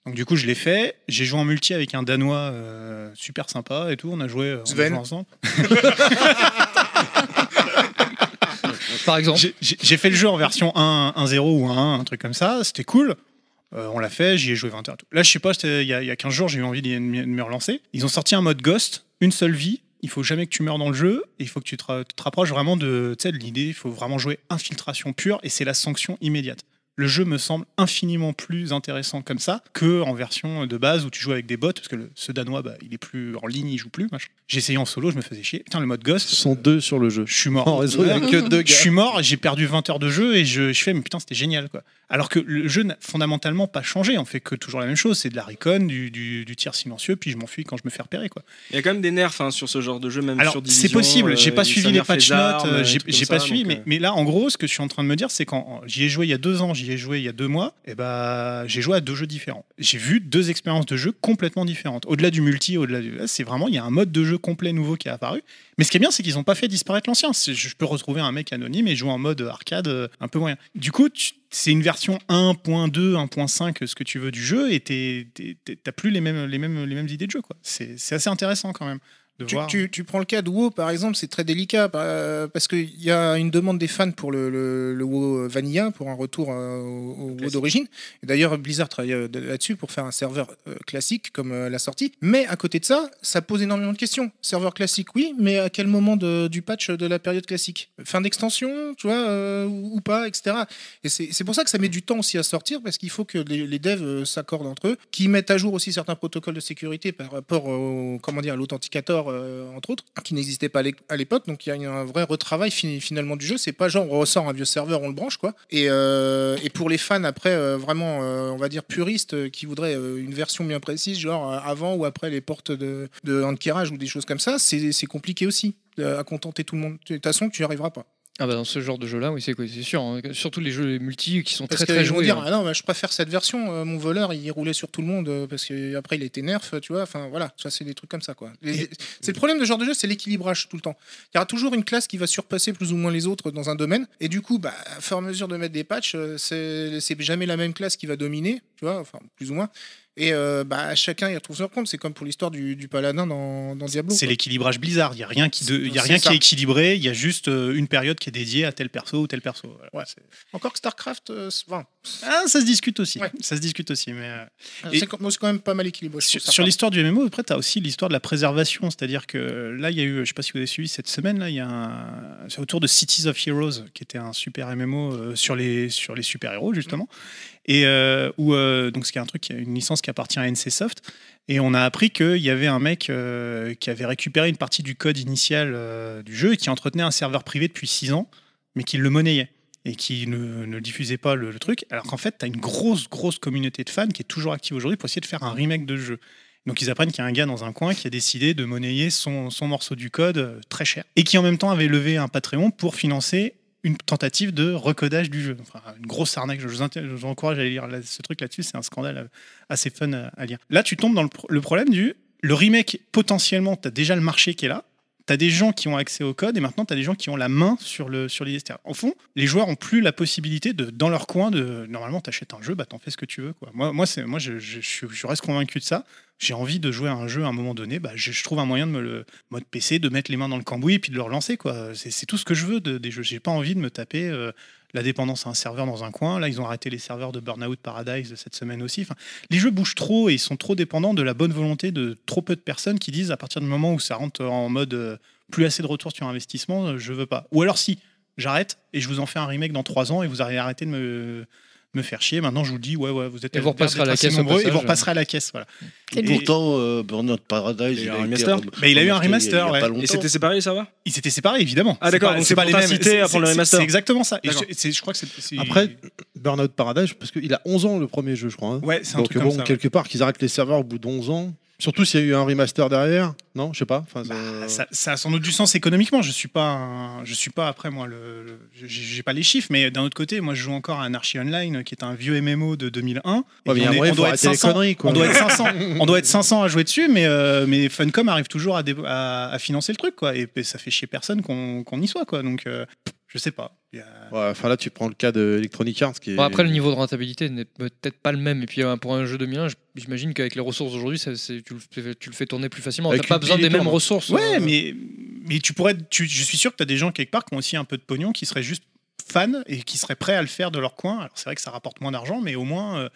Speaker 10: Donc du coup, je l'ai fait. J'ai joué en multi avec un Danois euh, super sympa et tout. On a joué, euh, on a
Speaker 7: Sven.
Speaker 10: joué ensemble. Par exemple, j'ai fait le jeu en version 1, 1.0 ou 1.1, un truc comme ça. C'était cool. Euh, on l'a fait, j'y ai joué 20 heures. tout. Là, je sais pas, c'était- il y, a il y a 15 jours, j'ai eu envie d'y- de me de me relancer. Ils ont sorti un mode Ghost, une seule vie. Il faut jamais que tu meurs dans le jeu. et Il faut que tu te, ra- te rapproches vraiment de, tu sais, de l'idée. Il faut vraiment jouer infiltration pure et c'est la sanction immédiate. Le jeu me semble infiniment plus intéressant comme ça que en version de base où tu joues avec des bots parce que le- ce danois bah, il est plus en ligne, il joue plus. machin. J'ai essayé en solo, je me faisais chier. Putain le mode Ghost.
Speaker 1: sont deux sur le jeu.
Speaker 10: Je suis mort.
Speaker 1: En réseau, il y a que deux
Speaker 10: Je
Speaker 1: gars.
Speaker 10: suis mort, j'ai perdu 20 heures de jeu et je, je fais, mais putain, c'était génial quoi. Alors que le jeu n'a fondamentalement pas changé, on fait que toujours la même chose, c'est de la recon, du, du, du tir silencieux, puis je m'enfuis quand je me fais repérer quoi.
Speaker 9: Il y a quand même des nerfs hein, sur ce genre de jeu, même
Speaker 10: Alors
Speaker 9: sur
Speaker 10: c'est
Speaker 9: Division,
Speaker 10: possible,
Speaker 9: euh,
Speaker 10: j'ai pas
Speaker 9: ça
Speaker 10: suivi les
Speaker 9: nerf
Speaker 10: patch notes,
Speaker 9: armes,
Speaker 10: euh,
Speaker 9: des
Speaker 10: j'ai
Speaker 9: trucs
Speaker 10: j'ai
Speaker 9: comme
Speaker 10: pas
Speaker 9: ça,
Speaker 10: suivi,
Speaker 9: donc,
Speaker 10: mais,
Speaker 9: euh,
Speaker 10: mais là en gros, ce que je suis en train de me dire, c'est quand j'y ai joué il y a deux ans, j'y ai joué il y a deux mois, et bah j'ai joué à deux jeux différents. J'ai vu deux expériences de jeu complètement différentes. Au-delà du multi, au-delà du, là, c'est vraiment il y a un mode de jeu complet nouveau qui est apparu. Mais ce qui est bien, c'est qu'ils ont pas fait disparaître l'ancien. C'est- Je peux retrouver un mec anonyme et jouer en mode arcade euh, un peu moyen. Du coup, tu- c'est une version 1.2, 1.5, ce que tu veux du jeu, et t'es- t'es- t'es- t'as plus les mêmes, les, mêmes, les mêmes idées de jeu. quoi. C'est c'est assez intéressant quand même. De
Speaker 7: Tu,
Speaker 10: voir.
Speaker 7: tu- tu prends le cas de WoW par exemple, c'est très délicat euh, parce qu'il y a une demande des fans pour le, le- le WoW euh, Vanilla, pour un retour euh, au, au WoW d'origine. Et D'ailleurs, Blizzard travaille euh, de- là-dessus pour faire un serveur euh, classique comme euh, la sortie. Mais à côté de ça, ça pose énormément de questions. Serveur classique, oui, mais à quel moment de- du patch de la période classique Fin d'extension, tu vois, euh, ou ou pas, etc. Et c'est c'est pour ça que ça met du temps aussi à sortir parce qu'il faut que les, les devs euh, s'accordent entre eux, qu'ils mettent à jour aussi certains protocoles de sécurité par rapport au, comment dire, à l'authenticator, euh, entre autres, qui n'existait pas à l'é- à l'époque. Donc il y a un vrai retravail fi- finalement du jeu. C'est pas genre on ressort un vieux serveur, on le branche, quoi. Et, euh, et pour les fans, après, euh, vraiment, euh, on va dire puristes, euh, qui voudraient euh, une version bien précise, genre euh, avant ou après les portes de, de handcarage ou des choses comme ça, c'est c'est compliqué aussi euh, à contenter tout le monde. De toute façon, tu n'y arriveras pas.
Speaker 2: Ah bah dans ce genre de jeu-là, oui, c'est quoi, c'est sûr. hein. Surtout les jeux multi qui sont
Speaker 7: Parce
Speaker 2: très
Speaker 7: qu'ils
Speaker 2: très
Speaker 7: vont
Speaker 2: joués.
Speaker 7: dire,
Speaker 2: hein.
Speaker 7: ah non, bah, je préfère cette version. euh, mon voleur, il roulait sur tout le monde euh, parce qu'après il était nerf, tu vois. Enfin voilà, ça c'est des trucs comme ça quoi. Les- C'est le problème de ce genre de jeu, c'est l'équilibrage tout le temps. Il y aura toujours une classe qui va surpasser plus ou moins les autres dans un domaine, et du coup, bah, à fur et à mesure de mettre des patchs, euh, c'est c'est jamais la même classe qui va dominer, tu vois. Enfin plus ou moins. Et euh, bah chacun y retrouve son compte. C'est comme pour l'histoire du, du paladin dans, dans Diablo.
Speaker 10: C'est
Speaker 7: quoi.
Speaker 10: l'équilibrage Blizzard. Il y a rien qui, de, il y a
Speaker 7: C'est
Speaker 10: rien qui
Speaker 7: ça.
Speaker 10: est équilibré. Il y a juste euh, une période qui est dédiée à tel perso ou tel perso. Voilà.
Speaker 7: Ouais. Encore que Starcraft, euh, c'est- enfin,
Speaker 10: Ah, ça se discute aussi. Ça se discute aussi, mais. euh, et-
Speaker 7: Ah, c'est quand moi, c'est quand même pas mal équilibré. je trouve,
Speaker 10: sur,
Speaker 7: Starcraft.
Speaker 10: sur l'histoire du MMO, après, tu as aussi l'histoire de la préservation. C'est-à-dire que euh, là, il y a eu, je sais pas si vous avez suivi cette semaine, là, il y a un- c'est autour de Cities of Heroes, qui était un super MMO euh, sur les, sur les super-héros, justement. Et euh, où, euh, donc, ce qui est un truc, qui est une licence qui appartient à NCSoft. Et on a appris qu'il y avait un mec euh, qui avait récupéré une partie du code initial euh, du jeu et qui entretenait un serveur privé depuis 6 ans, mais qui le monnayait et qui ne, ne diffusait pas le, le truc. Alors qu'en fait, tu as une grosse, grosse communauté de fans qui est toujours active aujourd'hui pour essayer de faire un remake de ce jeu. Donc ils apprennent qu'il y a un gars dans un coin qui a décidé de monnayer son, son morceau du code euh, très cher et qui en même temps avait levé un Patreon pour financer une tentative de recodage du jeu. Enfin, une grosse arnaque. Je vous, inter- je vous encourage à aller lire là- ce truc là-dessus. C'est un scandale euh, assez fun à, à lire. Là, tu tombes dans le, pro- le problème du le remake. Potentiellement, tu as déjà le marché qui est là. T'as des gens qui ont accès au code et maintenant t'as des gens qui ont la main sur le sur l'idée. C'est-à-dire, Au fond, les joueurs ont plus la possibilité de dans leur coin de normalement t'achètes un jeu, bah t'en fais ce que tu veux quoi. Moi moi c'est moi je, je, je suis- je reste convaincu de ça. J'ai envie de jouer à un jeu à un moment donné, bah je, je trouve un moyen de me le mode PC, de mettre les mains dans le cambouis et puis de le relancer quoi. C'est c'est tout ce que je veux de- des jeux. J'ai pas envie de me taper euh, la dépendance à un serveur dans un coin. Là, ils ont arrêté les serveurs de Burnout Paradise cette semaine aussi. Enfin, les jeux bougent trop et ils sont trop dépendants de la bonne volonté de trop peu de personnes qui disent à partir du moment où ça rentre en mode euh, plus assez de retour sur investissement, euh, je veux pas. Ou alors si, j'arrête et je vous en fais un remake dans trois ans et vous allez arrêter de me me faire chier. Maintenant, je vous dis ouais ouais, vous êtes
Speaker 2: Et vous repasserez à la
Speaker 10: assez
Speaker 2: caisse au
Speaker 10: nombreux et
Speaker 2: passage. hein.
Speaker 10: vous repasserez à la caisse voilà.
Speaker 11: Et
Speaker 10: Et-
Speaker 11: pourtant, euh, Burnout Paradise, il a, été rem-
Speaker 10: mais il a eu un
Speaker 11: remaster il y a- il y
Speaker 10: remaster,
Speaker 11: a
Speaker 10: ouais.
Speaker 11: pas longtemps.
Speaker 10: séparé, ça va Ils s'étaient séparés, évidemment.
Speaker 9: Ah, d'accord,
Speaker 10: pas-
Speaker 9: donc c'est
Speaker 10: pas
Speaker 9: pour
Speaker 10: les mêmes.
Speaker 9: t'inciter à
Speaker 10: C'est-
Speaker 9: prendre le
Speaker 10: c'est-
Speaker 9: remaster.
Speaker 10: C'est exactement ça. Et
Speaker 9: D'accord.
Speaker 10: je, c'est- je crois que c'est- c'est.
Speaker 1: Après, Burnout Paradise, parce qu'il a 11 ans le premier jeu, je crois. hein.
Speaker 10: Ouais, c'est un
Speaker 1: Donc
Speaker 10: truc
Speaker 1: bon,
Speaker 10: comme ça, ouais.
Speaker 1: quelque part, qu'ils arrêtent les serveurs au bout d'11 ans. Surtout s'il y a eu un remaster derrière, non Je sais pas. Enfin, euh,
Speaker 10: Ah, ça, ça a sans doute du sens économiquement. Je suis pas, un- je suis pas après moi. Le, le- j'ai- j'ai pas les chiffres, mais d'un autre côté, moi je joue encore à Anarchy Online, qui est un vieux MMO de 2001.
Speaker 1: Ouais, mais
Speaker 10: on
Speaker 1: à un
Speaker 10: est-
Speaker 1: moment, il
Speaker 10: on
Speaker 1: faut
Speaker 10: doit être
Speaker 1: arrêter les
Speaker 10: 500,
Speaker 1: conneries, quoi.
Speaker 10: On doit être 500. on doit être 500 à jouer dessus, mais euh, mais Funcom arrive toujours à, dé- à, à financer le truc, quoi. Et, et ça fait chier personne qu'on qu'on y soit, quoi. Donc euh, je sais pas. Il y a-
Speaker 1: Ouais, enfin là, tu prends le cas de Electronic Arts qui est.
Speaker 2: Bon, après, le niveau de rentabilité n'est peut-être pas le même. Et puis, euh, pour un jeu 2001, j- j'imagine qu'avec les ressources aujourd'hui, ça, c'est- tu, le fais- tu le fais tourner plus facilement. T'as
Speaker 10: Avec
Speaker 2: pas
Speaker 10: une
Speaker 2: besoin des
Speaker 10: pile
Speaker 2: mêmes
Speaker 10: énorme.
Speaker 2: ressources.
Speaker 10: Ouais,
Speaker 2: euh,
Speaker 10: mais, mais tu pourrais. tu- je suis sûr que tu as des gens quelque part qui ont aussi un peu de pognon, qui seraient juste fans et qui seraient prêts à le faire de leur coin. Alors c'est vrai que ça rapporte moins d'argent, mais au moins. euh,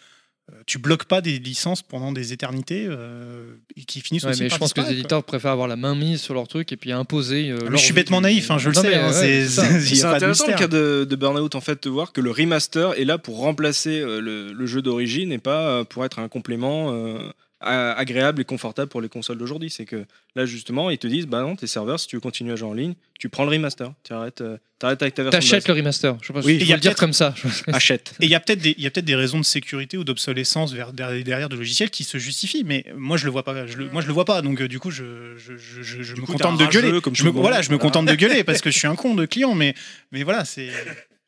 Speaker 10: euh, tu bloques pas des licences pendant des éternités euh, et qui finissent
Speaker 2: Ouais,
Speaker 10: aussi
Speaker 2: mais je
Speaker 10: par
Speaker 2: pense que les
Speaker 10: disparaître,
Speaker 2: éditeurs préfèrent avoir la main mise sur leur truc et puis imposer. euh,
Speaker 10: mais
Speaker 2: leur
Speaker 10: je suis
Speaker 2: vue
Speaker 10: bêtement
Speaker 2: du-
Speaker 10: naïf, hein, je le
Speaker 2: Non,
Speaker 10: sais,
Speaker 2: mais,
Speaker 10: hein,
Speaker 2: ouais,
Speaker 10: c'est-
Speaker 2: ça.
Speaker 10: c'est- il
Speaker 9: C'est
Speaker 10: y a pas de
Speaker 9: intéressant le
Speaker 10: mystère.
Speaker 9: cas de, de Burnout en fait de voir que le remaster est là pour remplacer euh, le, le jeu d'origine et pas euh, pour être un complément euh, a- agréable et confortable pour les consoles d'aujourd'hui. C'est que là justement ils te disent bah non tes serveurs si tu veux continuer à jouer en ligne tu prends le remaster, tu arrêtes, euh, t'arrêtes avec ta version. de
Speaker 2: T'achètes
Speaker 9: base.
Speaker 2: le remaster. Je pense
Speaker 9: Oui,
Speaker 2: oui,
Speaker 9: il y a
Speaker 2: le dire
Speaker 9: peut-être-
Speaker 2: comme ça.
Speaker 9: Achète.
Speaker 10: Et il y a peut-être des, il y a peut-être des raisons de sécurité ou d'obsolescence vers- derrière, derrière de logiciels qui se justifient, mais moi je le vois pas, je le, moi je le vois pas, donc euh, du coup je, je, je, je- je me
Speaker 9: coup,
Speaker 10: contente
Speaker 9: t'as
Speaker 10: de
Speaker 9: un rageux
Speaker 10: gueuler.
Speaker 9: comme
Speaker 10: je
Speaker 9: tout
Speaker 10: me,
Speaker 9: le monde.
Speaker 10: voilà, je me
Speaker 9: Voilà.
Speaker 10: contente de gueuler parce que je suis un con de client, mais, mais voilà, c'est. De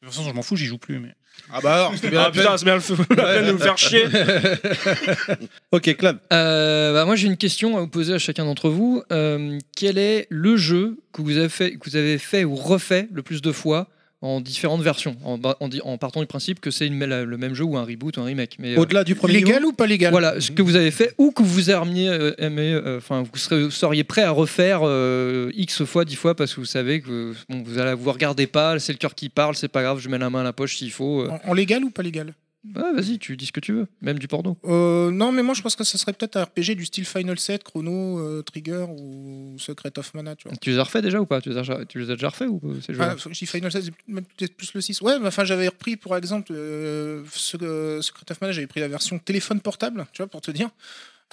Speaker 10: toute façon, je m'en fous, j'y joue plus. Mais...
Speaker 1: Ah bah alors,
Speaker 10: c'est bien la peine.
Speaker 9: bien la peine de vous faire chier.
Speaker 1: ok, Claude.
Speaker 2: Euh, bah, moi, j'ai une question à vous poser à chacun d'entre vous. Euh, quel est le jeu que vous, avez fait, que vous avez fait ou refait le plus de fois en différentes versions En, ba- en di- en partant du principe que c'est une- la- le même jeu ou un reboot ou un remake. Mais, euh,
Speaker 1: Au-delà du premier
Speaker 7: Légal
Speaker 1: niveau
Speaker 7: ou pas légal
Speaker 2: Voilà, ce que vous avez fait ou que vous aimiez, euh, aimé, euh, enfin, vous serez- seriez prêt à refaire euh, X fois, 10 fois, parce que vous savez que bon, vous allez vous regardez pas, c'est le cœur qui parle, c'est pas grave, je mets la main à la poche s'il faut. euh.
Speaker 7: En, en légal ou pas légal
Speaker 2: Ouais, vas-y, tu dis ce que tu veux, même du porno.
Speaker 7: Euh, non, mais moi je pense que ce serait peut-être un RPG du style Final 7, Chrono, euh, Trigger ou Secret of Mana. Tu vois.
Speaker 2: Tu les as refait déjà ou pas tu les, as, tu les as déjà refait ou pas, ces jeux
Speaker 7: Ah, je dis Final 7, c'est même peut-être plus le 6. Ouais, mais enfin j'avais repris par exemple euh, ce- euh, Secret of Mana, j'avais pris la version téléphone portable, tu vois, pour te dire.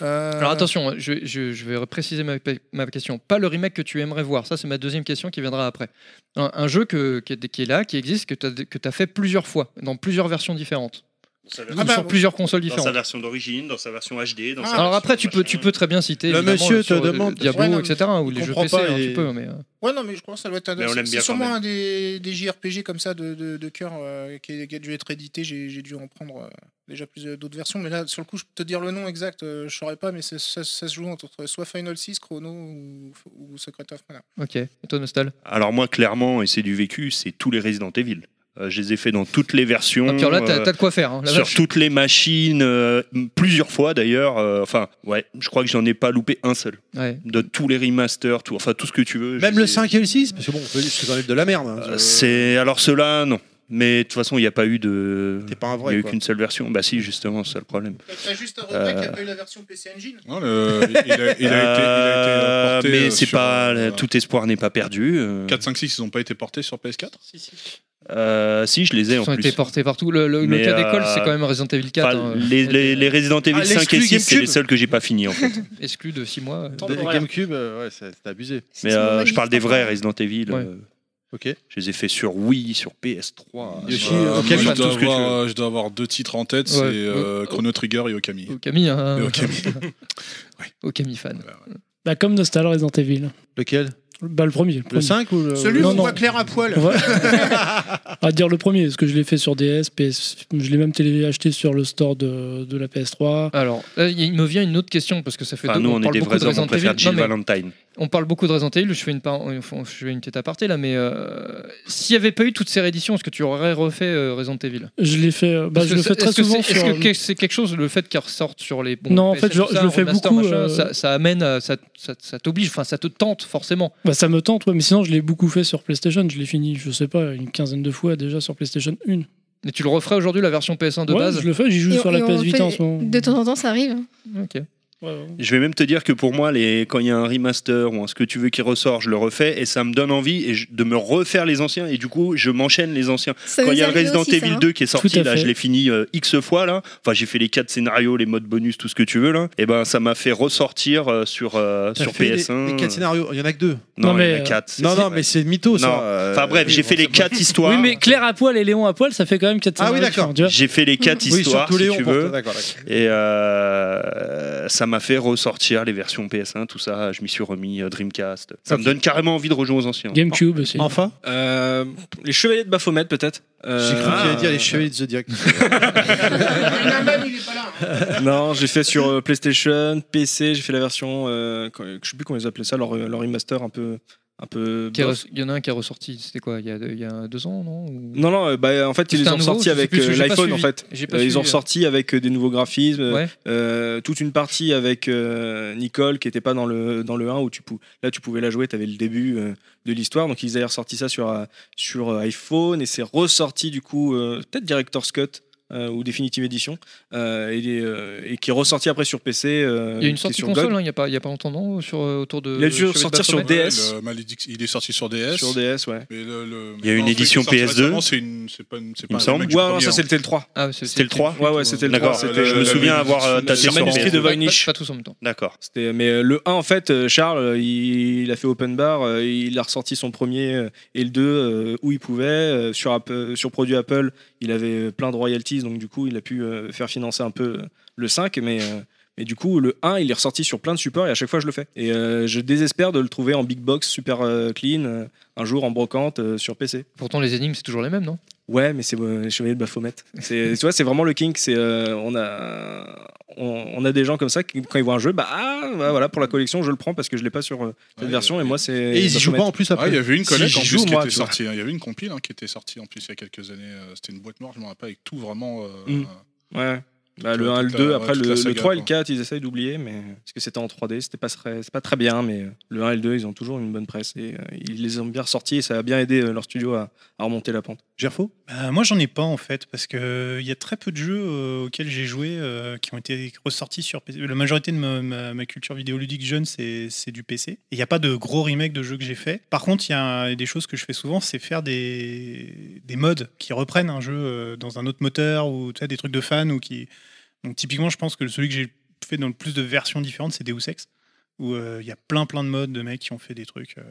Speaker 7: Euh,
Speaker 2: Alors attention, hein, je, je- je vais préciser ma, ma question. Pas le remake que tu aimerais voir, ça c'est ma deuxième question qui viendra après. Un, un jeu que, qui, est, qui est là, qui existe, que tu as, fait plusieurs fois, dans plusieurs versions différentes. Ou
Speaker 4: Ah bah,
Speaker 2: sur plusieurs consoles
Speaker 4: Dans
Speaker 2: différentes. Ah.
Speaker 4: sa version d'origine, dans sa version HD, dans sa
Speaker 2: Alors
Speaker 4: version-
Speaker 2: après, tu peux, tu peux très bien citer
Speaker 1: Le
Speaker 2: évidemment,
Speaker 1: monsieur
Speaker 2: sur,
Speaker 1: te
Speaker 2: euh,
Speaker 1: demande-
Speaker 2: Diablo,
Speaker 1: Ouais, non, mais
Speaker 2: etc. ou les jeux
Speaker 1: comprends
Speaker 2: PC,
Speaker 1: pas
Speaker 2: hein, tu
Speaker 1: et-
Speaker 2: peux. Mais, euh,
Speaker 7: Ouais, non, mais je pense que ça doit être
Speaker 4: Mais on l'aime
Speaker 7: un.
Speaker 4: bien
Speaker 7: C'est
Speaker 4: quand
Speaker 7: sûrement
Speaker 4: même.
Speaker 7: un des, des JRPG comme ça de, de, de cœur euh, qui, qui a dû être édité. J'ai j'ai dû en prendre euh, déjà plus euh, d'autres versions, mais là, sur le coup, je peux te dire le nom exact, euh, je saurais pas, mais c'est- ça, ça se joue entre entre soit Final 6, Chrono ou, ou Secret of Mana.
Speaker 2: Ok, et toi Nostal
Speaker 4: Alors moi, clairement, et c'est du vécu, c'est tous les Resident Evil. Euh, je les ai fait dans toutes les versions.
Speaker 2: Ah, puis alors là, t'as
Speaker 4: euh,
Speaker 2: t'as de quoi faire. hein, la
Speaker 4: sur
Speaker 2: vache.
Speaker 4: toutes les machines, euh, plusieurs fois d'ailleurs. euh, enfin, ouais, je crois que j'en ai pas loupé un seul.
Speaker 2: Ouais.
Speaker 4: De tous les remasters, tout, enfin tout ce que tu veux. je
Speaker 1: Même
Speaker 4: les
Speaker 1: le
Speaker 4: ai-
Speaker 1: 5 et le 6 Parce que bon, on peut dire que c'est quand même de la merde. hein.
Speaker 4: Euh, C'est alors cela non. Mais de toute façon, il n'y a pas eu de.
Speaker 1: pas un
Speaker 4: Il
Speaker 1: vrai,
Speaker 4: n'y a eu
Speaker 1: quoi.
Speaker 4: qu'une seule version. Bah si, justement, c'est ça le problème.
Speaker 7: T'as juste un
Speaker 4: regret Euh. qu'il y a pas
Speaker 7: eu la version PC Engine
Speaker 6: Non, Oh, le- il a, il a été, il a été
Speaker 4: Euh,
Speaker 6: porté,
Speaker 4: mais
Speaker 6: euh,
Speaker 4: c'est
Speaker 6: sur,
Speaker 4: pas
Speaker 6: euh,
Speaker 4: tout espoir n'est pas perdu. euh.
Speaker 6: 4, 5, 6, ils n'ont pas été portés sur PS4 Si, si.
Speaker 4: Euh, si, je les ai
Speaker 2: Ils
Speaker 4: en
Speaker 2: ont
Speaker 4: plus.
Speaker 2: été portés partout. Le, le- le
Speaker 4: Mais,
Speaker 2: cas d'école,
Speaker 4: euh,
Speaker 2: c'est quand même Resident Evil hein. 4.
Speaker 4: Enfin, les, les- les Resident Evil
Speaker 1: Ah,
Speaker 2: Ah,
Speaker 4: 5 et 6, c'est les seuls que j'ai pas fini en fait.
Speaker 2: Exclu de 6 mois.
Speaker 1: Des Gamecube, euh, ouais, c'est c'est abusé.
Speaker 4: Mais euh, je parle des vrais Resident Evil.
Speaker 1: hein. Ouais.
Speaker 4: euh, Je les ai fait sur Wii, sur PS3.
Speaker 1: Yoshi,
Speaker 4: sur-
Speaker 1: euh, Okami,
Speaker 4: sur
Speaker 6: je,
Speaker 4: tout
Speaker 6: dois
Speaker 4: ce que tu
Speaker 6: avoir,
Speaker 4: veux.
Speaker 6: euh, je dois avoir deux titres en tête,
Speaker 2: Ouais.
Speaker 6: c'est euh,
Speaker 2: Euh,
Speaker 6: Chrono Trigger et Okami.
Speaker 2: Okami, hein.
Speaker 6: Et Okami.
Speaker 2: Okami fan.
Speaker 12: Bah, comme Nostal Resident Evil.
Speaker 1: Lequel
Speaker 12: Bah, le premier.
Speaker 1: Le 5 ou le.
Speaker 7: Celui où
Speaker 12: Non,
Speaker 7: on
Speaker 12: non.
Speaker 7: voit Claire à poil.
Speaker 12: Ouais. On va dire le premier, parce que je l'ai fait sur DS, PS, je l'ai même téléacheté sur le store de, de la PS3.
Speaker 2: Alors, là, il me vient une autre question parce que ça fait
Speaker 4: Enfin,
Speaker 2: deux-
Speaker 4: nous, on, est
Speaker 2: parle
Speaker 4: des
Speaker 2: beaucoup
Speaker 4: vrais
Speaker 2: de
Speaker 4: hommes, on
Speaker 2: Resident
Speaker 4: préfère
Speaker 2: Evil.
Speaker 4: Jill
Speaker 2: Non, mais-
Speaker 4: Valentine.
Speaker 2: On parle beaucoup de Resident Evil, je fais une, par- je fais une petite aparté là, mais euh, s'il n'y avait pas eu toutes ces rééditions, est-ce que tu aurais refait euh, Resident Evil
Speaker 12: Je l'ai fait, euh, bah,
Speaker 2: Parce
Speaker 12: je
Speaker 2: que
Speaker 12: le fais
Speaker 2: c'est-
Speaker 12: très
Speaker 2: est-ce que
Speaker 12: souvent
Speaker 2: c'est- Est-ce
Speaker 12: sur. euh,
Speaker 2: que c'est quelque chose, le fait qu'elle ressorte sur les.
Speaker 12: Non, en fait,
Speaker 2: PSN,
Speaker 12: je-
Speaker 2: tout
Speaker 12: je
Speaker 2: ça,
Speaker 12: le fais
Speaker 2: remaster,
Speaker 12: beaucoup,
Speaker 2: machin,
Speaker 12: euh,
Speaker 2: Ça, ça amène, à- ça, ça- ça t'oblige, enfin, ça te tente forcément.
Speaker 12: Bah, ça me tente, ouais, mais sinon je l'ai beaucoup fait sur PlayStation, je l'ai fini, je sais pas, une quinzaine de fois déjà sur PlayStation 1.
Speaker 2: Mais tu le referais aujourd'hui, la version PS1 de
Speaker 12: Ouais,
Speaker 2: base
Speaker 12: je le fais, j'y joue
Speaker 5: Et-
Speaker 12: sur la
Speaker 5: et on
Speaker 12: PS8
Speaker 5: fait-
Speaker 12: en ce moment.
Speaker 5: De temps en temps, ça arrive.
Speaker 2: Ok.
Speaker 4: Je vais même te dire que pour moi, les... quand il y a un remaster ou un ce que tu veux qui ressort, je le refais et ça me donne envie et je- de me refaire les anciens et du coup, je m'enchaîne les anciens.
Speaker 5: Ça
Speaker 4: quand
Speaker 5: nous
Speaker 4: il y a le
Speaker 5: arrive
Speaker 4: Resident
Speaker 5: aussi, ça,
Speaker 4: Evil
Speaker 5: hein.
Speaker 4: 2 qui est
Speaker 5: Tout
Speaker 4: sorti,
Speaker 5: à
Speaker 4: là,
Speaker 5: fait.
Speaker 4: je l'ai fini euh, X fois là. Enfin, j'ai fait les 4 scénarios, les modes bonus, tout ce que tu veux là. Et ben, ça m'a fait ressortir euh, sur, euh,
Speaker 1: T'as
Speaker 4: sur
Speaker 1: fait les-
Speaker 4: PS1.
Speaker 1: Les 4 scénarios, il y en a que 2.
Speaker 4: Non, Non, il y mais, en a euh, quatre.
Speaker 1: Non,
Speaker 4: C'est-
Speaker 1: non, mais c'est mytho ça.
Speaker 4: Non.
Speaker 1: Euh,
Speaker 4: Enfin bref,
Speaker 1: oui,
Speaker 4: j'ai fait les
Speaker 1: bon, c'est
Speaker 4: 4 histoires.
Speaker 12: Oui, mais Claire à poil et Léon à poil, ça fait quand même 400
Speaker 1: Ah oui, d'accord.
Speaker 4: J'ai fait les quatre
Speaker 1: Oui,
Speaker 4: histoires,
Speaker 1: surtout
Speaker 4: si
Speaker 1: Léon,
Speaker 4: tu
Speaker 1: pour
Speaker 4: veux.
Speaker 1: toi, d'accord, d'accord.
Speaker 4: Et euh, ça m'a fait ressortir les versions PS1, tout ça. Je m'y suis remis euh, Dreamcast. Ça me
Speaker 9: Ok.
Speaker 4: donne carrément envie de rejouer aux anciens.
Speaker 12: Gamecube aussi.
Speaker 9: Enfin euh, Les Chevaliers de Baphomet, peut-être Euh,
Speaker 4: J'ai cru qu'il allait dire les
Speaker 1: Chevaliers de Zodiac.
Speaker 9: non, j'ai fait sur euh, PlayStation, PC, j'ai fait la version. euh, quand- je sais plus comment ils appelaient ça, leur, leur remaster un peu. Un peu
Speaker 2: Qui est
Speaker 9: bof.
Speaker 2: res- Il y en a un qui est ressorti, c'était quoi il y, a deux, il y a deux ans, non Ou-
Speaker 9: Non, non, euh, bah, en fait,
Speaker 2: C'était
Speaker 9: ils les
Speaker 2: un
Speaker 9: ont
Speaker 2: nouveau,
Speaker 9: sortis
Speaker 2: je sais
Speaker 9: avec
Speaker 2: plus,
Speaker 9: euh,
Speaker 2: j'ai pas
Speaker 9: l'iPhone, en
Speaker 2: suivi.
Speaker 9: fait.
Speaker 2: J'ai pas
Speaker 9: Euh, ils ont
Speaker 2: suivi, euh.
Speaker 9: sorti avec euh, des nouveaux graphismes, euh,
Speaker 2: Ouais.
Speaker 9: euh, toute une partie avec euh, Nicole qui était pas dans le, dans le 1, où tu pou- là, tu pouvais la jouer, tu avais le début euh, de l'histoire. Donc, ils avaient ressorti ça sur, euh, sur euh, iPhone, et c'est ressorti, du coup, euh, peut-être Director's Cut. euh, ou Definitive Edition euh, et, euh, et qui est ressorti après sur PC euh,
Speaker 2: Il y a une
Speaker 9: qui est
Speaker 2: sortie
Speaker 9: sur
Speaker 2: console,
Speaker 9: GOG.
Speaker 2: hein, il n'y a, pas- il y a pas longtemps, non sur, euh, Autour de.
Speaker 9: Il a dû
Speaker 2: Chevalier de
Speaker 9: sortir sur
Speaker 2: Baphomet
Speaker 9: DS.
Speaker 6: il est sorti sur DS.
Speaker 9: Sur DS, ouais.
Speaker 6: Mais le- le-
Speaker 4: euh, Il y a
Speaker 6: mais
Speaker 4: une
Speaker 6: non, celui qui est
Speaker 4: édition
Speaker 6: sorti
Speaker 4: PS2.
Speaker 6: récemment, C'est une- c'est pas une- c'est
Speaker 4: Il
Speaker 6: pas
Speaker 4: me
Speaker 6: un
Speaker 4: semble.
Speaker 6: remake du
Speaker 9: Ouais, non,
Speaker 6: premier,
Speaker 9: ça
Speaker 6: hein.
Speaker 9: c'était le 3.
Speaker 4: C'était le 3
Speaker 9: Ouais, ouais, c'était le 3.
Speaker 4: D'accord,
Speaker 9: c'était
Speaker 4: je me
Speaker 9: le-
Speaker 4: souviens avoir euh,
Speaker 9: le
Speaker 4: tâté sur
Speaker 9: manuscrit de
Speaker 4: PS2.
Speaker 9: Voynich.
Speaker 2: Pas tous en même temps.
Speaker 4: D'accord.
Speaker 9: C'était- mais euh, le 1 en fait euh, Charles euh, il, il a fait open bar euh, il a ressorti son premier euh, et le 2 euh, où il pouvait euh, sur Apple- sur produit Apple il avait euh, plein de royalties donc du coup il a pu euh, faire financer un peu euh, le 5 mais euh, mais du coup, le 1, il est ressorti sur plein de supports et à chaque fois, je le fais. Et euh, je désespère de le trouver en big box super euh, clean, euh, un jour en brocante euh, sur PC.
Speaker 2: Pourtant, les énigmes, c'est toujours les mêmes, non
Speaker 9: Ouais, mais c'est euh, les Chevaliers de Baphomet. C'est- tu vois, c'est vraiment le kink. C'est euh, on a on, on a des gens comme ça qui, quand ils voient un jeu, bah, ah, bah, voilà pour la collection, je le prends parce que je l'ai pas sur euh, cette version et moi c'est. Baphomet.
Speaker 6: Ah, Il y avait une collègue
Speaker 9: Si,
Speaker 6: en
Speaker 9: j'y
Speaker 6: plus
Speaker 9: joue,
Speaker 6: qui
Speaker 9: moi,
Speaker 6: était
Speaker 9: tu vois.
Speaker 6: sortie. hein. Il y avait une compile hein, qui était sortie en plus il y a quelques années. euh, C'était une boîte noire, je me rappelle pas, avec tout vraiment. euh,
Speaker 9: Mm. Ouais. Bah,
Speaker 6: Toute
Speaker 9: le 1, le
Speaker 6: la-
Speaker 9: 2,
Speaker 6: ouais,
Speaker 9: après
Speaker 6: toute
Speaker 9: le,
Speaker 6: la
Speaker 9: le
Speaker 6: saga,
Speaker 9: 3 et le
Speaker 6: quoi.
Speaker 9: 4, ils essayent d'oublier, mais parce que c'était en 3D, c'était pas, très- c'est pas très bien, mais euh, le 1 et le 2, ils ont toujours une bonne presse et euh, ils les ont bien ressortis et ça a bien aidé euh, leur studio à, à remonter la pente.
Speaker 10: Gerfo Bah, moi, j'en ai pas en fait, parce que il y a très peu de jeux euh, auxquels j'ai joué euh, qui ont été ressortis sur PC. La majorité de ma, ma- ma culture vidéoludique jeune, c'est c'est du PC. Et il n'y a pas de gros remake de jeux que j'ai fait. Par contre, il y a des choses que je fais souvent, c'est faire des, des mods qui reprennent un jeu euh, dans un autre moteur ou tu sais, des trucs de fans. Ou qui... Donc, typiquement, je pense que celui que j'ai fait dans le plus de versions différentes, c'est Deus Ex. Où euh, il y a plein plein de modes de mecs qui ont fait des trucs, euh,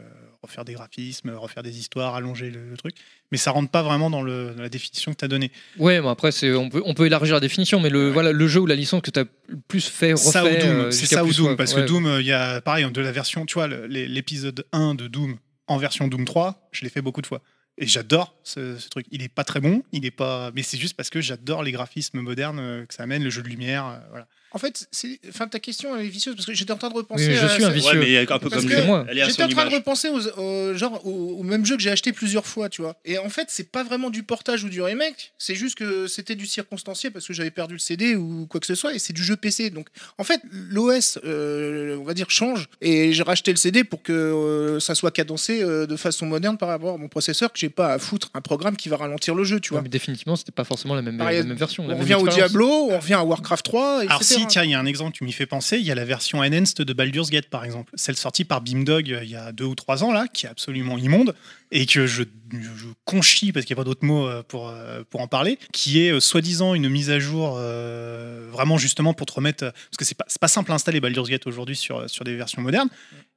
Speaker 10: refaire des graphismes, refaire des histoires, allonger le- le truc mais ça rentre pas vraiment dans, le- dans la définition que tu as donnée.
Speaker 2: Ouais, mais après, c'est- on peut, on peut élargir la définition, mais le, voilà, le jeu ou la licence que tu as le plus fait, refait.
Speaker 10: ça ou Doom,
Speaker 2: euh,
Speaker 10: c'est
Speaker 2: jusqu'à
Speaker 10: ça ou
Speaker 2: plus,
Speaker 10: Doom,
Speaker 2: ouais,
Speaker 10: parce
Speaker 2: ouais.
Speaker 10: que Doom, euh, il y a pareil, de la version, tu vois, le- les- l'épisode 1 de Doom en version Doom 3, je l'ai fait beaucoup de fois. Et j'adore ce, ce truc. Il est pas très bon, il est pas, mais c'est juste parce que j'adore les graphismes modernes euh, que ça amène, le jeu de lumière, euh, voilà.
Speaker 7: En fait, c'est- enfin, ta question elle est vicieuse parce que j'étais en train de repenser.
Speaker 10: Oui, je
Speaker 7: à
Speaker 10: suis un
Speaker 7: ça.
Speaker 10: vicieux. Ouais, mais un peu
Speaker 7: Euh, Parce
Speaker 10: comme
Speaker 7: que
Speaker 10: moi.
Speaker 4: Elle est à
Speaker 7: J'étais en
Speaker 4: son
Speaker 7: train de
Speaker 4: image.
Speaker 7: repenser aux, aux- genre, au, au même jeu que j'ai acheté plusieurs fois, tu vois. Et en fait, c'est pas vraiment du portage ou du remake, c'est juste que c'était du circonstanciel parce que j'avais perdu le CD ou quoi que ce soit, et c'est du jeu PC. Donc, en fait, l'OS, euh, on va dire, change. Et j'ai racheté le CD pour que euh, ça soit cadencé euh, de façon moderne par rapport à mon processeur, que j'ai pas à foutre un programme qui va ralentir le jeu, tu
Speaker 2: Ouais,
Speaker 7: vois.
Speaker 2: mais définitivement, c'était pas forcément la même,
Speaker 7: Pareil,
Speaker 2: la même version. la
Speaker 7: on
Speaker 2: même
Speaker 7: revient au
Speaker 2: expérience.
Speaker 7: Diablo, on revient à Warcraft 3, etc.
Speaker 10: Alors si, tiens, il y a un exemple, tu m'y fais penser, il y a la version enhanced de Baldur's Gate par exemple, celle sortie par Beamdog euh, il y a deux ou trois ans là, qui est absolument immonde et que je, je conchis parce qu'il n'y a pas d'autre mot euh, pour, euh, pour en parler, qui est euh, soi-disant une mise à jour euh, vraiment justement pour te remettre, euh, parce que c'est pas, c'est pas simple à installer Baldur's Gate aujourd'hui sur, euh, sur des versions modernes,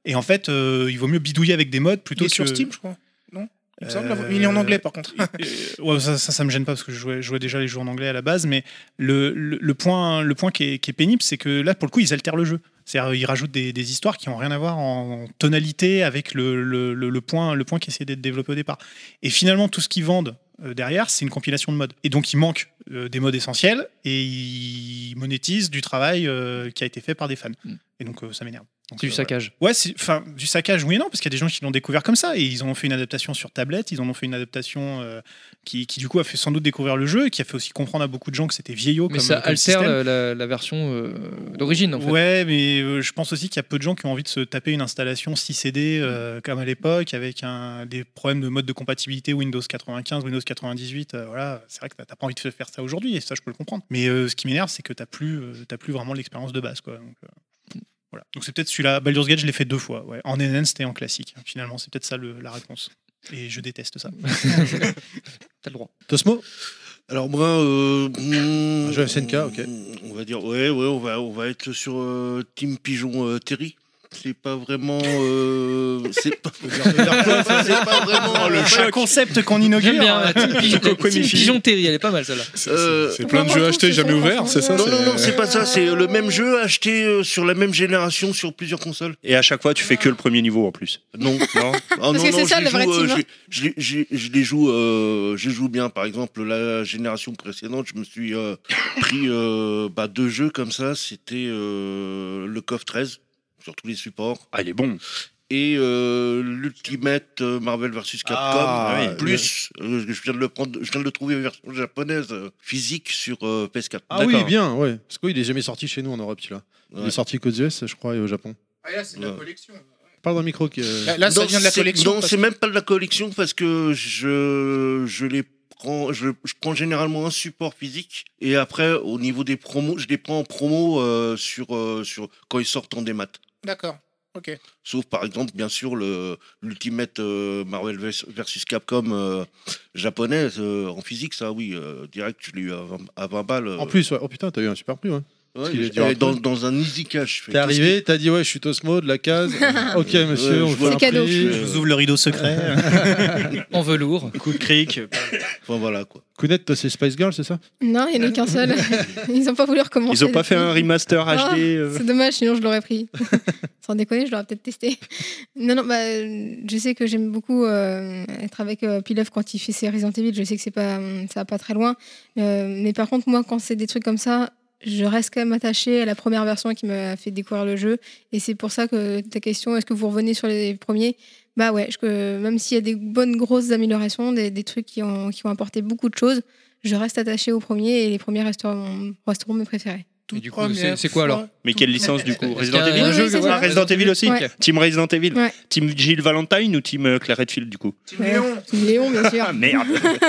Speaker 10: et en fait euh, il vaut mieux bidouiller avec des modes plutôt
Speaker 7: Il est
Speaker 10: que...
Speaker 7: sur Steam, je crois. Non Il me semble l'avoir-
Speaker 10: Euh,
Speaker 7: Il est en anglais par contre.
Speaker 10: Ouais, ça, ça, ça me gêne pas parce que je jouais, je jouais déjà les jeux en anglais à la base, mais le, le, le point, le point qui, est, qui est pénible, c'est que là, pour le coup, ils altèrent le jeu. C'est-à-dire, ils rajoutent des, des histoires qui n'ont rien à voir en, en tonalité avec le, le, le, le point, le point qui essayait d'être développé au départ. Et finalement, tout ce qu'ils vendent euh, derrière, c'est une compilation de modes. Et donc, il manque euh, des modes essentiels et ils monétisent du travail euh, qui a été fait par des fans. Et donc, euh, ça m'énerve. Donc,
Speaker 2: Mm. C'est du
Speaker 10: euh,
Speaker 2: saccage.
Speaker 10: voilà. Ouais, c'est- enfin, du saccage, oui et non, parce qu'il y a des gens qui l'ont découvert comme ça et ils en ont fait une adaptation sur tablette, ils en ont fait une adaptation euh, qui, qui, du coup, a fait sans doute découvrir le jeu et qui a fait aussi comprendre à beaucoup de gens que c'était vieillot
Speaker 2: Mais
Speaker 10: comme,
Speaker 2: ça
Speaker 10: comme
Speaker 2: altère
Speaker 10: système.
Speaker 2: la, la- la version euh, d'origine, en fait.
Speaker 10: Ouais, mais euh, je pense aussi qu'il y a peu de gens qui ont envie de se taper une installation 6 CD euh, comme à l'époque, avec un, des problèmes de mode de compatibilité Windows 95, Windows 98. euh, voilà, c'est vrai que t'as t'as pas envie de se faire ça aujourd'hui, et ça je peux le comprendre. Mais euh, ce qui m'énerve, c'est que t'as plus, euh, t'as plus vraiment l'expérience de base, quoi. Donc, euh, voilà. Donc c'est peut-être celui-là. Baldur's Gate, je l'ai fait deux fois, ouais. En enhanced et en classique. Finalement, c'est peut-être ça le- la réponse. Et je déteste ça.
Speaker 2: T'as le droit.
Speaker 1: Tosmo
Speaker 11: Alors moi, euh, un
Speaker 1: jeu SNK, ok.
Speaker 11: On va dire, ouais, ouais, on va, on va être sur euh, Team Pigeon euh, Terry. c'est pas vraiment. euh, c'est pas,
Speaker 2: c'est
Speaker 11: pas euh, vraiment.
Speaker 10: un concept qu'on inaugure. hein.
Speaker 2: J'aime bien, la team pigeon-
Speaker 11: Coco et
Speaker 2: team
Speaker 11: Miffy.
Speaker 2: Pigeon Terry, elle est pas mal celle-là.
Speaker 11: Euh,
Speaker 6: C'est plein de jeux achetés jamais ouverts, c'est ça
Speaker 11: Non, non, non, c'est pas ça. C'est le même jeu acheté euh, sur la même génération sur plusieurs consoles.
Speaker 4: Et à chaque fois, tu fais que le premier niveau en plus.
Speaker 11: Non, non. Ah,
Speaker 4: Parce
Speaker 11: non,
Speaker 4: que
Speaker 11: non,
Speaker 4: c'est
Speaker 11: je
Speaker 4: ça,
Speaker 11: les
Speaker 4: le vrai
Speaker 11: joue, euh,
Speaker 4: team. hein.
Speaker 11: je, je les- je- je les joue, euh, je les joue bien. Par exemple, la génération précédente, je me suis euh, pris euh, bah, deux jeux comme ça. C'était euh, le CoF 13 sur tous les supports.
Speaker 4: Ah, il est bon.
Speaker 11: Et euh, l'Ultimate euh, Marvel vs Capcom.
Speaker 4: Ah, oui.
Speaker 11: Plus, euh, je viens de le prendre, je viens de le trouver en version japonaise euh, physique sur euh, PS4.
Speaker 1: Ah oui, bien, ouais. Parce qu'il est jamais sorti chez nous en Europe, celui-là. Il
Speaker 11: Ouais.
Speaker 1: est sorti qu'aux US, je crois, et au Japon.
Speaker 7: Ah, là, c'est de la
Speaker 11: Ouais.
Speaker 7: collection.
Speaker 1: Parle dans le micro. Qui, euh,
Speaker 11: Non, c'est- Non, c'est même pas de la collection parce que je, je les prends, je, je prends généralement un support physique et après, au niveau des promos, je les prends en promo euh, sur, euh, sur, quand ils sortent en démat.
Speaker 7: D'accord. Ok.
Speaker 11: Sauf par exemple, bien sûr, le- l'Ultimate euh, Marvel vs versus Capcom euh, japonaise euh, en physique, ça oui, euh, direct, je l'ai eu à 20, à 20 balles. euh.
Speaker 1: En plus, ouais. Oh putain, t'as eu un super prix, ouais. Parce
Speaker 11: Ouais,
Speaker 1: qu'il est
Speaker 11: j'étais
Speaker 1: dur à
Speaker 11: dans,
Speaker 1: trouver.
Speaker 11: dans un easy cash. je fais,
Speaker 1: T'es
Speaker 11: qu'est-ce
Speaker 1: arrivé, t'as dit ouais, je suis Tosmo de la case. ok, monsieur, on fait un prix.
Speaker 10: Je vous ouvre le rideau secret.
Speaker 2: en velours.
Speaker 10: Coup de cric.
Speaker 11: Enfin voilà quoi.
Speaker 1: Kounet, toi, c'est Spice Girl, c'est ça
Speaker 5: Non, il n'y en a qu'un seul. Ils n'ont pas voulu recommencer.
Speaker 1: remaster
Speaker 5: Ah, C'est dommage, sinon je l'aurais pris. Sans déconner, je l'aurais peut-être testé. Non, non, bah, euh, je sais que j'aime beaucoup euh, être avec euh, Pilaf quand il fait ses Resident Evil. Je sais que c'est pas, hum, ça va pas très loin. Euh, mais par contre, moi, quand c'est des trucs comme ça, je reste quand même attachée à la première version qui m'a fait découvrir le jeu. Et c'est pour ça que ta question, est-ce que vous revenez sur les premiers Bah ouais, je- que même s'il y a des bonnes grosses améliorations, des, des trucs qui ont, qui ont apporté beaucoup de choses, je reste attachée aux premiers et les premiers resteront, resteront mes préférés.
Speaker 2: Et du coup, c'est c'est quoi alors
Speaker 4: Mais quelle licence du coup
Speaker 2: Est-ce
Speaker 4: Resident
Speaker 2: qu'il y a
Speaker 4: Evil
Speaker 2: un jeu que-
Speaker 4: Ah, Resident Evil aussi
Speaker 5: Ouais.
Speaker 4: Team Resident Evil
Speaker 5: Ouais.
Speaker 4: Team Jill Valentine ou Team euh, Claire Redfield du coup
Speaker 5: Léon. Léon, bien sûr.
Speaker 4: Ah merde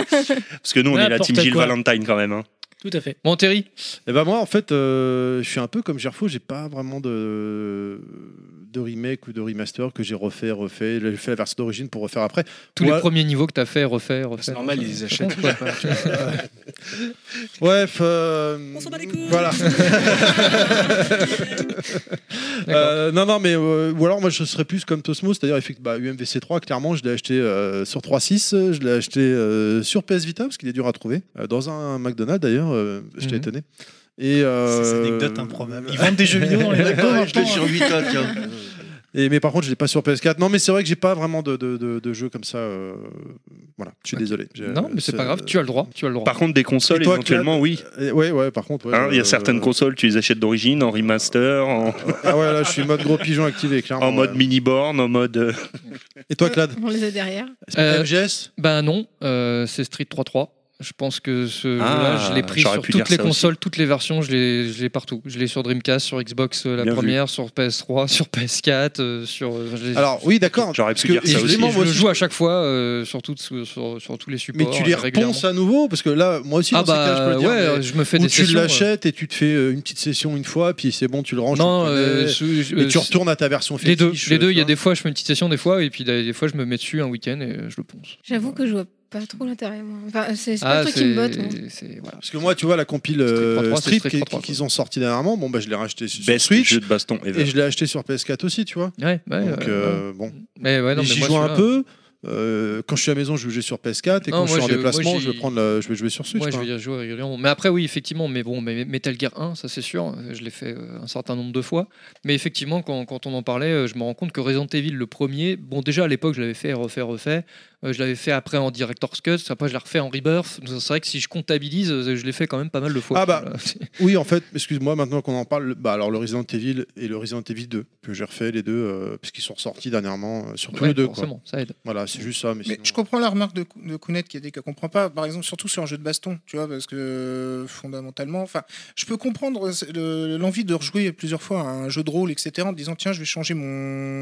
Speaker 4: Parce que nous
Speaker 2: Ah,
Speaker 4: on est la
Speaker 1: N'importe
Speaker 4: Team Jill
Speaker 1: quoi.
Speaker 4: Valentine quand même. hein.
Speaker 12: Tout à fait.
Speaker 2: Bon, Terry
Speaker 1: Eh ben moi, en fait, euh, je suis un peu comme Gerfo, j'ai pas vraiment de de remake ou de remaster que j'ai refait, refait. J'ai fait la version d'origine pour refaire après.
Speaker 2: Tous
Speaker 1: Moi-
Speaker 2: les premiers niveaux que t'as fait, refaire, refaire. C'est
Speaker 9: normal, ils les achètent.
Speaker 1: Bref, euh, voilà. Euh, non, non, mais euh, ou alors moi je serais plus comme Tosmo, c'est-à-dire effectivement bah, UMVC 3, clairement, je l'ai acheté euh, sur 3.6, euh, je l'ai acheté euh, sur PS Vita parce qu'il est dur à trouver, euh, dans un McDonald's d'ailleurs, euh, j'étais étonné. Et, euh,
Speaker 10: anecdote improbable. Ils vendent des jeux vidéo dans les
Speaker 1: D'accord,
Speaker 10: McDo
Speaker 1: je l'ai
Speaker 10: maintenant,
Speaker 1: sur
Speaker 10: hein.
Speaker 1: Vita, tiens. Et, mais par contre, je l'ai pas sur PS4. Non, mais c'est vrai que j'ai pas vraiment de, de, de- de jeux comme ça. euh, Voilà, je suis désolé. J'ai- euh,
Speaker 2: Non, mais c'est pas grave, tu as le droit. Tu as le droit.
Speaker 4: Par contre des consoles
Speaker 1: Et toi,
Speaker 4: éventuellement
Speaker 1: Claude
Speaker 4: oui.
Speaker 1: Euh, Ouais, ouais, par contre.
Speaker 4: Hein,
Speaker 1: ouais,
Speaker 4: Il y a
Speaker 1: euh,
Speaker 4: certaines consoles, tu les achètes d'origine en remaster, en,
Speaker 1: Ah ouais, là, je suis mode gros pigeon activé, clairement.
Speaker 4: en mode
Speaker 1: ouais.
Speaker 4: mini-borne, en mode. euh,
Speaker 1: Et toi, Clad
Speaker 5: On les a derrière.
Speaker 2: Euh,
Speaker 1: MGS
Speaker 2: Ben non, euh, c'est Street 3.3. Je pense que ce
Speaker 4: Ah,
Speaker 2: jeu-là, Euh, je l'ai pris
Speaker 4: j'aurais
Speaker 2: sur
Speaker 4: pu
Speaker 2: toutes
Speaker 4: dire
Speaker 2: les
Speaker 4: ça aussi.
Speaker 2: consoles, toutes les versions, je l'ai je l'ai partout. Je l'ai sur Dreamcast, sur Xbox euh, la
Speaker 4: Bien vu.
Speaker 2: première, sur PS3, sur PS4, euh, sur. euh, je l'ai-
Speaker 1: Alors, oui, d'accord.
Speaker 4: J'aurais
Speaker 1: parce
Speaker 4: pu
Speaker 1: que
Speaker 4: dire ça
Speaker 2: Et
Speaker 4: aussi.
Speaker 2: je le joue à chaque fois euh, sur, toutes- sur, sur- sur tous les supports.
Speaker 1: Mais tu les
Speaker 2: euh, régulièrement.
Speaker 1: repenses à nouveau Parce que là, moi aussi,
Speaker 2: Ah
Speaker 1: dans ces cas, je peux le
Speaker 2: bah,
Speaker 1: dire.
Speaker 2: ouais,
Speaker 1: mais-
Speaker 2: je me fais
Speaker 1: ou
Speaker 2: des
Speaker 1: tu
Speaker 2: sessions,
Speaker 1: l'achètes et tu te fais euh, une petite session une fois, puis c'est bon, tu le ranges.
Speaker 2: Non,
Speaker 1: tu le
Speaker 2: euh,
Speaker 1: connais,
Speaker 2: je- je-
Speaker 1: et tu
Speaker 2: euh,
Speaker 1: retournes à ta version
Speaker 2: Les deux,
Speaker 1: fétiche, euh,
Speaker 2: les deux. Il y a
Speaker 1: tu vois.
Speaker 2: des fois, je fais une petite session, des fois, et puis des des fois, je me mets dessus un week-end et euh, je le ponce.
Speaker 5: J'avoue que je vois pas trop l'intérêt, moi. Enfin, c'est c'est
Speaker 2: Ah,
Speaker 5: pas le truc qui me botte. hein. moi.
Speaker 1: Parce que moi, tu vois, la compile euh,
Speaker 2: 3.3, c'est
Speaker 1: Street,
Speaker 2: Street
Speaker 1: qui-
Speaker 2: 3.3,
Speaker 1: qu'ils ont sorti dernièrement, bon, bah, je l'ai racheté sur
Speaker 4: Best
Speaker 1: Switch.
Speaker 4: jeu de baston ever.
Speaker 1: Et je l'ai acheté sur PS4 aussi, tu vois.
Speaker 2: Ouais, ouais,
Speaker 1: Donc,
Speaker 2: ouais,
Speaker 1: euh,
Speaker 2: ouais.
Speaker 1: bon.
Speaker 2: Mais ouais, non, mais
Speaker 1: J'y
Speaker 2: moi,
Speaker 1: joue un
Speaker 2: celui-là-
Speaker 1: peu. euh, quand je suis à la maison, je vais jouer sur PS4 et
Speaker 2: Non, moi,
Speaker 1: quand je suis
Speaker 2: j'ai-
Speaker 1: en
Speaker 2: moi,
Speaker 1: déplacement,
Speaker 2: j'ai-
Speaker 1: je vais prendre, la- je vais jouer sur Switch.
Speaker 2: Moi, je
Speaker 1: quoi.
Speaker 2: vais y jouer régulièrement. Mais après, oui, effectivement, mais bon, mais Metal Gear 1, ça c'est sûr, euh, je l'ai fait euh, un certain nombre de fois. Mais effectivement, quand, quand on en parlait, euh, je me rends compte que Resident Evil, le premier, bon, déjà à l'époque, je l'avais fait, refait, refait. Euh, je l'avais fait après en Director's Cut, après je l'ai refait en Rebirth. Donc, C'est vrai que si je comptabilise, euh, je l'ai fait quand même pas mal de fois.
Speaker 1: Ah bah.
Speaker 2: Voilà.
Speaker 1: Oui, en fait, excuse-moi, maintenant qu'on en parle, le- bah, alors le Resident Evil et le Resident Evil 2, que j'ai refait les deux, euh, parce qu'ils sont sortis dernièrement, euh, sur tous
Speaker 2: Ouais,
Speaker 1: les deux.
Speaker 2: forcément, ça aide.
Speaker 1: Voilà, c'est juste ça. Mais,
Speaker 7: Mais
Speaker 1: sinon-
Speaker 7: je comprends la remarque de, Cou- de Kounet qui a dit qu'elle comprend pas, par exemple, surtout sur un jeu de baston, tu vois, parce que euh, fondamentalement, enfin, je peux comprendre euh, le- l'envie de rejouer plusieurs fois à un jeu de rôle, etc., en disant tiens, je vais changer mon,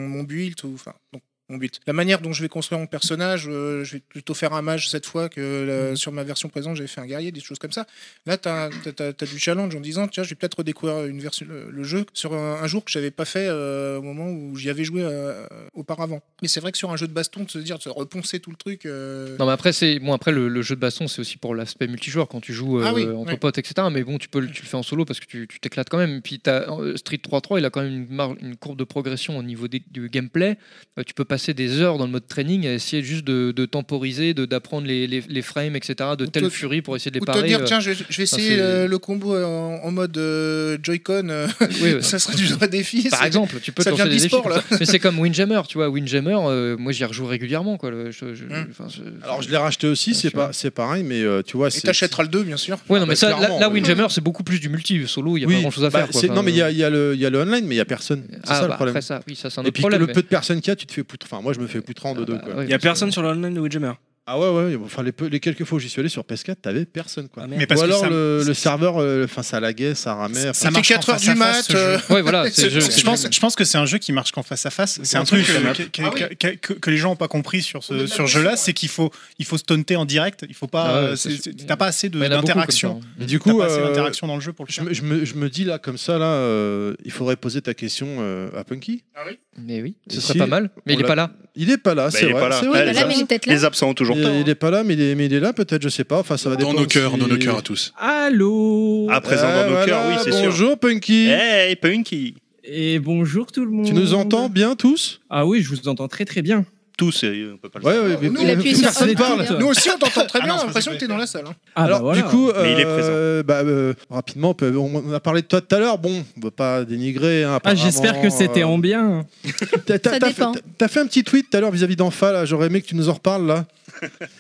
Speaker 7: mon build, ou enfin, donc, mon mon but. La manière dont je vais construire mon personnage, euh, je vais plutôt faire un mage cette fois que euh,
Speaker 2: Mhm.
Speaker 7: sur ma version présente, j'avais fait un guerrier, des choses comme ça. Là, tu as, du challenge en disant, tiens, je vais peut-être redécouvrir une version, le, le jeu sur un, un jour que j'avais pas fait euh, au moment où j'y avais joué euh, auparavant. Mais c'est vrai que sur un jeu de baston, de se dire, de se reponcer tout le truc. euh,
Speaker 2: Non mais après c'est bon après le, le jeu de baston c'est aussi pour l'aspect multijoueur quand tu joues euh,
Speaker 7: Ah oui,
Speaker 2: entre
Speaker 7: oui.
Speaker 2: potes etc mais bon tu peux le- tu le fais en solo parce que tu tu t'éclates quand même puis t'as, euh, Street 3-3 il a quand même une, marge- une courbe de progression au niveau des- du gameplay Euh, tu peux passer des heures dans le mode training à essayer juste de, de temporiser de- d'apprendre les, les- les frames etc de telle
Speaker 7: te-
Speaker 2: furie pour essayer de les
Speaker 7: Ou
Speaker 2: parer
Speaker 7: te dire,
Speaker 2: euh,
Speaker 7: tiens, je, vais- je vais
Speaker 2: enfin,
Speaker 7: essayer
Speaker 2: c'est-
Speaker 7: euh, le combo en, en mode euh, Joy-Con, euh,
Speaker 2: Oui, oui.
Speaker 7: ça serait du vrai défi.
Speaker 2: Par
Speaker 7: c'est-
Speaker 2: exemple, tu peux te
Speaker 7: ça
Speaker 2: lancer
Speaker 7: devient
Speaker 2: des défis.
Speaker 7: e-sport,
Speaker 2: comme
Speaker 7: là.
Speaker 2: ça. Mais c'est comme Windjammer, tu vois. Windjammer, euh, moi j'y rejoue régulièrement. Quoi. Le- je- je-
Speaker 7: Mm.
Speaker 2: enfin, je-
Speaker 1: euh, Alors je l'ai racheté aussi, c'est pas, c'est pareil, mais euh, tu vois,
Speaker 7: Et
Speaker 1: c'est.
Speaker 7: t'achèteras le 2, bien sûr.
Speaker 2: Ouais, non,
Speaker 1: Ah,
Speaker 2: mais
Speaker 1: bah,
Speaker 2: ça, là,
Speaker 1: clairement,
Speaker 2: là,
Speaker 1: oui.
Speaker 2: Windjammer, c'est beaucoup plus du multi. Solo, il n'y a
Speaker 1: Oui,
Speaker 2: pas grand chose à faire.
Speaker 1: bah,
Speaker 2: quoi.
Speaker 1: c'est-
Speaker 2: Enfin, euh.
Speaker 1: non, mais il y a, il y a le il y a le online, mais il y a personne. C'est
Speaker 2: Ah,
Speaker 1: ça
Speaker 2: bah,
Speaker 1: le
Speaker 2: après
Speaker 1: problème.
Speaker 2: ça, oui, ça, c'est un
Speaker 1: Et
Speaker 2: autre
Speaker 1: puis
Speaker 2: problème,
Speaker 1: le
Speaker 2: mais- Ah, bah,
Speaker 1: peu de personnes qu'il y a, tu te fais poutre. Enfin, moi, je me fais poutrer de deux. quoi.
Speaker 18: Il y a personne sur le online de Windjammer.
Speaker 1: Ah ouais, ouais, bon, enfin, les, peu- les quelques fois où j'y suis allé sur PS4, t'avais personne quoi.
Speaker 18: merde. Mais parce
Speaker 1: Ou
Speaker 18: que
Speaker 1: alors
Speaker 18: ça-
Speaker 1: le, le serveur, euh, enfin ça laguait, ça ramait.
Speaker 10: Ça marche en face à face, ce jeu.
Speaker 1: c'est
Speaker 10: Je- euh, Je pense, je pense que c'est un jeu qui marche qu'en face à face. C'est un
Speaker 1: un truc
Speaker 10: truc
Speaker 1: sur la
Speaker 10: que,
Speaker 1: map.
Speaker 10: que-
Speaker 1: Ah
Speaker 10: que- que- que les gens n'ont pas compris sur ce sur jeu-là, c'est qu'il faut il faut se taunter en direct. Il faut
Speaker 1: Ah
Speaker 10: pas.
Speaker 1: ouais,
Speaker 10: euh,
Speaker 1: c'est
Speaker 10: c'est-
Speaker 1: sûr.
Speaker 10: c'est- T'as pas assez de-
Speaker 1: Mais il y en a beaucoup
Speaker 10: d'interaction.
Speaker 1: comme ça, hein. Et du coup,
Speaker 10: t'as pas assez
Speaker 1: euh,
Speaker 10: d'interaction dans le jeu pour le
Speaker 1: Je
Speaker 10: faire.
Speaker 1: me, je me- je me dis là, comme ça, là, euh, il faudrait poser ta question euh, à Punky.
Speaker 2: Ah Mais oui, ce
Speaker 1: Et
Speaker 2: serait
Speaker 1: si-
Speaker 2: pas mal. Mais
Speaker 1: on
Speaker 2: il est
Speaker 1: l'a-
Speaker 2: pas là.
Speaker 1: Il est pas là,
Speaker 2: Bah,
Speaker 1: c'est
Speaker 2: il est
Speaker 1: vrai.
Speaker 2: pas là.
Speaker 1: c'est
Speaker 2: Ah,
Speaker 1: vrai,
Speaker 2: il est
Speaker 1: c'est
Speaker 2: là,
Speaker 1: vrai.
Speaker 2: mais il est peut-être là. Les absents ont toujours
Speaker 1: Il-
Speaker 2: tort.
Speaker 1: Il est pas là, mais il est, mais il est là peut-être, je sais pas. Enfin, ça va
Speaker 6: Dans
Speaker 1: dépendre
Speaker 6: nos cœurs,
Speaker 1: si-
Speaker 6: dans nos cœurs à tous.
Speaker 19: À Allô
Speaker 1: À
Speaker 4: présent dans nos cœurs, oui, c'est sûr.
Speaker 1: Eh, Bonjour Punky.
Speaker 4: Hey, Punky
Speaker 19: Et bonjour tout le monde.
Speaker 1: Tu nous entends bien tous
Speaker 19: Ah oui, je vous entends très très bien. Ah,
Speaker 4: Tous, euh, on peut pas le
Speaker 1: Ouais, ouais, mais
Speaker 7: Nous, on appuie sur
Speaker 1: personne
Speaker 7: on,
Speaker 1: parle.
Speaker 7: nous aussi, on
Speaker 1: Ah
Speaker 7: t'entend très bien, on a l'impression que t'es dans la salle. hein.
Speaker 19: bah
Speaker 1: Alors, du coup,
Speaker 7: Mais il est
Speaker 1: euh, bah, euh, rapidement, on peut- on on a parlé de toi tout à l'heure. Bon, on ne pas dénigrer. hein,
Speaker 19: Ah, j'espère que
Speaker 1: apparemment,
Speaker 19: c'était
Speaker 1: euh,
Speaker 19: en bien.
Speaker 1: T'as t'as- t'as fait, t'as fait un petit tweet tout à l'heure vis-à-vis d'Enfa, là. J'aurais aimé que tu nous en reparles, là.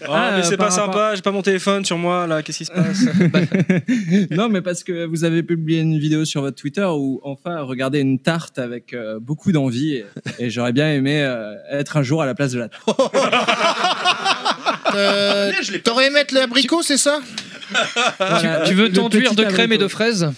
Speaker 19: Ah,
Speaker 18: Ah, mais c'est
Speaker 19: par
Speaker 18: pas
Speaker 19: rapport-
Speaker 18: sympa, j'ai pas mon téléphone sur moi là, qu'est-ce qui se passe
Speaker 19: non, mais parce que vous avez publié une vidéo sur votre Twitter où enfin regardez une tarte avec euh, beaucoup d'envie et, et j'aurais bien aimé euh, être un jour à la place de la tarte.
Speaker 7: Euh, T'aurais aimé être l'abricot, c'est ça
Speaker 19: Euh,
Speaker 2: Tu- tu veux t'enduire de crème et de fraises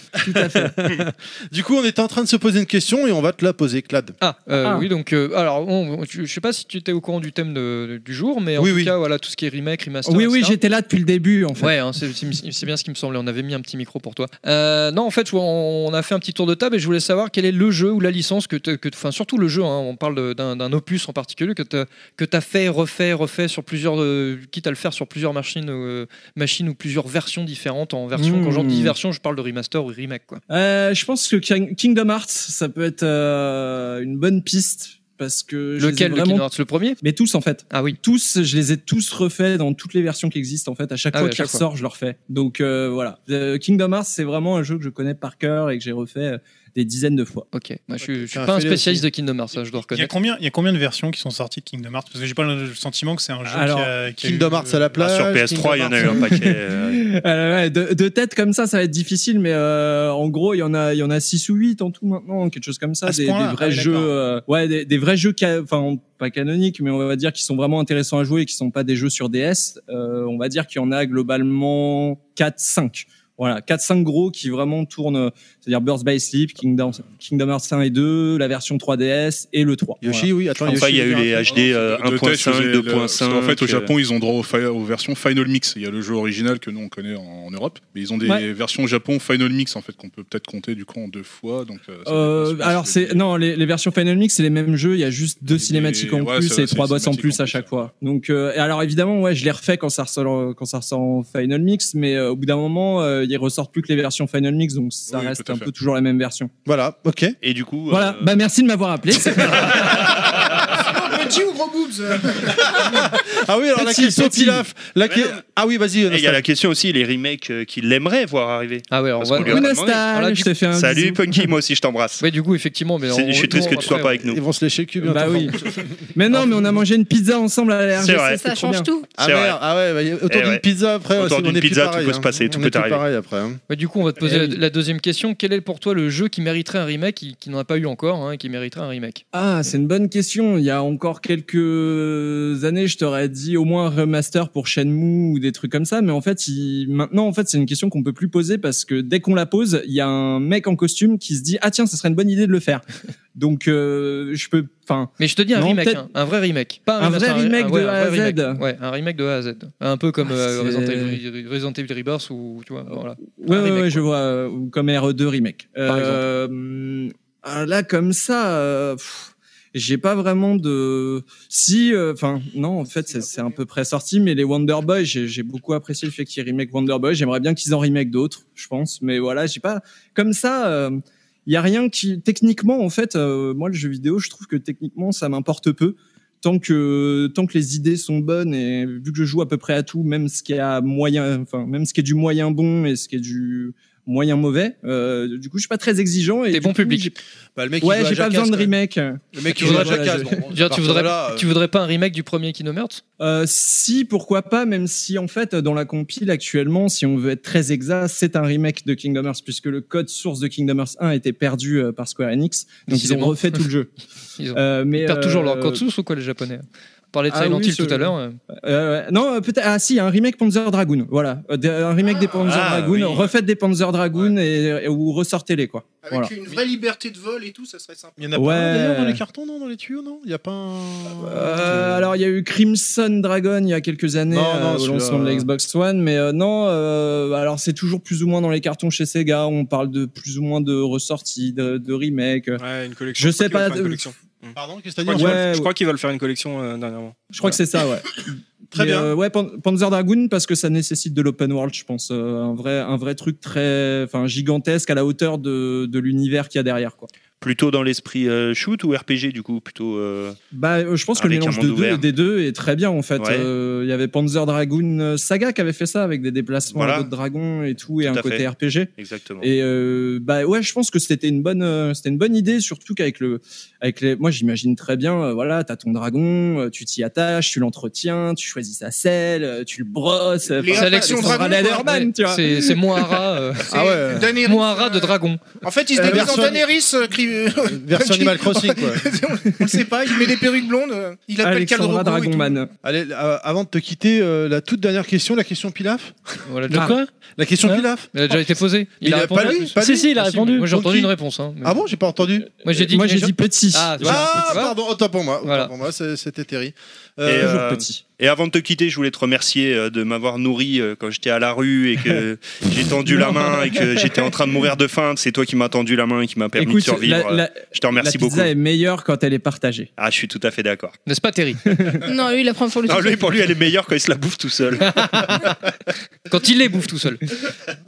Speaker 1: du coup, on était en train de se poser une question et on va te la poser, Clad.
Speaker 2: Ah, euh,
Speaker 1: Ah.
Speaker 2: oui, donc euh, alors, on- on- tu- je sais pas si tu étais au courant du thème de- du jour, mais en
Speaker 19: Oui,
Speaker 2: tout
Speaker 19: oui.
Speaker 2: cas, voilà, tout ce qui est remake, remaster.
Speaker 19: oui, oui,
Speaker 2: etc..
Speaker 19: j'étais là depuis le début en fait.
Speaker 2: Ouais, hein, c'est c'est- c'est bien ce qui me semblait. On avait mis un petit micro pour toi. Euh, non, en fait, je vois- on a fait un petit tour de table et je voulais savoir quel est le jeu ou la licence que, t'as- que enfin surtout le jeu. hein, on parle de- d'un d'un opus en particulier que t'as que t'as fait, refait, refait sur plusieurs, euh, quitte à le faire sur plusieurs machines, euh, machines ou plusieurs versions différentes. En version, quand j'en dis
Speaker 19: Mmh.
Speaker 2: version, je parle de remaster ou remake, quoi.
Speaker 19: Euh, je pense que King- Kingdom Hearts, ça peut être euh, une bonne piste parce que je les ai
Speaker 2: Lequel de
Speaker 19: vraiment-
Speaker 2: Kingdom Hearts, le premier
Speaker 19: Mais tous en fait.
Speaker 2: Ah oui.
Speaker 19: Tous, euh, je les ai tous refaits dans toutes les versions qui existent en fait. À chaque
Speaker 2: Ah
Speaker 19: fois
Speaker 2: oui, à
Speaker 19: qu'il
Speaker 2: chaque fois.
Speaker 19: ressort, je le refais. Donc euh, voilà. Euh, Kingdom Hearts, c'est vraiment un jeu que je connais par cœur et que j'ai refait euh, des dizaines de fois.
Speaker 2: Ok. je, suis, je suis
Speaker 19: Ah,
Speaker 2: pas un
Speaker 19: fais-le
Speaker 2: spécialiste
Speaker 19: aussi.
Speaker 2: de Kingdom Hearts, ça, je dois
Speaker 10: Il y, a
Speaker 2: reconnaître.
Speaker 10: combien, il y a combien de versions qui sont sorties de Kingdom Hearts Parce que j'ai pas le sentiment que c'est un jeu
Speaker 19: Alors,
Speaker 10: qui a, qui a
Speaker 1: Kingdom
Speaker 10: eu,
Speaker 1: Hearts à la plage.
Speaker 10: Ah, sur
Speaker 1: Kingdom
Speaker 10: PS3, il y en a eu un
Speaker 1: Hearts-
Speaker 10: paquet,
Speaker 19: Euh, ouais, de, de tête comme ça, ça va être difficile, mais euh, en gros, il y en a, il y en a 6 ou 8 en tout maintenant, quelque chose comme ça,
Speaker 10: À ce
Speaker 19: des,
Speaker 10: point-là,
Speaker 19: des
Speaker 10: ah
Speaker 19: vrais
Speaker 10: oui,
Speaker 19: jeux,
Speaker 10: d'accord.
Speaker 19: euh, ouais, des, des vrais jeux, ca- enfin pas canoniques, mais on va dire qui sont vraiment intéressants à jouer et qui sont pas des jeux sur DS. Euh, on va dire qu'il y en a globalement 4 5 voilà, 4-5 gros qui vraiment tournent, c'est-à-dire Birth by Sleep, Kingdom, Kingdom Hearts 1 et 2, la version 3DS et le 3.
Speaker 1: Yoshi, oui, attends,
Speaker 4: Enfin, il y a eu les
Speaker 9: hein,
Speaker 4: HD euh,
Speaker 6: De tête, je
Speaker 4: 1.5,
Speaker 6: faisais le- parce
Speaker 4: 2.5.
Speaker 6: qu'en fait, au
Speaker 4: euh,
Speaker 6: Japon, ils ont droit aux, fi- aux versions Final Mix. Il y a le jeu original que nous on connaît en, en Europe, mais ils ont des
Speaker 19: Ouais.
Speaker 6: versions au Japon Final Mix en fait qu'on peut peut-être compter du coup en deux fois. Donc euh, ça-
Speaker 19: Euh, alors c'est non les, les versions Final Mix c'est les mêmes jeux il y a juste deux cinématiques en
Speaker 6: ouais,
Speaker 19: plus
Speaker 6: c'est-
Speaker 19: et
Speaker 6: c'est
Speaker 19: trois boss en
Speaker 6: cinématique
Speaker 19: plus à chaque fois donc euh, et alors évidemment ouais je les refais quand ça ressort euh, quand ça ressort en Final Mix mais euh, au bout d'un moment euh, ils ressortent plus que les versions Final Mix donc ça reste
Speaker 6: tout à
Speaker 19: un
Speaker 6: fait.
Speaker 19: peu toujours la même version
Speaker 1: voilà ok
Speaker 4: Et du coup, euh,
Speaker 19: voilà bah merci de m'avoir appelé c'est-
Speaker 7: Petit ou gros boobs euh,
Speaker 1: Ah oui, alors la
Speaker 4: Petit,
Speaker 1: question
Speaker 4: petit.
Speaker 1: Pilaf. la que- Ah oui, vas-y.
Speaker 4: Et il y a
Speaker 1: Nostal.
Speaker 4: la question aussi, les remakes euh, qu'il aimerait voir arriver.
Speaker 2: Ah ouais,
Speaker 4: Parce
Speaker 2: on va-
Speaker 4: qu'on lui a pas
Speaker 2: Ouh,
Speaker 4: demandé.
Speaker 19: Ah,
Speaker 2: Nostal,
Speaker 4: Voilà,
Speaker 2: je
Speaker 4: du
Speaker 2: t'ai
Speaker 4: coup-
Speaker 2: fait un
Speaker 4: Salut
Speaker 2: bisou.
Speaker 4: Punky, moi aussi je t'embrasse.
Speaker 2: Ouais, du coup, effectivement, mais
Speaker 4: C'est-
Speaker 2: on-
Speaker 4: je suis triste
Speaker 2: on-
Speaker 4: que tu sois
Speaker 2: après,
Speaker 4: pas avec nous.
Speaker 1: Ils vont se lécher le cul bientôt.
Speaker 19: bah oui mais non mais on a mangé une pizza ensemble à la
Speaker 4: C'est
Speaker 19: RGC,
Speaker 4: vrai.
Speaker 19: c'était
Speaker 4: Ça
Speaker 19: trop
Speaker 4: change
Speaker 19: bien.
Speaker 4: tout.
Speaker 1: Ah
Speaker 4: C'est vrai.
Speaker 1: merde, ah ouais, bah, y a- autour
Speaker 4: Eh
Speaker 1: d'une
Speaker 4: ouais.
Speaker 1: pizza après,
Speaker 4: Autour
Speaker 1: c'est-
Speaker 4: d'une
Speaker 1: on est plus
Speaker 4: pizza, tout
Speaker 1: pareil,
Speaker 4: peut se
Speaker 1: hein.
Speaker 4: passer, tout
Speaker 1: On
Speaker 4: peut
Speaker 1: est plus
Speaker 4: t'arriver.
Speaker 1: pareil après. hein.
Speaker 2: Ouais, du coup, on va te poser
Speaker 1: Eh
Speaker 2: la,
Speaker 1: oui.
Speaker 2: la deuxième question. Quel est pour toi le jeu qui mériterait un remake, qui, qui n'en a pas eu encore, hein, et qui mériterait un remake
Speaker 19: Ah, c'est une bonne question. Il y a encore encore quelques années, je t'aurais dit au moins remaster pour Shenmue ou des trucs comme ça. Mais en fait, il- maintenant, en fait, c'est une question qu'on peut plus poser parce que dès qu'on la pose, il y a un mec en costume qui se dit ah tiens, ça serait une bonne idée de le faire. Donc euh, je peux, enfin.
Speaker 2: Mais je te dis un
Speaker 19: non,
Speaker 2: remake,
Speaker 19: peut-être-
Speaker 2: hein, un vrai remake. Pas
Speaker 19: Un vrai
Speaker 2: remaster,
Speaker 19: remake
Speaker 2: ouais,
Speaker 19: de
Speaker 2: un
Speaker 19: A à
Speaker 2: vrai remake.
Speaker 19: Z.
Speaker 2: Ouais, un remake de A à Z. Un peu comme
Speaker 19: Ah,
Speaker 2: euh,
Speaker 19: c'est-
Speaker 2: Resident, Evil, Resident Evil Rebirth ou tu vois, voilà.
Speaker 19: Ouais, ouais, ouais, je vois, euh, ou comme RE2 remake. Euh, ah, là, comme ça, euh, pff, j'ai pas vraiment de. Si, euh, enfin, non, en fait, c'est- c'est à peu près sorti, mais les Wonder Boy, j'ai j'ai beaucoup apprécié le fait qu'ils remake Wonder Boy. J'aimerais bien qu'ils en remake d'autres, je pense, mais voilà, j'ai pas. Comme ça. euh, il y a rien qui techniquement en fait euh, moi le jeu vidéo je trouve que techniquement ça m'importe peu tant que tant que les idées sont bonnes et vu que je joue à peu près à tout même ce qui est à moyen enfin même ce qui est du moyen bon et ce qui est du moyen mauvais euh, du coup je suis pas très exigeant et bon public
Speaker 1: Bah, le mec, il
Speaker 19: ouais
Speaker 1: joue à
Speaker 19: j'ai pas
Speaker 1: Jackass,
Speaker 19: besoin de
Speaker 1: quand même.
Speaker 19: remake
Speaker 1: Le mec,
Speaker 2: Tu
Speaker 1: il joue à
Speaker 2: voudrais-
Speaker 1: Jackass.
Speaker 2: je-
Speaker 1: bon, bon,
Speaker 2: je veux dire, tu
Speaker 1: à partir de
Speaker 2: voudrais,
Speaker 1: là, euh,
Speaker 2: tu voudrais pas un remake du premier Kingdom Hearts
Speaker 19: Euh, si, pourquoi pas, même si en fait, dans la compile actuellement, si on veut être très exact, c'est un remake de Kingdom Hearts, puisque le code source de Kingdom Hearts 1 était perdu euh, par Square Enix, donc ils ont
Speaker 2: Décidément.
Speaker 19: refait tout le jeu.
Speaker 2: Ils, ont-
Speaker 19: Euh, mais,
Speaker 2: ils perdent toujours leur
Speaker 19: euh,
Speaker 2: code source ou quoi les Japonais On parlait de
Speaker 19: ah
Speaker 2: Silent
Speaker 19: oui,
Speaker 2: Hill
Speaker 19: ce-
Speaker 2: tout à l'heure. euh.
Speaker 19: Euh, ouais. non, euh, peut-être. Ah, si, un remake Panzer Dragoon. Voilà, Euh, des- un remake des Panzer
Speaker 2: Ah,
Speaker 19: Dragoon.
Speaker 2: oui.
Speaker 19: Refaites des Panzer Dragoon et, et- ou ressortez-les quoi.
Speaker 7: Avec
Speaker 19: Voilà.
Speaker 7: une vraie liberté de vol et tout, ça serait sympa.
Speaker 1: Il y en a
Speaker 19: Ouais.
Speaker 1: pas un, d'ailleurs dans les cartons, non Dans les tuyaux, non Il y a pas un.
Speaker 19: Euh, alors il y a eu Crimson Dragon il y a quelques années
Speaker 1: Non,
Speaker 19: euh,
Speaker 1: non,
Speaker 19: au
Speaker 1: celui-là.
Speaker 19: lancement de la Xbox One, mais euh, non. euh, alors c'est toujours plus ou moins dans les cartons chez Sega. On parle de plus ou moins de ressorties, de, de remake.
Speaker 18: Ouais, une collection.
Speaker 19: Je sais pas. euh,
Speaker 18: Une collection.
Speaker 1: Pardon, qu'est-ce
Speaker 18: Je
Speaker 19: que
Speaker 18: crois
Speaker 19: t'as dit
Speaker 18: qu'ils veulent-
Speaker 19: Ouais,
Speaker 18: Je crois qu'ils veulent faire une collection euh, dernièrement.
Speaker 19: Je crois que c'est ça, ouais. Très
Speaker 18: bien.
Speaker 19: ouais, Pan- Panzer Dragoon parce que ça nécessite de l'open world, je pense, Euh, un vrai, un vrai truc très, enfin gigantesque à la hauteur de, de l'univers qu'il y a derrière, quoi.
Speaker 4: Plutôt dans l'esprit euh, shoot ou RPG du coup plutôt. euh,
Speaker 19: Bah, euh, je pense que le
Speaker 4: Avec un
Speaker 19: mélange de
Speaker 4: monde
Speaker 19: deux-
Speaker 4: ouvert.
Speaker 19: des deux est très bien en fait.
Speaker 4: Ouais.
Speaker 19: Euh, Il y avait Panzer Dragoon euh, Saga qui avait fait ça avec des déplacements
Speaker 4: Voilà.
Speaker 19: à d'autres dragons et tout, et
Speaker 4: Tout
Speaker 19: un
Speaker 4: à
Speaker 19: côté
Speaker 4: fait.
Speaker 19: RPG.
Speaker 4: Exactement.
Speaker 19: Et euh, bah ouais, je pense que c'était une bonne, euh, c'était une bonne idée, surtout qu'avec le, avec les, moi j'imagine très bien, euh, voilà, t'as ton dragon, euh, tu t'y attaches, tu l'entretiens, tu choisis sa selle, euh, tu le brosses.
Speaker 7: Les
Speaker 19: enfin,
Speaker 7: réflexions
Speaker 19: Alexandra
Speaker 7: dragon, quoi.
Speaker 19: Lederman,
Speaker 7: Ouais,
Speaker 19: tu vois.
Speaker 7: c'est- c'est Moira,
Speaker 2: euh,
Speaker 7: Ah ouais. Daenerys,
Speaker 2: Moira de dragon.
Speaker 7: En fait, il se
Speaker 2: Euh,
Speaker 7: déguise en
Speaker 2: version-
Speaker 7: Daenerys. euh, cri- euh,
Speaker 1: Version
Speaker 7: qui-
Speaker 1: Animal Crossing, quoi.
Speaker 7: On le sait pas, il met des perruques blondes, euh, il appelle Khal Drogo et tout.
Speaker 1: Allez, euh, avant de te quitter, euh, la toute dernière question, la question Pilaf.
Speaker 2: Voilà, de quoi
Speaker 1: La question
Speaker 2: Hein
Speaker 1: Pilaf.
Speaker 2: Elle a déjà été posée.
Speaker 1: Il, a,
Speaker 2: répondu
Speaker 1: pas lu pas
Speaker 2: Si,
Speaker 1: lu
Speaker 2: si, il a
Speaker 1: Ah,
Speaker 2: répondu. Moi j'ai
Speaker 1: Donc
Speaker 2: entendu
Speaker 1: qui
Speaker 2: une réponse. hein, mais-
Speaker 1: Ah bon, j'ai pas entendu.
Speaker 2: Moi, j'ai dit- Moi, j'ai dit petit.
Speaker 1: Ah,
Speaker 2: Ah, voilà.
Speaker 1: ah,
Speaker 2: Tu vois
Speaker 1: pardon, autant pour moi. autant
Speaker 4: Voilà.
Speaker 1: pour moi, c'est- c'était Terry.
Speaker 4: et,
Speaker 1: Euh,
Speaker 4: euh, et avant de te quitter, je voulais te remercier euh, de m'avoir nourri euh, quand j'étais à la rue et que j'ai tendu la main et que j'étais en train de mourir de faim. C'est toi qui m'as tendu la main et qui m'a permis de
Speaker 19: Écoute,
Speaker 4: survivre.
Speaker 19: la- la-
Speaker 4: Euh, je te remercie
Speaker 19: la pizza
Speaker 4: beaucoup.
Speaker 19: est meilleure quand elle est partagée.
Speaker 4: Ah, je suis tout à fait d'accord.
Speaker 2: N'est-ce pas Terry
Speaker 5: Non, lui, il la prend pour le
Speaker 4: Non, lui, pour lui, elle est meilleure quand il se la bouffe tout seul.
Speaker 2: Quand il les bouffe tout seul.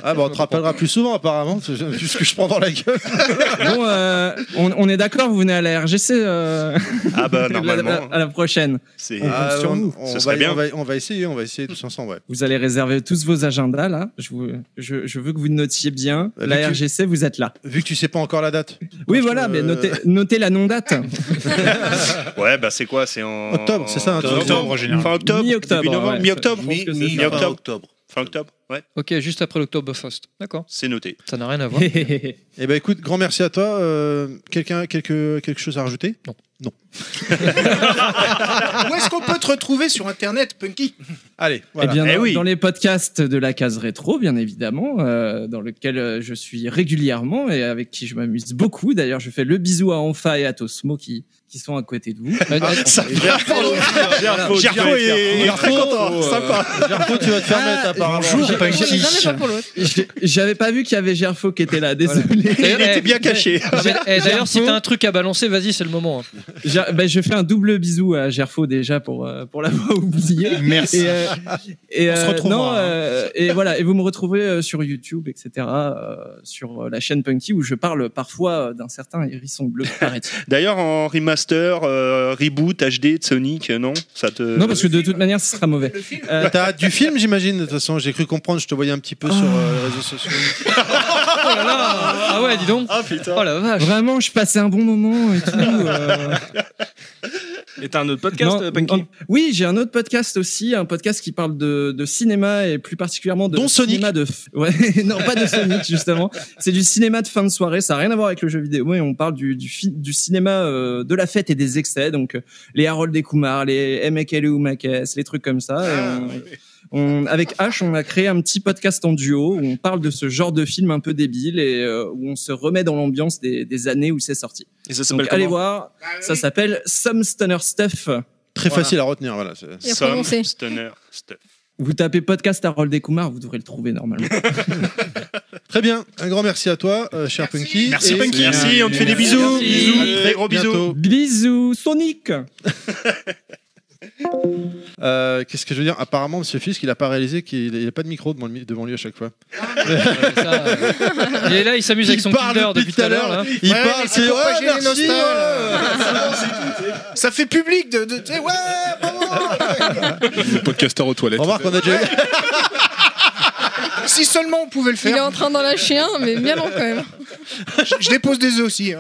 Speaker 1: Ah bah on te rappellera plus souvent apparemment, c'est juste ce que je prends dans la gueule.
Speaker 19: bon, euh, on, on est d'accord, vous venez à la RGC. euh,
Speaker 4: Ah bah,
Speaker 19: la-
Speaker 4: normalement.
Speaker 19: la- à la prochaine.
Speaker 4: C'est-
Speaker 19: On compte
Speaker 1: Ah,
Speaker 19: sur
Speaker 1: on-
Speaker 19: vous.
Speaker 1: on va- On va, on va essayer, on va essayer tous ensemble. Ouais.
Speaker 19: Vous allez réserver tous vos agendas là. Je, vous- je- je veux que vous notiez bien.
Speaker 1: Bah, Vu
Speaker 19: la
Speaker 1: que-
Speaker 19: RGC, vous êtes là.
Speaker 1: Vu que tu sais pas encore la date. euh,
Speaker 19: Oui, voilà, mais notez, notez la non-date.
Speaker 4: Ouais, bah c'est quoi C'est en
Speaker 1: Octobre, c'est ça,
Speaker 4: Octobre,
Speaker 1: octobre, en général.
Speaker 4: Fin octobre,
Speaker 19: Mi-octobre,
Speaker 4: début novembre,
Speaker 19: ouais.
Speaker 4: mi-octobre,
Speaker 19: Je pense que c'est ça.
Speaker 4: mi-octobre,
Speaker 19: Fin
Speaker 4: octobre. Fin octobre, ouais.
Speaker 2: Ok, juste après l'Octoberfest. D'accord.
Speaker 4: C'est noté.
Speaker 2: Ça n'a rien à voir.
Speaker 1: Eh ben écoute, grand merci à toi. Euh, Quelqu'un, quelque, quelque chose à rajouter Non. Non.
Speaker 7: Où est-ce qu'on peut te retrouver sur internet, Punky
Speaker 1: Allez,
Speaker 19: Eh bien, dans, dans les podcasts de la case rétro, bien évidemment, euh, dans lequel euh, je suis régulièrement et avec qui je m'amuse beaucoup. D'ailleurs, je fais le bisou à Enfa et à Tosmo qui, qui sont à côté de vous.
Speaker 1: Ah, Ça- Gerfo, Gerfo, Gerfo est- est très content, sympa. Gerfo, euh, tu vas te faire
Speaker 19: Ah,
Speaker 1: mettre, apparemment. Bonjour,
Speaker 19: j'ai-
Speaker 1: Punky.
Speaker 19: j'ai-
Speaker 1: Jamais pas pour l'autre.
Speaker 19: j'ai- J'avais pas vu qu'il y avait Gerfo qui était là, désolé.
Speaker 2: Eh, j'ai- eh, D'ailleurs, si t'as un truc à balancer, vas-y, c'est le moment. hein.
Speaker 19: Ger- ben, je fais un double bisou à Gerfo déjà pour, euh, pour l'avoir oublié.
Speaker 2: Merci.
Speaker 19: Et, euh, et,
Speaker 2: On se
Speaker 19: euh,
Speaker 2: retrouvera,
Speaker 19: non,
Speaker 2: hein.
Speaker 19: euh, et voilà, et vous me retrouvez euh, sur YouTube, etc., euh, sur euh, la chaîne Punky où je parle parfois euh, d'un certain hérisson bleu, paraît-il.
Speaker 4: D'ailleurs, en remaster, euh, reboot, HD de Sonic, euh, non Ça te.
Speaker 19: Non, parce que de toute manière, ce sera mauvais. Euh,
Speaker 1: T'as hâte du film, j'imagine. De toute façon, j'ai cru comprendre. Je te voyais un petit peu sur euh, les réseaux sociaux.
Speaker 2: Oh là là Ah ouais, dis donc
Speaker 4: Ah putain
Speaker 2: Oh la vache
Speaker 19: Vraiment, je passais un bon moment et tout. euh.
Speaker 18: Et t'as un autre podcast,
Speaker 19: Non,
Speaker 18: euh, Punky
Speaker 19: non. Oui, j'ai un autre podcast aussi, un podcast qui parle de, de cinéma et plus particulièrement de
Speaker 1: Dont Sonic.
Speaker 19: cinéma de f- ouais, non pas de Sonic justement. C'est du cinéma de fin de soirée, ça n'a rien à voir avec le jeu vidéo. mais on parle du du, fi- du cinéma euh, de la fête et des excès, donc euh, les Harold et Kumar, les Emekele Oumakes, les trucs comme ça. et
Speaker 1: Ah,
Speaker 19: on- on- avec H, on a créé un petit podcast en duo où on parle de ce genre de film un peu débile et euh, où on se remet dans l'ambiance des, des années où c'est sorti.
Speaker 18: Et ça
Speaker 1: s'appelle
Speaker 19: Allez
Speaker 1: comment
Speaker 19: voir, ça s'appelle Some Stunner Stuff.
Speaker 1: Très
Speaker 19: Voilà.
Speaker 1: facile à retenir, voilà. c'est-
Speaker 19: Et à prononcer.
Speaker 4: Stunner, stuff.
Speaker 19: Vous tapez podcast Harold et Kumar, vous devrez le trouver normalement.
Speaker 1: Très bien, un grand merci à toi, euh, cher Punky.
Speaker 19: Merci,
Speaker 1: Et-
Speaker 19: Punky. Merci, on te fait des
Speaker 1: Merci.
Speaker 19: bisous. Bisous.
Speaker 1: À très gros bisous.
Speaker 19: Bisous, Sonic.
Speaker 1: Euh, Qu'est-ce que je veux dire Apparemment, Monsieur Fisk, il n'a pas réalisé qu'il n'a pas de micro devant, le mi- devant lui à chaque fois.
Speaker 2: Ah, Il est là, il s'amuse avec son
Speaker 1: parle
Speaker 2: Tinder depuis tout à l'heure. là.
Speaker 1: Il parle, c'est ouais,
Speaker 7: pas gêner
Speaker 1: Ah, merci,
Speaker 7: nos stars.
Speaker 1: ouais.
Speaker 7: Ça fait public de. de- tu sais, ouais,
Speaker 6: Le podcasteur aux toilettes.
Speaker 1: Remarque, on a déjà eu.
Speaker 7: Si seulement on pouvait le faire.
Speaker 5: Il est en train d'en lâcher un, mais bien long quand même.
Speaker 7: Je, je dépose des œufs aussi. hein.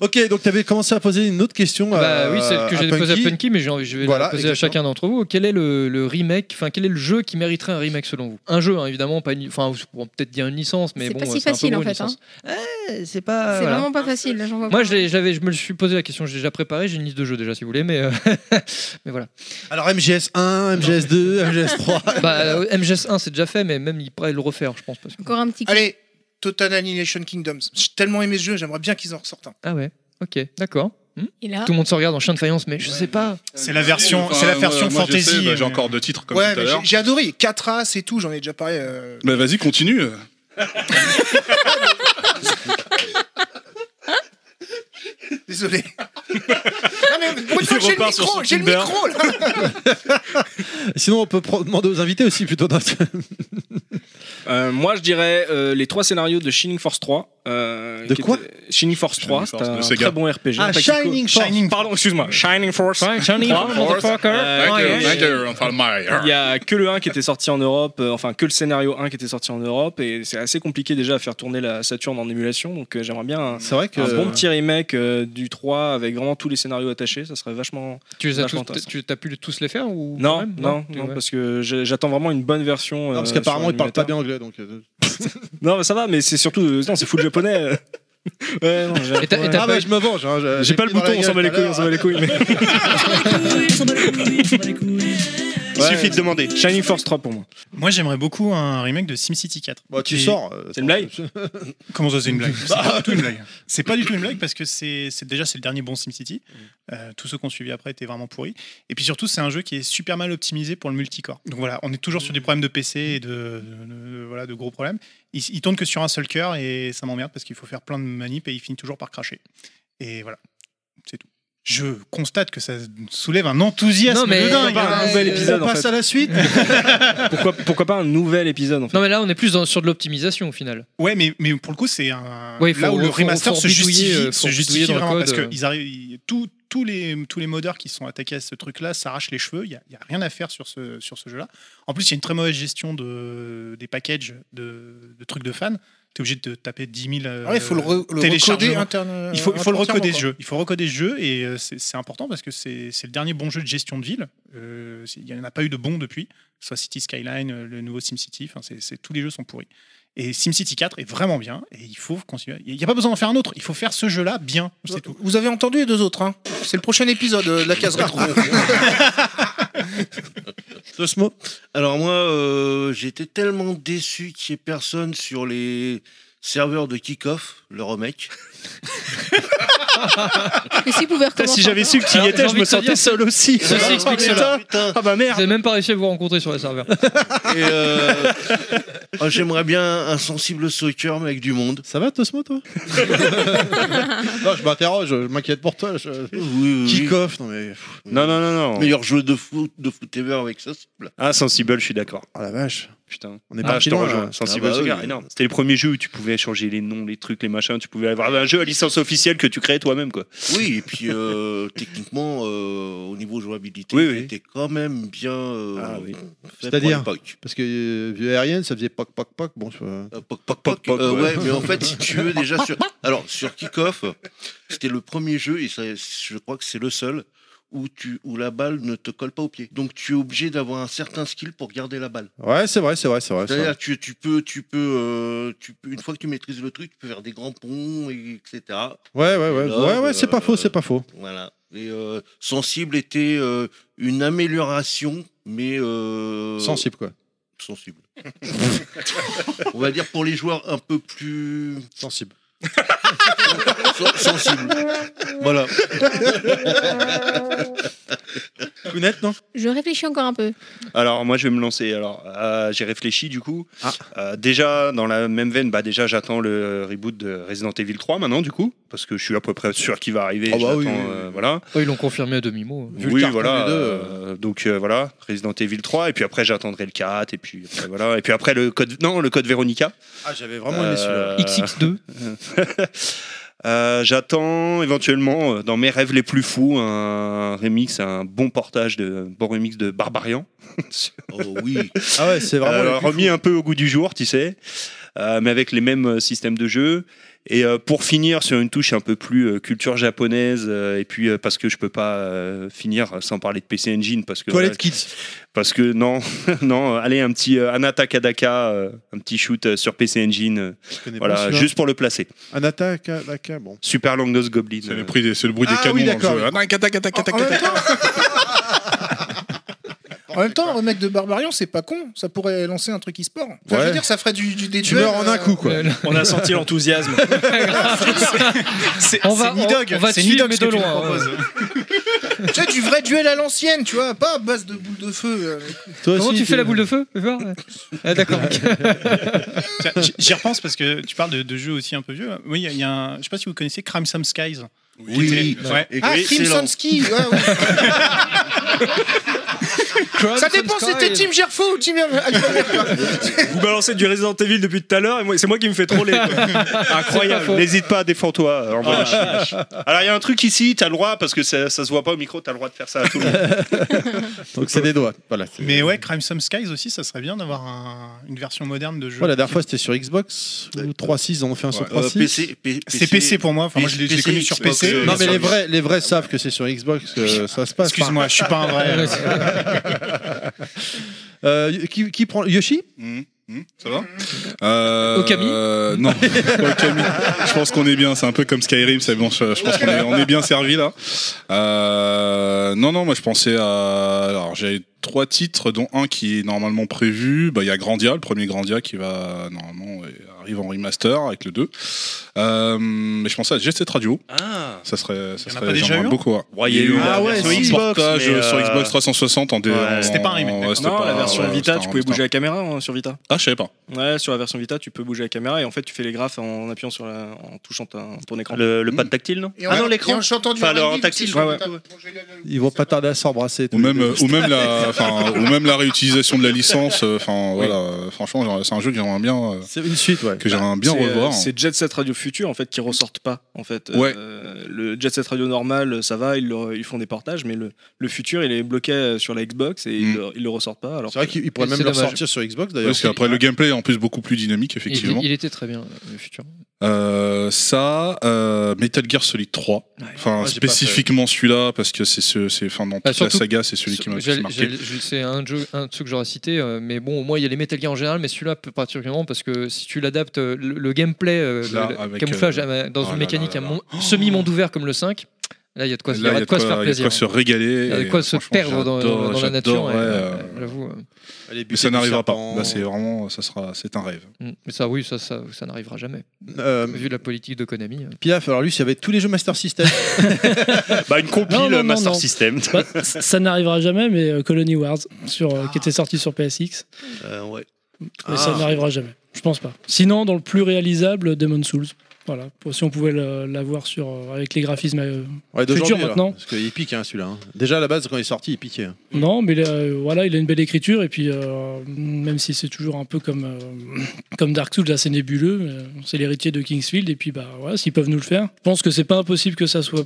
Speaker 1: Ok, donc tu avais commencé à poser une autre question.
Speaker 2: Bah
Speaker 1: euh,
Speaker 2: oui, celle que j'ai posée à Punky, mais j'ai envie- je vais
Speaker 1: Voilà,
Speaker 2: la poser à
Speaker 1: exactement.
Speaker 2: chacun d'entre vous. Quel est le, le remake, enfin, quel est le jeu qui mériterait un remake selon vous Un jeu, hein, évidemment, pas une, enfin, on peut peut-être dire une licence, mais
Speaker 5: C'est
Speaker 2: bon,
Speaker 5: pas
Speaker 2: euh,
Speaker 5: si
Speaker 2: c'est un peu
Speaker 5: facile
Speaker 2: gros,
Speaker 5: en
Speaker 2: une
Speaker 5: fait.
Speaker 2: licence.
Speaker 5: hein.
Speaker 2: c'est pas.
Speaker 5: C'est
Speaker 2: voilà.
Speaker 5: vraiment pas facile, là, j'en vois
Speaker 2: Moi,
Speaker 5: pas.
Speaker 2: je, l'ai- j'avais, je me le suis posé la question, j'ai déjà préparé, j'ai une liste de jeux déjà, si vous voulez, mais, euh, mais voilà.
Speaker 1: Alors MGS1, MGS2, MGS3.
Speaker 2: Bah, euh, MGS1, c'est déjà fait, mais même il pourrait le refaire, je pense. Parce que...
Speaker 5: Encore un petit
Speaker 7: Allez, Total Annihilation Kingdoms. J'ai tellement aimé ce jeu, j'aimerais bien qu'ils en ressortent un.
Speaker 2: Ah ouais, ok, d'accord. Hmm.
Speaker 5: Et là-
Speaker 2: Tout le monde se regarde en chien de faïence, mais je sais pas.
Speaker 10: C'est la version- Ah. Enfin, c'est la version ouais, moi, je sais, fantasy, bah, j'ai euh, encore
Speaker 6: deux titres
Speaker 7: ouais, mais j'ai- j'ai adoré. 4 As et tout, j'en ai déjà parlé. euh.
Speaker 6: Bah vas-y, continue.
Speaker 7: Désolé. non, mais pour une fois que j'ai le
Speaker 6: repars sur
Speaker 7: micro,
Speaker 6: son
Speaker 7: j'ai le
Speaker 6: Tinder.
Speaker 7: micro là.
Speaker 1: Sinon, on peut pro- demander aux invités aussi plutôt. d'un-
Speaker 18: Euh, moi, je dirais euh, les trois scénarios de Shining Force 3. euh,
Speaker 1: De
Speaker 18: qui
Speaker 1: quoi
Speaker 18: étaient- Shining Force 3, c'est
Speaker 6: Force de
Speaker 18: un
Speaker 6: Sega.
Speaker 18: très bon RPG.
Speaker 6: Ah,
Speaker 18: Tactico-
Speaker 6: Shining Force.
Speaker 18: Pardon, excuse-moi. Shining Force.
Speaker 2: Shining
Speaker 18: Trois,
Speaker 2: Force,
Speaker 18: Force.
Speaker 2: motherfucker.
Speaker 18: Euh,
Speaker 2: Ah,
Speaker 18: que-
Speaker 2: yeah.
Speaker 6: on parle Mario.
Speaker 18: Il y a que le 1 qui était sorti en Europe, euh, enfin que le scénario 1 qui était sorti en Europe, et c'est assez compliqué déjà à faire tourner la Saturn en émulation, donc euh, j'aimerais bien un,
Speaker 1: C'est vrai que-
Speaker 18: un bon petit remake euh, du 3 avec vraiment tous les scénarios attachés, ça serait vachement.
Speaker 2: Tu les as
Speaker 18: vachement
Speaker 2: tous-
Speaker 18: intéressant.
Speaker 2: tu- t'as pu tous les faire ou quand
Speaker 18: Non,
Speaker 2: même
Speaker 18: non, non,
Speaker 2: Ouais.
Speaker 18: parce que j'ai- j'attends vraiment une bonne version.
Speaker 1: Non, parce
Speaker 18: euh,
Speaker 1: qu'apparemment,
Speaker 18: sur
Speaker 1: ils parlent pas
Speaker 18: l'émulateur.
Speaker 1: bien anglais. Donc, euh,
Speaker 18: Non, mais ça va, mais c'est surtout. euh, non, c'est full japonais. euh. Ouais, non, j'ai- ouais.
Speaker 1: ah, bah, je me venge. hein,
Speaker 18: J'ai pas le
Speaker 1: pris dans
Speaker 18: bouton,
Speaker 1: la
Speaker 18: on s'en bat les
Speaker 1: gueule tout à
Speaker 18: couilles, on s'en bat les couilles. mais-
Speaker 4: Il suffit de
Speaker 18: demander. Shining Force 3 pour moi.
Speaker 10: Moi, j'aimerais beaucoup un remake de SimCity 4.
Speaker 1: Bah, tu
Speaker 10: Et-
Speaker 1: sors.
Speaker 18: C'est une blague
Speaker 10: Comment ça, c'est une blague C'est pas du tout une blague. C'est pas du tout une blague parce que c'est c'est- déjà c'est le dernier bon SimCity.
Speaker 1: Mm.
Speaker 10: Euh, tous ceux qu'on suivi après étaient vraiment pourris. Et puis surtout, c'est un jeu qui est super mal optimisé pour le multicore. Donc voilà, on est toujours
Speaker 1: Mm.
Speaker 10: sur des problèmes de PC et de, de- de- voilà de gros problèmes. Il, il tourne que sur un seul cœur et ça m'emmerde parce qu'il faut faire plein de manips et il finit toujours par cracher. Et voilà, c'est tout. Je constate que ça soulève un enthousiasme
Speaker 2: Non, mais
Speaker 10: de dingue.
Speaker 2: on parle d'un
Speaker 10: hein.
Speaker 2: nouvel épisode,
Speaker 10: On
Speaker 2: en
Speaker 10: passe
Speaker 2: fait.
Speaker 10: à la suite. euh.
Speaker 18: pourquoi, pourquoi pas un nouvel épisode en fait
Speaker 2: Non, mais là, on est plus dans- sur de l'optimisation au final.
Speaker 10: Ouais, mais, mais pour le coup, c'est un.
Speaker 2: Ouais, il faut-
Speaker 10: là où le
Speaker 2: faut-
Speaker 10: remaster
Speaker 2: faut
Speaker 10: se justifie,
Speaker 2: bidouiller, euh,
Speaker 10: se
Speaker 2: faut
Speaker 10: justifie
Speaker 2: bidouiller dans le
Speaker 10: vraiment parce
Speaker 2: code, euh.
Speaker 10: que ils arrivent, ils- tous- tous, les, tous les modeurs qui sont attaqués à ce truc-là s'arrachent les cheveux. Il n'y a, il y a rien à faire sur ce, sur ce jeu-là. En plus, il y a une très mauvaise gestion de, des packages de, de trucs de fans. Tu es obligé de taper 10 000 euh,
Speaker 7: Ah ouais, faut le re- le
Speaker 10: téléchargements.
Speaker 7: recoder interne-
Speaker 10: il faut, il faut le
Speaker 7: entièrement,
Speaker 10: recoder ce
Speaker 7: quoi.
Speaker 10: jeu. Il faut recoder ce jeu et euh, c'est c'est important parce que c'est c'est le dernier bon jeu de gestion de ville. Euh, c'est- Il n'y en a pas eu de bon depuis. Soit City Skyline, euh, le nouveau SimCity, enfin, c'est- c'est- tous les jeux sont pourris. Et SimCity 4 est vraiment bien et il faut continuer. Il n'y a pas besoin d'en faire un autre. Il faut faire ce jeu-là bien. C'est tout.
Speaker 7: Vous avez entendu les deux autres, hein C'est le prochain épisode euh, de la case rétro.
Speaker 11: Alors moi, euh, j'étais tellement déçu qu'il n'y ait personne sur les serveurs de kick-off, le remake.
Speaker 5: Et s'il pouvait
Speaker 11: Putain,
Speaker 5: recommencer.
Speaker 11: si j'avais su que tu y
Speaker 2: Alors,
Speaker 11: étais,
Speaker 2: Ah, j'ai
Speaker 11: je
Speaker 2: envie
Speaker 11: me
Speaker 2: de te
Speaker 11: sentais
Speaker 2: dire,
Speaker 11: seul aussi.
Speaker 2: Ceci
Speaker 11: Ah,
Speaker 2: explique
Speaker 11: putain,
Speaker 2: cela.
Speaker 11: putain.
Speaker 2: Ah bah merde. Vous avez même pas réussi à vous rencontrer sur les serveurs.
Speaker 11: Et euh, oh, j'aimerais bien un sensible soccer, mais avec du monde.
Speaker 1: Ça va, Tosmo, toi Non, je m'interroge, je m'inquiète pour toi. Je... Kick-off, non mais.
Speaker 4: Non, non, non, non.
Speaker 11: Meilleur jeu de foot, de foot ever avec ça.
Speaker 4: Ah, Sensible, je suis d'accord.
Speaker 1: Ah la vache.
Speaker 4: Putain.
Speaker 1: On est
Speaker 4: ah,
Speaker 1: parti
Speaker 4: je te
Speaker 1: loin,
Speaker 4: rejoins.
Speaker 1: là.
Speaker 4: Sensible
Speaker 1: Ah bah
Speaker 4: aux égards,
Speaker 1: oui.
Speaker 4: énorme. C'était les premiers jeux où tu pouvais changer les noms, les trucs, les machins. Tu pouvais avoir un jeu à licence officielle que tu créais toi-même, quoi.
Speaker 11: Oui, et puis euh, techniquement, euh, au niveau jouabilité,
Speaker 4: Oui, oui. Ah
Speaker 11: c'était quand même bien euh, fait pour
Speaker 1: C'est-à-dire
Speaker 11: l'époque.
Speaker 1: Parce que euh, vue aérienne, ça faisait poc poc poc. Bon,
Speaker 11: poc poc Euh, ouais, mais en fait, si tu veux, déjà sur. Alors, sur Kickoff, c'était le premier jeu, et ça, je crois que c'est le seul, où, tu, où la balle ne te colle pas au pied. Donc, tu es obligé d'avoir un certain skill pour garder la balle.
Speaker 1: Ouais, c'est vrai, c'est vrai, c'est vrai. c'est vrai.
Speaker 11: C'est-à-dire, tu, tu peux, tu peux, euh, tu peux- une fois que tu maîtrises le truc, tu peux faire des grands ponts, et- etc.
Speaker 1: Ouais, ouais, ouais.
Speaker 11: Là,
Speaker 1: Ouais, ouais, c'est pas
Speaker 11: euh,
Speaker 1: faux, c'est pas faux.
Speaker 11: Voilà. Et euh, Sensible était euh, une amélioration, mais. euh,
Speaker 1: Sensible, quoi.
Speaker 11: Sensible. On va dire pour les joueurs un peu plus.
Speaker 1: Sensible.
Speaker 11: sensible. Voilà.
Speaker 1: Vous n'êtes, non
Speaker 5: Je réfléchis encore un peu.
Speaker 4: Alors moi je vais me lancer. Alors euh, j'ai réfléchi du coup. Euh, déjà dans la même veine, bah déjà j'attends le reboot de Resident Evil 3 maintenant du coup parce que je suis à peu près sûr qu'il va arriver.
Speaker 2: Ah
Speaker 4: Je
Speaker 2: bah oui,
Speaker 4: l'attends,
Speaker 2: oui,
Speaker 4: euh, voilà.
Speaker 2: Oh, ils l'ont confirmé à demi-mot.
Speaker 4: oui voilà. euh, donc euh, voilà Resident Evil 3 et puis après j'attendrai le 4 et puis après, voilà et puis après le code non le code Véronica.
Speaker 1: Ah, j'avais vraiment aimé celui-là.
Speaker 2: XX2.
Speaker 4: Euh, J'attends éventuellement, euh, dans mes rêves les plus fous, un remix, un bon portage de un bon remix de Barbarian.
Speaker 11: oh oui.
Speaker 1: Ah ouais, c'est vraiment. le plus
Speaker 4: Euh, remis un peu au goût du jour, tu sais, euh, mais avec les mêmes euh, systèmes de jeu. Et euh, pour finir sur une touche un peu plus euh, culture japonaise, euh, et puis euh, parce que je peux pas euh, finir sans parler de PC Engine, parce que
Speaker 1: Toilette
Speaker 4: voilà,
Speaker 1: Kids.
Speaker 4: parce que non, non, euh, allez un petit euh, Anata Kadaka, euh, un petit shoot euh, sur PC Engine, euh,
Speaker 1: connais pas
Speaker 4: voilà,
Speaker 1: celui-là.
Speaker 4: juste pour le placer.
Speaker 1: Un attaque, attaque, bon.
Speaker 4: Super Long Nose Goblin. euh. C'est le,
Speaker 6: bruit des, le bruit
Speaker 1: des Ah canons oui, dans le d'accord. jeu. Ah,
Speaker 7: En même temps, un mec de Barbarian, c'est pas con. Ça pourrait lancer un truc e-sport. Enfin, Je
Speaker 1: Ouais.
Speaker 7: veux dire, ça ferait du, du des
Speaker 1: Tu
Speaker 7: duels,
Speaker 1: meurs en
Speaker 7: euh,
Speaker 1: un coup, quoi.
Speaker 18: On a senti l'enthousiasme.
Speaker 2: On va,
Speaker 7: ni
Speaker 2: on,
Speaker 7: dog,
Speaker 2: on va
Speaker 7: c'est
Speaker 2: te
Speaker 7: ni
Speaker 2: suivre,
Speaker 7: dog
Speaker 2: mais
Speaker 7: ce que
Speaker 2: de
Speaker 7: tu nous
Speaker 2: loin.
Speaker 7: proposes. tu sais, du vrai duel à l'ancienne, tu vois, pas à base de boules de feu. euh.
Speaker 2: Comment tu fais la boule de feu Fais voir. Ah, D'accord.
Speaker 10: Tiens, j- J'y repense parce que tu parles de, de jeux aussi un peu vieux. Oui, il y a- il y a un. Je sais pas si vous connaissez Crimson Skies.
Speaker 11: Oui.
Speaker 10: Qui était- ouais.
Speaker 11: Et-
Speaker 7: Ah,
Speaker 11: oui,
Speaker 7: Crimson
Speaker 11: excellent.
Speaker 7: Ski ah, oui. Ça dépend, c'était Team Gerfo ou Team.
Speaker 18: Vous balancez du Resident Evil depuis tout à l'heure et moi- c'est moi qui me fais troller. quoi. Incroyable.
Speaker 4: N'hésite pas, défends-toi. euh, envoie
Speaker 18: Ah.
Speaker 4: des chiens. Alors, il y a un truc ici, t'as le droit, parce que ça, ça se voit pas au micro, t'as le droit de faire ça à tout le monde.
Speaker 1: Donc c'est des doigts. Voilà. c'est-
Speaker 10: Mais ouais, Crimson Skies aussi, ça serait bien d'avoir un- une version moderne de jeu.
Speaker 1: Ouais, la dernière fois c'était sur Xbox ou 3.6, ils en ont fait un sur
Speaker 10: Ouais. Euh,
Speaker 1: 3.6.
Speaker 10: PC, P- C'est PC pour moi, enfin, moi, je l'ai- je l'ai connu sur
Speaker 1: Xbox,
Speaker 10: PC.
Speaker 1: euh, Non, mais
Speaker 10: sur
Speaker 1: les
Speaker 10: Xbox.
Speaker 1: vrais, les vrais savent que c'est sur Xbox que ça se passe.
Speaker 10: Excuse-moi, je suis pas un vrai.
Speaker 1: Euh, qui, qui prend Yoshi
Speaker 6: Ça va Okami Euh, Non, pas Okami. Je pense qu'on est bien, c'est un peu comme Skyrim, c'est bon, je je pense qu'on est, on est bien servi là. Euh, non, non, moi je pensais à. Alors j'ai trois titres, dont un qui est normalement prévu. Bah, Il y a Grandia, le premier Grandia qui va normalement ouais, arrive en remaster avec le 2. Euh, mais je pensais à G7 Radio.
Speaker 4: Ah
Speaker 6: Ça serait, ça
Speaker 4: en a
Speaker 6: serait
Speaker 4: pas déjà
Speaker 6: j'aimerais
Speaker 4: eu un
Speaker 6: beaucoup. ouais.
Speaker 4: Ouais, il y a eu la
Speaker 6: un
Speaker 4: version Xbox,
Speaker 6: portage
Speaker 4: mais,
Speaker 6: sur
Speaker 4: euh,
Speaker 6: Xbox 360 en dé- en-
Speaker 18: C'était pas un remake.
Speaker 6: ouais,
Speaker 18: d'accord.
Speaker 6: c'était
Speaker 18: Non, la
Speaker 6: pas-
Speaker 18: version
Speaker 6: ouais,
Speaker 18: Vita,
Speaker 6: c'était
Speaker 18: tu
Speaker 6: un
Speaker 18: pouvais
Speaker 6: remaster.
Speaker 18: bouger la caméra hein, sur Vita.
Speaker 6: Ah, je savais pas.
Speaker 18: Ouais, sur la version Vita, tu peux bouger la caméra et en fait, tu fais les graphes en appuyant sur la, en touchant ta- ton écran. Hmm.
Speaker 4: Le, pad tactile, non
Speaker 7: Et en- et en chantant du
Speaker 4: Enfin, alors,
Speaker 7: rugby,
Speaker 4: en tactile,
Speaker 7: tu sais,
Speaker 4: ouais,
Speaker 7: sur-
Speaker 1: Ils vont pas tarder à s'embrasser.
Speaker 6: Ou même, euh, ou même la, enfin, ou même la réutilisation de la licence. euh, Enfin, voilà. euh, Franchement, j'aurais- c'est un jeu que j'aimerais bien. euh,
Speaker 1: C'est une suite, ouais.
Speaker 6: Que j'aimerais bien
Speaker 18: C'est, euh,
Speaker 6: revoir. hein.
Speaker 18: C'est Jet Set Radio Futur en fait qui ressortent pas en fait. Euh,
Speaker 6: Ouais.
Speaker 18: le Jet Set Radio normal, ça va, ils, le- ils font des portages, mais le, le futur, il est bloqué euh, sur la Xbox et
Speaker 6: Hmm.
Speaker 18: ils, le, ils le ressortent pas. Alors
Speaker 1: C'est vrai
Speaker 18: que-
Speaker 1: qu'ils pourraient même le ressortir sur Xbox d'ailleurs.
Speaker 6: Parce qu'après, le gameplay est en plus beaucoup plus dynamique, effectivement.
Speaker 2: Il, il était très bien, le futur.
Speaker 6: Euh, ça, euh, Metal Gear Solid 3. Enfin,
Speaker 2: Ouais, j'ai pas
Speaker 6: spécifiquement celui-là, parce que c'est ce, c'est, enfin, dans
Speaker 2: Bah,
Speaker 6: toute
Speaker 2: surtout-
Speaker 6: la saga, c'est celui qui m'a le plus
Speaker 2: j'allais-
Speaker 6: marqué.
Speaker 2: j'allais- je- C'est un, jeu- un de ceux que j'aurais cité, euh, mais bon, au moins il y a les Metal Gear en général, mais celui-là plus particulièrement parce que si tu l'adaptes, euh, le, le gameplay, euh, le-
Speaker 6: Là,
Speaker 2: le
Speaker 6: avec,
Speaker 2: camouflage
Speaker 6: euh,
Speaker 2: euh, dans
Speaker 6: oh là
Speaker 2: une
Speaker 6: là
Speaker 2: mécanique
Speaker 6: là
Speaker 2: à
Speaker 6: là.
Speaker 2: mon- semi-monde ouvert comme le 5, là il y a de quoi, il y
Speaker 6: Là,
Speaker 2: aura de quoi se faire
Speaker 6: il y a de
Speaker 2: plaisir.
Speaker 6: quoi se régaler.
Speaker 2: Il y a de
Speaker 6: et euh,
Speaker 2: quoi se
Speaker 6: franchement,
Speaker 2: perdre dans,
Speaker 6: j'adore,
Speaker 2: dans la nature.
Speaker 6: j'adore,
Speaker 2: et,
Speaker 6: ouais,
Speaker 2: euh,
Speaker 6: euh,
Speaker 2: J'avoue. euh,
Speaker 6: Mais ça n'arrivera pas. Là, c'est vraiment, ça sera, c'est un rêve.
Speaker 2: Mm. Mais ça, oui, ça, ça, ça n'arrivera jamais.
Speaker 4: Euh,
Speaker 2: Vu la politique de Konami. euh.
Speaker 1: Piaf, alors lui, il y avait tous les jeux Master System.
Speaker 4: bah, une compile
Speaker 12: Non, non, non,
Speaker 4: Master
Speaker 12: non.
Speaker 4: System.
Speaker 12: Bah, ça ça n'arrivera jamais, mais euh, Colony Wars, sur,
Speaker 1: Ah.
Speaker 12: euh, qui était sorti sur PSX,
Speaker 11: ouais.
Speaker 12: mais euh, ça
Speaker 11: Ah.
Speaker 12: n'arrivera jamais. Je pense pas. Sinon, dans le plus réalisable, Demon Souls. Voilà, Pour- si on pouvait le- l'avoir sur euh, avec les graphismes euh,
Speaker 1: Ouais,
Speaker 12: futurs
Speaker 1: d'aujourd'hui, là,
Speaker 12: maintenant.
Speaker 1: Parce qu'il pique hein, celui-là. hein. Déjà à la base, quand il est sorti, il piquait. hein.
Speaker 12: Non, mais euh, voilà, il a une belle écriture et puis euh, même si c'est toujours un peu comme euh, comme Dark Souls, là c'est nébuleux. euh, c'est l'héritier de Kingsfield et puis bah voilà, s'ils peuvent nous le faire, je pense que c'est pas impossible que ça soit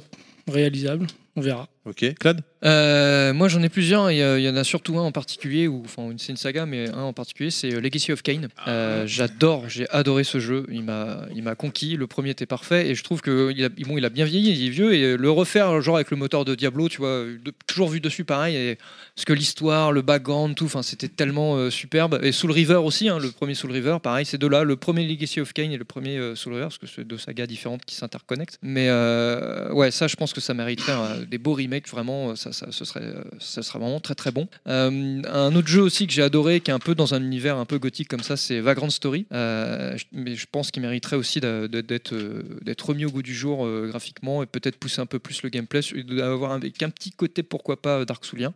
Speaker 12: réalisable. On verra.
Speaker 1: Ok, Clad
Speaker 2: Euh, moi j'en ai plusieurs, il y, a- il y en a surtout un en particulier, ou enfin une- c'est une saga, mais un en particulier, c'est euh, Legacy of Kane. Euh, J'adore, j'ai adoré ce jeu, il m'a il m'a conquis, le premier était parfait, et je trouve qu'il a, bon, il a bien vieilli, il est vieux, et euh, le refaire genre avec le moteur de Diablo, tu vois, de- toujours vu dessus pareil, et, parce que l'histoire, le background, tout, enfin c'était tellement euh, superbe, et Soul River aussi, hein, le premier Soul River, pareil, ces deux-là, le premier Legacy of Kane et le premier euh, Soul River, parce que c'est deux sagas différentes qui s'interconnectent, mais euh, ouais, ça je pense que ça mériterait euh, des beaux remakes, vraiment, euh, ça, ça, ce serait, euh, ça serait vraiment très très bon. Euh, un autre jeu aussi que j'ai adoré, qui est un peu dans un univers un peu gothique comme ça, c'est Vagrant Story. Euh, je- mais je pense qu'il mériterait aussi d'a- d'a- d'être euh, d'être remis au goût du jour euh, graphiquement et peut-être pousser un peu plus le gameplay, su- d'avoir avec un petit côté pourquoi pas euh, Dark Soulien,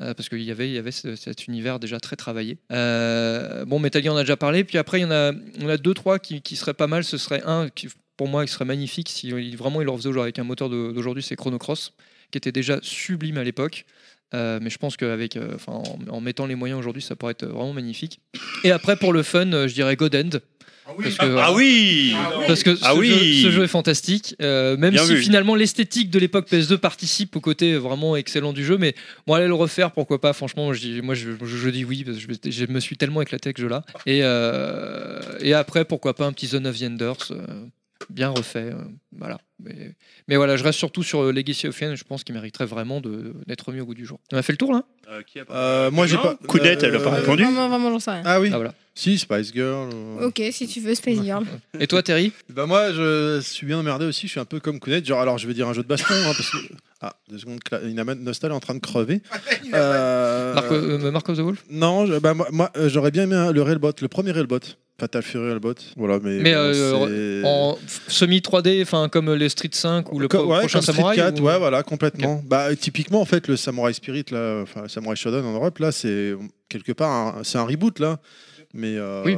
Speaker 2: euh, parce qu'il y avait, il y avait ce- cet univers déjà très travaillé. Euh, bon, Metal Gear on a déjà parlé, puis après il y en a, on a deux trois qui, qui seraient pas mal. Ce serait un qui pour moi, il serait magnifique si il- vraiment il le refaisait aujourd'hui avec un moteur de- d'aujourd'hui, c'est Chrono Cross, qui était déjà sublime à l'époque. Euh, mais je pense qu'avec, en, en mettant les moyens aujourd'hui, ça pourrait être vraiment magnifique. Et après, pour le fun, euh, je dirais God End. Parce que,
Speaker 19: Ah oui
Speaker 2: Parce que ce,
Speaker 19: Ah oui
Speaker 2: jeu, ce jeu est fantastique, euh, même
Speaker 19: Bien
Speaker 2: si
Speaker 19: vu.
Speaker 2: finalement l'esthétique de l'époque PS2 participe au côté vraiment excellent du jeu, mais bon, allez le refaire, pourquoi pas, franchement, je dis- moi je, je- je dis oui, parce que je, je me suis tellement éclaté avec ce jeu-là. Et, euh, et après, pourquoi pas un petit Zone of the Enders, euh, bien refait, euh, voilà. Mais, mais voilà, je reste surtout sur euh, Legacy of Kane, je pense qu'il mériterait vraiment de- d'être remis au goût du jour. On a fait le tour là
Speaker 1: Euh, moi j'ai
Speaker 2: Non,
Speaker 1: pas. euh,
Speaker 2: Coudette, elle a pas répondu.
Speaker 5: Vraiment, vraiment, j'en sais rien.
Speaker 1: Ah oui
Speaker 2: Ah, voilà.
Speaker 1: Si, Spice Girl. euh, ou-
Speaker 5: Ok, si tu veux, Space Girl.
Speaker 2: Et toi, Terry
Speaker 1: Bah moi, je suis bien emmerdé aussi. Je suis un peu comme Kounet. Genre, alors je vais dire un jeu de baston, hein, parce que ah deux secondes, Cla- Inaman Nostal est en train de crever. Euh,
Speaker 2: Marco, euh, Marco the Wolf
Speaker 1: Non, je- bah, moi, moi, euh, j'aurais bien aimé un- le Railbot, le premier Railbot, Fatal Fury Railbot. Voilà, mais.
Speaker 2: Mais
Speaker 1: bon,
Speaker 2: euh,
Speaker 1: c'est-
Speaker 2: en semi 3D, enfin comme les Street 5 ou le
Speaker 1: Co-
Speaker 2: pro-
Speaker 1: ouais,
Speaker 2: prochain
Speaker 1: comme Street
Speaker 2: Samurai.
Speaker 1: 4,
Speaker 2: ou-
Speaker 1: ouais, voilà, complètement. Bah, typiquement, en fait, le Samurai Spirit, là, enfin, le Samurai Shodown en Europe, là, c'est quelque part, un- c'est un reboot, là. Mais, euh,
Speaker 2: Oui,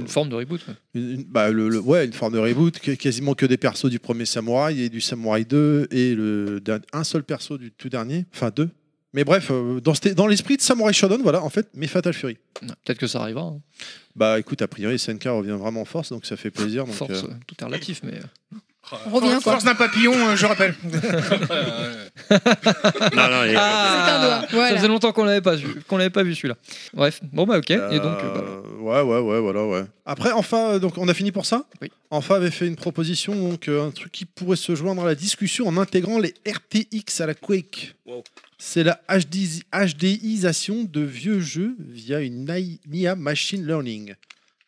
Speaker 2: une forme de reboot. ouais.
Speaker 1: une, une- bah, le, le- ouais, une forme de reboot, que- quasiment que des persos du premier Samouraï et du Samouraï 2 et le, d'un- un seul perso du tout dernier, enfin deux. Mais bref, euh, dans, cet- dans l'esprit de Samurai Shodown, voilà, en fait, mais Fatal Fury.
Speaker 2: Ouais, Peut-être que ça arrivera. hein.
Speaker 1: Bah écoute, a priori, SNK revient vraiment en force, donc ça fait plaisir. Donc,
Speaker 2: Force,
Speaker 1: euh,
Speaker 2: euh, tout est relatif, mais. euh.
Speaker 7: On revient,
Speaker 5: quoi.
Speaker 7: Force d'un papillon, euh, je rappelle.
Speaker 19: Non, non, il est-
Speaker 2: Ah,
Speaker 7: C'est un doigt, voilà.
Speaker 2: Ça faisait longtemps qu'on l'avait pas vu, qu'on l'avait pas vu celui-là. Bref, bon bah ok. Et donc, euh, bah,
Speaker 1: Euh, ouais, ouais, ouais, voilà, ouais. Après, enfin, euh, donc on a fini pour ça.
Speaker 2: Oui.
Speaker 1: Enfin avait fait une proposition, donc euh, un truc qui pourrait se joindre à la discussion en intégrant les RTX à la Quake. C'est la HD HDisation de vieux jeux via une AI IA machine learning.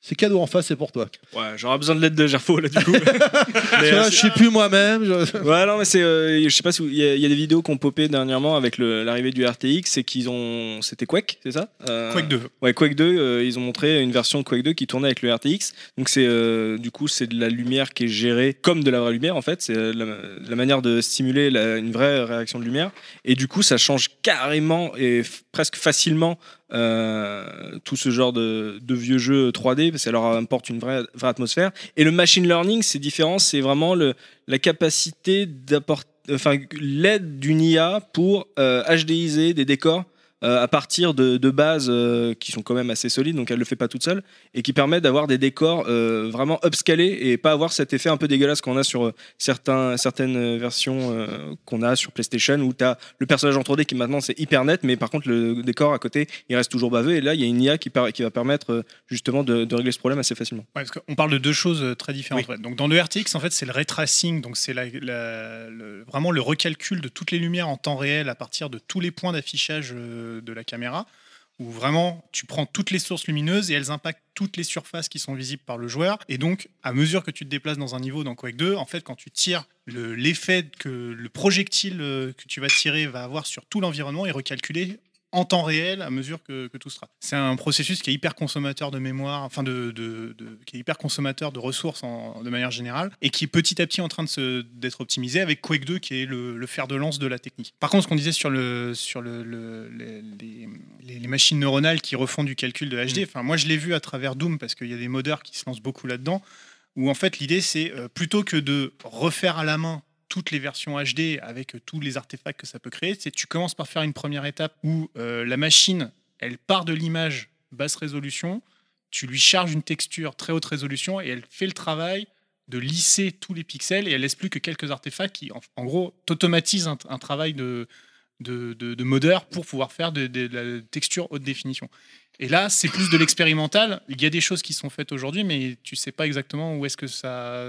Speaker 1: C'est cadeau en face, c'est pour toi.
Speaker 9: Ouais, j'aurais besoin de l'aide de Gerfo là du coup.
Speaker 1: Parce que là, je sais plus moi-même. je-
Speaker 9: Ouais, non, mais c'est. euh, je sais pas si. vous- Il y, a- il y a des vidéos qu'on popé dernièrement avec le- l'arrivée du RTX, c'est qu'ils ont. C'était Quake, c'est ça Euh,
Speaker 10: Quake 2.
Speaker 9: Ouais, Quake 2, euh, ils ont montré une version de Quake 2 qui tournait avec le RTX. Donc, c'est. euh, du coup, c'est de la lumière qui est gérée comme de la vraie lumière, en fait. C'est euh, la, la manière de stimuler la- une vraie réaction de lumière. Et du coup, ça change carrément et f- presque facilement euh, tout ce genre de, de vieux jeux 3D parce que ça leur apporte une vraie, vraie atmosphère. Et le machine learning, c'est différent, c'est vraiment le, la capacité d'apporter, enfin, l'aide d'une IA pour euh, HDiser des décors euh, à partir de, de bases euh, qui sont quand même assez solides, donc elle le fait pas toute seule, et qui permet d'avoir des décors euh, vraiment upscalés et pas avoir cet effet un peu dégueulasse qu'on a sur euh, certains, certaines euh, versions euh, qu'on a sur PlayStation où tu as le personnage en 3D qui maintenant c'est hyper net, mais par contre le décor à côté il reste toujours bavé, et là il y a une IA qui, par- qui va permettre euh, justement de- de régler ce problème assez facilement.
Speaker 10: Ouais, parce qu'on parle de deux choses euh, très différentes. ouais. Donc dans le RTX, en fait, c'est le ray tracing, donc c'est la- la- le- vraiment le recalcul de toutes les lumières en temps réel à partir de tous les points d'affichage euh, de la caméra, où vraiment tu prends toutes les sources lumineuses et elles impactent toutes les surfaces qui sont visibles par le joueur. Et donc, à mesure que tu te déplaces dans un niveau dans Quake 2, en fait, quand tu tires, le- l'effet que le projectile euh, que tu vas tirer va avoir sur tout l'environnement est recalculé en temps réel à mesure que, que tout sera. C'est un processus qui est hyper consommateur de mémoire, enfin de, de- de- qui est hyper consommateur de ressources en- de manière générale, et qui est petit à petit en train de se- d'être optimisé avec Quake 2 qui est le, le fer de lance de la technique. Par contre, ce qu'on disait sur, le, sur le, le- les, les- les- les machines neuronales qui refont du calcul de HD, enfin moi je l'ai vu à travers Doom parce qu'il y a des modeurs qui se lancent beaucoup là-dedans. où en fait l'idée c'est euh, plutôt que de refaire à la main toutes les versions HD avec euh, tous les artefacts que ça peut créer, c'est tu commences par faire une première étape où euh, la machine elle part de l'image basse résolution, tu lui charges une texture très haute résolution et elle fait le travail de lisser tous les pixels et elle laisse plus que quelques artefacts qui en, en gros t'automatisent un, un travail de, de, de, de modeur pour pouvoir faire de, de- de la texture haute définition. Et là, c'est plus de l'expérimental. Il y a des choses qui sont faites aujourd'hui, mais tu sais pas exactement où est-ce que ça.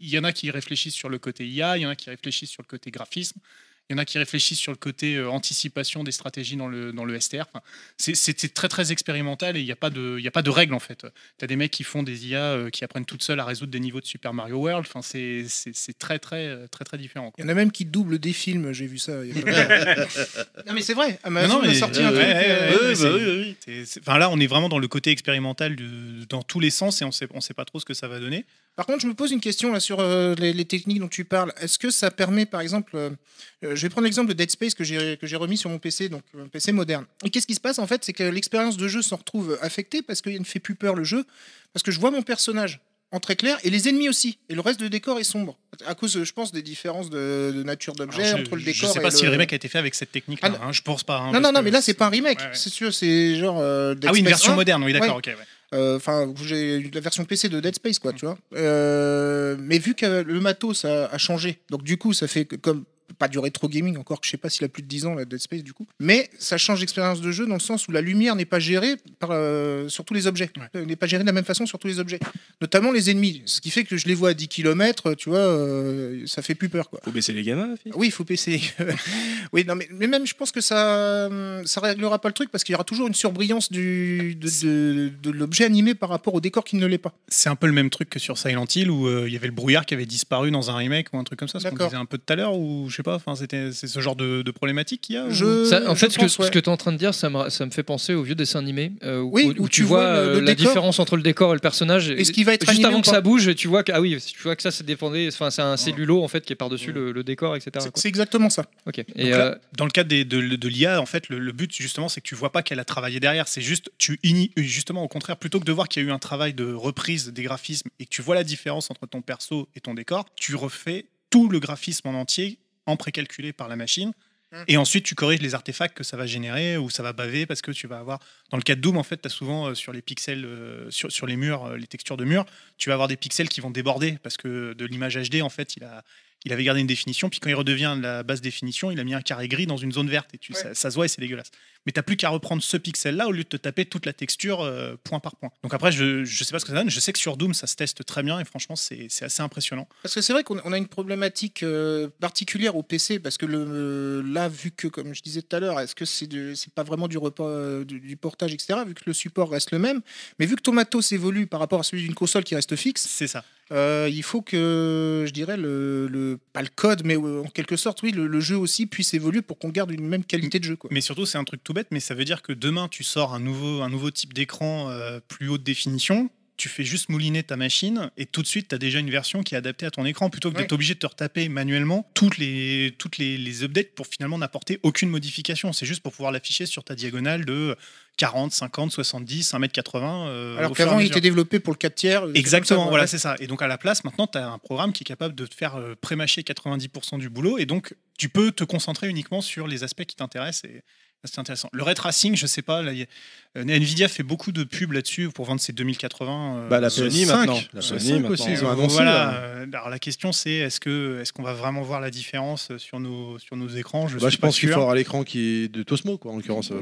Speaker 10: Il y en a qui réfléchissent sur le côté IA, il y en a qui réfléchissent sur le côté graphisme, il y en a qui réfléchissent sur le côté euh, anticipation des stratégies dans le, dans le STR. Enfin, c'est- c'est c'est très très expérimental et il n'y a pas de il y a pas de règles en fait. Tu as des mecs qui font des IA euh, qui apprennent toutes seules à résoudre des niveaux de Super Mario World. Enfin, c'est c'est- c'est très très euh, très très différent. quoi.
Speaker 7: Il y en a même qui doublent des films, j'ai vu ça. il y a pas longtemps. non mais c'est vrai, Amazon
Speaker 10: Non, non,
Speaker 7: a
Speaker 10: mais-
Speaker 7: sorti un
Speaker 10: Ouais,
Speaker 7: truc.
Speaker 10: ouais,
Speaker 7: euh,
Speaker 10: ouais, bah ouais,
Speaker 7: c'est-
Speaker 10: c'est- c'est- c'est- Enfin là, on est vraiment dans le côté expérimental de- dans tous les sens et on sait, on sait pas trop ce que ça va donner.
Speaker 7: Par contre, je me pose une question là sur euh, les, les techniques dont tu parles. Est-ce que ça permet, par exemple, euh, euh, je vais prendre l'exemple de Dead Space que j'ai que j'ai remis sur mon PC, donc un PC moderne. Et qu'est-ce qui se passe en fait, c'est que l'expérience de jeu s'en retrouve affectée parce qu'il ne fait plus peur le jeu, parce que je vois mon personnage en très clair et les ennemis aussi, et le reste du décor est sombre à cause, je pense, des différences de, de nature d'objet
Speaker 10: Alors, je,
Speaker 7: entre le
Speaker 10: je
Speaker 7: décor.
Speaker 10: sais
Speaker 7: et
Speaker 10: pas si le remake
Speaker 7: est
Speaker 10: a été fait avec cette technique là, je pense pas. hein,
Speaker 7: non,
Speaker 10: parce
Speaker 7: non, non,
Speaker 10: que-
Speaker 7: mais là, c'est pas un remake,
Speaker 10: Ouais, ouais.
Speaker 7: c'est sûr, c'est genre. euh, Dead
Speaker 10: Ah oui, une
Speaker 7: Space
Speaker 10: version
Speaker 7: 1.
Speaker 10: moderne, oui, d'accord, ok, ouais.
Speaker 7: Euh, Enfin, j'ai la version PC de Dead Space, quoi, tu vois. Euh, mais vu que le matos a, a changé, donc du coup, ça fait que comme. Pas du rétro gaming encore, que je sais pas s'il a plus de 10 ans, la Dead Space, du coup. Mais ça change l'expérience de jeu dans le sens où la lumière n'est pas gérée par, euh, sur tous les objets. Euh, N'est pas gérée de la même façon sur tous les objets. Notamment les ennemis. Ce qui fait que je les vois à 10 km, tu vois, euh, ça fait plus peur, quoi.
Speaker 9: Faut baisser les gamins,
Speaker 7: Oui, il faut PC. oui, non, mais, mais même, je pense que ça hum, ça réglera pas le truc parce qu'il y aura toujours une surbrillance du, de, de- de l'objet animé par rapport au décor qui ne l'est pas.
Speaker 10: C'est un peu le même truc que sur Silent Hill où euh, il y avait le brouillard qui avait disparu dans un remake ou un truc comme ça, ce qu'on disait un peu tout à l'heure, ou je sais pas, enfin, c'était- c'est ce genre de, de problématique qu'il y a ou-
Speaker 2: Ça- en fait, ce que, tu es en train de dire, ça me, ça me fait penser au vieux dessin animé euh, où,
Speaker 10: Oui,
Speaker 2: où- où tu, vois,
Speaker 10: le- le
Speaker 2: euh, la
Speaker 10: décor.
Speaker 2: différence entre le décor et le personnage.
Speaker 10: Et ce qui va être
Speaker 2: juste
Speaker 10: animé
Speaker 2: avant
Speaker 10: ou
Speaker 2: que ça
Speaker 10: pas.
Speaker 2: bouge, tu vois que ah oui, tu vois que ça, c'est dépendait. Enfin, c'est un cellulo en fait qui est par dessus le, le décor, etc. quoi.
Speaker 7: C'est exactement ça.
Speaker 2: Ok. Et,
Speaker 10: Donc là,
Speaker 2: euh,
Speaker 10: dans le cadre des- de, de l'IA, en fait, le, le but justement, c'est que tu vois pas qu'elle a travaillé derrière. C'est juste, tu ini- justement, au contraire, plutôt que de voir qu'il y a eu un travail de reprise des graphismes et que tu vois la différence entre ton perso et ton décor, tu refais tout le graphisme en entier, en précalculé par la machine.
Speaker 4: Mmh.
Speaker 10: Et ensuite, tu corriges les artefacts que ça va générer ou ça va baver parce que tu vas avoir. Dans le cas de Doom, en fait, tu as souvent euh, sur les pixels, euh, sur, sur les murs, euh, les textures de murs, tu vas avoir des pixels qui vont déborder parce que de l'image HD, en fait, il, a, il avait gardé une définition. Puis quand il redevient la basse définition, il a mis un carré gris dans une zone verte et tu, ça, ça se voit et c'est dégueulasse. Mais t'as plus qu'à reprendre ce pixel-là au lieu de te taper toute la texture euh, point par point. Donc après, je, je sais pas ce que ça donne. Je sais que sur Doom, ça se teste très bien et franchement, c'est c'est assez impressionnant.
Speaker 7: Parce que c'est vrai qu'on on a une problématique euh, particulière au PC, parce que le, euh, là, vu que, comme je disais tout à l'heure, est-ce que c'est de- c'est pas vraiment du, repas, euh, du, du portage, etc., vu que le support reste le même, mais vu que ton matos évolue par rapport à celui d'une console qui reste fixe, euh,
Speaker 10: c'est ça.
Speaker 7: il faut que, je dirais, le, le- pas le code, mais euh, en quelque sorte, oui, le, le jeu aussi puisse évoluer pour qu'on garde une même qualité de jeu. Quoi.
Speaker 10: Mais surtout, c'est un truc tout bête, mais ça veut dire que demain, tu sors un nouveau, un nouveau type d'écran euh, plus haute définition. Tu fais juste mouliner ta machine et tout de suite, tu as déjà une version qui est adaptée à ton écran plutôt que d'être
Speaker 7: Ouais.
Speaker 10: obligé de te retaper manuellement toutes les, toutes les, les updates pour finalement n'apporter aucune modification. C'est juste pour pouvoir l'afficher sur ta diagonale de 40, 50, 70, 1m80. euh,
Speaker 7: Alors
Speaker 10: au fur et à
Speaker 7: qu'avant, il
Speaker 10: mesure.
Speaker 7: était développé pour le 4 tiers. euh,
Speaker 10: Exactement,
Speaker 7: comme ça,
Speaker 10: voilà,
Speaker 7: ouais.
Speaker 10: c'est ça. Et donc à la place, maintenant, tu as un programme qui est capable de te faire euh, prémâcher 90% du boulot et donc tu peux te concentrer uniquement sur les aspects qui t'intéressent et ça, c'est intéressant. Le ray tracing, je sais pas, là, y a- euh, Nvidia fait beaucoup de pubs là-dessus pour vendre ses 2080. euh,
Speaker 1: Bah, la
Speaker 10: euh,
Speaker 1: Sony maintenant. La
Speaker 10: Euh,
Speaker 1: Sony
Speaker 10: cinq
Speaker 1: maintenant.
Speaker 10: aussi, ils ont annoncé,
Speaker 1: hein.
Speaker 10: Voilà. euh, Alors la question c'est est-ce que est-ce qu'on va vraiment voir la différence euh, sur nos sur nos écrans Je
Speaker 1: Bah,
Speaker 10: suis
Speaker 1: je
Speaker 10: pas
Speaker 1: pense qu'il
Speaker 10: sûr.
Speaker 1: faut avoir l'écran qui est de Tosmo, quoi, en l'occurrence.
Speaker 5: On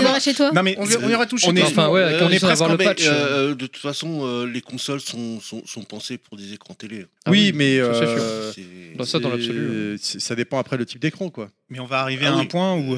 Speaker 5: ira chez toi
Speaker 10: Non, mais
Speaker 5: On vi- on
Speaker 10: ira tout chez toi. Enfin, ouais,
Speaker 1: Euh,
Speaker 10: avec
Speaker 11: on
Speaker 10: condition
Speaker 11: est presque
Speaker 10: d'avoir le
Speaker 11: mais,
Speaker 10: patch.
Speaker 11: euh, de toute façon, euh, les consoles sont, sont, sont pensées pour des écrans télé.
Speaker 1: Ah oui, mais
Speaker 11: Ah Ça, c'est
Speaker 1: euh,
Speaker 11: sûr. Bah, C'est-
Speaker 1: c'est-
Speaker 11: hein.
Speaker 1: c'est- Ça dépend après le type d'écran, quoi.
Speaker 10: Mais on va arriver
Speaker 11: Ah
Speaker 10: à un
Speaker 11: oui.
Speaker 10: point où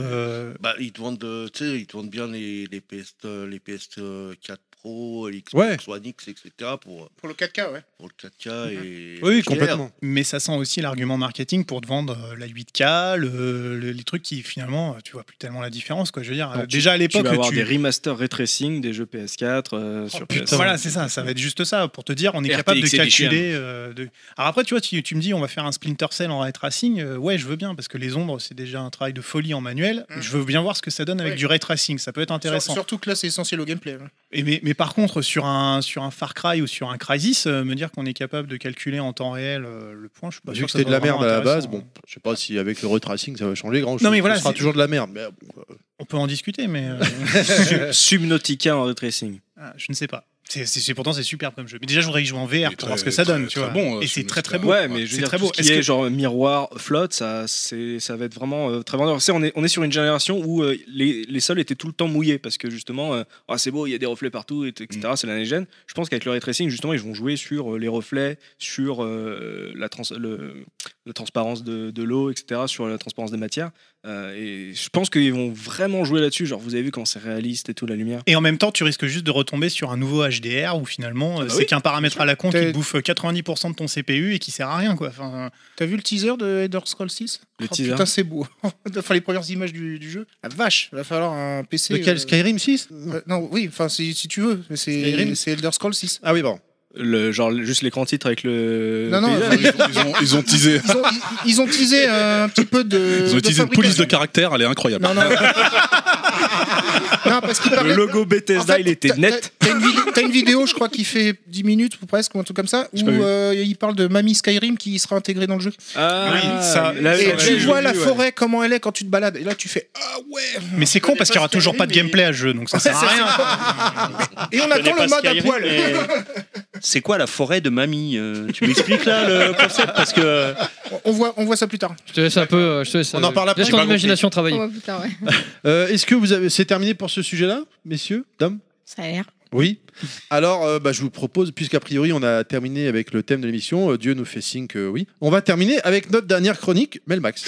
Speaker 11: Bah, ils te vendent, euh, tu sais, ils te vendent bien les, les PS, euh, les PS4 Pro, les Xbox
Speaker 10: Ouais.
Speaker 11: One X, etc. pour euh,
Speaker 7: Pour le 4K, ouais. Mhm.
Speaker 11: pour le 4K et
Speaker 10: Oui,
Speaker 11: le
Speaker 10: complètement.
Speaker 11: tiers.
Speaker 10: Mais ça sent aussi l'argument marketing pour te vendre euh, la 8K, le- le- les trucs qui finalement, euh, tu vois plus tellement la différence. Quoi. Je veux dire, euh,
Speaker 9: Donc, tu-
Speaker 10: déjà à l'époque,
Speaker 9: tu vas avoir
Speaker 10: tu- Oh,
Speaker 9: des remasters retracing des jeux PS4 euh, sur PS.
Speaker 10: Voilà, c'est ça, ça va être juste ça, pour te dire, on est
Speaker 9: RTX
Speaker 10: capable de
Speaker 9: Edition.
Speaker 10: calculer. euh, de- Alors après, tu vois, tu, tu me dis, on va faire un Splinter Cell en ray tracing. euh, ouais, je veux bien, parce que les ombres, c'est déjà un travail de folie en manuel. Je veux bien voir ce que ça donne
Speaker 7: Mm.
Speaker 10: avec
Speaker 7: Ouais.
Speaker 10: du ray tracing, ça peut être
Speaker 7: Sur-
Speaker 10: intéressant.
Speaker 7: Surtout que là, c'est essentiel au gameplay. hein.
Speaker 10: Et mais, mais par contre, sur un, sur un Far Cry ou sur un Crysis, euh, me dire qu'on est capable de calculer en temps réel euh, le point, je suis pas
Speaker 1: Bah, Vu
Speaker 10: sûr
Speaker 1: que
Speaker 10: ça
Speaker 1: c'était de
Speaker 10: soit
Speaker 1: la merde à la
Speaker 10: vraiment
Speaker 1: base,
Speaker 10: intéressant.
Speaker 1: bon, je sais pas si avec le retracing ça va changer grand chose.
Speaker 10: Non, mais voilà,
Speaker 1: Ce sera
Speaker 10: c'est-
Speaker 1: toujours de la merde. mais bon, euh,
Speaker 10: On peut en discuter, mais euh,
Speaker 9: Sub- Subnautica en retracing.
Speaker 10: ah, je ne sais pas. C'est- c'est- c'est- pourtant, c'est superbe comme jeu. Mais déjà, je voudrais y jouer en VR pour
Speaker 9: très-
Speaker 10: voir ce que ça
Speaker 9: très-
Speaker 10: donne, tu
Speaker 9: très
Speaker 10: vois.
Speaker 9: bon, euh,
Speaker 10: Et c'est très très beau.
Speaker 9: Ouais, mais je veux
Speaker 10: c'est
Speaker 9: dire,
Speaker 10: très
Speaker 9: tout
Speaker 10: beau.
Speaker 9: ce qui
Speaker 10: Est-ce
Speaker 9: est
Speaker 10: que-
Speaker 9: genre euh, miroir, flotte, ça, c'est, ça va être vraiment euh, très vendeur. Tu sais, on est, on est sur une génération où euh, les, les sols étaient tout le temps mouillés parce que justement, euh, Ah, c'est beau, il y a des reflets partout, et- etc.
Speaker 10: Mm.
Speaker 9: C'est la neigène. Je pense qu'avec le ray tracing, justement, ils vont jouer sur euh, les reflets, sur euh, la, trans- le- la transparence de, de l'eau, etc., sur la transparence des matières. Euh, et je pense qu'ils vont vraiment jouer là-dessus. Genre, vous avez vu comment c'est réaliste et tout, la lumière.
Speaker 10: Et en même temps, tu risques juste de retomber sur un nouveau HDR où finalement, euh,
Speaker 9: bah
Speaker 10: c'est
Speaker 9: oui,
Speaker 10: qu'un paramètre à la con qui
Speaker 7: T'es-
Speaker 10: te bouffe 90% de ton CPU et qui sert à rien, quoi. Enfin, euh.
Speaker 7: T'as vu le teaser de Elder Scrolls 6
Speaker 10: Le
Speaker 7: Oh,
Speaker 10: teaser.
Speaker 7: Putain, c'est beau. enfin, les premières images du, du jeu. La vache, va falloir un PC.
Speaker 1: De quel, Skyrim 6
Speaker 7: euh, Non, oui, enfin, si, si tu veux. mais C'est
Speaker 1: Skyrim
Speaker 7: c'est Elder Scrolls 6.
Speaker 1: Ah oui, bon.
Speaker 9: Le, genre, juste l'écran titre avec le.
Speaker 7: Non, non,
Speaker 9: paysage.
Speaker 7: ils ont- ils ont- ils ont teasé. Ils ont- Ils ont teasé euh, un petit peu de.
Speaker 6: Ils ont
Speaker 7: de
Speaker 6: utilisé une police
Speaker 7: fabrication.
Speaker 6: de caractère, elle est incroyable.
Speaker 7: Non, parce qu'il paraît-
Speaker 9: Le logo Bethesda,
Speaker 7: En fait,
Speaker 9: il était
Speaker 7: t'as-
Speaker 9: net.
Speaker 7: T'as t'as une, vid- t'as une vidéo, je crois, qui fait 10 minutes ou presque, ou un truc comme ça, où
Speaker 9: pas vu.
Speaker 7: euh, il parle de Mamie Skyrim qui sera intégrée dans le jeu.
Speaker 9: Ah,
Speaker 10: Oui, ça, là,
Speaker 7: et
Speaker 10: j'aurais
Speaker 7: tu
Speaker 10: vu,
Speaker 7: vois la
Speaker 10: ouais.
Speaker 7: forêt, comment elle est quand tu te balades. Et là, tu fais. Ah,
Speaker 10: Mais c'est con parce qu'il n'y aura toujours pas de gameplay à ce jeu, donc ça sert à rien.
Speaker 7: Et on
Speaker 4: Ah, Je connais
Speaker 7: attend le
Speaker 4: pas
Speaker 7: mode à
Speaker 4: Skyrim,
Speaker 7: poil.
Speaker 4: mais C'est quoi la forêt de mamie euh, Tu m'expliques là le concept Parce que. euh,
Speaker 7: On voit, on voit ça plus tard.
Speaker 2: Je te laisse un peu. euh, Je te laisse,
Speaker 1: On en
Speaker 2: euh,
Speaker 1: parle après,
Speaker 2: Laisse
Speaker 1: j'ai
Speaker 2: ton
Speaker 1: pas compris.
Speaker 2: imagination travailler.
Speaker 5: On voit plus tard, ouais.
Speaker 1: Euh, Est-ce que vous avez. C'est terminé pour ce sujet-là, messieurs, dames
Speaker 5: Ça a l'air.
Speaker 1: Oui. Alors, euh, bah, je vous propose, puisqu'a priori on a terminé avec le thème de l'émission, euh, Dieu nous fait signe que oui. On va terminer avec notre dernière chronique, Melmax.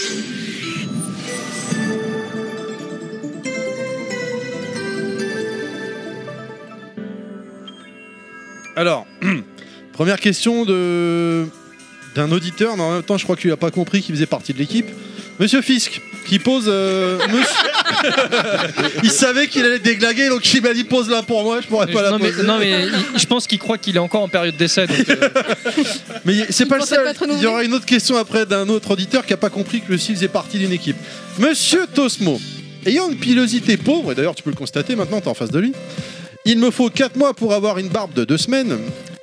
Speaker 1: Alors, première question de d'un auditeur, mais en même temps, je crois qu'il n'a pas compris qu'il faisait partie de l'équipe. Monsieur Fisk, qui pose. euh, monsieur- il savait qu'il allait déglaguer, donc il m'a dit pose la pour moi, je pourrais pas la
Speaker 2: non, mais,
Speaker 1: poser.
Speaker 2: non, mais il- je pense qu'il croit qu'il est encore en période d'essai. donc, euh,
Speaker 1: Mais y- c'est pas le
Speaker 2: pensait
Speaker 1: seul.
Speaker 2: pas te
Speaker 1: Il y aura une autre question après d'un autre auditeur qui a pas compris que le CIL faisait partie d'une équipe. Monsieur Tosmo, ayant une pilosité pauvre, et d'ailleurs tu peux le constater maintenant, t'es en face de lui, il me faut 4 mois pour avoir une barbe de 2 semaines,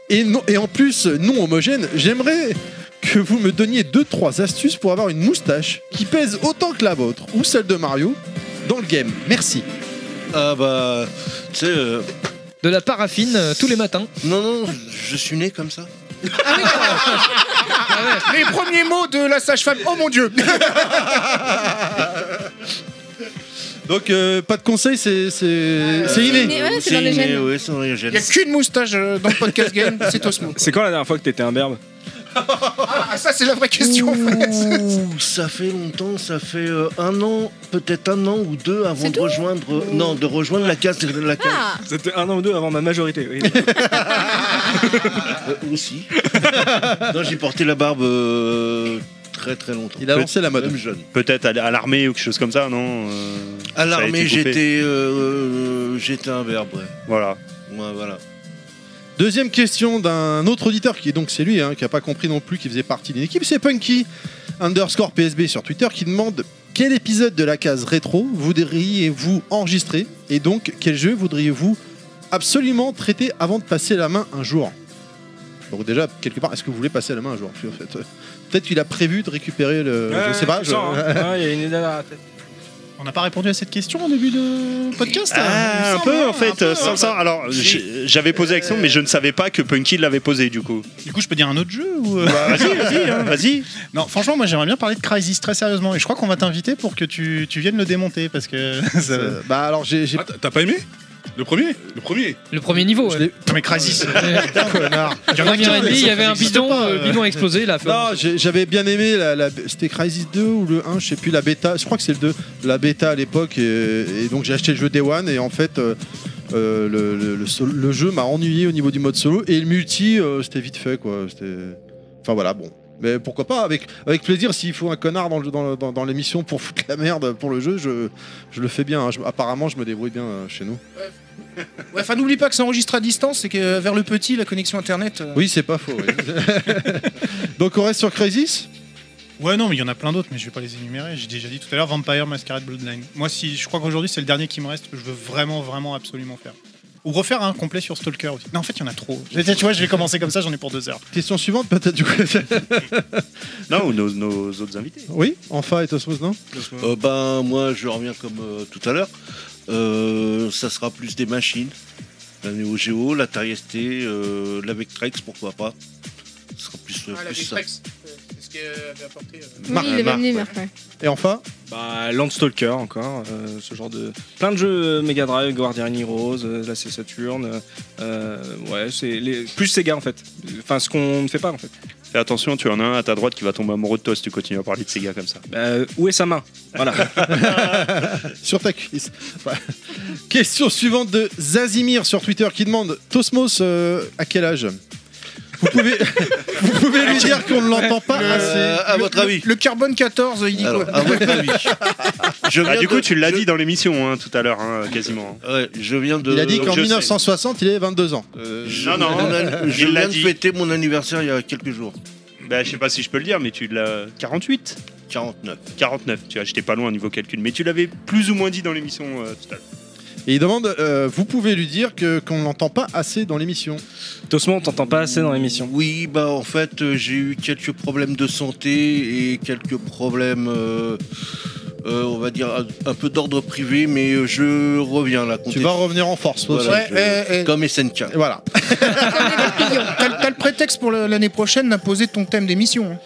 Speaker 1: et, non- et en plus non homogène, j'aimerais que vous me donniez 2-3 astuces pour avoir une moustache qui pèse autant que la vôtre, ou celle de Mario, dans le game. Merci.
Speaker 11: Ah bah, tu sais.
Speaker 2: De la paraffine euh, tous les matins.
Speaker 11: Non, non, je suis né comme ça.
Speaker 7: Les premiers mots de la sage-femme. Oh mon dieu
Speaker 1: Donc euh, pas de conseil, c'est c'est- c'est inné.
Speaker 11: inné, ouais, c'est dans les
Speaker 7: Il
Speaker 11: gènes.
Speaker 7: n'y a qu'une moustache euh, dans le podcast game, c'est Osmo.
Speaker 9: C'est quand la dernière fois que t'étais un berbe
Speaker 7: Ah, ça, c'est la vraie question. en fait.
Speaker 11: Ouh, ça fait longtemps, ça fait euh, un an, peut-être un an ou deux avant de rejoindre,
Speaker 9: Oh.
Speaker 11: euh, non, de rejoindre la case, la case.
Speaker 7: Ah.
Speaker 9: C'était un an ou deux avant ma majorité. oui.
Speaker 11: Euh, aussi. non, j'ai porté la barbe euh, très très longtemps.
Speaker 1: Il a lancé la mode.
Speaker 11: Même jeune.
Speaker 4: Peut-être à l- à l'armée ou quelque chose comme ça, non euh,
Speaker 11: À
Speaker 4: ça a
Speaker 11: l'armée,
Speaker 4: été coupé.
Speaker 11: j'étais, euh, euh, j'étais un verbe. ouais.
Speaker 4: Voilà.
Speaker 11: Ouais, voilà.
Speaker 1: Deuxième question d'un autre auditeur qui est donc c'est lui hein, qui a pas compris non plus qui faisait partie d'une équipe, c'est Punky underscore PSB sur Twitter qui demande quel épisode de la case rétro voudriez-vous enregistrer et donc quel jeu voudriez-vous absolument traiter avant de passer la main un jour. Donc déjà quelque part est-ce que vous voulez passer la main un jour en fait, euh, Peut-être qu'il a prévu de récupérer le. je sais pas.
Speaker 9: tu
Speaker 1: je-
Speaker 9: sens, hein. Ouais, il y a une idée dans la tête.
Speaker 10: On n'a pas répondu à cette question au début de podcast
Speaker 4: Ah, un peu en fait, euh, sans le savoir. Alors, j'ai- j'avais posé la question, mais je ne savais pas que Punky l'avait posé du coup.
Speaker 10: Du coup, je peux dire un autre jeu ou euh,
Speaker 4: Bah, vas-y, vas-y, hein, vas-y.
Speaker 10: Non, franchement, moi j'aimerais bien parler de Crysis très sérieusement et je crois qu'on va t'inviter pour que tu, tu viennes le démonter parce que. ça-
Speaker 1: Euh, Bah alors j'ai. j'ai-
Speaker 6: Ah, T'as pas aimé Le premier Le premier
Speaker 2: Le premier niveau. ouais.
Speaker 10: Non, mais Crysis.
Speaker 2: Putain,
Speaker 10: connard.
Speaker 2: Il y en a qu'un, il y avait un bidon, euh, bidon explosé, là.
Speaker 1: Non, j'ai- j'avais bien aimé, la, la- c'était Crysis 2 ou le 1, je sais plus, la bêta, je crois que c'est le 2, la bêta à l'époque, et, et donc j'ai acheté le jeu Day One, et en fait, euh, euh, le, le- le sol- le jeu m'a ennuyé au niveau du mode solo, et le multi, euh, c'était vite fait, quoi. c'était- Enfin voilà, bon. Mais pourquoi pas, avec, avec plaisir, s'il faut un connard dans, le- dans, le- dans- dans l'émission pour foutre la merde pour le jeu, je, je le fais bien, hein. Je- apparemment je me débrouille bien euh, chez nous.
Speaker 7: Ouais, enfin, ah, n'oublie pas que c'est enregistré à distance et que euh, vers le petit, la connexion internet. euh,
Speaker 1: Oui, c'est pas faux. oui. donc on reste sur Crysis
Speaker 10: Ouais, non, mais il y en a plein d'autres, mais je vais pas les énumérer. J'ai déjà dit tout à l'heure Vampire Masquerade Bloodline. Moi, si je crois qu'aujourd'hui c'est le dernier qui me reste que je veux vraiment, vraiment, absolument faire. Ou refaire un complet sur Stalker aussi. Non, en fait, il y en a trop. Je- Tu vois, je vais commencer comme ça, j'en ai pour deux heures.
Speaker 1: Question suivante, peut-être du coup.
Speaker 4: Non, ou nos, nos autres invités.
Speaker 1: oui, Enfa et Tosmos, non
Speaker 11: Euh, ben, moi, je reviens comme euh, tout à l'heure. Euh, ça sera plus des machines. La Neo Geo, la Atari ST, euh, la Vectrex, pourquoi pas. Ce sera plus,
Speaker 7: Ah, la
Speaker 11: plus ça.
Speaker 7: Vectrex, euh, c'est ce qu'elle avait apporté. euh.
Speaker 11: Marc.
Speaker 5: il est
Speaker 11: Marc,
Speaker 5: même né,
Speaker 11: ouais.
Speaker 5: Marc, ouais.
Speaker 1: Et enfin
Speaker 9: Bah, Landstalker encore, euh, ce genre de. Plein de jeux euh, Mega Drive, Guardian Heroes, euh, là c'est Saturn. euh, euh, ouais, c'est. Les... Plus Sega en fait. Enfin, ce qu'on ne fait pas en fait.
Speaker 4: Fais attention, tu en as un à ta droite qui va tomber amoureux de toi si tu continues à parler de ces gars comme ça.
Speaker 9: Euh, où est sa main Voilà.
Speaker 1: sur ta cuisse. Ouais. Question suivante de Zazimir sur Twitter qui demande Tosmos, euh, à quel âge vous pouvez, vous pouvez lui dire qu'on ne l'entend pas Ah,
Speaker 7: Le-
Speaker 1: assez.
Speaker 7: le- le- Le carbone 14, il dit quoi
Speaker 4: ah,
Speaker 11: viens
Speaker 4: du coup,
Speaker 11: de-
Speaker 4: tu l'as dit dans l'émission hein, tout à l'heure, hein, quasiment.
Speaker 11: je viens de.
Speaker 1: Il a dit qu'en
Speaker 4: Je sais.
Speaker 1: 1960, il avait 22 ans.
Speaker 11: Je
Speaker 4: Euh, non, non,
Speaker 11: viens de- je
Speaker 4: il l'a
Speaker 11: viens de
Speaker 4: dit.
Speaker 11: fêter mon anniversaire il y a quelques jours.
Speaker 4: Bah, je sais pas si je peux le dire, mais tu l'as. 48
Speaker 11: 49.
Speaker 4: 49, tu vois, j'étais pas loin au niveau calcul, mais tu l'avais plus ou moins dit dans l'émission euh, tout à l'heure.
Speaker 1: Et il demande euh, Vous pouvez lui dire que- qu'on ne l'entend pas assez dans l'émission
Speaker 9: Tosmo, on t'entend pas assez dans l'émission.
Speaker 11: Oui, bah en fait, euh, j'ai eu quelques problèmes de santé et quelques problèmes, euh, euh, on va dire, un- un peu d'ordre privé, mais euh, je reviens là.
Speaker 1: Tu vas revenir en force, toi,
Speaker 11: Voilà,
Speaker 1: aussi.
Speaker 11: je-
Speaker 1: Ouais,
Speaker 11: Comme SNK.
Speaker 1: Voilà.
Speaker 7: T'as le- t'as le prétexte pour le- l'année prochaine d'imposer ton thème d'émission. hein.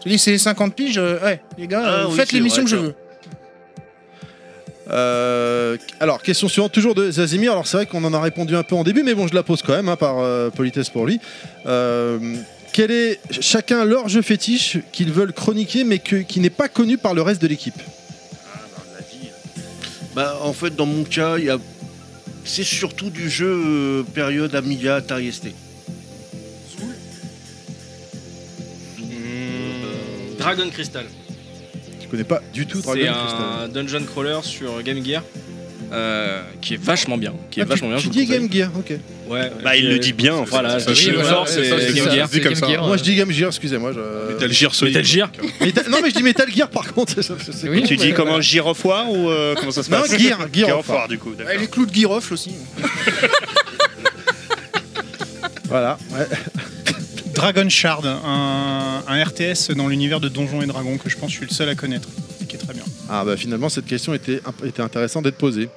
Speaker 7: Tu dis, c'est les 50 piges, euh, ouais, les gars,
Speaker 11: Ah
Speaker 7: euh,
Speaker 11: oui,
Speaker 7: faites
Speaker 11: c'est
Speaker 7: l'émission
Speaker 11: vrai,
Speaker 7: que je
Speaker 11: ça.
Speaker 7: veux.
Speaker 1: Euh, alors, question suivante, toujours de Zazimir. Alors, c'est vrai qu'on en a répondu un peu en début, mais bon, je la pose quand même, hein, par euh, politesse pour lui. Euh, quel est ch- chacun leur jeu fétiche qu'ils veulent chroniquer, mais que- qui n'est pas connu par le reste de l'équipe
Speaker 11: Bah, en fait, dans mon cas, il y a... c'est surtout du jeu euh, période Amiga Atari ST.
Speaker 9: Dragon Crystal.
Speaker 1: Je connais pas du tout Dragon
Speaker 9: C'est
Speaker 1: Crystal.
Speaker 9: un dungeon crawler sur Game Gear euh, qui est vachement bien. Qui est
Speaker 1: Ah, tu-
Speaker 9: vachement bien.
Speaker 1: Tu
Speaker 9: je vous
Speaker 1: dis
Speaker 9: conseille.
Speaker 1: Game Gear, ok.
Speaker 9: Ouais.
Speaker 4: Bah, il le dit bien, en fait.
Speaker 9: Voilà,
Speaker 4: Ça,
Speaker 9: c'est
Speaker 4: c'est-
Speaker 9: Gear,
Speaker 4: c'est ça,
Speaker 9: c'est
Speaker 4: c'est ça,
Speaker 9: Game Gear.
Speaker 4: c'est comme ça.
Speaker 1: Moi, je dis Game Gear, excusez-moi. Je...
Speaker 6: Metal Gear Solid.
Speaker 9: Metal Gear.
Speaker 1: Metal- Non, mais je dis Metal Gear par contre. c'est- c'est- c'est con,
Speaker 4: tu
Speaker 1: mais-
Speaker 4: dis comment Gear of War ou euh, comment ça se
Speaker 1: Non,
Speaker 4: passe
Speaker 1: Gear, Gear of
Speaker 4: of War,
Speaker 1: War.
Speaker 4: du coup. d'accord.
Speaker 7: Ouais, les clous de girofle aussi.
Speaker 1: Voilà.
Speaker 10: Dragon Shard, un, un RTS dans l'univers de Donjons et Dragons que je pense que je suis le seul à connaître. et Qui est très bien.
Speaker 1: Ah bah finalement cette question était, imp- était intéressante d'être posée.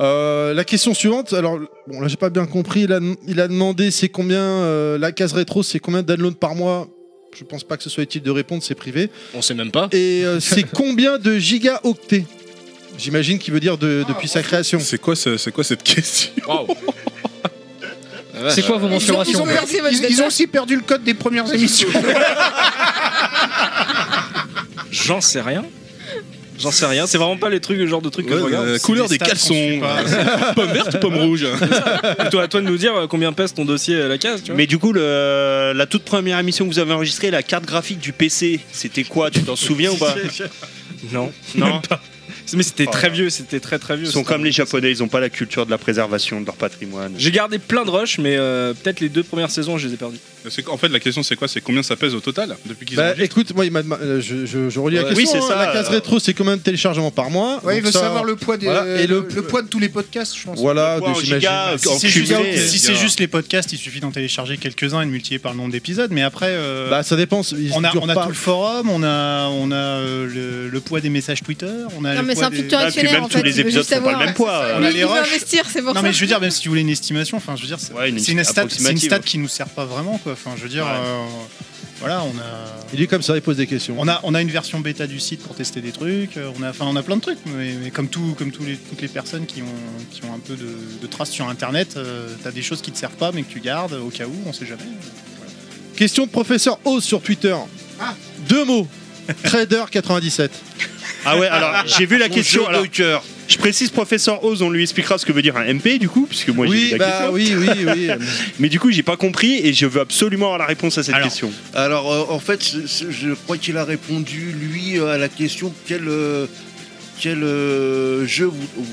Speaker 1: Euh, la question suivante, alors bon là j'ai pas bien compris, il a, il a demandé c'est combien euh, la case rétro, c'est combien de downloads par mois. Je pense pas que ce soit utile de répondre, c'est privé.
Speaker 9: On sait même pas.
Speaker 1: Et euh, c'est combien de gigaoctets J'imagine qu'il veut dire de- depuis sa création.
Speaker 6: Ah, C'est quoi, ce- c'est quoi cette question
Speaker 2: C'est quoi vos
Speaker 7: Ils ont- ils
Speaker 2: mensurations
Speaker 7: ont perdu- ils, ils ont aussi perdu le code des premières émissions.
Speaker 9: J'en sais rien. J'en sais rien. C'est vraiment pas les trucs, le genre de trucs que
Speaker 6: Ouais,
Speaker 9: je regarde.
Speaker 6: la
Speaker 4: euh,
Speaker 9: C'est
Speaker 6: couleur des
Speaker 9: stats qu'on
Speaker 6: caleçons.
Speaker 9: suit pas.
Speaker 6: Pomme verte ou pomme rouge
Speaker 9: C'est toi, à toi de nous dire euh, combien pèse ton dossier euh, la case. Tu vois.
Speaker 4: Mais du coup, le- la toute première émission que vous avez enregistrée, la carte graphique du PC, c'était quoi Tu t'en souviens ou pas
Speaker 9: Non.
Speaker 4: Non.
Speaker 9: Mais c'était
Speaker 4: Oh.
Speaker 9: très vieux. C'était très très vieux.
Speaker 4: Ils sont
Speaker 9: C'était-
Speaker 4: comme les Japonais, ils ont pas la culture de la préservation de leur patrimoine.
Speaker 9: J'ai gardé plein de rushs, mais euh, peut-être les deux premières saisons, je les ai perdus.
Speaker 6: En fait, la question, c'est quoi C'est combien ça pèse au total depuis qu'ils
Speaker 1: Bah
Speaker 6: ont.
Speaker 1: écoute, moi il m'a demandé- euh, je, je- je relis la
Speaker 6: Ouais.
Speaker 1: question.
Speaker 6: Oui, c'est
Speaker 1: hein.
Speaker 6: ça,
Speaker 1: La case
Speaker 6: euh.
Speaker 1: rétro, c'est combien de téléchargements par mois
Speaker 7: Ouais, il
Speaker 1: Donc
Speaker 7: veut
Speaker 1: ça-
Speaker 7: savoir le poids, des, euh,
Speaker 1: Voilà. Et le,
Speaker 7: le poids de tous les podcasts, je pense.
Speaker 1: Voilà,
Speaker 7: Le poids
Speaker 1: de-
Speaker 7: en
Speaker 1: j'imagine.
Speaker 7: giga,
Speaker 1: En
Speaker 10: Si c'est juste,
Speaker 1: cumulé,
Speaker 10: si c'est
Speaker 1: gars.
Speaker 10: juste les podcasts, il suffit d'en télécharger quelques-uns et de multiplier par le nombre d'épisodes. Mais après, euh,
Speaker 1: Bah ça dépend. ils
Speaker 10: on a,
Speaker 1: durent
Speaker 10: on a
Speaker 1: pas-
Speaker 10: tout le forum, on a, on a euh, le, le poids des messages Twitter. On a
Speaker 5: Non,
Speaker 10: le
Speaker 5: mais c'est
Speaker 10: poids
Speaker 5: un
Speaker 10: des-
Speaker 5: fluctuateur
Speaker 4: Ah, puis même
Speaker 5: en fait,
Speaker 4: tous les
Speaker 5: il veut
Speaker 4: épisodes
Speaker 5: juste
Speaker 4: font pas
Speaker 5: savoir.
Speaker 4: le même poids.
Speaker 5: Oui,
Speaker 4: euh.
Speaker 10: On a les
Speaker 5: il veut
Speaker 10: rushs.
Speaker 5: investir, c'est pour
Speaker 10: non
Speaker 5: ça.
Speaker 10: mais je veux dire même si tu voulais une estimation, enfin je veux dire c'est
Speaker 4: Ouais, une
Speaker 10: c'est une, stat, c'est une
Speaker 4: approximative.
Speaker 10: stat qui nous sert pas vraiment quoi. Enfin je veux dire euh, voilà on a
Speaker 1: Il est comme ça, il pose des questions.
Speaker 10: on a on a une version bêta du site pour tester des trucs. euh, On a enfin on a plein de trucs mais, mais comme tout comme tous les, toutes les personnes qui ont qui ont un peu de, de traces sur internet, euh, t'as des choses qui te servent pas mais que tu gardes au cas où on sait jamais.
Speaker 1: Question de professeur Oz sur Twitter. Deux mots. Trader 97.
Speaker 4: Ah ouais, alors j'ai vu la
Speaker 1: Mon
Speaker 4: question.
Speaker 1: jeu
Speaker 4: alors,
Speaker 1: de
Speaker 4: Je précise, professeur Oz, on lui expliquera ce que veut dire un MP du coup, puisque moi
Speaker 1: Oui,
Speaker 4: j'ai vu la
Speaker 1: bah
Speaker 4: question.
Speaker 1: oui, oui, oui.
Speaker 4: Mais du coup, j'ai pas compris et je veux absolument avoir la réponse à cette question.
Speaker 11: Alors, euh, en fait, c'est- c'est- je crois qu'il a répondu, lui, euh, à la question quel, euh, quel euh, jeu vous, vous-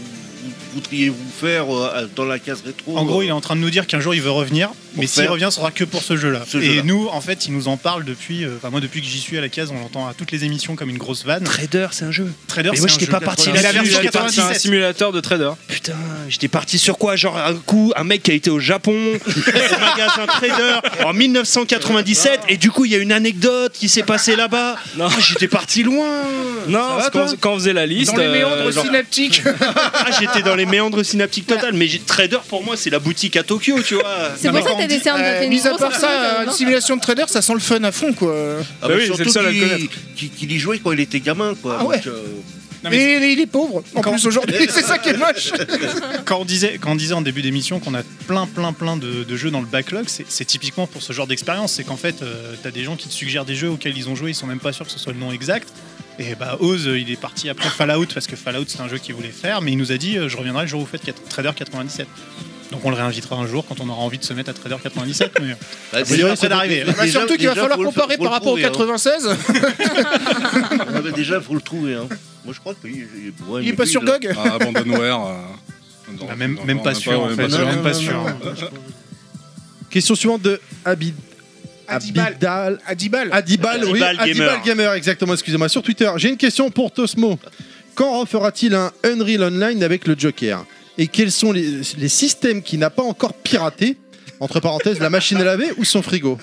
Speaker 11: voudriez-vous faire euh, dans la case rétro
Speaker 10: En gros, il est en train de nous dire qu'un jour il veut revenir, mais s'il
Speaker 11: faire
Speaker 10: revient, ce sera que pour ce jeu-là.
Speaker 11: ce
Speaker 10: et
Speaker 11: jeu-là.
Speaker 10: nous, en fait, il nous en parle depuis. euh, Enfin, moi, depuis que j'y suis à la case, on l'entend à toutes les émissions comme une grosse vanne.
Speaker 4: Trader, c'est un jeu.
Speaker 10: Trader,
Speaker 4: Mais
Speaker 10: c'est
Speaker 4: moi,
Speaker 10: un
Speaker 4: j'étais
Speaker 10: jeu.
Speaker 4: pas parti
Speaker 10: Mais la
Speaker 4: là-dessus,
Speaker 10: version
Speaker 4: j'étais parti à un
Speaker 10: 97.
Speaker 9: Simulateur de trader.
Speaker 4: Putain, j'étais parti sur quoi Genre un coup, un mec qui a été au Japon, au magasin Trader, en 1997, et du coup il y a une anecdote qui s'est passée là-bas. Non, j'étais parti loin.
Speaker 9: Non, parce qu'on- quand on faisait la liste, Dans les méandres euh, genre- synaptiques.
Speaker 4: ah, j'étais dans les méandres synaptiques totales. Mais j'ai- Trader pour moi, c'est la boutique à Tokyo, tu vois.
Speaker 5: C'est pour ça que t'as des cernes de t'as une
Speaker 7: Mis à
Speaker 5: grosse
Speaker 7: part
Speaker 5: cernes
Speaker 7: ça,
Speaker 5: de-
Speaker 7: une simulation de trader, ça sent le fun à fond, quoi.
Speaker 11: Ah bah surtout qu'il- qu'il- qu'il y jouait quand il était gamin, quoi.
Speaker 7: Ah ouais.
Speaker 11: Donc, euh,
Speaker 7: Et il est pauvre, en plus aujourd'hui, c'est ça qui est moche.
Speaker 10: quand, on disait, quand on disait en début d'émission qu'on a plein, plein, plein de, de jeux dans le backlog, c'est c'est typiquement pour ce genre d'expérience. C'est qu'en fait, euh, t'as des gens qui te suggèrent des jeux auxquels ils ont joué, ils sont même pas sûrs que ce soit le nom exact. Et bah, Oz, euh, il est parti après Fallout parce que Fallout c'est un jeu qu'il voulait faire, mais il nous a dit euh, Je reviendrai le jour où vous faites quatre- Trader 97. Donc on le réinvitera un jour quand on aura envie de se mettre à Trader 97, mais
Speaker 11: Bah,
Speaker 10: a
Speaker 11: déjà,
Speaker 10: priori,
Speaker 11: faut-
Speaker 10: c'est d'arriver.
Speaker 11: Bah, Déjà-
Speaker 7: surtout qu'il va
Speaker 11: déjà,
Speaker 7: falloir
Speaker 11: faut le-
Speaker 7: comparer
Speaker 11: faut
Speaker 7: par
Speaker 11: le
Speaker 7: rapport au
Speaker 11: prouver, hein.
Speaker 7: 96.
Speaker 11: ah bah déjà, faut le trouver. Hein. Moi, je crois que oui, il est- ouais,
Speaker 7: Il est pas
Speaker 11: plus,
Speaker 7: sur
Speaker 11: là.
Speaker 7: GOG
Speaker 6: Ah, Abandonware.
Speaker 10: Ah, même, même pas sûr en fait. Même pas
Speaker 11: Ah,
Speaker 10: sûr.
Speaker 1: Question suivante de Abid. Abidal.
Speaker 7: Adibal.
Speaker 1: Adibal, oui.
Speaker 4: Adibal Gamer.
Speaker 1: Adibal Gamer, exactement, excusez-moi, sur Twitter. J'ai une question pour Tosmo. Quand refera-t-il un Unreal Online avec le Joker Et quels sont les, les systèmes qu'il n'a pas encore piratés Entre parenthèses, la machine à laver ou son frigo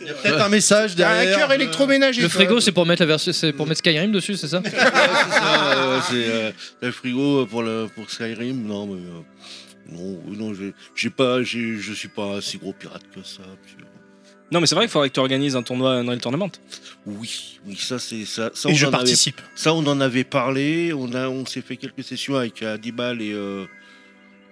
Speaker 1: Il y a peut-être un message derrière. euh,
Speaker 7: cœur électroménager.
Speaker 2: Le
Speaker 7: quoi.
Speaker 2: frigo, c'est pour mettre la version, c'est pour mettre Skyrim dessus, c'est ça
Speaker 11: Ah, euh, c'est euh, le frigo pour, le, pour Skyrim. Non, mais. euh, non, non j'ai- j'ai pas, j'ai- je suis pas un si gros pirate que ça. puis, euh,
Speaker 9: Non, mais c'est vrai qu'il faudrait que tu organises un tournoi Unreal Tournament.
Speaker 11: Oui, oui, ça c'est ça. ça
Speaker 9: Et
Speaker 11: on
Speaker 9: je
Speaker 11: en avait-
Speaker 9: participe.
Speaker 11: ça, on en avait parlé. On a, on s'est fait quelques sessions avec Adibal et euh,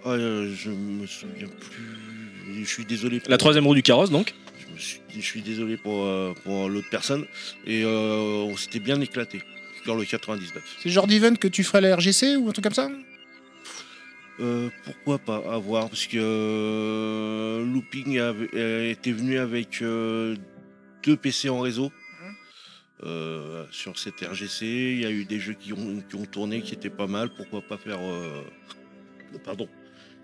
Speaker 11: ah, euh, je me souviens plus. Je suis désolé.
Speaker 9: La troisième roue du carrosse, donc.
Speaker 11: Je, me suis, je suis désolé pour euh, pour l'autre personne et euh, on s'était bien éclaté dans le 99.
Speaker 7: C'est le genre d'event que tu ferais à la RGC ou un truc comme ça
Speaker 11: Euh, pourquoi pas à voir parce que euh, Looping avait- euh, était venu avec euh, deux PC en réseau euh, sur cette RGC. Il y a eu des jeux qui ont, qui ont tourné qui étaient pas mal. Pourquoi pas faire euh, pardon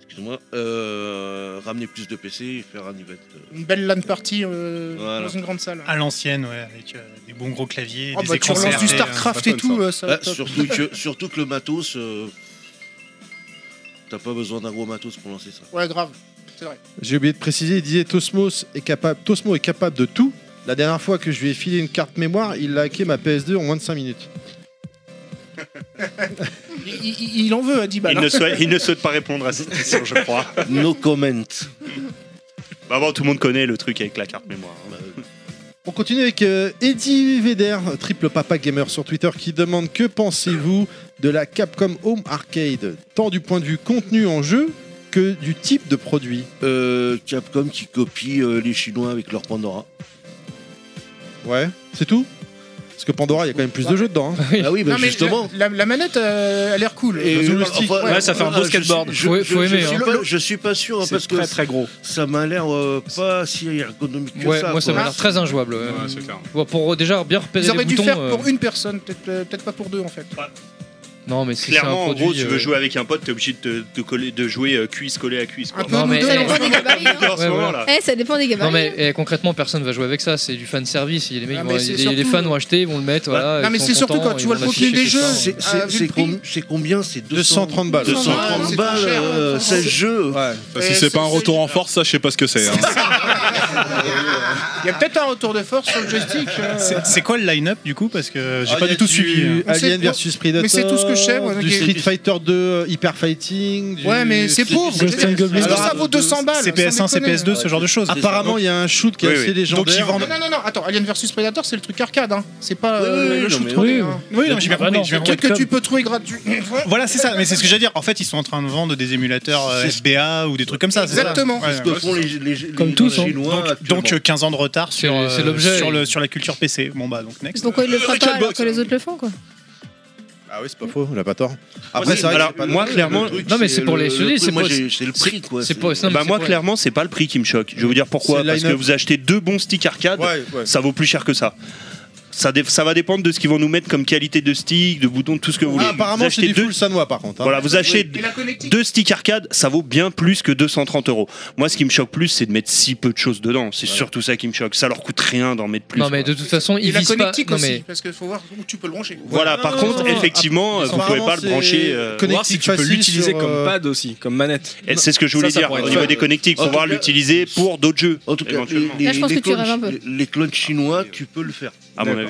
Speaker 11: excuse-moi euh, ramener plus de PC et faire un event. euh,
Speaker 7: Une belle LAN party euh,
Speaker 11: Voilà.
Speaker 7: dans une grande salle.
Speaker 10: À l'ancienne, ouais, avec euh, des bons gros claviers,
Speaker 7: Oh,
Speaker 10: des
Speaker 7: bah, tu
Speaker 10: écrans
Speaker 7: relances du
Speaker 10: CRT,
Speaker 7: StarCraft
Speaker 10: euh,
Speaker 7: et tout,
Speaker 10: ça.
Speaker 7: euh, ça
Speaker 11: Bah,
Speaker 7: va top.
Speaker 11: surtout que surtout que le matos euh, t'as pas besoin d'un gros matos pour lancer ça.
Speaker 7: Ouais, grave. C'est vrai.
Speaker 1: J'ai oublié de préciser, il disait Tosmos est capable, Tosmo est capable de tout. La dernière fois que je lui ai filé une carte mémoire, il a hacké ma PS2 en moins de 5 minutes.
Speaker 7: Il, il- il en veut, Adibal.
Speaker 4: Il
Speaker 7: hein.
Speaker 4: ne, souhaite, il ne souhaite pas répondre à cette question, je crois.
Speaker 11: No comment.
Speaker 4: Bah bon, tout le monde connaît le truc avec la carte mémoire. hein.
Speaker 1: On continue avec euh, Eddie Veder, triple papa gamer sur Twitter, qui demande que pensez-vous de la Capcom Home Arcade, tant du point de vue contenu en jeu que du type de produit.
Speaker 11: Euh, Capcom qui copie euh, les Chinois avec leur Pandora.
Speaker 1: Ouais, c'est tout Parce que Pandora, il y a quand même plus de jeux dedans. hein.
Speaker 11: Ah oui, bah
Speaker 7: Non, mais
Speaker 11: justement.
Speaker 7: La, la- la manette euh, a l'air cool.
Speaker 11: Et
Speaker 7: Parce que-
Speaker 11: euh,
Speaker 7: enfin,
Speaker 11: enfin,
Speaker 7: ouais.
Speaker 11: euh, je- Je, je- je suis pas, je suis pas sûr hein,
Speaker 7: hein. C'est
Speaker 11: parce que
Speaker 7: très, très
Speaker 9: gros.
Speaker 11: Ça m'a l'air euh, pas si ergonomique que
Speaker 2: Ouais,
Speaker 11: ça.
Speaker 2: moi ça
Speaker 11: quoi.
Speaker 2: m'a l'air très injouable. ouais. Bon, pour euh, déjà bien repérer
Speaker 7: Ils auraient
Speaker 2: les
Speaker 7: dû
Speaker 2: boutons.
Speaker 7: faire
Speaker 2: euh,
Speaker 7: pour une personne, peut-être euh, peut-être pas pour deux en fait.
Speaker 2: Non, mais si c'est un
Speaker 4: Clairement, en gros,
Speaker 2: produit,
Speaker 4: tu
Speaker 2: euh,
Speaker 4: veux jouer avec un pote, t'es obligé de, te- de coller- de jouer euh, cuisse collée à cuisse. Quoi.
Speaker 2: peu Non, nous mais- deux,
Speaker 4: ça
Speaker 2: on prend des
Speaker 4: gabarits. en ce
Speaker 2: Ouais,
Speaker 4: moment
Speaker 2: voilà.
Speaker 4: là.
Speaker 5: Eh, ça dépend des
Speaker 2: Non
Speaker 5: gabarits.
Speaker 2: mais eh, concrètement personne va jouer avec ça, c'est du fan service. Il y a les mecs,
Speaker 5: Ah,
Speaker 2: ils
Speaker 5: mais
Speaker 2: vont-
Speaker 5: c'est
Speaker 2: les- les
Speaker 5: surtout-
Speaker 2: fans vont acheter, ils vont le mettre. voilà,
Speaker 7: non, mais
Speaker 2: ils sont
Speaker 7: c'est surtout
Speaker 2: contents,
Speaker 7: quand tu
Speaker 2: ils
Speaker 7: vois
Speaker 2: vont
Speaker 7: le contenu
Speaker 2: l'afficher
Speaker 7: des
Speaker 2: chez
Speaker 7: jeux,
Speaker 2: toi.
Speaker 11: C'est-
Speaker 7: Ah,
Speaker 11: c'est-
Speaker 7: vu le
Speaker 11: C'est
Speaker 7: prix.
Speaker 11: com- c'est combien C'est
Speaker 1: 230 balles.
Speaker 11: 230
Speaker 7: c'est
Speaker 11: balles,
Speaker 7: cher,
Speaker 11: euh,
Speaker 7: ouais.
Speaker 11: 16 jeux.
Speaker 6: Ça, si c'est pas un retour en force, ça, je sais pas ce que c'est. hein.
Speaker 7: Il y a peut-être un retour de force sur le joystick. euh.
Speaker 10: C'est- C'est quoi le line-up du coup Parce que j'ai
Speaker 1: Ah,
Speaker 10: pas
Speaker 1: y a
Speaker 10: du tout suivi. hein.
Speaker 1: du Alien versus Predator.
Speaker 7: Mais c'est tout ce que je sais, moi,
Speaker 1: Du
Speaker 7: qui-
Speaker 1: Street Fighter 2 euh, Hyper Fighting. du-
Speaker 7: Ouais, mais c'est pauvre. je veux dire. Est-ce que ça vaut 200 balles
Speaker 10: CPS1,
Speaker 7: sans déconner
Speaker 10: CPS2, ce genre de choses.
Speaker 1: Apparemment, il y a un shoot qui est
Speaker 10: Oui,
Speaker 1: assez
Speaker 10: oui.
Speaker 1: légendaire.
Speaker 10: Donc, ils
Speaker 7: Non, non, non, non, attends, Alien vs Predator, c'est le truc arcade, hein. c'est pas
Speaker 1: Oui,
Speaker 7: euh,
Speaker 1: oui,
Speaker 7: le
Speaker 1: non,
Speaker 7: shoot
Speaker 1: mais
Speaker 7: tourné,
Speaker 1: oui.
Speaker 7: hein.
Speaker 10: Oui, non, mais j'ai bien
Speaker 7: Bah non,
Speaker 10: compris. j'ai bien
Speaker 7: c'est le
Speaker 10: compris.
Speaker 7: truc que tu peux trouver gratuit.
Speaker 10: Voilà, c'est ça. Mais c'est ce que j'allais dire. En fait, ils sont en train de vendre des émulateurs euh, SBA ou des trucs comme ça. c'est ça
Speaker 7: Exactement.
Speaker 10: Ouais,
Speaker 11: C'est ce que
Speaker 10: ouais.
Speaker 11: font les, les- les-
Speaker 10: Comme
Speaker 11: les
Speaker 10: tous, hein.
Speaker 11: Chinois. actuellement.
Speaker 10: Donc euh, 15 ans de retard sur,
Speaker 2: C'est-
Speaker 10: euh,
Speaker 2: c'est l'objet.
Speaker 10: sur, le, sur la culture PC. Bon bah donc next.
Speaker 5: Pourquoi il le fera
Speaker 10: Richard
Speaker 5: pas alors
Speaker 10: Box.
Speaker 5: que les autres le font quoi
Speaker 1: Ah oui, c'est pas faux, on a pas tort.
Speaker 4: Moi,
Speaker 1: Après, c'est vrai
Speaker 4: alors,
Speaker 1: que c'est pas-
Speaker 4: moi, clairement,
Speaker 1: le truc,
Speaker 4: non, mais c'est
Speaker 1: c'est
Speaker 4: pour
Speaker 1: le-
Speaker 4: les
Speaker 1: le
Speaker 4: solide,
Speaker 1: prix,
Speaker 4: c'est
Speaker 1: moi,
Speaker 4: pas-
Speaker 1: j'ai- c'est le prix, quoi,
Speaker 4: c'est
Speaker 1: c'est-
Speaker 4: pas-
Speaker 1: non, mais
Speaker 4: bah,
Speaker 1: c'est
Speaker 4: moi,
Speaker 1: pour-
Speaker 4: clairement, c'est pas le prix qui me choque. Je vais vous dire pourquoi.
Speaker 1: C'est le
Speaker 4: Parce que
Speaker 1: line-up.
Speaker 4: vous achetez deux bons sticks arcade,
Speaker 1: Ouais, ouais.
Speaker 4: ça vaut plus cher que ça. Ça, dé- ça va dépendre de ce qu'ils vont nous mettre comme qualité de stick, de bouton, de tout ce que vous voulez.
Speaker 1: Ah, apparemment,
Speaker 4: Vous
Speaker 1: c'est
Speaker 4: achetez
Speaker 1: du
Speaker 4: deux-
Speaker 1: full sanois par contre. hein.
Speaker 4: Voilà, vous achetez
Speaker 7: Et la connectique.
Speaker 4: deux sticks arcade, ça vaut bien plus que 230 euros. Moi, ce qui me choque plus, c'est de mettre si peu de choses dedans. C'est surtout ça qui me choque. Ça leur coûte rien d'en mettre plus.
Speaker 2: Non, mais de toute façon,
Speaker 7: Et
Speaker 2: ils
Speaker 7: la
Speaker 2: visent pas.
Speaker 7: connectique
Speaker 2: Non,
Speaker 7: aussi,
Speaker 2: mais
Speaker 7: parce qu'il faut voir où tu peux le brancher.
Speaker 4: Voilà, par contre, effectivement, vous pouvez pas le brancher. euh,
Speaker 9: voir si tu peux l'utiliser comme pad aussi, comme manette.
Speaker 4: Et c'est ce que je voulais
Speaker 9: Ça, ça
Speaker 4: dire
Speaker 9: pourrait
Speaker 4: au
Speaker 9: être
Speaker 4: niveau
Speaker 9: fun.
Speaker 4: des connectiques,
Speaker 9: En
Speaker 4: faut
Speaker 9: tout
Speaker 4: voir
Speaker 9: cas-
Speaker 4: l'utiliser pour d'autres jeux.
Speaker 11: En tout cas, les,
Speaker 4: éventuellement.
Speaker 11: les,
Speaker 5: Là, je pense
Speaker 11: les
Speaker 5: que tu
Speaker 11: clones,
Speaker 5: rêves un peu.
Speaker 11: les- les clones chinois, tu peux le faire.
Speaker 4: À mon avis.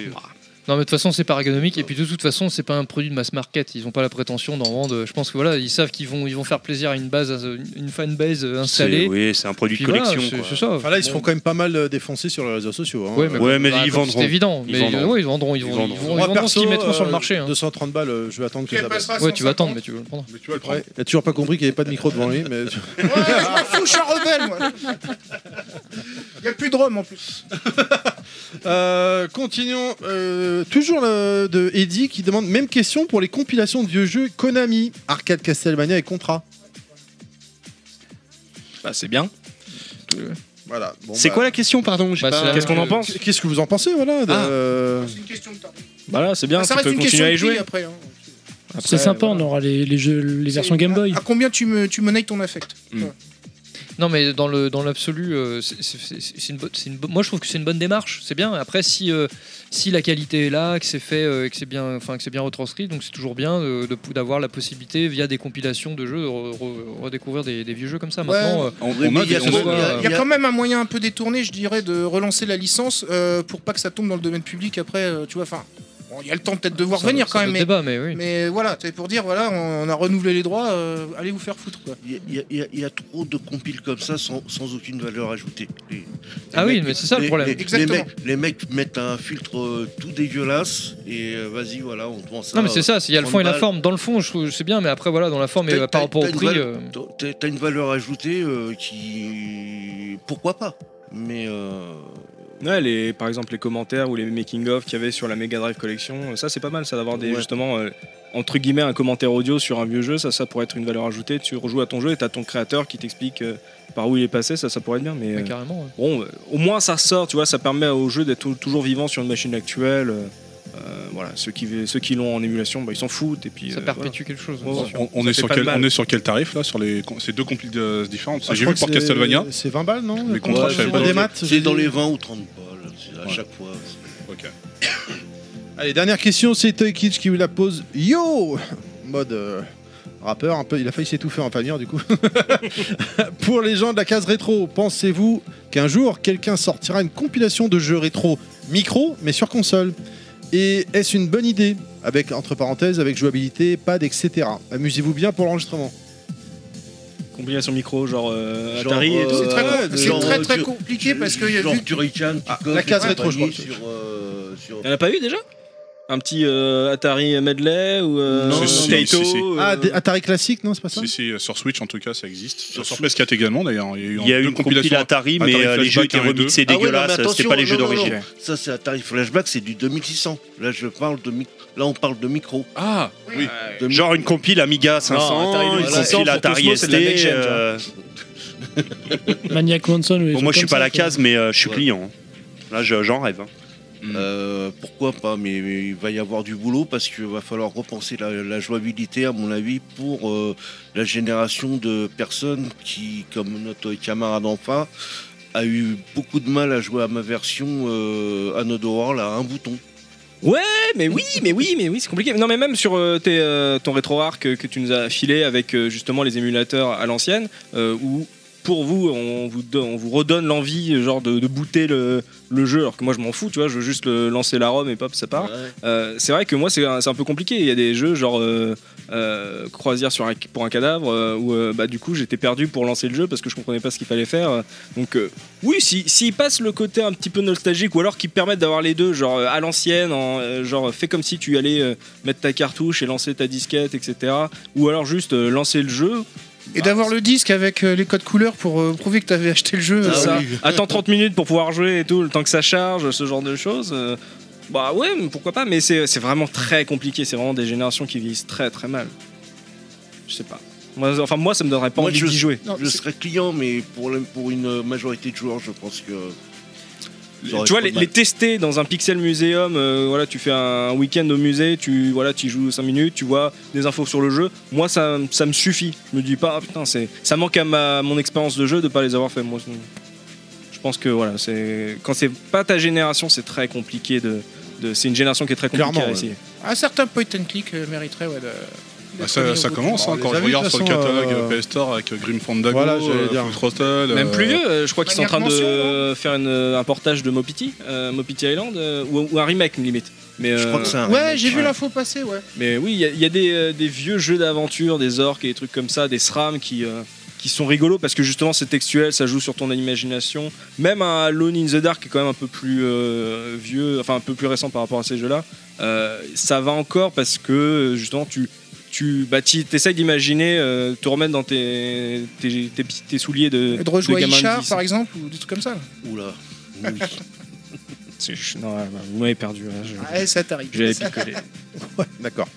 Speaker 2: Non, mais de toute façon, c'est pas ergonomique. Et puis, de toute façon, c'est pas un produit de mass market. Ils ont pas la prétention d'en vendre. Je pense que voilà, ils savent qu'ils vont, ils vont faire plaisir à une base, à une fanbase euh, installée.
Speaker 4: C'est- oui, c'est un produit de
Speaker 2: Puis voilà,
Speaker 4: collection,
Speaker 2: c'est-
Speaker 4: quoi.
Speaker 2: c'est ça.
Speaker 1: Enfin, là, ils se
Speaker 2: Bon.
Speaker 1: font quand même pas mal euh, défoncer sur les réseaux sociaux. hein.
Speaker 2: Ouais, mais,
Speaker 4: Ouais, mais
Speaker 2: bah,
Speaker 4: ils
Speaker 2: comme
Speaker 4: vendront.
Speaker 2: C'est évident.
Speaker 4: Ils
Speaker 2: mais,
Speaker 4: vendront.
Speaker 2: euh, ouais, ils vendront. Ils,
Speaker 4: Ils
Speaker 2: vendront.
Speaker 4: vendront.
Speaker 2: Ils vendront, ils
Speaker 1: Moi,
Speaker 2: vendront ce qu'ils
Speaker 1: perso,
Speaker 2: mettront sur
Speaker 1: euh,
Speaker 2: le marché. hein.
Speaker 1: 230 balles, euh, je vais attendre que
Speaker 2: Quel
Speaker 1: ça
Speaker 2: passe
Speaker 1: baisse.
Speaker 2: pas, Ouais, tu vas 150. attendre, mais tu veux le prendre.
Speaker 1: Mais tu vas le prendre. Il y a toujours pas compris qu'il n'y avait pas de micro devant lui. Mais...
Speaker 7: Ouais, je m'en fous, je suis un rebelle, moi. Il y a plus de Rome en plus.
Speaker 1: Euh, continuons. euh, toujours le- de Eddie qui demande même question pour les compilations de vieux jeux Konami, Arcade Castlevania et Contra.
Speaker 9: Bah, c'est bien.
Speaker 4: Euh,
Speaker 1: Voilà. bon,
Speaker 4: C'est
Speaker 1: bah-
Speaker 4: quoi la question, pardon j'ai
Speaker 1: Bah,
Speaker 4: pas- euh, Ah.
Speaker 1: c'est la- Qu'est-ce que vous en pensez voilà de- euh,
Speaker 9: Voilà, Bah c'est bien.
Speaker 7: ça
Speaker 9: tu
Speaker 7: reste
Speaker 9: peux
Speaker 7: une
Speaker 9: continuer
Speaker 7: question
Speaker 9: à y
Speaker 7: de
Speaker 9: jouer.
Speaker 7: prix après. hein.
Speaker 12: C'est sympa, on aura les, les jeux, les versions Game Boy.
Speaker 7: À combien tu, me, tu monnaies ton affect
Speaker 2: Non, mais dans le dans l'absolu, euh, c'est- c'est c'est une, bo- c'est une bo- moi je trouve que c'est une bonne démarche. C'est bien. Après, si euh, si la qualité est là, que c'est fait, euh, que c'est bien, enfin que c'est bien retranscrit, donc c'est toujours bien euh, de d'avoir la possibilité via des compilations de jeux de re- re- redécouvrir des, des vieux jeux comme ça. Maintenant, euh,
Speaker 11: il y a-
Speaker 2: on voit,
Speaker 7: Il y a
Speaker 2: euh,
Speaker 7: quand même un moyen un peu détourné, je dirais, de relancer la licence euh, pour pas que ça tombe dans le domaine public après, euh, tu vois. Enfin, bon, il y a le temps peut-être de voir
Speaker 2: Ça-
Speaker 7: venir
Speaker 2: ça
Speaker 7: quand
Speaker 2: doit
Speaker 7: même.
Speaker 2: débat, mais oui.
Speaker 7: voilà, Ah, c'est pour dire, voilà, on, on a renouvelé les droits, euh, allez vous faire foutre, quoi.
Speaker 11: Il y, a- il y a- il y a trop de compiles comme ça sans, sans aucune valeur ajoutée. Les- les
Speaker 2: Ah oui,
Speaker 11: mecs-
Speaker 2: mais c'est ça le
Speaker 11: les-
Speaker 2: problème.
Speaker 11: Les, les
Speaker 2: Exactement.
Speaker 11: mecs, les mecs mettent un filtre euh, tout dégueulasse et euh, vas-y, voilà, on te vend ça.
Speaker 2: non, mais c'est ça. c'est- Il y a le fond et la
Speaker 11: 30 balles.
Speaker 2: forme. Dans le fond, je trouve c'est bien, mais après voilà, dans la forme et
Speaker 11: T'as-
Speaker 2: euh, par
Speaker 11: t'as-
Speaker 2: rapport
Speaker 11: t'as
Speaker 2: au
Speaker 11: une
Speaker 2: prix.
Speaker 11: valeur-
Speaker 2: euh,
Speaker 11: t'as- T'as une valeur ajoutée euh, qui. Pourquoi pas Mais. euh,
Speaker 9: Ouais, les, par exemple les commentaires ou les making of qu'il y avait sur la Mega Drive Collection, euh, ça c'est pas mal, ça d'avoir des
Speaker 11: Ouais.
Speaker 9: justement euh, entre guillemets un commentaire audio sur un vieux jeu, ça ça pourrait être une valeur ajoutée. Tu rejoues à ton jeu et t'as ton créateur qui t'explique euh, par où il est passé, ça ça pourrait être bien. Mais
Speaker 2: Ouais,
Speaker 9: euh,
Speaker 2: carrément, ouais.
Speaker 9: bon, euh, au moins ça sort, tu vois, ça permet au jeu d'être tou- toujours vivant sur une machine actuelle. euh, euh, voilà, ceux qui ceux qui l'ont en émulation, bah, ils s'en foutent et puis
Speaker 2: Ça
Speaker 9: euh,
Speaker 2: perpétue quelque chose, hein,
Speaker 9: Ouais,
Speaker 2: bien
Speaker 9: ouais.
Speaker 2: sûr.
Speaker 6: On, on
Speaker 9: Ça
Speaker 6: est
Speaker 9: fait
Speaker 6: sur
Speaker 9: pas de
Speaker 6: quel,
Speaker 9: mal.
Speaker 6: on est sur quel tarif là sur les com- ces deux compiles euh, différentes Parce que
Speaker 1: Ah, je
Speaker 6: J'ai vu
Speaker 1: crois
Speaker 6: que
Speaker 1: que
Speaker 6: pour
Speaker 1: c'est-
Speaker 6: Castlevania,
Speaker 1: C'est 20 balles, non
Speaker 6: les contrats, je savais pas.
Speaker 1: Des maths, j'ai
Speaker 11: C'est dans
Speaker 1: dit.
Speaker 11: les 20 ou 30 balles, c'est à chaque fois.
Speaker 6: Ok.
Speaker 1: Allez, dernière question, c'est Toy Kitsch qui vous la pose. Yo Mode euh, rappeur, un peu, il a failli s'étouffer en panier du coup. Pour les gens de la case rétro, pensez-vous qu'un jour quelqu'un sortira une compilation de jeux rétro micro mais sur console Et est-ce une bonne idée Avec entre parenthèses, avec jouabilité, pad, etc. Amusez-vous bien pour l'enregistrement.
Speaker 9: compilation micro genre, euh,
Speaker 11: Genre,
Speaker 9: Atari et
Speaker 11: euh,
Speaker 9: tout.
Speaker 11: C'est très
Speaker 9: Ouais,
Speaker 11: cool,
Speaker 9: de-
Speaker 11: c'est très, très
Speaker 9: Genre,
Speaker 7: Compliqué parce qu'il y a
Speaker 11: Genre
Speaker 7: vu.
Speaker 11: Turrican, tu codes
Speaker 9: la
Speaker 11: et
Speaker 9: case rétro,
Speaker 11: compagnie
Speaker 9: je crois.
Speaker 11: Sur, euh, sur...
Speaker 9: Y'en a pas eu déjà Un petit euh, Atari Medley ou euh,
Speaker 6: Non, si, si,
Speaker 9: Taito
Speaker 6: si, si.
Speaker 9: euh,
Speaker 1: Ah, des- Atari classique, non C'est pas ça
Speaker 6: Si, si, euh, sur Switch en tout cas, ça existe. Sur, PS4 également d'ailleurs. Il
Speaker 4: Il y a
Speaker 6: en-
Speaker 4: eu
Speaker 6: deux
Speaker 4: une compile
Speaker 6: compilations,
Speaker 4: Atari, mais, euh, les jeux
Speaker 6: Flashback
Speaker 4: étaient
Speaker 6: 1 et 2.
Speaker 4: remixés
Speaker 11: Ah ouais, non, mais
Speaker 4: dégueulasse, c'était
Speaker 11: attention,
Speaker 4: pas les jeux
Speaker 11: non, non,
Speaker 4: d'origine.
Speaker 11: non. Ça, c'est Atari Flashback, c'est du 2600. Là, je parle de mi- Là, on parle de micro.
Speaker 6: Ah, oui.
Speaker 4: Genre une compile Amiga 500,
Speaker 11: Atari
Speaker 4: une
Speaker 11: 2600,
Speaker 4: compile
Speaker 11: pour
Speaker 4: Atari
Speaker 11: Cosmo, c'est de la next
Speaker 4: ST.
Speaker 11: gen,
Speaker 4: euh,
Speaker 12: Maniac Manson. ou des
Speaker 4: Bon,
Speaker 12: trucs
Speaker 4: moi, je suis
Speaker 12: comme
Speaker 4: pas à
Speaker 12: ça,
Speaker 4: la
Speaker 12: quoi.
Speaker 4: case, mais euh, je suis client. hein. Là, je- j'en rêve. hein.
Speaker 11: Euh, pourquoi pas mais, mais il va y avoir du boulot parce qu'il va falloir repenser la, la jouabilité à mon avis pour euh, la génération de personnes qui, comme notre camarade enfin, a eu beaucoup de mal à jouer à ma version euh, Another World à un bouton.
Speaker 9: Ouais, mais oui, mais oui, mais oui, c'est compliqué. Non, mais même sur euh, tes, euh, ton rétroarc que, que tu nous as filé avec euh, justement les émulateurs à l'ancienne, euh, où pour vous, on vous, don- on vous redonne l'envie euh, genre de, de booter le, le jeu, alors que moi je m'en fous, tu vois, je veux juste le- lancer la ROM et pop, ça part. Euh, c'est vrai que moi c'est un, c'est un peu compliqué. Il y a des jeux genre euh, euh, croisière sur un- pour un cadavre euh, où euh, bah, du coup j'étais perdu pour lancer le jeu parce que je comprenais pas ce qu'il fallait faire. Donc euh, oui, si- s'ils passent le côté un petit peu nostalgique ou alors qu'ils permettent d'avoir les deux, genre euh, à l'ancienne, en, euh, genre fais comme si tu allais euh, mettre ta cartouche et lancer ta disquette, etc. Ou alors juste euh, lancer le jeu.
Speaker 7: Et d'avoir le disque avec euh, les codes couleurs pour euh, prouver que t'avais acheté le jeu.
Speaker 9: C'est
Speaker 7: euh,
Speaker 9: ça.
Speaker 7: oui.
Speaker 9: Ah Attends 30 minutes pour pouvoir jouer et tout, le temps que ça charge, ce genre de choses. euh, Bah ouais, mais pourquoi pas, mais c'est c'est vraiment très compliqué, c'est vraiment des générations qui vieillissent très très mal. Je sais pas. Moi, enfin moi ça me donnerait pas
Speaker 11: Moi,
Speaker 9: envie
Speaker 11: je,
Speaker 9: d'y jouer.
Speaker 11: je serais client, mais pour, le- pour une majorité de joueurs, je pense que Ça aurait
Speaker 9: tu vois,
Speaker 11: trop
Speaker 9: les,
Speaker 11: de mal.
Speaker 9: les tester dans un pixel muséum, euh, voilà, tu fais un week-end au musée, tu voilà, tu y joues 5 minutes, tu vois des infos sur le jeu. Moi, ça, ça me suffit. Je me dis pas, ah, putain, c'est, ça manque à ma, mon expérience de jeu de pas les avoir fait. Moi, je pense que voilà, c'est quand c'est pas ta génération, c'est très compliqué de. de- c'est une génération qui est très compliquée à essayer.
Speaker 7: Un certain point and click euh, mériterait ouais, de.
Speaker 6: Bah,
Speaker 7: d'être
Speaker 6: ça,
Speaker 7: mis
Speaker 6: ça
Speaker 7: au bout.
Speaker 6: commence hein,
Speaker 9: Bah,
Speaker 7: Alors, les
Speaker 6: quand je
Speaker 7: avis, de
Speaker 6: regarde sur
Speaker 7: toute
Speaker 6: le
Speaker 7: façon,
Speaker 6: catalogue
Speaker 7: euh,
Speaker 6: PS Store avec Grim Fandango,
Speaker 7: Voilà, j'allais
Speaker 6: euh,
Speaker 7: dire.
Speaker 6: Full Throttle.
Speaker 9: Même
Speaker 6: euh,
Speaker 9: plus vieux, euh, je crois qu'ils sont en train de
Speaker 7: Manière
Speaker 9: euh, faire une, euh, un portage de Mopiti, euh, Mopiti Island, euh, ou, ou un remake limite. Mais, euh, je
Speaker 11: crois que c'est un
Speaker 7: Ouais, j'ai vu l'info passer, ouais.
Speaker 9: Mais oui, il y a- il y, a des, euh, des vieux jeux d'aventure, des orques et des trucs comme ça, des SRAM qui, euh, qui sont rigolos parce que justement c'est textuel, ça joue sur ton imagination. Même un Alone in the Dark qui est quand même un peu plus euh, vieux, enfin un peu plus récent par rapport à ces jeux-là, euh, ça va encore parce que euh, justement tu. Tu bah, t'y- t'essayes d'imaginer, euh, te remettre dans tes, tes, tes petits- tes souliers de.
Speaker 7: Et de rejoindre
Speaker 9: gamin de
Speaker 7: Ishar,
Speaker 9: 10.
Speaker 7: par exemple, ou des trucs comme ça.
Speaker 11: Oula.
Speaker 9: C'est- je- non, ouais, bah, vous m'avez perdu. hein, je-
Speaker 7: Ouais, ça t'arrive.
Speaker 9: Je vais aller picoler.
Speaker 1: D'accord.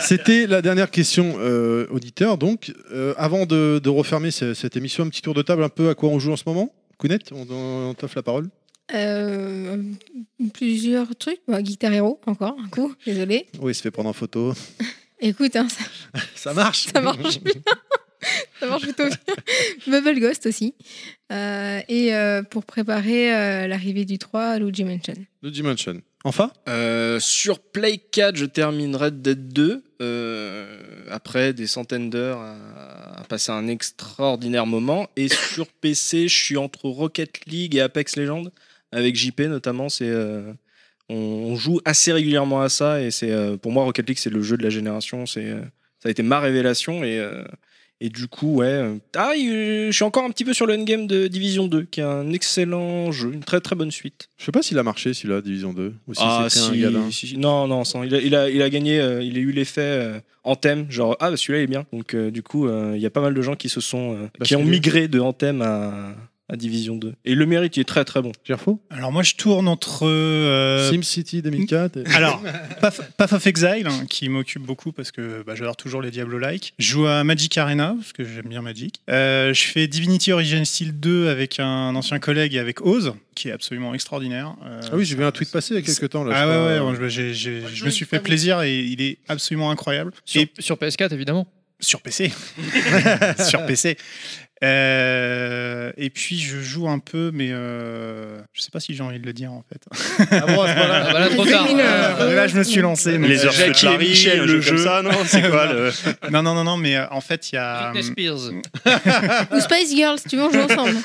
Speaker 1: C'était la dernière question euh, auditeur. Donc, Euh, avant de, de refermer ce- cette émission, un petit tour de table, un peu à quoi on joue en ce moment. Kounet, on, on, on t'offre la parole.
Speaker 5: Euh, plusieurs trucs. Bah, Guitar Hero, encore un coup, désolé.
Speaker 1: Oui, il se fait prendre en photo.
Speaker 5: Écoute, hein, ça,
Speaker 1: Ça
Speaker 4: Ah,
Speaker 1: marche.
Speaker 5: ça marche bien. ça marche plutôt bien. Bubble Ghost aussi. Euh, et euh, pour préparer euh, l'arrivée du 3 à Luigi Mansion.
Speaker 1: Le Dimension. Enfin
Speaker 9: Euh, sur Play 4, je termine Red Dead 2. euh, après des centaines d'heures à, à passer un extraordinaire moment. Et sur PC, je suis entre Rocket League et Apex Legends. Avec JP notamment, c'est. euh, on, on joue assez régulièrement à ça. Et c'est euh, pour moi, Rocket League, c'est le jeu de la génération. C'est, euh, ça a été ma révélation. Et. euh, et du coup, ouais. euh, Ah, euh, je suis encore un petit peu sur le endgame de Division 2, qui est un excellent jeu, une très très bonne suite
Speaker 1: Je sais pas s'il a marché, celui-là, Division 2. Ou si
Speaker 11: Ah,
Speaker 1: c'était un
Speaker 9: Ah, si,
Speaker 1: gadin.
Speaker 9: si, si. Non, non, sans. Il, a, il, a, il a gagné, euh, il a eu l'effet euh, Anthem, genre ah bah, celui-là il est bien. Donc euh, du coup, euh, il y a pas mal de gens qui se sont, euh,
Speaker 10: Bah,
Speaker 9: qui ont
Speaker 10: celui-là.
Speaker 9: migré de Anthem à, à Division 2. Et le mérite, il est très très bon.
Speaker 10: Alors moi je tourne entre euh,
Speaker 1: SimCity 2004. et-
Speaker 10: Alors, Path, Path of Exile, hein, qui m'occupe beaucoup parce que bah, j'adore toujours les Diablo-like. Je joue à Magic Arena, parce que j'aime bien Magic. Euh, je fais Divinity Origin Steel 2 avec un ancien collègue et avec Oz, qui est absolument extraordinaire. Euh,
Speaker 1: Ah oui, j'ai vu un tweet passer il y a quelques temps. Là,
Speaker 10: ah
Speaker 1: je
Speaker 10: ouais,
Speaker 1: crois.
Speaker 10: ouais, moi, je- j'ai- j'ai- je me suis fait plaisir et il est absolument incroyable.
Speaker 2: Sur, sur PS4, évidemment.
Speaker 10: Sur PC. sur PC. Euh, et puis je joue un peu, mais euh, je sais pas si j'ai envie de le dire en fait.
Speaker 2: Ah bon, à ce point-là Ah bah là, trop tard.
Speaker 10: Mais là, je me suis lancé. euh, mais-
Speaker 4: Les heures de Jackie et Clary, Michel, un jeu comme ça, non C'est quoi, le-
Speaker 10: Non, non, non, non, mais euh, en fait, il y a. hum,
Speaker 2: Britney Spears.
Speaker 5: Ou Space Girls, tu veux, on joue ensemble.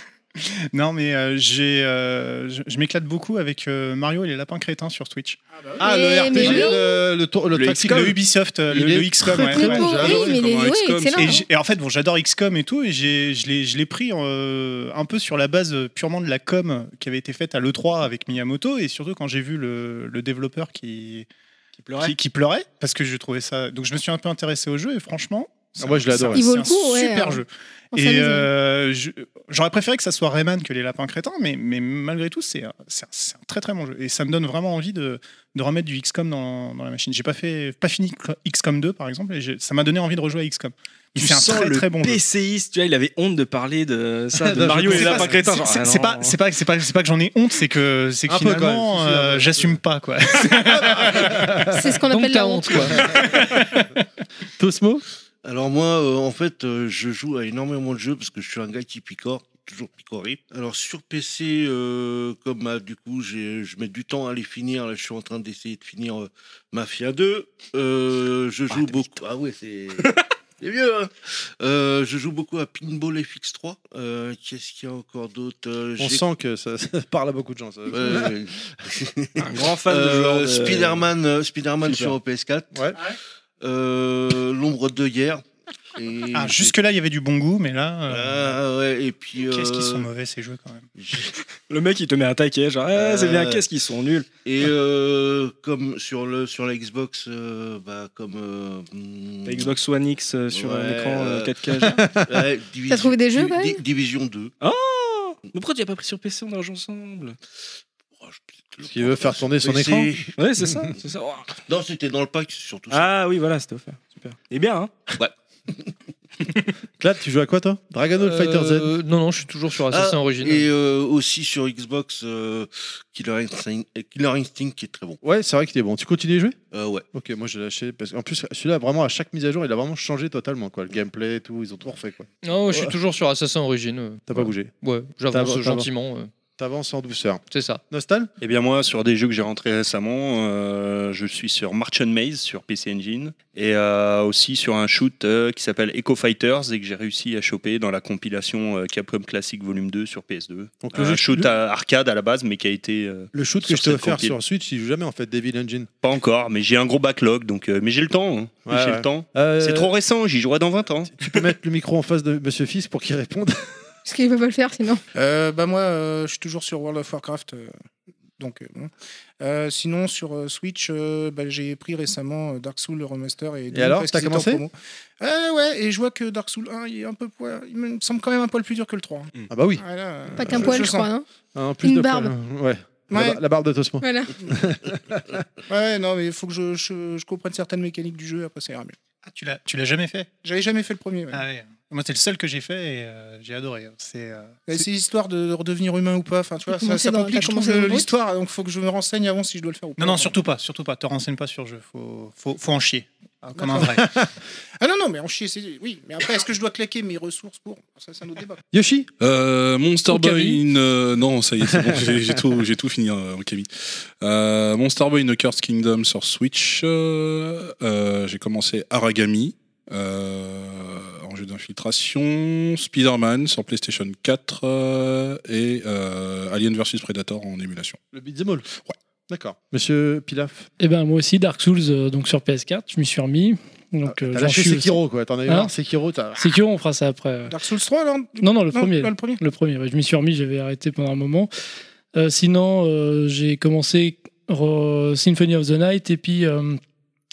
Speaker 10: Non, mais euh, j'ai, euh, je, je m'éclate beaucoup avec euh, Mario et les lapins crétins sur Twitch.
Speaker 1: Ah, le
Speaker 10: Mais
Speaker 1: RPG,
Speaker 10: bah oui.
Speaker 1: le, le, tour- le
Speaker 10: Le,
Speaker 1: tactile
Speaker 10: XCOM, le Ubisoft, euh,
Speaker 1: Il
Speaker 10: le, le
Speaker 1: est
Speaker 10: XCOM.
Speaker 1: très,
Speaker 10: ouais.
Speaker 1: très bon.
Speaker 10: J'adore
Speaker 1: Oui, mais
Speaker 10: comment
Speaker 1: les- oui,
Speaker 10: XCOM,
Speaker 1: excellent.
Speaker 10: et j'- Et, en fait, bon, j'adore XCOM et tout, et j'ai- je l'ai- je l'ai pris euh, un peu sur la base euh, purement de la com qui avait été faite à l'E3 avec Miyamoto, et surtout quand j'ai vu le, le développeur qui, qui, pleurait. Qui, pleurait, parce que je trouvais ça. Donc je me suis un peu intéressé au jeu, et franchement. c'est
Speaker 1: Ah, moi,
Speaker 10: un-
Speaker 1: je l'ai
Speaker 10: c'est un-
Speaker 1: adoré. Il vaut
Speaker 10: c'est
Speaker 1: le
Speaker 10: un
Speaker 1: coup, ouais,
Speaker 10: super
Speaker 1: hein.
Speaker 10: jeu.
Speaker 1: On
Speaker 10: Et
Speaker 1: s'amusait.
Speaker 10: euh, je- j'aurais préféré que ça soit Rayman que les lapins crétins, mais, mais malgré tout, c'est un, c'est un- c'est un très très bon jeu. Et ça me donne vraiment envie de, de remettre du XCOM dans, dans la machine. J'ai pas, fait, pas fini XCOM 2 par exemple, et j'ai- ça m'a donné envie de rejouer à XCOM. Mais
Speaker 9: Tu
Speaker 10: C'est un
Speaker 9: sens
Speaker 10: très
Speaker 9: le
Speaker 10: très bon jeu.
Speaker 9: PCiste, tu vois, il avait honte de parler de ça, de
Speaker 10: Non, je
Speaker 9: Mario et
Speaker 10: comprends.
Speaker 9: les lapins
Speaker 10: C'est
Speaker 9: crétins.
Speaker 10: pas-
Speaker 9: genre,
Speaker 10: c'est-
Speaker 9: ah,
Speaker 10: C'est
Speaker 9: non.
Speaker 10: pas, c'est pas, c'est pas, c'est pas que j'en ai honte, c'est que, c'est que
Speaker 9: Un peu, quand même.
Speaker 10: finalement,
Speaker 9: Si, si, un peu.
Speaker 10: euh, j'assume pas quoi.
Speaker 2: euh,
Speaker 5: C'est ce qu'on appelle la honte.
Speaker 1: Tosmo
Speaker 11: Alors moi, euh, en fait, euh, je joue à énormément de jeux parce que je suis un gars qui picore, toujours picoré. Alors sur PC, euh, comme bah, du coup, j'ai- je mets du temps à les finir. Là, je suis en train d'essayer de finir euh, Mafia 2. Euh, je joue beaucoup. Ah ouais, c'est. C'est vieux, hein Euh, Je joue beaucoup à Pinball FX3. Euh, Qu'est-ce qu'il y a encore d'autre Euh,
Speaker 1: On
Speaker 11: j'ai-
Speaker 1: sent que ça, ça parle à beaucoup de gens. ça.
Speaker 11: Euh, Ouais, ouais.
Speaker 1: Un grand fan de
Speaker 11: Euh,
Speaker 1: genre de-
Speaker 11: Spider-Man, euh, Spider-Man
Speaker 1: Super.
Speaker 11: sur PS4.
Speaker 1: Ouais.
Speaker 11: Euh, L'ombre de hier. Et
Speaker 10: Ah, Jusque-là, il y avait du bon goût, mais là. euh,
Speaker 11: Ah, ouais, et puis.
Speaker 10: Qu'est-ce qu'ils
Speaker 11: euh,
Speaker 10: sont mauvais ces jeux quand même.
Speaker 9: Le mec, il te met un taquet, genre, Ah, c'est bien,
Speaker 11: Euh,
Speaker 9: qu'est-ce qu'ils sont nuls.
Speaker 11: Et euh, comme sur, le, sur la Xbox, euh, bah, comme. euh,
Speaker 9: La Xbox One X euh, sur un
Speaker 11: Ouais,
Speaker 9: écran euh,
Speaker 11: euh,
Speaker 9: 4K.
Speaker 11: ouais, Division-
Speaker 5: trouvé des jeux,
Speaker 11: Di-
Speaker 5: quand même
Speaker 11: Di- Division 2.
Speaker 9: Oh Mais pourquoi tu n'as pas pris sur PC, on a joué ensemble
Speaker 1: Parce qu'il veut faire tourner son
Speaker 11: Mais
Speaker 1: écran.
Speaker 11: c'est-
Speaker 9: Ouais, c'est ça, c'est ça.
Speaker 11: Non, c'était dans le pack, surtout.
Speaker 9: Ah oui, voilà, c'était offert. Super. Et bien, hein
Speaker 11: Ouais.
Speaker 1: Clad, tu joues à quoi toi Dragon Ball Fighter Z
Speaker 2: Euh, Non, non, je suis toujours sur Assassin
Speaker 11: Ah,
Speaker 2: Origins.
Speaker 11: Et euh, aussi sur Xbox, euh, Killer, Instinct, euh, Killer Instinct qui est très bon.
Speaker 1: Ouais, c'est vrai qu'il est bon. Tu continues de jouer
Speaker 11: Euh, ouais.
Speaker 1: Ok, moi j'ai lâché. Parce qu'en plus, celui-là, vraiment, à chaque mise à jour, il a vraiment changé totalement. quoi. Le gameplay et tout, ils ont tout refait. quoi.
Speaker 2: Non, je suis
Speaker 1: Ouais.
Speaker 2: toujours sur Assassin Origins. euh,
Speaker 1: T'as pas
Speaker 2: voilà.
Speaker 1: bougé
Speaker 2: Ouais,
Speaker 1: T'avances-
Speaker 2: j'avance
Speaker 1: t'avances.
Speaker 2: gentiment. euh.
Speaker 1: T'avances en douceur.
Speaker 2: C'est ça.
Speaker 1: Nostal
Speaker 4: Eh bien moi, sur des jeux que j'ai rentrés récemment, euh, je suis sur March and Maze sur PC Engine et euh, aussi sur un shoot euh, qui s'appelle Echo Fighters et que j'ai réussi à choper dans la compilation euh, Capcom Classic Volume 2 sur PS2.
Speaker 1: le
Speaker 4: un
Speaker 1: jeu-
Speaker 4: shoot
Speaker 1: le-
Speaker 4: à arcade à la base, mais qui a été euh,
Speaker 1: Le shoot que
Speaker 4: sur
Speaker 1: je t'ai
Speaker 4: cette
Speaker 1: offert
Speaker 4: compil.
Speaker 1: sur Switch, il joue jamais en fait, Devil Engine.
Speaker 4: Pas encore, mais j'ai un gros backlog, donc euh, mais j'ai le temps. hein.
Speaker 1: Ouais,
Speaker 4: j'ai
Speaker 1: ouais.
Speaker 4: le temps.
Speaker 1: Euh,
Speaker 4: C'est trop récent, j'y jouerai dans 20 ans.
Speaker 1: Tu peux mettre le micro en face de Monsieur Fils pour qu'il réponde.
Speaker 5: Parce qu'il peut pas le faire sinon.
Speaker 7: Euh, bah moi, euh, je suis toujours sur World of Warcraft. euh, donc, euh, bon. Euh, sinon, sur euh, Switch, euh, bah, j'ai pris récemment euh, Dark Souls le remaster et, Doom,
Speaker 1: alors,
Speaker 7: parce
Speaker 1: t'as
Speaker 7: qu'ils étaient en
Speaker 1: commencé
Speaker 7: promo. Euh, Ouais, et je vois que Dark Souls 1, il est un peu poil- il me semble quand même un poil plus dur que le 3. hein.
Speaker 1: Ah bah oui.
Speaker 7: Ouais, là, euh,
Speaker 5: Pas qu'un poil,
Speaker 7: le
Speaker 5: je
Speaker 7: sens.
Speaker 5: crois, non
Speaker 1: En plus
Speaker 5: Une
Speaker 1: de
Speaker 5: barbe.
Speaker 1: poil, hein. Ouais. La
Speaker 7: Ouais.
Speaker 1: bar- La, barbe de Tosmo.
Speaker 5: Voilà.
Speaker 7: Ouais, non, mais il faut que je, je- je comprenne certaines mécaniques du jeu, après ça ira mieux.
Speaker 10: Tu l'as, tu l'as jamais fait
Speaker 7: J'avais jamais fait le premier. ouais.
Speaker 10: Ah ouais. Moi, c'est le seul que j'ai fait et euh, j'ai adoré. C'est euh,
Speaker 7: Ouais, C'est l'histoire de redevenir humain ou pas. Enfin, tu vois,
Speaker 10: T'as
Speaker 7: ça, ça
Speaker 10: commencé dans-
Speaker 7: complique
Speaker 10: t'as
Speaker 7: je trouve,
Speaker 10: commencé dans le
Speaker 7: l'histoire, donc faut que je me renseigne avant si je dois le faire ou pas.
Speaker 10: Non, non, surtout pas, surtout pas. Te renseigne pas sur le jeu. Faut, faut, faut en chier. hein, Comme un
Speaker 7: D'accord.
Speaker 10: vrai.
Speaker 7: Ah non, non, mais en chier, c'est. Oui, mais après, est-ce que je dois claquer mes ressources pour. Ça, c'est un autre débat.
Speaker 1: Yoshi
Speaker 6: euh, Monster
Speaker 1: Okami.
Speaker 6: Boy in, euh, non ça y est c'est bon j'ai j'ai tout j'ai tout fini euh, Okami. Euh, Monster Boy in the Cursed Kingdom sur Switch euh, euh, j'ai commencé Aragami euh, en jeu d'infiltration Spider-Man sur PlayStation 4 euh, et euh, Alien vs Predator en émulation
Speaker 1: Le beat'em all. Ouais. D'accord. Monsieur Pilaf.
Speaker 12: Et ben moi aussi, Dark Souls, euh, donc sur PS4, je m'y suis remis. Donc, euh,
Speaker 1: Ah, T'as
Speaker 12: j'en
Speaker 1: lâché
Speaker 12: suis aussi.
Speaker 1: Sekiro quoi. T'en as eu
Speaker 12: Hein
Speaker 1: marre. Sekiro, t'as.
Speaker 12: Sekiro, on fera ça après. euh.
Speaker 7: Dark Souls 3, alors
Speaker 12: Non, non, le premier.
Speaker 7: pas le premier.
Speaker 12: ouais, je m'y suis remis, j'avais arrêté pendant un moment. Euh, sinon, euh, j'ai commencé euh, Symphony of the Night et puis euh,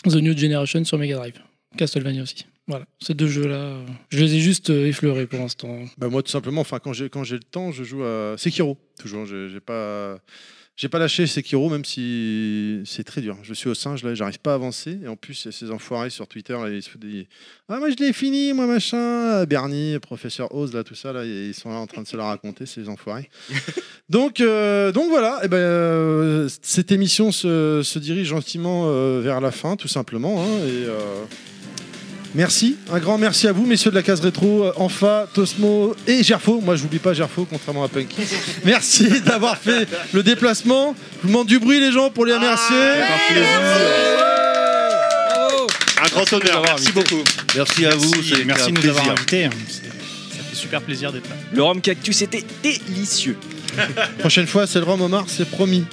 Speaker 12: The New Generation sur Mega Drive. Castlevania aussi. Voilà, ces deux jeux-là, euh, je les ai juste euh, effleurés pour l'instant.
Speaker 1: Bah moi tout simplement, enfin quand j'ai quand j'ai le temps, je joue à Sekiro. Toujours, j'ai j'ai pas j'ai pas lâché Sekiro même si c'est très dur. Je suis au singe là, j'arrive pas à avancer et en plus il y a ces enfoirés sur Twitter là, ils se foutent des ah moi je l'ai fini moi machin Bernie, professeur Oz là tout ça là ils sont là en train de se la raconter ces enfoirés. donc euh, donc voilà et ben euh, cette émission se, se dirige gentiment euh, vers la fin tout simplement hein, et euh, Merci, un grand merci à vous, messieurs de la case rétro, euh, Enfa, Tosmo et Gerfo. Moi, je n'oublie pas Gerfo, contrairement à Punk. merci d'avoir fait le déplacement. Je vous demande du bruit, les gens, pour les remercier.
Speaker 4: Un grand honneur, merci beaucoup.
Speaker 11: Merci à vous, ça a été
Speaker 10: Merci, merci
Speaker 11: un
Speaker 10: de nous avoir
Speaker 11: plaisir.
Speaker 10: invités. C'est- Ça fait super plaisir d'être là.
Speaker 9: Le rhum cactus était délicieux.
Speaker 1: Prochaine fois, c'est le rhum Omar, c'est promis.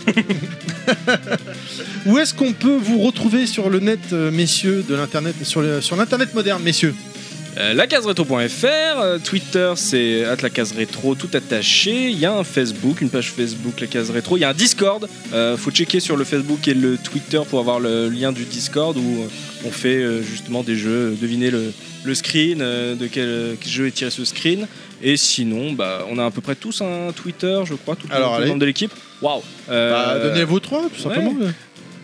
Speaker 1: Où est-ce qu'on peut vous retrouver sur le net, euh, messieurs, de l'internet, sur le- sur l'internet moderne, messieurs
Speaker 9: Euh, lacaseretro.fr, euh, Twitter c'est @lacaseretro tout attaché, il y a un Facebook, une page Facebook La Case Rétro, il y a un Discord, euh, faut checker sur le Facebook et le Twitter pour avoir le lien du Discord où euh, on fait euh, justement des jeux, euh, deviner le, le screen, euh, de quel, euh, quel jeu est tiré ce screen, et sinon bah, on a à peu près tous un Twitter je crois, tout, le-
Speaker 1: Alors,
Speaker 9: tout le
Speaker 1: allez.
Speaker 9: membre de l'équipe. Waouh Euh,
Speaker 1: Bah, Donnez-vous trois, tout
Speaker 9: ouais.
Speaker 1: simplement.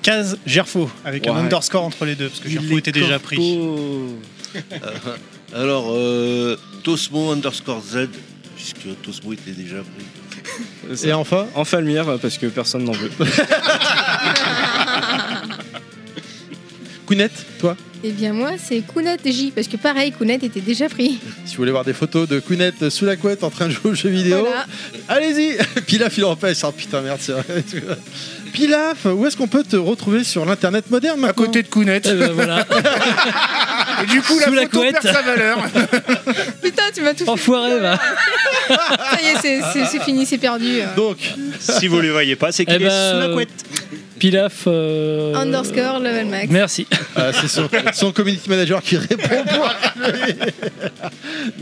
Speaker 10: Case Gerfo, avec
Speaker 9: Ouais.
Speaker 10: un underscore entre les deux, parce que
Speaker 9: Il
Speaker 10: Gerfo
Speaker 9: est
Speaker 10: était déjà pris.
Speaker 11: Euh, alors, euh, Tosmo underscore Z, puisque Tosmo était déjà pris.
Speaker 9: Et
Speaker 1: enfin
Speaker 9: Enfin lumière parce que personne n'en veut.
Speaker 1: Kounet, toi
Speaker 5: Eh bien, moi, c'est Kounet J, parce que pareil, Kounet était déjà pris.
Speaker 1: Si vous voulez voir des photos de Kounet sous la couette en train de jouer aux jeux vidéo,
Speaker 5: Voilà.
Speaker 1: allez-y Pilaf, il en pêche. Ah putain, merde, c'est vrai. Pilaf, où est-ce qu'on peut te retrouver sur l'internet moderne Eh ben, À côté
Speaker 7: de Kounet.
Speaker 12: voilà.
Speaker 7: Et du coup, la
Speaker 12: Sous la
Speaker 7: photo
Speaker 12: couette.
Speaker 7: perd sa valeur.
Speaker 5: Putain, tu m'as tout fait.
Speaker 12: Enfoiré, va.
Speaker 5: Ça y est, c'est- c'est c'est fini, c'est perdu. euh.
Speaker 1: Donc,
Speaker 4: si vous ne le voyez pas, c'est qu'il
Speaker 12: Eh
Speaker 4: est
Speaker 12: ben,
Speaker 4: sous la couette.
Speaker 12: Pilaf. euh,
Speaker 5: Underscore level max.
Speaker 12: Merci.
Speaker 1: Ah, c'est son, son community manager qui répond pour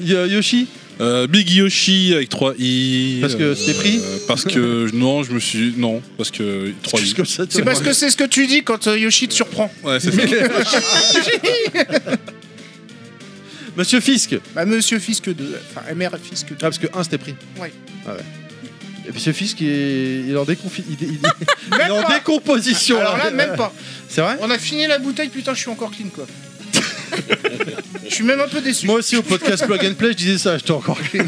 Speaker 1: Yoshi
Speaker 6: euh, Big Yoshi avec 3 i. euh,
Speaker 1: Parce que c'était pris
Speaker 6: Parce que non, je me suis non parce que 3 i.
Speaker 7: C'est parce que c'est ce que tu dis quand euh, Yoshi te surprend.
Speaker 6: Ouais, c'est ça.
Speaker 1: Monsieur Fisk
Speaker 7: Bah, Monsieur Fisk 2, enfin MR Fisk 2.
Speaker 1: Ah, parce que 1 c'était pris.
Speaker 7: Ouais.
Speaker 1: Ah ouais. Et puis ce fils qui est, il est en, déconfi- il- il- il est
Speaker 7: Même
Speaker 1: en
Speaker 7: pas.
Speaker 1: décomposition. hein.
Speaker 7: Alors là, même pas.
Speaker 1: C'est vrai
Speaker 7: On a fini la bouteille, putain, je suis encore clean quoi. Je suis même un peu déçu.
Speaker 1: Moi aussi, au podcast Plug and Play, je disais ça, je t'ai encore cru.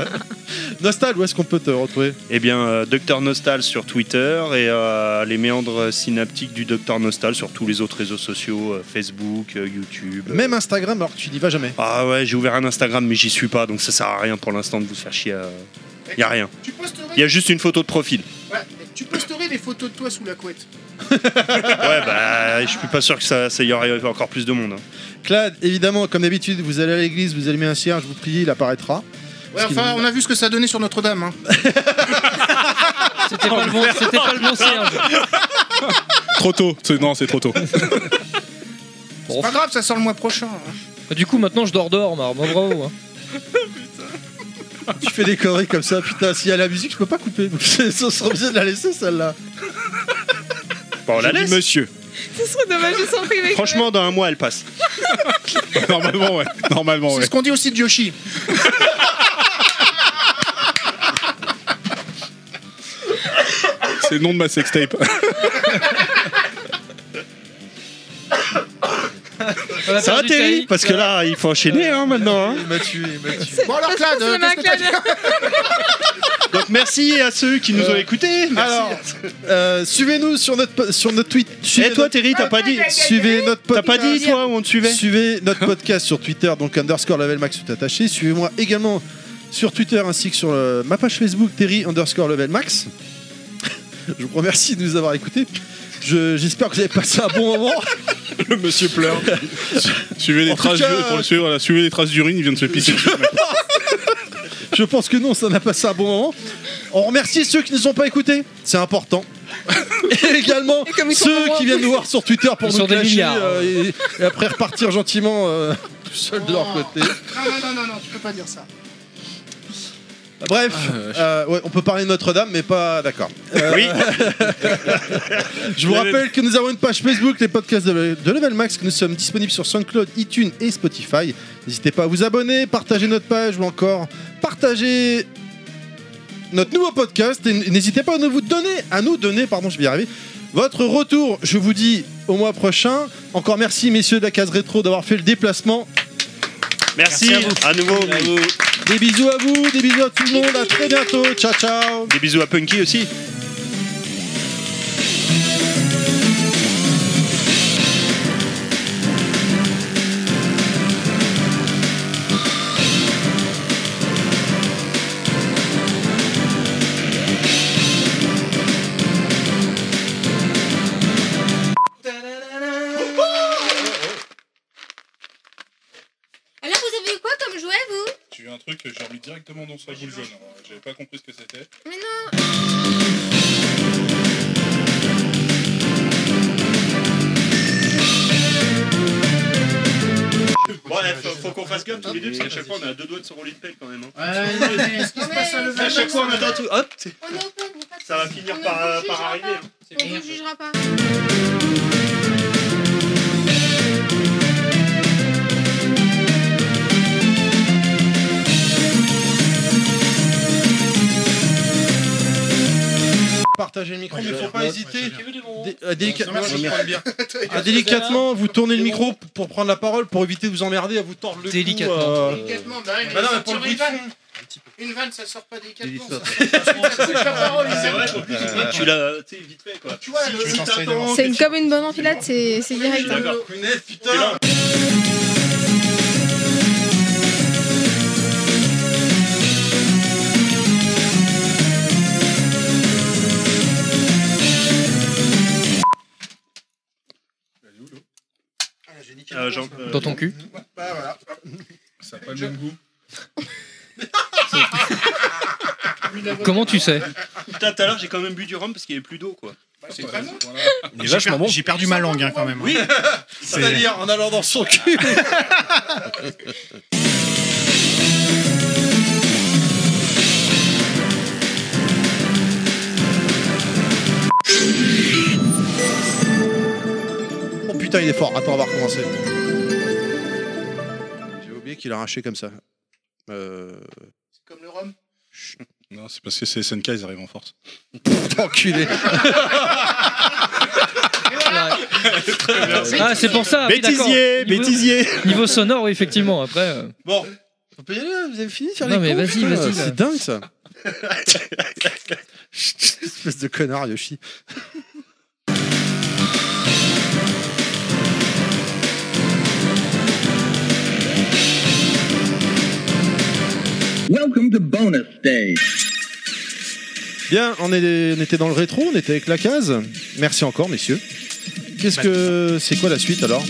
Speaker 1: Nostal, où est-ce qu'on peut te retrouver
Speaker 4: Eh bien, euh, Dr Nostal sur Twitter et euh, les méandres synaptiques du Dr Nostal sur tous les autres réseaux sociaux, euh, Facebook, euh, YouTube. euh.
Speaker 1: Même Instagram, alors que tu n'y vas jamais.
Speaker 4: Ah ouais, j'ai ouvert un Instagram, mais j'y suis pas, donc ça sert à rien pour l'instant de vous faire chier. Il Y a rien. Il y a juste une photo de profil.
Speaker 7: Ouais, tu posterais les photos de toi sous la couette.
Speaker 4: ouais, bah, je suis pas sûr que ça, ça y aurait encore plus de monde. hein.
Speaker 1: Clad, évidemment, comme d'habitude, vous allez à l'église, vous allumez un cierge, vous priez, il apparaîtra.
Speaker 7: Ouais, enfin, on a vu ce que ça donnait sur Notre-Dame. hein.
Speaker 2: C'était pas, le bon- c'était pas le bon Serge.
Speaker 6: Trop tôt. C'est- Non, c'est trop tôt.
Speaker 7: C'est pas grave, ça sort le mois prochain. hein.
Speaker 2: Bah, Du coup, maintenant, je dors dehors, Mar. Bon, bravo. hein.
Speaker 1: Tu fais des conneries comme ça, putain, s'il y a la musique, je peux pas couper. ça sera obligé de la laisser, celle-là.
Speaker 4: Bon, on la
Speaker 1: J'ai dit
Speaker 4: laisse.
Speaker 1: monsieur.
Speaker 17: Ce serait dommage de s'en priver.
Speaker 4: Franchement, dans un mois, elle passe.
Speaker 6: Normalement, ouais. Normalement,
Speaker 7: C'est
Speaker 6: ouais.
Speaker 7: ce qu'on dit aussi de Yoshi.
Speaker 6: C'est le nom de ma sextape.
Speaker 2: On a
Speaker 4: Ça
Speaker 2: perdu
Speaker 4: atterrit,
Speaker 2: Thierry.
Speaker 4: parce que là, il faut enchaîner hein, maintenant. hein.
Speaker 1: Il m'a tué, il m'a tué.
Speaker 7: Bon alors, Clad, euh, qu'est-ce que t'as dit
Speaker 4: Donc merci à ceux qui nous ont écoutés. Merci.
Speaker 1: Euh, Alors, euh, suivez-nous sur notre, po- sur notre tweet.
Speaker 4: Et toi, Terry, t'as pas dit
Speaker 1: Suivez notre
Speaker 4: T'as pas dit, toi, où on te suivait
Speaker 1: Suivez notre podcast sur Twitter, donc underscore level max tout attaché. Suivez-moi également sur Twitter ainsi que sur euh, ma page Facebook Terry underscore level max. Je vous remercie de nous avoir écoutés. Je- J'espère que vous avez passé un bon moment.
Speaker 6: Le monsieur pleure. suivez
Speaker 1: En
Speaker 6: les
Speaker 1: tout
Speaker 6: traces
Speaker 1: cas,
Speaker 6: d'urine. Pour le suivre, voilà, suivez les traces d'urine, il vient de se pisser dessus.
Speaker 1: Je pense que non, ça n'a passé un bon moment. On remercie ceux qui ne nous ont pas écoutés, c'est important. Et également
Speaker 17: Et comme ils sont
Speaker 1: ceux
Speaker 17: nombreux.
Speaker 1: qui viennent nous voir sur Twitter pour
Speaker 2: Ils
Speaker 1: nous
Speaker 2: sont des
Speaker 1: clasher
Speaker 2: milliards.
Speaker 1: euh, et, et après repartir gentiment euh, tout seul de
Speaker 17: Oh.
Speaker 1: leur côté.
Speaker 7: Non, non, non, non, non, tu peux pas dire ça.
Speaker 1: Bref,
Speaker 2: Ah,
Speaker 1: euh, ouais, on peut parler de Notre-Dame, mais pas d'accord. Euh,
Speaker 4: Oui.
Speaker 1: Je vous rappelle que nous avons une page Facebook, les podcasts de, Le- de Level Max, que nous sommes disponibles sur SoundCloud, iTunes et Spotify. N'hésitez pas à vous abonner, partager notre page ou encore partager notre nouveau podcast. Et n- n'hésitez pas à nous vous donner, à nous donner, pardon, je vais y arriver. Votre retour, je vous dis au mois prochain. Encore merci, messieurs de la case rétro, d'avoir fait le déplacement.
Speaker 4: Merci, à, nouveau.
Speaker 1: Des bisous à vous, des bisous à tout le monde. À très bientôt. Ciao, ciao.
Speaker 4: Des bisous à Punky aussi.
Speaker 17: Alors, vous avez eu quoi comme jouet, vous
Speaker 6: Tu as un truc que j'ai remis directement dans sa boule jaune. J'avais pas compris ce que c'était.
Speaker 17: Mais non
Speaker 4: Bon, faut, qu'on fasse gaffe tous les deux, parce qu'à chaque fois, on a deux doigts de se rouler de pelle quand même. hein.
Speaker 7: Qu'est-ce qui se passe à
Speaker 4: À chaque fois, on attend tout. Hop,
Speaker 17: On est open, vous faites-
Speaker 4: ça va finir
Speaker 17: on
Speaker 4: par,
Speaker 17: ne
Speaker 4: euh,
Speaker 17: vous
Speaker 4: par
Speaker 17: jugera
Speaker 4: arriver.
Speaker 17: pas.
Speaker 4: hein.
Speaker 17: On ne vous jugera pas.
Speaker 1: Partagez le micro, mais faut pas hésiter. Dé- euh,
Speaker 7: Non,
Speaker 1: délicatement,
Speaker 7: merci,
Speaker 1: je
Speaker 7: je
Speaker 1: prends le bière. Ah,
Speaker 7: Délicatement.
Speaker 1: délicatement, vous tournez le micro p- pour prendre la parole, pour éviter de vous emmerder, à vous tordre le cou.
Speaker 2: Délicatement.
Speaker 1: euh,
Speaker 7: Délicatement, bah,
Speaker 1: Bah non, mais
Speaker 7: une-
Speaker 1: pour le
Speaker 7: une
Speaker 1: bruit de
Speaker 7: vanne-
Speaker 1: fond.
Speaker 7: Une vanne, ça sort pas délicatement.
Speaker 1: Délicatement.
Speaker 7: ça sort- la parole, ils aiment.
Speaker 4: Tu l'as, tu sais, vite fait quoi.
Speaker 7: euh, Tu vois, le-
Speaker 5: C'est une- comme une bonne enfilade, c'est c'est direct. hein.
Speaker 4: D'accord. Euh, Jean- euh,
Speaker 2: Dans ton cul.
Speaker 7: Bah voilà.
Speaker 6: Ça n'a pas le même goût.
Speaker 2: Comment tu sais
Speaker 4: Putain, tout à l'heure, j'ai quand même bu du rhum parce qu'il n'y avait plus d'eau quoi.
Speaker 17: Bah,
Speaker 7: C'est pas bon.
Speaker 10: J'ai per- J'ai perdu ma langue hein, quand même.
Speaker 4: Oui.
Speaker 1: C'est-à-dire en allant dans son cul. oh putain, il est fort. Attends, on va recommencer. J'ai oublié qu'il a arraché comme ça. Euh.
Speaker 7: Comme le rhum.
Speaker 6: Non, c'est parce que c'est SNK, ils arrivent en force.
Speaker 1: Enculé.
Speaker 2: Il a- Ah, c'est pour ça. oui, d'accord.
Speaker 4: Bêtisier,
Speaker 2: Niveau-
Speaker 4: bêtisier.
Speaker 2: Niveau sonore, oui, effectivement. Après. euh,
Speaker 1: Bon, on peut y aller là Vous avez fini de faire
Speaker 2: Non, mais
Speaker 1: les cons,
Speaker 2: vas-y,
Speaker 1: putain,
Speaker 2: vas-y, là.
Speaker 1: C'est dingue ça Espèce de connard, Yoshi.
Speaker 20: Welcome to bonus stage.
Speaker 1: Bien, on, est- on était dans le rétro, on était avec la case. Merci encore, messieurs. Qu'est-ce que. C'est quoi la suite alors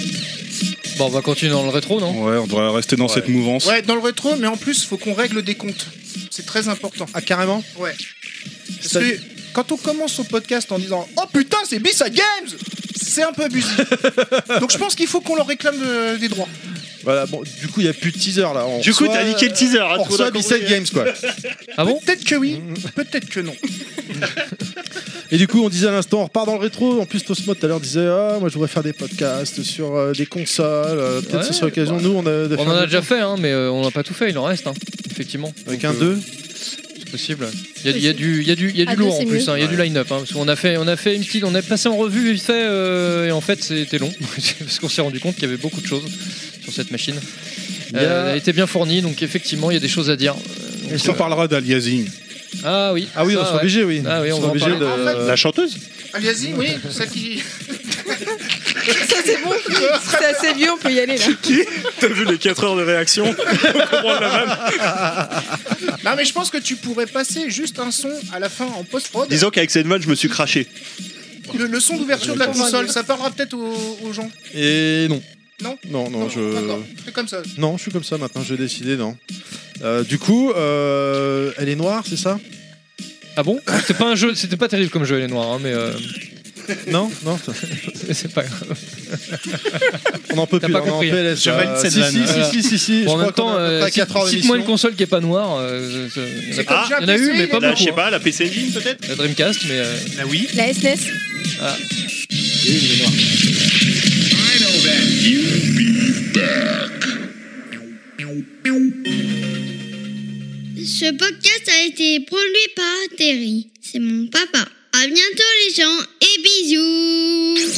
Speaker 2: Bon, on va continuer dans le rétro, non
Speaker 6: Ouais, on devrait rester dans cette mouvance.
Speaker 7: Ouais, dans le rétro, mais en plus, faut qu'on règle des comptes. C'est très important.
Speaker 1: Ah, carrément
Speaker 7: Ouais. Parce que quand on commence son podcast en disant Oh putain, c'est Bissa Games C'est un peu abusé. Donc je pense qu'il faut qu'on leur réclame euh, des droits.
Speaker 1: Voilà, bon, du coup, il n'y a plus de teaser là. On
Speaker 7: Du coup,
Speaker 1: reçoit-
Speaker 7: t'as niqué le teaser, hein,
Speaker 1: on
Speaker 7: trop
Speaker 1: reçoit
Speaker 7: d'accord,
Speaker 1: B-Side
Speaker 7: oui.
Speaker 1: Games quoi.
Speaker 2: Ah bon
Speaker 7: Peut-être que oui, peut-être que non.
Speaker 1: Et du coup, on disait à l'instant, on repart dans le rétro. En plus, Tosmo tout à l'heure disait Ah, moi je voudrais faire des podcasts sur euh, des consoles. euh, Peut-être
Speaker 2: Ouais,
Speaker 1: ce sera l'occasion,
Speaker 2: bah,
Speaker 1: nous, on a. de
Speaker 2: On
Speaker 1: faire
Speaker 2: en a
Speaker 1: des-
Speaker 2: déjà fait, hein, mais euh, on n'a pas tout fait, il en reste, hein, effectivement.
Speaker 1: Avec
Speaker 2: Donc,
Speaker 1: un
Speaker 2: euh,
Speaker 1: 2
Speaker 2: C'est possible. Il y a, il y a du, il y a du, il y a du
Speaker 1: À Ah, deux,
Speaker 2: lourd en
Speaker 1: c'est
Speaker 2: plus,
Speaker 1: mieux.
Speaker 2: hein, il y a du
Speaker 1: Ouais.
Speaker 2: line-up. hein, parce qu'on a fait, on a fait une petite, on a passé en revue vite fait, euh, et en fait c'était long, parce qu'on s'est rendu compte qu'il y avait beaucoup de choses sur cette machine.
Speaker 6: Il y a-
Speaker 2: Euh, elle était bien fournie, donc effectivement il y a des choses à dire. Euh, donc,
Speaker 6: Est-ce qu'on
Speaker 2: euh,
Speaker 6: parlera d'aliasing
Speaker 2: Ah oui.
Speaker 1: Ah oui,
Speaker 2: ça,
Speaker 1: on sera
Speaker 2: ouais.
Speaker 1: obligé, oui.
Speaker 2: Ah oui,
Speaker 1: On
Speaker 2: on
Speaker 1: sera
Speaker 2: va
Speaker 1: obligé
Speaker 2: en parler.
Speaker 1: de- La
Speaker 6: chanteuse
Speaker 7: Aliasing, oui, ça qui.
Speaker 21: Ça c'est bon, c'est assez vieux, on peut y aller là.
Speaker 3: T'as vu les 4 heures de réaction
Speaker 7: Non, mais je pense que tu pourrais passer juste un son à la fin en post-prod.
Speaker 4: Disons qu'avec cette vanne, je me suis craché.
Speaker 7: Le, le son d'ouverture de la console, ça parlera peut-être aux, aux gens.
Speaker 1: Et non.
Speaker 7: Non
Speaker 1: Non, non, je.
Speaker 7: C'est comme ça.
Speaker 1: Non, je suis comme ça maintenant, j'ai décidé, non. Euh, du coup, euh, elle est noire, c'est ça
Speaker 2: Ah bon C'était pas un jeu, c'était pas terrible comme jeu, elle est noire, hein, mais. euh,
Speaker 1: Non, non.
Speaker 2: c'est pas grave.
Speaker 1: On en peut
Speaker 2: T'as
Speaker 1: plus,
Speaker 2: pas
Speaker 1: on est en
Speaker 2: compris. hein.
Speaker 1: PLS, Je là. valide cette Si, vanne. si, si,
Speaker 2: Voilà.
Speaker 1: si, si, si, je
Speaker 2: Bon, en
Speaker 1: crois
Speaker 2: même temps,
Speaker 1: qu'on est à peu près à
Speaker 2: euh, si-
Speaker 1: quatre heures d'émission.
Speaker 2: cite-moi une console qui est pas noire. euh, je- je- Il y en a pas- il y en a eu, mais pas
Speaker 4: La-
Speaker 2: beaucoup.
Speaker 4: Je sais
Speaker 2: hein.
Speaker 4: pas, la PC Engine peut-être
Speaker 2: La Dreamcast, mais. euh,
Speaker 4: La Wii
Speaker 17: La
Speaker 5: E
Speaker 17: SNES.
Speaker 19: Uh,
Speaker 2: Ah.
Speaker 14: Ce podcast a été produit par Terry. C'est mon papa. À bientôt les gens et bisous